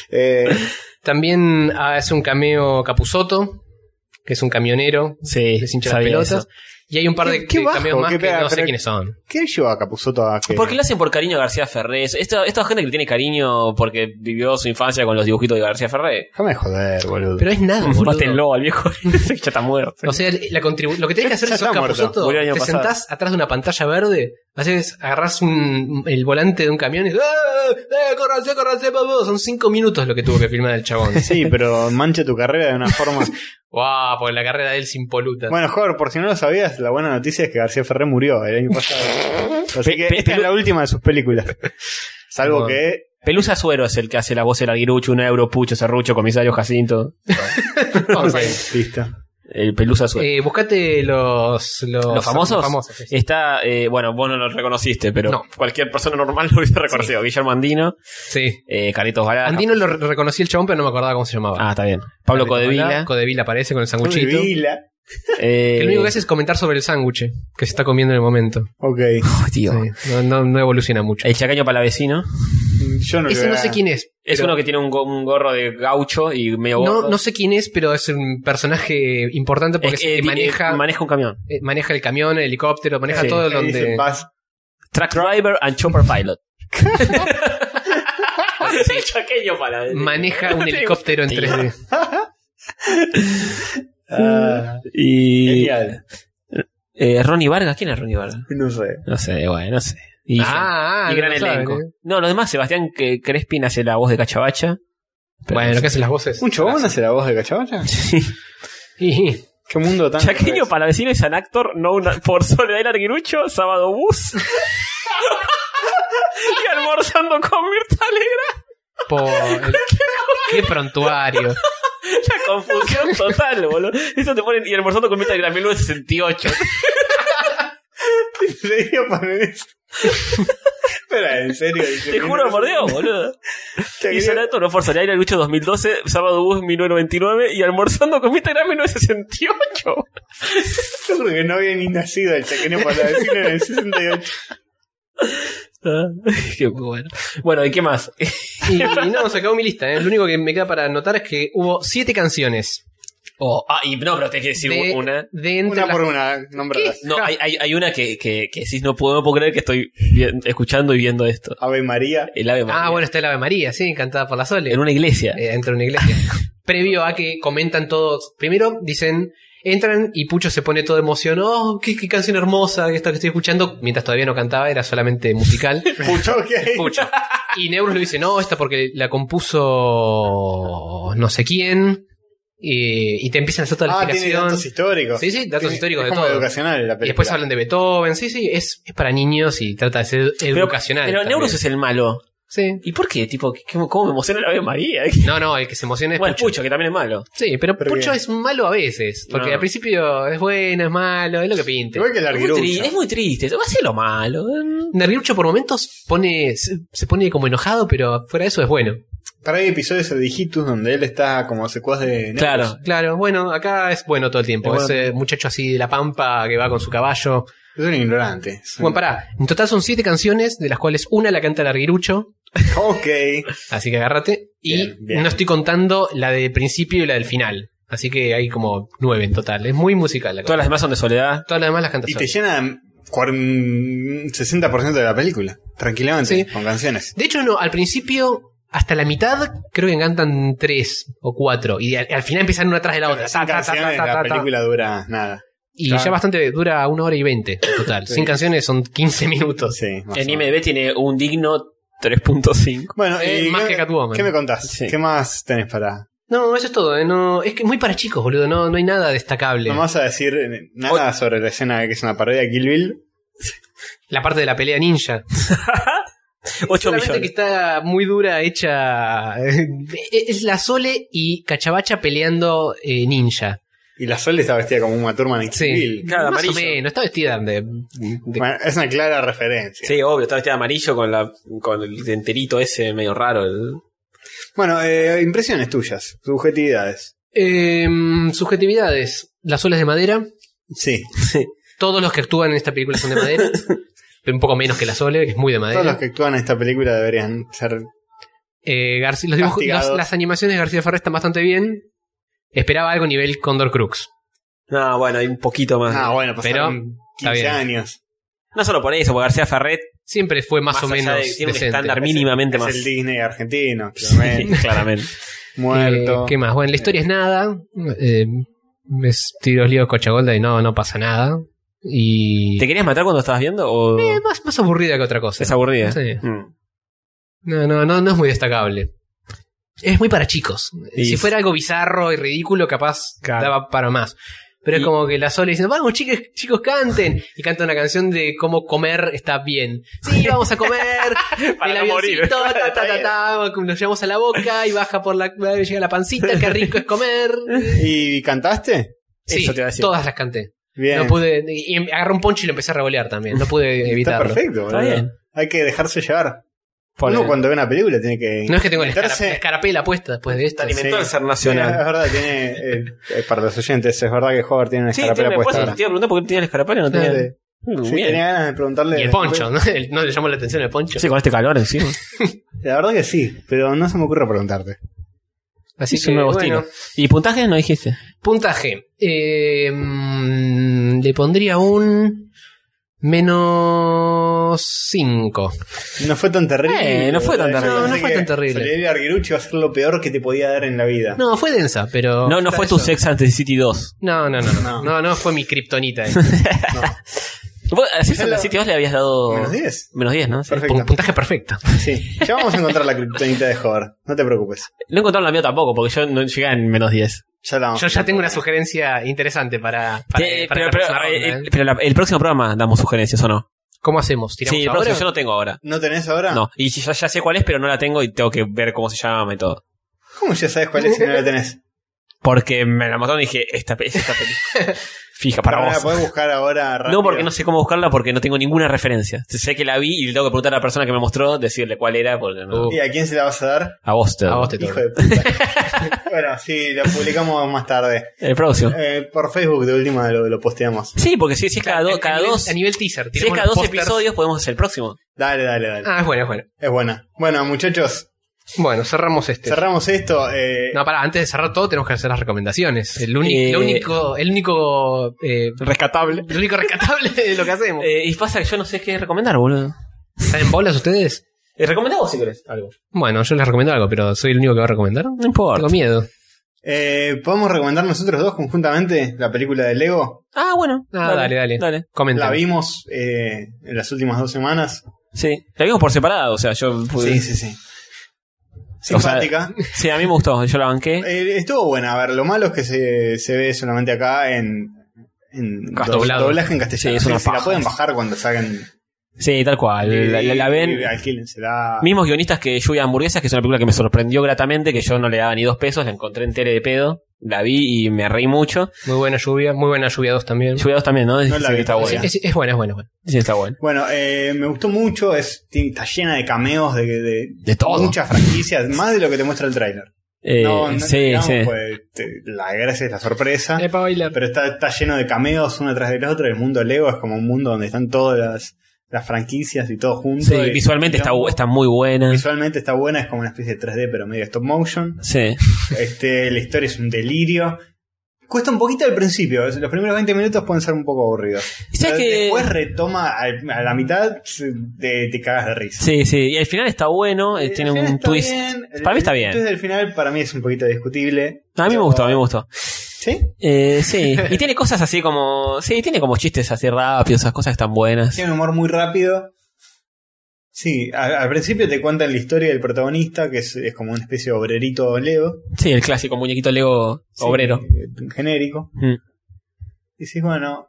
[SPEAKER 1] Eh,
[SPEAKER 2] También ah, hace un cameo Capusoto, que es un camionero,
[SPEAKER 3] Sí.
[SPEAKER 2] les hincha las
[SPEAKER 3] sabía
[SPEAKER 2] pelotas.
[SPEAKER 3] eso.
[SPEAKER 2] Y hay un par
[SPEAKER 1] Qué-
[SPEAKER 2] de,
[SPEAKER 1] qué
[SPEAKER 2] de
[SPEAKER 1] bajo,
[SPEAKER 2] cameos más
[SPEAKER 1] qué
[SPEAKER 2] que
[SPEAKER 1] pega,
[SPEAKER 2] no sé
[SPEAKER 1] pero-
[SPEAKER 2] quiénes son.
[SPEAKER 1] ¿Qué llevó a Capuzoto a que.?
[SPEAKER 3] Porque lo hacen por cariño a García Ferré. Esta, esta gente que le tiene cariño porque vivió su infancia con los dibujitos de García Ferré.
[SPEAKER 1] Déjame de joder, boludo.
[SPEAKER 2] Pero es nada, boludo.
[SPEAKER 3] Mátenlo al viejo. ya está muerto.
[SPEAKER 2] O sea, la contribu- lo que tenés que hacer
[SPEAKER 1] Ya
[SPEAKER 2] si sos
[SPEAKER 1] está muerto.
[SPEAKER 2] Capusotto,
[SPEAKER 3] Murió el año
[SPEAKER 2] te
[SPEAKER 3] pasado.
[SPEAKER 2] sentás atrás de una pantalla verde, haces, agarrás un- el volante de un camión y ¡Eh, eh, córranse, córranse, papá! Son cinco minutos lo que tuvo que filmar el chabón.
[SPEAKER 1] Sí, pero mancha tu carrera de una forma.
[SPEAKER 2] Guau, porque la carrera de él sin polutas.
[SPEAKER 1] Bueno, joder, por si no lo sabías, la buena noticia es que García Ferré murió el año pasado. Así
[SPEAKER 3] Pe-
[SPEAKER 1] que
[SPEAKER 3] pe-
[SPEAKER 1] esta es la última de sus películas. Salvo
[SPEAKER 2] Bueno.
[SPEAKER 1] que.
[SPEAKER 3] Pelusa Suero es el que hace la voz del Aguirucho, un Europucho, Serrucho, Comisario Jacinto.
[SPEAKER 2] Vamos ahí.
[SPEAKER 1] Listo.
[SPEAKER 3] El Pelusa Suero.
[SPEAKER 2] Eh, buscate los, los,
[SPEAKER 3] ¿Los famosos?
[SPEAKER 2] sí, sí.
[SPEAKER 3] Está, eh, bueno, vos no lo reconociste, pero
[SPEAKER 2] No.
[SPEAKER 3] cualquier persona normal lo hubiese reconocido. Guillermo Andino,
[SPEAKER 2] Sí.
[SPEAKER 3] eh, Carlitos Balaja.
[SPEAKER 2] Andino lo re- reconocí el chabón, pero no me acordaba cómo se llamaba.
[SPEAKER 3] Ah, está bien. Pablo Codevila.
[SPEAKER 2] Codevila aparece con el sanguchito.
[SPEAKER 1] Vila.
[SPEAKER 3] eh,
[SPEAKER 2] Que lo único que hace es comentar sobre el sándwich que se está comiendo en el momento.
[SPEAKER 1] Ok.
[SPEAKER 3] Ay, tío.
[SPEAKER 2] Sí, no, no- no evoluciona mucho.
[SPEAKER 3] El chacaño palavecino.
[SPEAKER 1] Yo no lo
[SPEAKER 2] Ese no sé quién es.
[SPEAKER 3] Es
[SPEAKER 2] pero-
[SPEAKER 3] uno que tiene un, go- un gorro de gaucho y medio gordo.
[SPEAKER 2] no, no sé quién es, pero es un personaje importante porque
[SPEAKER 3] Es
[SPEAKER 2] es el
[SPEAKER 3] que,
[SPEAKER 2] que
[SPEAKER 3] di-
[SPEAKER 2] maneja,
[SPEAKER 3] eh, maneja un camión.
[SPEAKER 2] eh, maneja el camión, el helicóptero, maneja
[SPEAKER 3] Sí,
[SPEAKER 2] todo
[SPEAKER 1] Ahí dice
[SPEAKER 2] donde.
[SPEAKER 1] Buzz.
[SPEAKER 3] Truck driver and chopper pilot. el chaqueño palavecino.
[SPEAKER 2] Maneja un helicóptero en
[SPEAKER 3] Tío.
[SPEAKER 2] 3D.
[SPEAKER 1] Ah,
[SPEAKER 3] Y.
[SPEAKER 1] genial.
[SPEAKER 3] eh, Ronnie Vargas. ¿Quién es Ronnie Vargas?
[SPEAKER 1] No sé.
[SPEAKER 3] No sé, bueno, no sé. Y,
[SPEAKER 2] ah,
[SPEAKER 3] y
[SPEAKER 2] no
[SPEAKER 3] gran
[SPEAKER 2] lo saben,
[SPEAKER 3] elenco.
[SPEAKER 2] eh.
[SPEAKER 3] No, los demás, Sebastián que- Crespin hace la voz de Cachabacha. Pero
[SPEAKER 2] Bueno,
[SPEAKER 3] no
[SPEAKER 2] que
[SPEAKER 3] sé.
[SPEAKER 2] hacen las voces?
[SPEAKER 1] ¿Un chabón hace la voz de Cachabaya?
[SPEAKER 2] Sí.
[SPEAKER 1] ¿Qué mundo tan.
[SPEAKER 3] Chaqueño Palavecino es an actor, no una, por Soledad Arguirucho, Sábado Bus. y almorzando con Mirta Alegra.
[SPEAKER 2] Por el- qué prontuario.
[SPEAKER 3] La confusión total, boludo. Eso te ponen y almorzando con Mirta Alegra 1968.
[SPEAKER 1] Le dio poner eso. Espera, en serio. Dice,
[SPEAKER 3] Te juro por Dios, boludo. Y es an actor, no por Soledad Arguirucho 2012, Sábado Bus 1999 y almorzando con Mirta Alegra 1968.
[SPEAKER 1] Yo creo que no había ni nacido el chaqueño para decirlo en el 68.
[SPEAKER 3] Ah, qué bueno. Bueno, ¿y qué más?
[SPEAKER 2] Y, y no, se acabó mi lista. eh. Lo único que me queda para anotar es que hubo siete canciones.
[SPEAKER 3] Oh, ah, y no, pero tenés que decir
[SPEAKER 2] de,
[SPEAKER 3] una.
[SPEAKER 2] de entre
[SPEAKER 1] Una
[SPEAKER 2] las-
[SPEAKER 1] por una, eh, nombradas.
[SPEAKER 3] No, hay, hay, hay una que, que, que decís, no puedo, no puedo creer que estoy vi- escuchando y viendo esto.
[SPEAKER 1] Ave María.
[SPEAKER 3] El Ave María.
[SPEAKER 2] Ah, bueno, está el Ave María, sí, cantada por la Sole.
[SPEAKER 3] En una iglesia.
[SPEAKER 2] Eh, entra a una iglesia. Previo a que comentan todos. Primero dicen, entran y Pucho se pone todo emocionado. Oh, qué, qué canción hermosa esta que estoy escuchando. Mientras todavía no cantaba, era solamente musical.
[SPEAKER 1] Pucho, ok.
[SPEAKER 2] Pucho. Y Neurus le dice, no, esta porque la compuso no sé quién. Y, y te empiezan a hacer toda la
[SPEAKER 1] Ah, tiene
[SPEAKER 2] explicación.
[SPEAKER 1] datos históricos.
[SPEAKER 2] Sí, sí, datos
[SPEAKER 1] Tiene-
[SPEAKER 2] históricos
[SPEAKER 1] es
[SPEAKER 2] de
[SPEAKER 1] como
[SPEAKER 2] todo.
[SPEAKER 1] educacional la película.
[SPEAKER 2] Y después hablan de Beethoven, sí, sí, es, es para niños y trata de ser educacional.
[SPEAKER 3] Pero
[SPEAKER 2] también.
[SPEAKER 3] Neurus es el malo.
[SPEAKER 2] Sí.
[SPEAKER 3] ¿Y por qué? Tipo, ¿qué- ¿cómo, cómo me emociona el Ave María?
[SPEAKER 2] No, no, el que se emociona es
[SPEAKER 3] Bueno,
[SPEAKER 2] Pucho.
[SPEAKER 3] Pucho, que también es malo.
[SPEAKER 2] Sí, pero
[SPEAKER 1] Pero
[SPEAKER 2] Pucho
[SPEAKER 1] bien.
[SPEAKER 2] es malo a veces. Porque
[SPEAKER 3] No.
[SPEAKER 2] al principio es bueno, es malo, es lo que pinte.
[SPEAKER 1] Igual que el
[SPEAKER 3] Es muy, tri-
[SPEAKER 1] arguirucho.
[SPEAKER 3] es muy triste. Va a ser lo malo. eh.
[SPEAKER 2] Nerviucho por momentos pone, se se pone como enojado, pero fuera de eso es bueno.
[SPEAKER 1] Para hay episodios de Digitus donde él está como secuaz de.
[SPEAKER 3] Claro.
[SPEAKER 2] Claro, bueno, acá es bueno todo el tiempo.
[SPEAKER 1] Es
[SPEAKER 2] Ese muchacho así de la pampa que va con su caballo.
[SPEAKER 1] Es un ignorante. Es un-
[SPEAKER 2] Bueno, pará. En total son siete canciones, de las cuales una la canta Larguirucho,
[SPEAKER 1] Ok.
[SPEAKER 2] así que agárrate. Y
[SPEAKER 1] Bien, bien.
[SPEAKER 2] no estoy contando la del principio y la del final. Así que hay como nueve en total. Es muy musical la cosa.
[SPEAKER 3] Todas las demás son de soledad.
[SPEAKER 2] Todas las demás las canta
[SPEAKER 1] Y
[SPEAKER 2] solo.
[SPEAKER 1] te llena cuaren- 60% de la película. Tranquilamente.
[SPEAKER 2] Sí.
[SPEAKER 1] Con canciones.
[SPEAKER 2] De hecho, no, al principio, hasta la mitad, creo que cantan tres o cuatro. Y al, al final empiezan una atrás de la otra.
[SPEAKER 1] Sin
[SPEAKER 2] ta, ta, ta, ta,
[SPEAKER 1] canciones
[SPEAKER 2] ta,
[SPEAKER 1] la
[SPEAKER 2] ta, ta.
[SPEAKER 1] película dura nada.
[SPEAKER 2] Y
[SPEAKER 1] Claro.
[SPEAKER 2] ya bastante dura una hora y veinte en total.
[SPEAKER 1] Sí.
[SPEAKER 2] Sin canciones son 15 minutos.
[SPEAKER 1] Sí, más
[SPEAKER 3] En
[SPEAKER 1] o menos.
[SPEAKER 3] IMDb tiene un digno 3.5.
[SPEAKER 1] Bueno,
[SPEAKER 2] Eh,
[SPEAKER 1] y
[SPEAKER 2] más
[SPEAKER 1] ¿qué-
[SPEAKER 2] que Catwoman.
[SPEAKER 1] ¿Qué me contás?
[SPEAKER 3] Sí.
[SPEAKER 1] ¿Qué más tenés para.?
[SPEAKER 2] No, eso es todo. eh, No, es que muy para chicos, boludo. No, no hay nada destacable.
[SPEAKER 1] No vas a decir eh, nada sobre la escena que es una parodia de Kill Bill.
[SPEAKER 2] La parte de la pelea ninja.
[SPEAKER 3] 8
[SPEAKER 2] Solamente
[SPEAKER 3] millones.
[SPEAKER 2] que está muy dura, hecha. eh, es la Sole y Cachabacha peleando eh, ninja.
[SPEAKER 1] Y la Sol está vestida como una turma en Kill
[SPEAKER 2] Sí.
[SPEAKER 1] Bill.
[SPEAKER 3] Claro,
[SPEAKER 2] Más o
[SPEAKER 3] amarillo.
[SPEAKER 2] menos. Está vestida de. de-
[SPEAKER 1] Bueno, es una clara referencia.
[SPEAKER 3] Sí, obvio, está vestido de amarillo con, la, con el enterito ese medio raro. el-
[SPEAKER 1] Bueno, eh, impresiones tuyas, subjetividades.
[SPEAKER 2] Em, subjetividades. La Sole es de madera.
[SPEAKER 1] Sí,
[SPEAKER 2] Todos los que actúan en esta película son de madera. pero un poco menos que la Sole, que es muy de madera.
[SPEAKER 1] todos los que actúan en esta película deberían ser.
[SPEAKER 2] Eh, Garci- los dibujos-
[SPEAKER 1] Castigados.
[SPEAKER 2] las- las animaciones de García Ferré están bastante bien. Esperaba algo nivel Condor Crux.
[SPEAKER 3] No, bueno, hay un poquito más.
[SPEAKER 1] Ah,
[SPEAKER 3] No,
[SPEAKER 1] bueno,
[SPEAKER 2] Pero,
[SPEAKER 1] pasaron 15
[SPEAKER 2] está bien.
[SPEAKER 1] años.
[SPEAKER 3] solo por eso, porque García Ferret,
[SPEAKER 2] Siempre fue más,
[SPEAKER 3] más
[SPEAKER 2] o
[SPEAKER 3] allá
[SPEAKER 2] menos
[SPEAKER 3] de- tiene un
[SPEAKER 2] decente.
[SPEAKER 3] estándar
[SPEAKER 1] Es el-
[SPEAKER 3] mínimamente
[SPEAKER 1] es
[SPEAKER 3] más.
[SPEAKER 1] el Disney argentino, claramente.
[SPEAKER 3] claramente.
[SPEAKER 1] Muerto.
[SPEAKER 2] Eh, ¿Qué más? Bueno, la historia es nada. Eh, es tiros líos cochagolda y no, no pasa nada. Y.
[SPEAKER 3] ¿Te querías matar cuando estabas viendo? O...
[SPEAKER 2] Eh, más, más aburrida que otra cosa.
[SPEAKER 3] es aburrida.
[SPEAKER 2] Sí.
[SPEAKER 3] Mm.
[SPEAKER 2] No, no, no, no es muy destacable. Es muy para chicos.
[SPEAKER 3] Y-
[SPEAKER 2] Si fuera algo bizarro y ridículo, capaz
[SPEAKER 1] Claro.
[SPEAKER 2] daba para más. Pero
[SPEAKER 3] Y-
[SPEAKER 2] es como que la sola diciendo, vamos chicos, chicos canten. Y canta una canción de cómo comer está bien. Sí, vamos a comer.
[SPEAKER 3] Para
[SPEAKER 2] el
[SPEAKER 3] no morir.
[SPEAKER 2] avioncito, ta, ta, ta, ta, ta, nos llevamos a la boca y baja por la, llega a la pancita, qué rico es comer.
[SPEAKER 1] ¿Y cantaste?
[SPEAKER 2] Sí,
[SPEAKER 3] Eso te iba a decir.
[SPEAKER 2] todas las canté.
[SPEAKER 1] Bien.
[SPEAKER 2] No pude, y y agarré un poncho y lo empecé a revolear también. No pude
[SPEAKER 1] Está
[SPEAKER 2] evitarlo.
[SPEAKER 1] perfecto,
[SPEAKER 3] Está
[SPEAKER 1] boludo.
[SPEAKER 3] bien.
[SPEAKER 1] Hay que dejarse llevar.
[SPEAKER 3] Por
[SPEAKER 1] Uno
[SPEAKER 3] el-
[SPEAKER 1] cuando ve una película tiene que.
[SPEAKER 2] No es que tengo la, escara-
[SPEAKER 1] meterse-
[SPEAKER 2] la escarapela puesta después de esto.
[SPEAKER 3] Te alimentó
[SPEAKER 1] Sí.
[SPEAKER 3] el ser
[SPEAKER 1] Sí, es
[SPEAKER 3] nacional.
[SPEAKER 1] verdad, tiene. eh, eh, para los oyentes, es verdad que Hover tiene una
[SPEAKER 3] Sí,
[SPEAKER 1] escarapela
[SPEAKER 3] tiene,
[SPEAKER 1] puesta
[SPEAKER 3] pues,
[SPEAKER 1] ahora.
[SPEAKER 3] te iba a preguntar por qué tenía el escarapela y no tenía.
[SPEAKER 1] Sí.
[SPEAKER 3] Mm,
[SPEAKER 1] Sí,
[SPEAKER 3] bien.
[SPEAKER 1] tenía ganas de preguntarle.
[SPEAKER 2] Y el
[SPEAKER 1] después.
[SPEAKER 2] poncho, ¿no? El- no le llamó la atención el poncho.
[SPEAKER 3] Sí, con este calor encima.
[SPEAKER 1] La verdad que sí, pero no se me ocurre preguntarte.
[SPEAKER 2] Así
[SPEAKER 3] es
[SPEAKER 2] que,
[SPEAKER 3] un nuevo
[SPEAKER 2] bueno.
[SPEAKER 3] estilo. ¿Y puntajes no dijiste?
[SPEAKER 2] Puntaje. Eh, mm, le pondría un menos 5.
[SPEAKER 1] No fue tan terrible.
[SPEAKER 3] Eh, no fue tan
[SPEAKER 1] Yo
[SPEAKER 3] terrible.
[SPEAKER 1] pensé
[SPEAKER 2] No, no fue
[SPEAKER 1] que
[SPEAKER 2] tan terrible.
[SPEAKER 1] Salir de Arguirucho va a ser lo peor que te podía dar en la vida.
[SPEAKER 2] No, fue densa, pero...
[SPEAKER 3] No, no fue tu
[SPEAKER 2] sexo
[SPEAKER 3] Sex and the City 2.
[SPEAKER 2] No, no, no, no,
[SPEAKER 1] No.
[SPEAKER 2] no, no, fue mi kriptonita. ahí.
[SPEAKER 3] ¿Vos a Sex
[SPEAKER 1] Yo
[SPEAKER 3] and
[SPEAKER 1] lo-
[SPEAKER 3] the City 2 le habías dado.
[SPEAKER 1] Menos 10.
[SPEAKER 3] Menos 10, ¿no? Sí.
[SPEAKER 1] Perfecto.
[SPEAKER 2] Pun- puntaje perfecto.
[SPEAKER 1] Sí. Ya vamos a encontrar la criptonita de Hover. No te preocupes.
[SPEAKER 3] No encontraron la mía tampoco, porque yo no llegué en menos 10.
[SPEAKER 1] Ya la vamos
[SPEAKER 2] Yo
[SPEAKER 1] a
[SPEAKER 2] ya
[SPEAKER 1] encontrar.
[SPEAKER 2] tengo una sugerencia interesante para... para,
[SPEAKER 3] Eh,
[SPEAKER 2] para
[SPEAKER 3] pero pero,
[SPEAKER 2] esta próxima
[SPEAKER 3] eh,
[SPEAKER 2] ronda,
[SPEAKER 3] el,
[SPEAKER 2] ¿eh?
[SPEAKER 3] pero la- el próximo programa damos sugerencias o no.
[SPEAKER 2] ¿Cómo hacemos? ¿Tiramos
[SPEAKER 3] Sí, el
[SPEAKER 2] ahora?
[SPEAKER 3] próximo yo no tengo ahora.
[SPEAKER 1] ¿No tenés ahora?
[SPEAKER 3] No, y ya, ya sé cuál es, pero no la tengo y tengo que ver cómo se llama y todo.
[SPEAKER 1] ¿Cómo ya sabes cuál es si no la tenés?
[SPEAKER 3] Porque me la mataron y dije, esta, pe- esta película. Fija, para
[SPEAKER 1] no, la
[SPEAKER 3] vos.
[SPEAKER 1] podés buscar ahora rápido.
[SPEAKER 3] No, porque no sé cómo buscarla porque no tengo ninguna referencia. Sé que la vi y le tengo que preguntar a la persona que me mostró, decirle cuál era. Porque no-
[SPEAKER 2] Uh.
[SPEAKER 1] ¿Y a quién se la vas a dar?
[SPEAKER 3] A vos, te
[SPEAKER 2] A
[SPEAKER 3] doy.
[SPEAKER 2] vos te
[SPEAKER 1] Hijo
[SPEAKER 2] toca.
[SPEAKER 1] de puta. bueno, sí, lo publicamos más tarde.
[SPEAKER 3] El próximo.
[SPEAKER 1] Eh, por Facebook de última lo, lo posteamos.
[SPEAKER 3] Sí, porque si, si es cada, do-
[SPEAKER 2] A
[SPEAKER 3] cada
[SPEAKER 2] nivel-
[SPEAKER 3] dos,
[SPEAKER 2] A nivel teaser.
[SPEAKER 3] si es
[SPEAKER 2] tiramos
[SPEAKER 3] cada
[SPEAKER 2] los
[SPEAKER 3] dos
[SPEAKER 2] pósters.
[SPEAKER 3] episodios, podemos hacer el próximo.
[SPEAKER 1] Dale, dale, dale.
[SPEAKER 2] Ah, es bueno, es bueno.
[SPEAKER 1] Es buena. Bueno, muchachos,
[SPEAKER 2] Bueno, cerramos este.
[SPEAKER 1] cerramos esto. eh,
[SPEAKER 2] No, pará, antes de cerrar todo tenemos que hacer las recomendaciones. El, único
[SPEAKER 3] Eh,
[SPEAKER 2] el único, el único, eh,
[SPEAKER 3] Rescatable.
[SPEAKER 2] el único rescatable de lo que hacemos.
[SPEAKER 3] Eh, y pasa que yo no sé qué recomendar, boludo.
[SPEAKER 2] ¿Están en bolas ustedes?
[SPEAKER 3] Eh, recomendá vos si querés algo.
[SPEAKER 2] Bueno, yo les recomiendo algo, pero soy el único que va a recomendar.
[SPEAKER 3] No importa.
[SPEAKER 2] Tengo miedo.
[SPEAKER 1] eh, ¿Podemos recomendar nosotros dos conjuntamente la película de Lego?
[SPEAKER 3] Ah, bueno.
[SPEAKER 2] Ah, dale, dale.
[SPEAKER 3] Dale.
[SPEAKER 2] Comenten.
[SPEAKER 1] La vimos eh, en las últimas dos semanas.
[SPEAKER 3] Sí. La vimos por separado, o sea, yo.
[SPEAKER 1] Sí, sí, sí.
[SPEAKER 3] Pues, O sea,
[SPEAKER 1] Simpática.
[SPEAKER 3] Sí, a mí me gustó, yo la banqué.
[SPEAKER 1] Eh, estuvo buena. A ver, lo malo es que se, se ve solamente acá en. En
[SPEAKER 2] Cast- doblado.
[SPEAKER 1] doblaje en castellano.
[SPEAKER 3] Sí, es una
[SPEAKER 1] si la
[SPEAKER 3] paja.
[SPEAKER 1] pueden bajar cuando salgan.
[SPEAKER 3] Sí, tal cual. La, la- la ven.
[SPEAKER 1] Alquílensela.
[SPEAKER 3] Mismos guionistas que Lluvia de Hamburguesas, que es una película que me sorprendió gratamente, que yo no le daba ni dos pesos, la encontré entera de pedo. La vi y me reí mucho.
[SPEAKER 2] Muy buena lluvia, muy buena lluvia 2 también.
[SPEAKER 3] Lluvia 2 también, ¿no? Dicen
[SPEAKER 1] la
[SPEAKER 3] que
[SPEAKER 1] vi
[SPEAKER 3] está
[SPEAKER 1] todavía.
[SPEAKER 3] buena.
[SPEAKER 2] Es, es buena, es buena, es buena.
[SPEAKER 3] Dicen que está buena.
[SPEAKER 1] Bueno, eh, me gustó mucho. Es, tiene- está llena de cameos de, de,
[SPEAKER 3] De todo.
[SPEAKER 1] muchas franquicias, más de lo que te muestra el tráiler.
[SPEAKER 3] Eh, sí,
[SPEAKER 1] digamos,
[SPEAKER 3] sí.
[SPEAKER 1] pues, te- la gracia es la sorpresa.
[SPEAKER 2] Eh, para bailar.
[SPEAKER 1] Ah, Pero está, está lleno de cameos uno tras del otro. El mundo Lego es como un mundo donde están todas las, las franquicias y todo junto.
[SPEAKER 3] Sí,
[SPEAKER 1] Y-
[SPEAKER 3] visualmente
[SPEAKER 1] y-
[SPEAKER 3] está, bu- está muy buena.
[SPEAKER 1] Visualmente está buena, es como una especie de 3D, pero medio stop motion.
[SPEAKER 3] Sí.
[SPEAKER 1] Este, la historia es un delirio. Cuesta un poquito al principio, los primeros 20 minutos pueden ser un poco aburridos.
[SPEAKER 3] ¿Y sabes
[SPEAKER 1] Pero
[SPEAKER 3] que-
[SPEAKER 1] Después retoma al- a la mitad, se- te, te cagas de risa.
[SPEAKER 3] Sí, sí. Y al final está bueno, eh,
[SPEAKER 1] El
[SPEAKER 3] tiene
[SPEAKER 1] final
[SPEAKER 3] un
[SPEAKER 1] está
[SPEAKER 3] twist.
[SPEAKER 1] bien, el-
[SPEAKER 3] Para mí está bien.
[SPEAKER 1] El twist del final para mí es un poquito discutible.
[SPEAKER 3] A mí me
[SPEAKER 1] Pero-
[SPEAKER 3] gustó, a mí me gustó.
[SPEAKER 1] ¿Sí?
[SPEAKER 3] Eh, sí. Y tiene cosas así como. Sí, tiene como chistes así rápidos, esas cosas que están buenas.
[SPEAKER 1] Tiene un humor muy rápido. Sí, al, al principio te cuentan la historia del protagonista, que es, es como una especie de obrerito leo.
[SPEAKER 3] Sí, el clásico muñequito Lego
[SPEAKER 1] Sí,
[SPEAKER 3] obrero.
[SPEAKER 1] eh, Genérico.
[SPEAKER 3] Mm.
[SPEAKER 1] Y dices, bueno,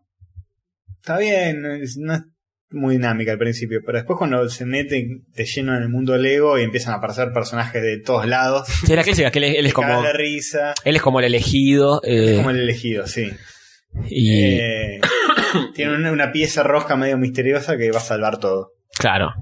[SPEAKER 1] está bien, es- no es muy dinámica al principio, pero después cuando se meten de lleno en el mundo Lego y empiezan a aparecer personajes de todos lados,
[SPEAKER 3] Sí, la clásica, que él, es- él es
[SPEAKER 1] te cagas
[SPEAKER 3] como.
[SPEAKER 1] de risa,
[SPEAKER 3] Él es como el elegido. eh,
[SPEAKER 1] como el elegido, sí.
[SPEAKER 3] y.
[SPEAKER 1] Eh, tiene una, una pieza roja medio misteriosa que va a salvar todo.
[SPEAKER 3] Claro.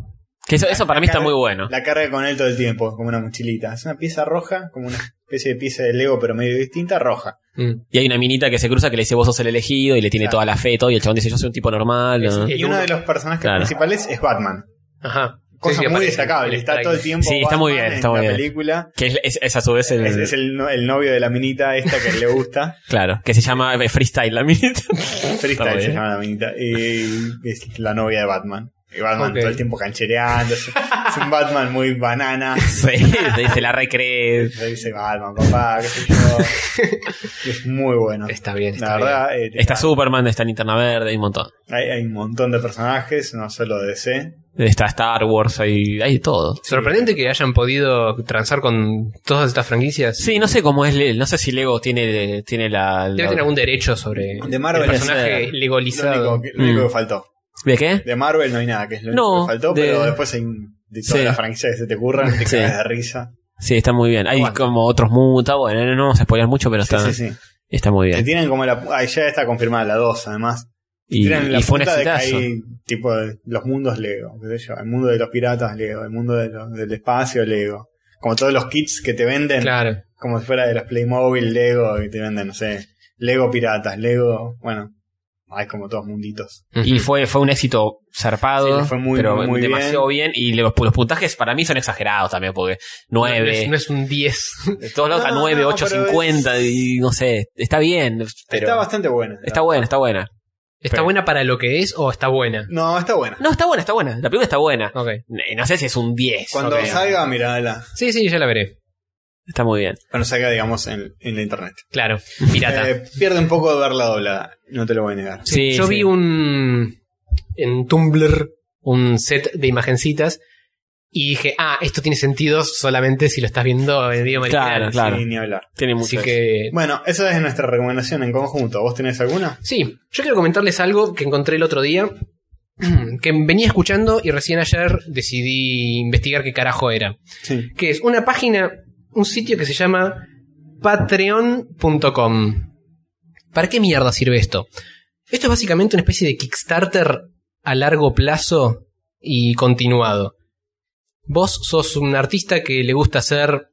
[SPEAKER 3] Que eso, eso para mí está muy bueno.
[SPEAKER 1] La carga con él todo el tiempo, como una mochilita. Es una pieza roja, como una especie de pieza de Lego, pero medio distinta, roja.
[SPEAKER 2] Mm.
[SPEAKER 3] Y hay una minita que se cruza que le dice vos sos el elegido y le tiene
[SPEAKER 1] Claro.
[SPEAKER 3] toda la fe y todo. Y el chabón dice yo soy un tipo normal. ¿no?
[SPEAKER 2] Sí,
[SPEAKER 1] Y uno de los personajes
[SPEAKER 3] Claro.
[SPEAKER 1] principales es Batman.
[SPEAKER 2] Ajá.
[SPEAKER 1] cosa
[SPEAKER 2] sí,
[SPEAKER 1] muy
[SPEAKER 2] aparece
[SPEAKER 1] destacable.
[SPEAKER 2] el
[SPEAKER 1] Está todo el
[SPEAKER 2] Strike.
[SPEAKER 1] tiempo.
[SPEAKER 3] Sí, está muy bien,
[SPEAKER 1] Batman
[SPEAKER 3] está
[SPEAKER 1] en
[SPEAKER 3] muy
[SPEAKER 1] la
[SPEAKER 3] bien. Eh.
[SPEAKER 1] película.
[SPEAKER 3] Que es, es- es a su vez el.
[SPEAKER 1] Es, es el, no- el novio de la minita esta que le gusta.
[SPEAKER 3] Claro, que se llama eh, Freestyle la minita. Está
[SPEAKER 1] Freestyle
[SPEAKER 3] bien.
[SPEAKER 1] se llama la minita. Y es la novia de Batman. Y Batman
[SPEAKER 2] Ok.
[SPEAKER 1] todo el tiempo canchereando. Es es un Batman muy banana.
[SPEAKER 3] Sí, se- se la recree.
[SPEAKER 1] Le dice Batman, papá, qué sé yo. es muy bueno.
[SPEAKER 2] Está bien, está
[SPEAKER 1] La
[SPEAKER 2] bien.
[SPEAKER 1] verdad, eh,
[SPEAKER 3] Está Superman, está Linterna Verde, hay un montón.
[SPEAKER 1] hay, hay un montón de personajes, no solo de DC.
[SPEAKER 3] Está Star Wars, hay, hay de todo.
[SPEAKER 2] Sorprendente que hayan podido transar con todas estas franquicias.
[SPEAKER 3] Sí, no sé cómo es, Le- no sé si Lego tiene, tiene la...
[SPEAKER 2] Debe
[SPEAKER 3] la-
[SPEAKER 2] tener algún derecho sobre
[SPEAKER 1] De Marvel eh,
[SPEAKER 2] el personaje
[SPEAKER 3] es,
[SPEAKER 1] Lo
[SPEAKER 2] legalizado.
[SPEAKER 1] único, que, lo único
[SPEAKER 3] Mm.
[SPEAKER 1] que faltó.
[SPEAKER 3] ¿De qué?
[SPEAKER 1] De Marvel no hay nada, que es lo único
[SPEAKER 3] No,
[SPEAKER 1] que faltó,
[SPEAKER 3] de-
[SPEAKER 1] pero después hay un- de todas
[SPEAKER 3] Sí.
[SPEAKER 1] las franquicias que se te ocurran, te
[SPEAKER 3] Sí.
[SPEAKER 1] cagas de risa.
[SPEAKER 3] Sí, está muy bien. Hay
[SPEAKER 2] Aguanta.
[SPEAKER 3] como otros muta, bueno, no vamos a spoilear mucho, pero
[SPEAKER 1] Sí,
[SPEAKER 3] está,
[SPEAKER 1] sí, sí.
[SPEAKER 3] está muy
[SPEAKER 1] Que
[SPEAKER 3] bien.
[SPEAKER 1] tienen como la. ah, ya está confirmada la 2, además.
[SPEAKER 3] Y,
[SPEAKER 1] tienen la
[SPEAKER 3] y fue un
[SPEAKER 1] punta de que
[SPEAKER 3] exitazo.
[SPEAKER 1] hay, tipo, de- los mundos Lego. qué sé yo, El mundo de los piratas Lego, el mundo de lo- del espacio Lego. Como todos los kits que te venden,
[SPEAKER 2] Claro.
[SPEAKER 1] como si fuera de los Playmobil Lego, y te venden, no sé, Lego piratas, Lego. Bueno, hay como todos munditos.
[SPEAKER 3] Y fue, fue un éxito zarpado,
[SPEAKER 1] Sí, le fue muy,
[SPEAKER 3] pero
[SPEAKER 1] muy bien.
[SPEAKER 3] demasiado bien. Y los, los puntajes para mí son exagerados también, porque
[SPEAKER 2] No es-
[SPEAKER 3] 9,
[SPEAKER 2] No es un 10.
[SPEAKER 3] de todos lados está
[SPEAKER 1] No,
[SPEAKER 3] 9,
[SPEAKER 1] no,
[SPEAKER 3] 8,
[SPEAKER 1] pero
[SPEAKER 3] 50,
[SPEAKER 1] es-
[SPEAKER 3] y no sé, está bien. Pero
[SPEAKER 1] está bastante buena. la
[SPEAKER 3] está buena, está buena.
[SPEAKER 2] ¿Está
[SPEAKER 3] Pero-
[SPEAKER 2] buena para lo que es o está buena?
[SPEAKER 1] No, está buena.
[SPEAKER 3] No, está buena, está buena. La película está buena.
[SPEAKER 2] Ok.
[SPEAKER 3] No, no sé si es un 10.
[SPEAKER 1] Cuando
[SPEAKER 3] no creo.
[SPEAKER 1] salga, miradala.
[SPEAKER 2] Sí, sí, ya la veré.
[SPEAKER 3] Está muy bien.
[SPEAKER 1] Cuando salga, digamos, en, en la internet.
[SPEAKER 2] Claro. Pirata.
[SPEAKER 1] Eh, pierde un poco de verla doblada, no te lo voy a negar.
[SPEAKER 3] Sí,
[SPEAKER 2] Yo
[SPEAKER 3] sí.
[SPEAKER 2] vi un. en Tumblr. un set de imagencitas. Y dije, ah, esto tiene sentido solamente si lo estás viendo en video
[SPEAKER 3] Claro,
[SPEAKER 2] americano.
[SPEAKER 3] claro.
[SPEAKER 1] Sí, ni hablar.
[SPEAKER 3] Tiene mucho.
[SPEAKER 2] Así que.
[SPEAKER 1] Bueno, esa es nuestra recomendación en conjunto. ¿Vos tenés alguna?
[SPEAKER 2] Sí, yo quiero comentarles algo que encontré el otro día, que venía escuchando y recién ayer decidí investigar qué carajo era.
[SPEAKER 1] Sí.
[SPEAKER 2] Que es una página, un sitio que se llama patreon.com. ¿Para qué mierda sirve esto? Esto es básicamente una especie de Kickstarter a largo plazo y continuado. Vos sos un artista que le gusta hacer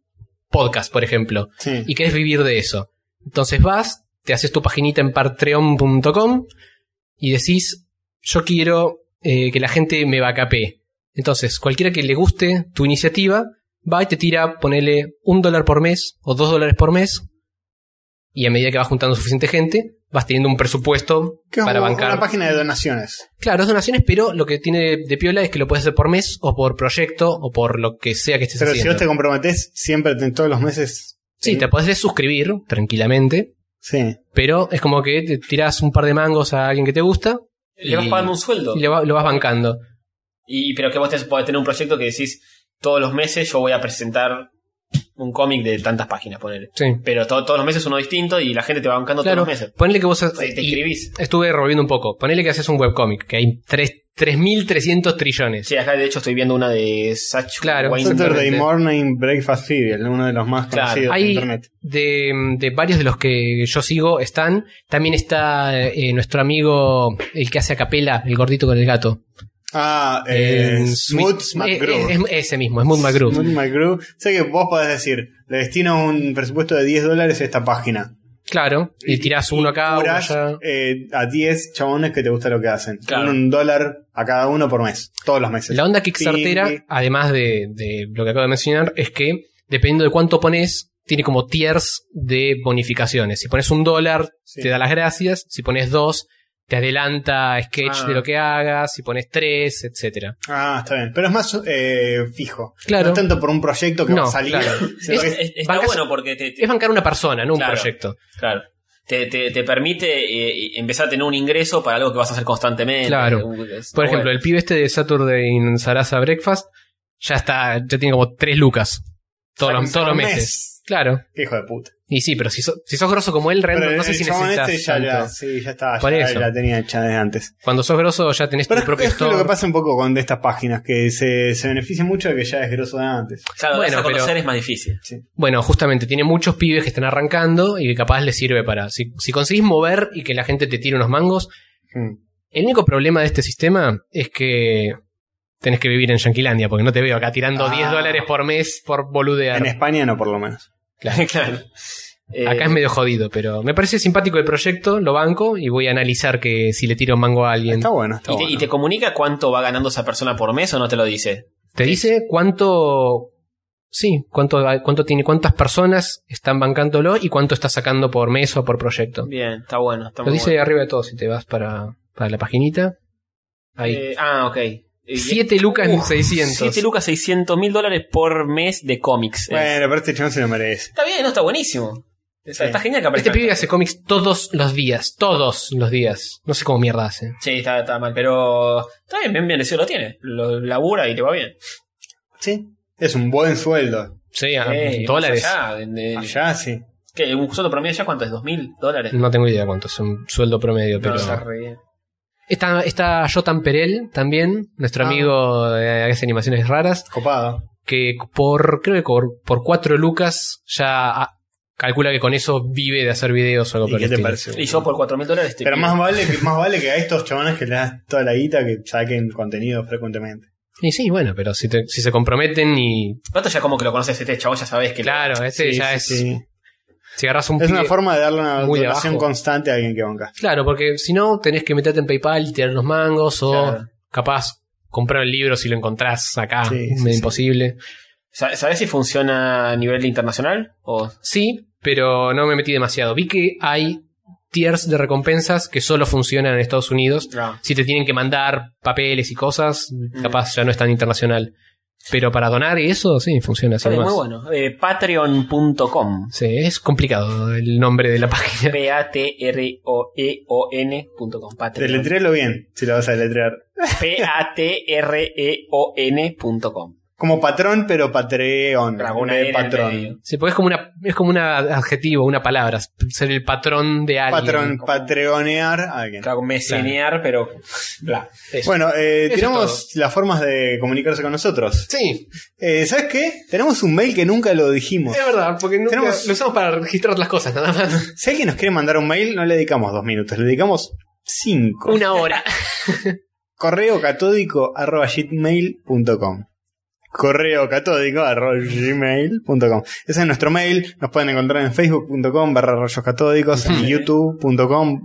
[SPEAKER 2] podcast, por ejemplo
[SPEAKER 1] Sí.
[SPEAKER 2] y querés vivir de eso. Entonces vas, te haces tu paginita en patreon.com y decís, yo quiero eh, que la gente me bacapee. Entonces, cualquiera que le guste tu iniciativa, va y te tira, ponele un dólar por mes o dos dólares por mes. Y a medida que vas juntando suficiente gente, vas teniendo un presupuesto
[SPEAKER 1] Que es
[SPEAKER 2] para
[SPEAKER 1] como
[SPEAKER 2] bancar.
[SPEAKER 1] una página de donaciones.
[SPEAKER 2] Claro, es donaciones, pero lo que tiene de piola es que lo puedes hacer por mes o por proyecto o por lo que sea que estés
[SPEAKER 1] Pero si
[SPEAKER 2] haciendo.
[SPEAKER 1] vos te comprometés siempre en todos los meses.
[SPEAKER 2] Sí, te podés suscribir tranquilamente.
[SPEAKER 1] Sí.
[SPEAKER 2] Pero es como que te tirás un par de mangos a alguien que te gusta
[SPEAKER 3] Le vas
[SPEAKER 2] Y-
[SPEAKER 3] pagando un sueldo.
[SPEAKER 2] y le va- lo vas bancando.
[SPEAKER 3] Y, pero que vos te, podés tener un proyecto que decís, todos los meses yo voy a presentar un cómic de tantas páginas, ponele.
[SPEAKER 2] Sí.
[SPEAKER 3] Pero to- todos los meses uno distinto y la gente te va bancando
[SPEAKER 2] Claro,
[SPEAKER 3] todos los meses.
[SPEAKER 2] ponele que vos... ha-
[SPEAKER 3] Te, te
[SPEAKER 2] y
[SPEAKER 3] escribís.
[SPEAKER 2] estuve revolviendo un poco. Ponele que haces un webcómic, que hay tres- 3.300 trillones.
[SPEAKER 3] Sí, acá de hecho estoy viendo una de Satch
[SPEAKER 2] Claro.
[SPEAKER 3] Weinberg.
[SPEAKER 1] Saturday
[SPEAKER 2] simplemente.
[SPEAKER 1] Morning Breakfast Cereal, uno de los más
[SPEAKER 3] Claro.
[SPEAKER 1] conocidos de
[SPEAKER 2] Hay-
[SPEAKER 1] internet.
[SPEAKER 2] De, de varios de los que yo sigo están. También está eh, nuestro amigo, el que hace a capela, el gordito con el gato.
[SPEAKER 1] Ah, eh,
[SPEAKER 2] En
[SPEAKER 1] Smooth
[SPEAKER 2] Sweet-
[SPEAKER 1] McGrew.
[SPEAKER 2] eh, eh, es- ese mismo, Smooth McGrew.
[SPEAKER 1] Smooth McGrew. Sé que vos podés decir, le destino un presupuesto de 10 dólares a esta página.
[SPEAKER 2] Claro. Y tirás uno acá, uno
[SPEAKER 1] Curás,
[SPEAKER 2] allá.
[SPEAKER 1] eh, a 10 chabones que te gusta lo que hacen.
[SPEAKER 3] Claro.
[SPEAKER 1] Con un dólar a cada uno por mes. Todos los meses.
[SPEAKER 2] La onda Kickstartera,
[SPEAKER 1] Pingui.
[SPEAKER 2] además de, de lo que acabo de mencionar, es que dependiendo de cuánto pones, tiene como tiers de bonificaciones. Si pones un dólar,
[SPEAKER 1] Sí.
[SPEAKER 2] te da las gracias. Si pones dos, te adelanta sketch
[SPEAKER 3] Ah.
[SPEAKER 2] de lo que hagas. Si pones tres, etcétera.
[SPEAKER 1] Ah, está bien. Pero es más eh, fijo.
[SPEAKER 2] Claro.
[SPEAKER 1] No es tanto por un proyecto que
[SPEAKER 2] No,
[SPEAKER 1] va a salir.
[SPEAKER 2] claro.
[SPEAKER 1] sino que
[SPEAKER 2] Es-
[SPEAKER 1] es-
[SPEAKER 3] está
[SPEAKER 2] Bancas-
[SPEAKER 3] bueno porque te, te-
[SPEAKER 2] Es bancar una persona, no un
[SPEAKER 3] Claro.
[SPEAKER 2] proyecto.
[SPEAKER 3] claro, te, te- te permite eh, empezar a tener un ingreso para algo que vas a hacer constantemente.
[SPEAKER 2] Claro.
[SPEAKER 3] Un- es- está
[SPEAKER 2] Por ejemplo, el pibe este de Saturday in Sarasa Breakfast ya está, ya tiene como tres lucas todos, los,
[SPEAKER 1] Por
[SPEAKER 2] todos los
[SPEAKER 1] mes.
[SPEAKER 2] meses. Claro.
[SPEAKER 1] Qué Hijo de puta.
[SPEAKER 2] Y sí, pero si, so- si sos grosso como él, realmente
[SPEAKER 1] Pero
[SPEAKER 2] no sé
[SPEAKER 1] el
[SPEAKER 2] si
[SPEAKER 1] chabón
[SPEAKER 2] necesitas.
[SPEAKER 1] este ya, la,
[SPEAKER 2] tanto.
[SPEAKER 1] sí, ya estaba,
[SPEAKER 2] Por
[SPEAKER 1] ya
[SPEAKER 2] eso.
[SPEAKER 1] la tenía hecha desde antes.
[SPEAKER 2] Cuando sos grosso ya tenés
[SPEAKER 1] Pero
[SPEAKER 2] tu
[SPEAKER 1] es,
[SPEAKER 2] propio
[SPEAKER 1] es que
[SPEAKER 2] store.
[SPEAKER 1] lo que pasa un poco con de estas páginas, que se, se beneficia mucho de que ya es grosso de antes.
[SPEAKER 3] Claro,
[SPEAKER 2] Bueno,
[SPEAKER 3] darse a conocer
[SPEAKER 2] pero-
[SPEAKER 3] es más difícil.
[SPEAKER 2] Bueno, justamente tiene muchos pibes que están arrancando y que capaz les sirve para. Si, si conseguís mover y que la gente te tire unos mangos,
[SPEAKER 3] Hmm.
[SPEAKER 1] Mm.
[SPEAKER 2] el único problema de este sistema es que tenés que vivir en Yanquilandia, porque no te veo acá tirando
[SPEAKER 1] Ah.
[SPEAKER 2] 10 dólares por mes por boludear.
[SPEAKER 1] En España no, por lo menos.
[SPEAKER 3] Claro. Eh,
[SPEAKER 2] Acá es medio jodido, pero me parece simpático el proyecto, lo banco y voy a analizar que si le tiro un mango a alguien.
[SPEAKER 1] Está bueno, está
[SPEAKER 3] ¿Y te,
[SPEAKER 1] bueno.
[SPEAKER 3] y te comunica cuánto va ganando esa persona por mes o no te lo dice?
[SPEAKER 2] Te dice cuánto. Sí, cuánto, cuánto tiene, cuántas personas están bancándolo y cuánto está sacando por mes o por proyecto.
[SPEAKER 3] Bien, está bueno. Está
[SPEAKER 2] Lo
[SPEAKER 3] muy
[SPEAKER 2] dice
[SPEAKER 3] bueno.
[SPEAKER 2] arriba de todo, si te vas para, para la paginita. Ahí.
[SPEAKER 3] Eh, ah, ok.
[SPEAKER 2] 7 lucas en 600.
[SPEAKER 3] 7 lucas 600 mil dólares por mes de cómics. Eh,
[SPEAKER 1] Bueno, pero este chabón se lo merece.
[SPEAKER 3] Está bien, no, está buenísimo. O sea,
[SPEAKER 1] Sí.
[SPEAKER 3] Está genial que aparezca.
[SPEAKER 2] Este pibe hace cómics todos los días. Todos los días. No sé cómo mierda hace.
[SPEAKER 3] Sí, está, está mal, pero está bien, bien merecido lo tiene. Lo labura y le va bien.
[SPEAKER 1] Sí. Es un buen sueldo.
[SPEAKER 2] Sí, a
[SPEAKER 3] Eh,
[SPEAKER 2] dólares. Ah,
[SPEAKER 3] más allá, en- en-
[SPEAKER 1] Allá sí.
[SPEAKER 3] ¿qué? ¿Un sueldo promedio ya cuánto es? ¿2.000 dólares?
[SPEAKER 2] No tengo idea cuánto es un sueldo promedio, pero.
[SPEAKER 3] No, está re bien.
[SPEAKER 2] Está, está Jotan Perel también, nuestro
[SPEAKER 3] Ah.
[SPEAKER 2] amigo de hace animaciones raras,
[SPEAKER 1] Copado.
[SPEAKER 2] que por, creo que por, por cuatro lucas ya ah, calcula que con eso vive de hacer videos o algo
[SPEAKER 1] ¿Y
[SPEAKER 2] por
[SPEAKER 1] qué
[SPEAKER 2] el
[SPEAKER 1] te
[SPEAKER 2] estilo.
[SPEAKER 1] parece?
[SPEAKER 3] Y yo por 4.000 dólares te
[SPEAKER 1] Pero
[SPEAKER 3] pido.
[SPEAKER 1] más vale, que, más vale que a estos chabones que le das toda la guita que saquen contenido frecuentemente.
[SPEAKER 2] Y sí, bueno, pero si, te- si se comprometen y.
[SPEAKER 3] Pato ya como que lo conoces este chavo, ya sabes que...
[SPEAKER 2] Claro, este
[SPEAKER 1] Sí,
[SPEAKER 2] ya
[SPEAKER 1] sí,
[SPEAKER 2] es.
[SPEAKER 1] sí.
[SPEAKER 2] Si agarras un
[SPEAKER 1] Es una
[SPEAKER 2] pibe-
[SPEAKER 1] forma de darle una
[SPEAKER 2] muy de
[SPEAKER 1] donación
[SPEAKER 2] abajo.
[SPEAKER 1] constante a alguien que banca.
[SPEAKER 2] Claro, porque si no, tenés que meterte en PayPal y tirar los mangos o
[SPEAKER 3] Claro.
[SPEAKER 2] capaz comprar el libro si lo encontrás acá.
[SPEAKER 1] Sí,
[SPEAKER 2] es
[SPEAKER 1] sí, sí.
[SPEAKER 2] imposible.
[SPEAKER 3] Sa- ¿Sabes si funciona a nivel internacional? O...
[SPEAKER 2] Sí, pero no me metí demasiado. Vi que hay tiers de recompensas que solo funcionan en Estados Unidos.
[SPEAKER 3] No.
[SPEAKER 2] Si te tienen que mandar papeles y cosas,
[SPEAKER 1] Mm.
[SPEAKER 2] capaz ya no es tan internacional. Pero para donar y eso, sí, funciona así
[SPEAKER 3] Sale
[SPEAKER 2] nomás.
[SPEAKER 3] muy bueno. Eh, Patreon.com.
[SPEAKER 2] Sí, es complicado el nombre de la página.
[SPEAKER 3] E P-A-T-R-O-E-O-N.com. Patreon.
[SPEAKER 1] Deletrealo bien, si lo vas a deletrear.
[SPEAKER 3] E P-A-T-R-E-O-N.com.
[SPEAKER 1] Como patrón, pero patreon.
[SPEAKER 3] Con una N
[SPEAKER 1] en vez de
[SPEAKER 3] en medio.
[SPEAKER 1] patrón.
[SPEAKER 2] Sí, porque es como una, es como un adjetivo, una palabra, ser el patrón de alguien.
[SPEAKER 1] Patrón, patreonear a alguien.
[SPEAKER 3] Claro, con mecenear, pero. Bla.
[SPEAKER 2] Eso.
[SPEAKER 1] Bueno, eh,
[SPEAKER 2] Eso es
[SPEAKER 1] tiramos las formas de comunicarse con nosotros.
[SPEAKER 2] sí,
[SPEAKER 1] Eh, ¿Sabes qué? Tenemos un mail que nunca lo dijimos.
[SPEAKER 2] es verdad, porque nunca-
[SPEAKER 1] Tenemos-
[SPEAKER 2] lo usamos para registrar las cosas, nada más.
[SPEAKER 1] Si alguien nos quiere mandar un mail, no le dedicamos dos minutos, le dedicamos cinco.
[SPEAKER 2] Una hora.
[SPEAKER 1] Correo catódico arroba gmail.com. Correo catódico arroba gmail.com. Ese es nuestro mail. Nos pueden encontrar en facebook.com barra rayos catódicos, en youtube.com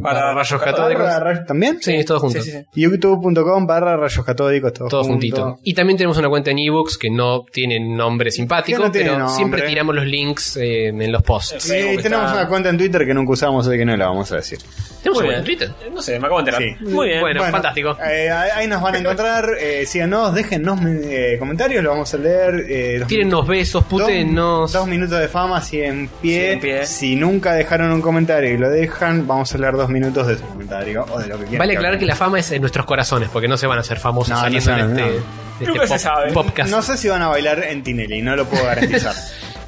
[SPEAKER 2] Para rayos catódicos.
[SPEAKER 1] barra rayos- también.
[SPEAKER 2] Sí, es todo junto.
[SPEAKER 3] Sí, sí, sí.
[SPEAKER 1] youtube.com barra rayos catódicos, todo,
[SPEAKER 2] Todo
[SPEAKER 1] junto.
[SPEAKER 2] juntito. Y también tenemos una cuenta en ebooks que no tiene nombre simpático,
[SPEAKER 1] Que no tiene
[SPEAKER 2] pero
[SPEAKER 1] nombre.
[SPEAKER 2] siempre tiramos los links eh, en los posts.
[SPEAKER 1] Sí, y tenemos
[SPEAKER 3] está-
[SPEAKER 1] una cuenta en Twitter que nunca usamos, así que no la vamos a decir.
[SPEAKER 2] Tenemos
[SPEAKER 3] Muy
[SPEAKER 2] una cuenta
[SPEAKER 3] bien.
[SPEAKER 2] en Twitter.
[SPEAKER 3] Eh, No sé, me acabo de enterar.
[SPEAKER 1] Sí.
[SPEAKER 3] Muy bien.
[SPEAKER 2] Bueno, fantástico.
[SPEAKER 1] eh, ahí ahí nos van a encontrar. Eh, síganos, déjennos eh, comentarios, lo vamos a leer. Eh, dos
[SPEAKER 2] Tírennos besos,
[SPEAKER 1] Dos-
[SPEAKER 2] putenos.
[SPEAKER 1] Dos minutos de fama, si en, pie,
[SPEAKER 3] Sí, en pie.
[SPEAKER 1] Si nunca dejaron un comentario y lo dejan, vamos a leer dos minutos de su comentario o de lo que quieran.
[SPEAKER 2] Vale aclarar que la fama es en nuestros corazones, porque no se van a hacer famosos
[SPEAKER 1] No, no
[SPEAKER 2] saliendo
[SPEAKER 1] se van,
[SPEAKER 2] en este,
[SPEAKER 1] no.
[SPEAKER 2] de
[SPEAKER 3] Nunca se
[SPEAKER 2] este
[SPEAKER 3] sabe.
[SPEAKER 2] podcast.
[SPEAKER 1] No sé si van a bailar en Tinelli, no lo puedo garantizar.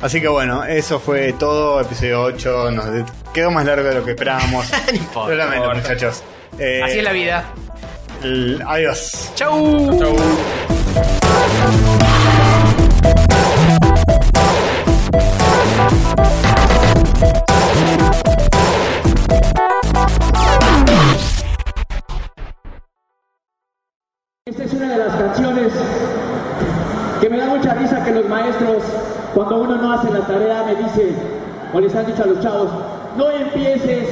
[SPEAKER 1] Así que bueno, eso fue todo, episodio 8. Nos de- quedó más largo de lo que esperábamos.
[SPEAKER 2] No importa.
[SPEAKER 1] lo lamento, muchachos. Eh,
[SPEAKER 2] Así es la vida.
[SPEAKER 1] el- Adiós.
[SPEAKER 2] Chau.
[SPEAKER 5] Esta es una de las canciones que me da mucha risa que los maestros, cuando uno no hace la tarea, me dicen, o les han dicho a los chavos, no empieces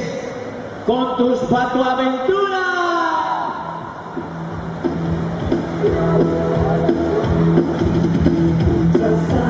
[SPEAKER 5] con tus fatuaventuras.
[SPEAKER 6] Just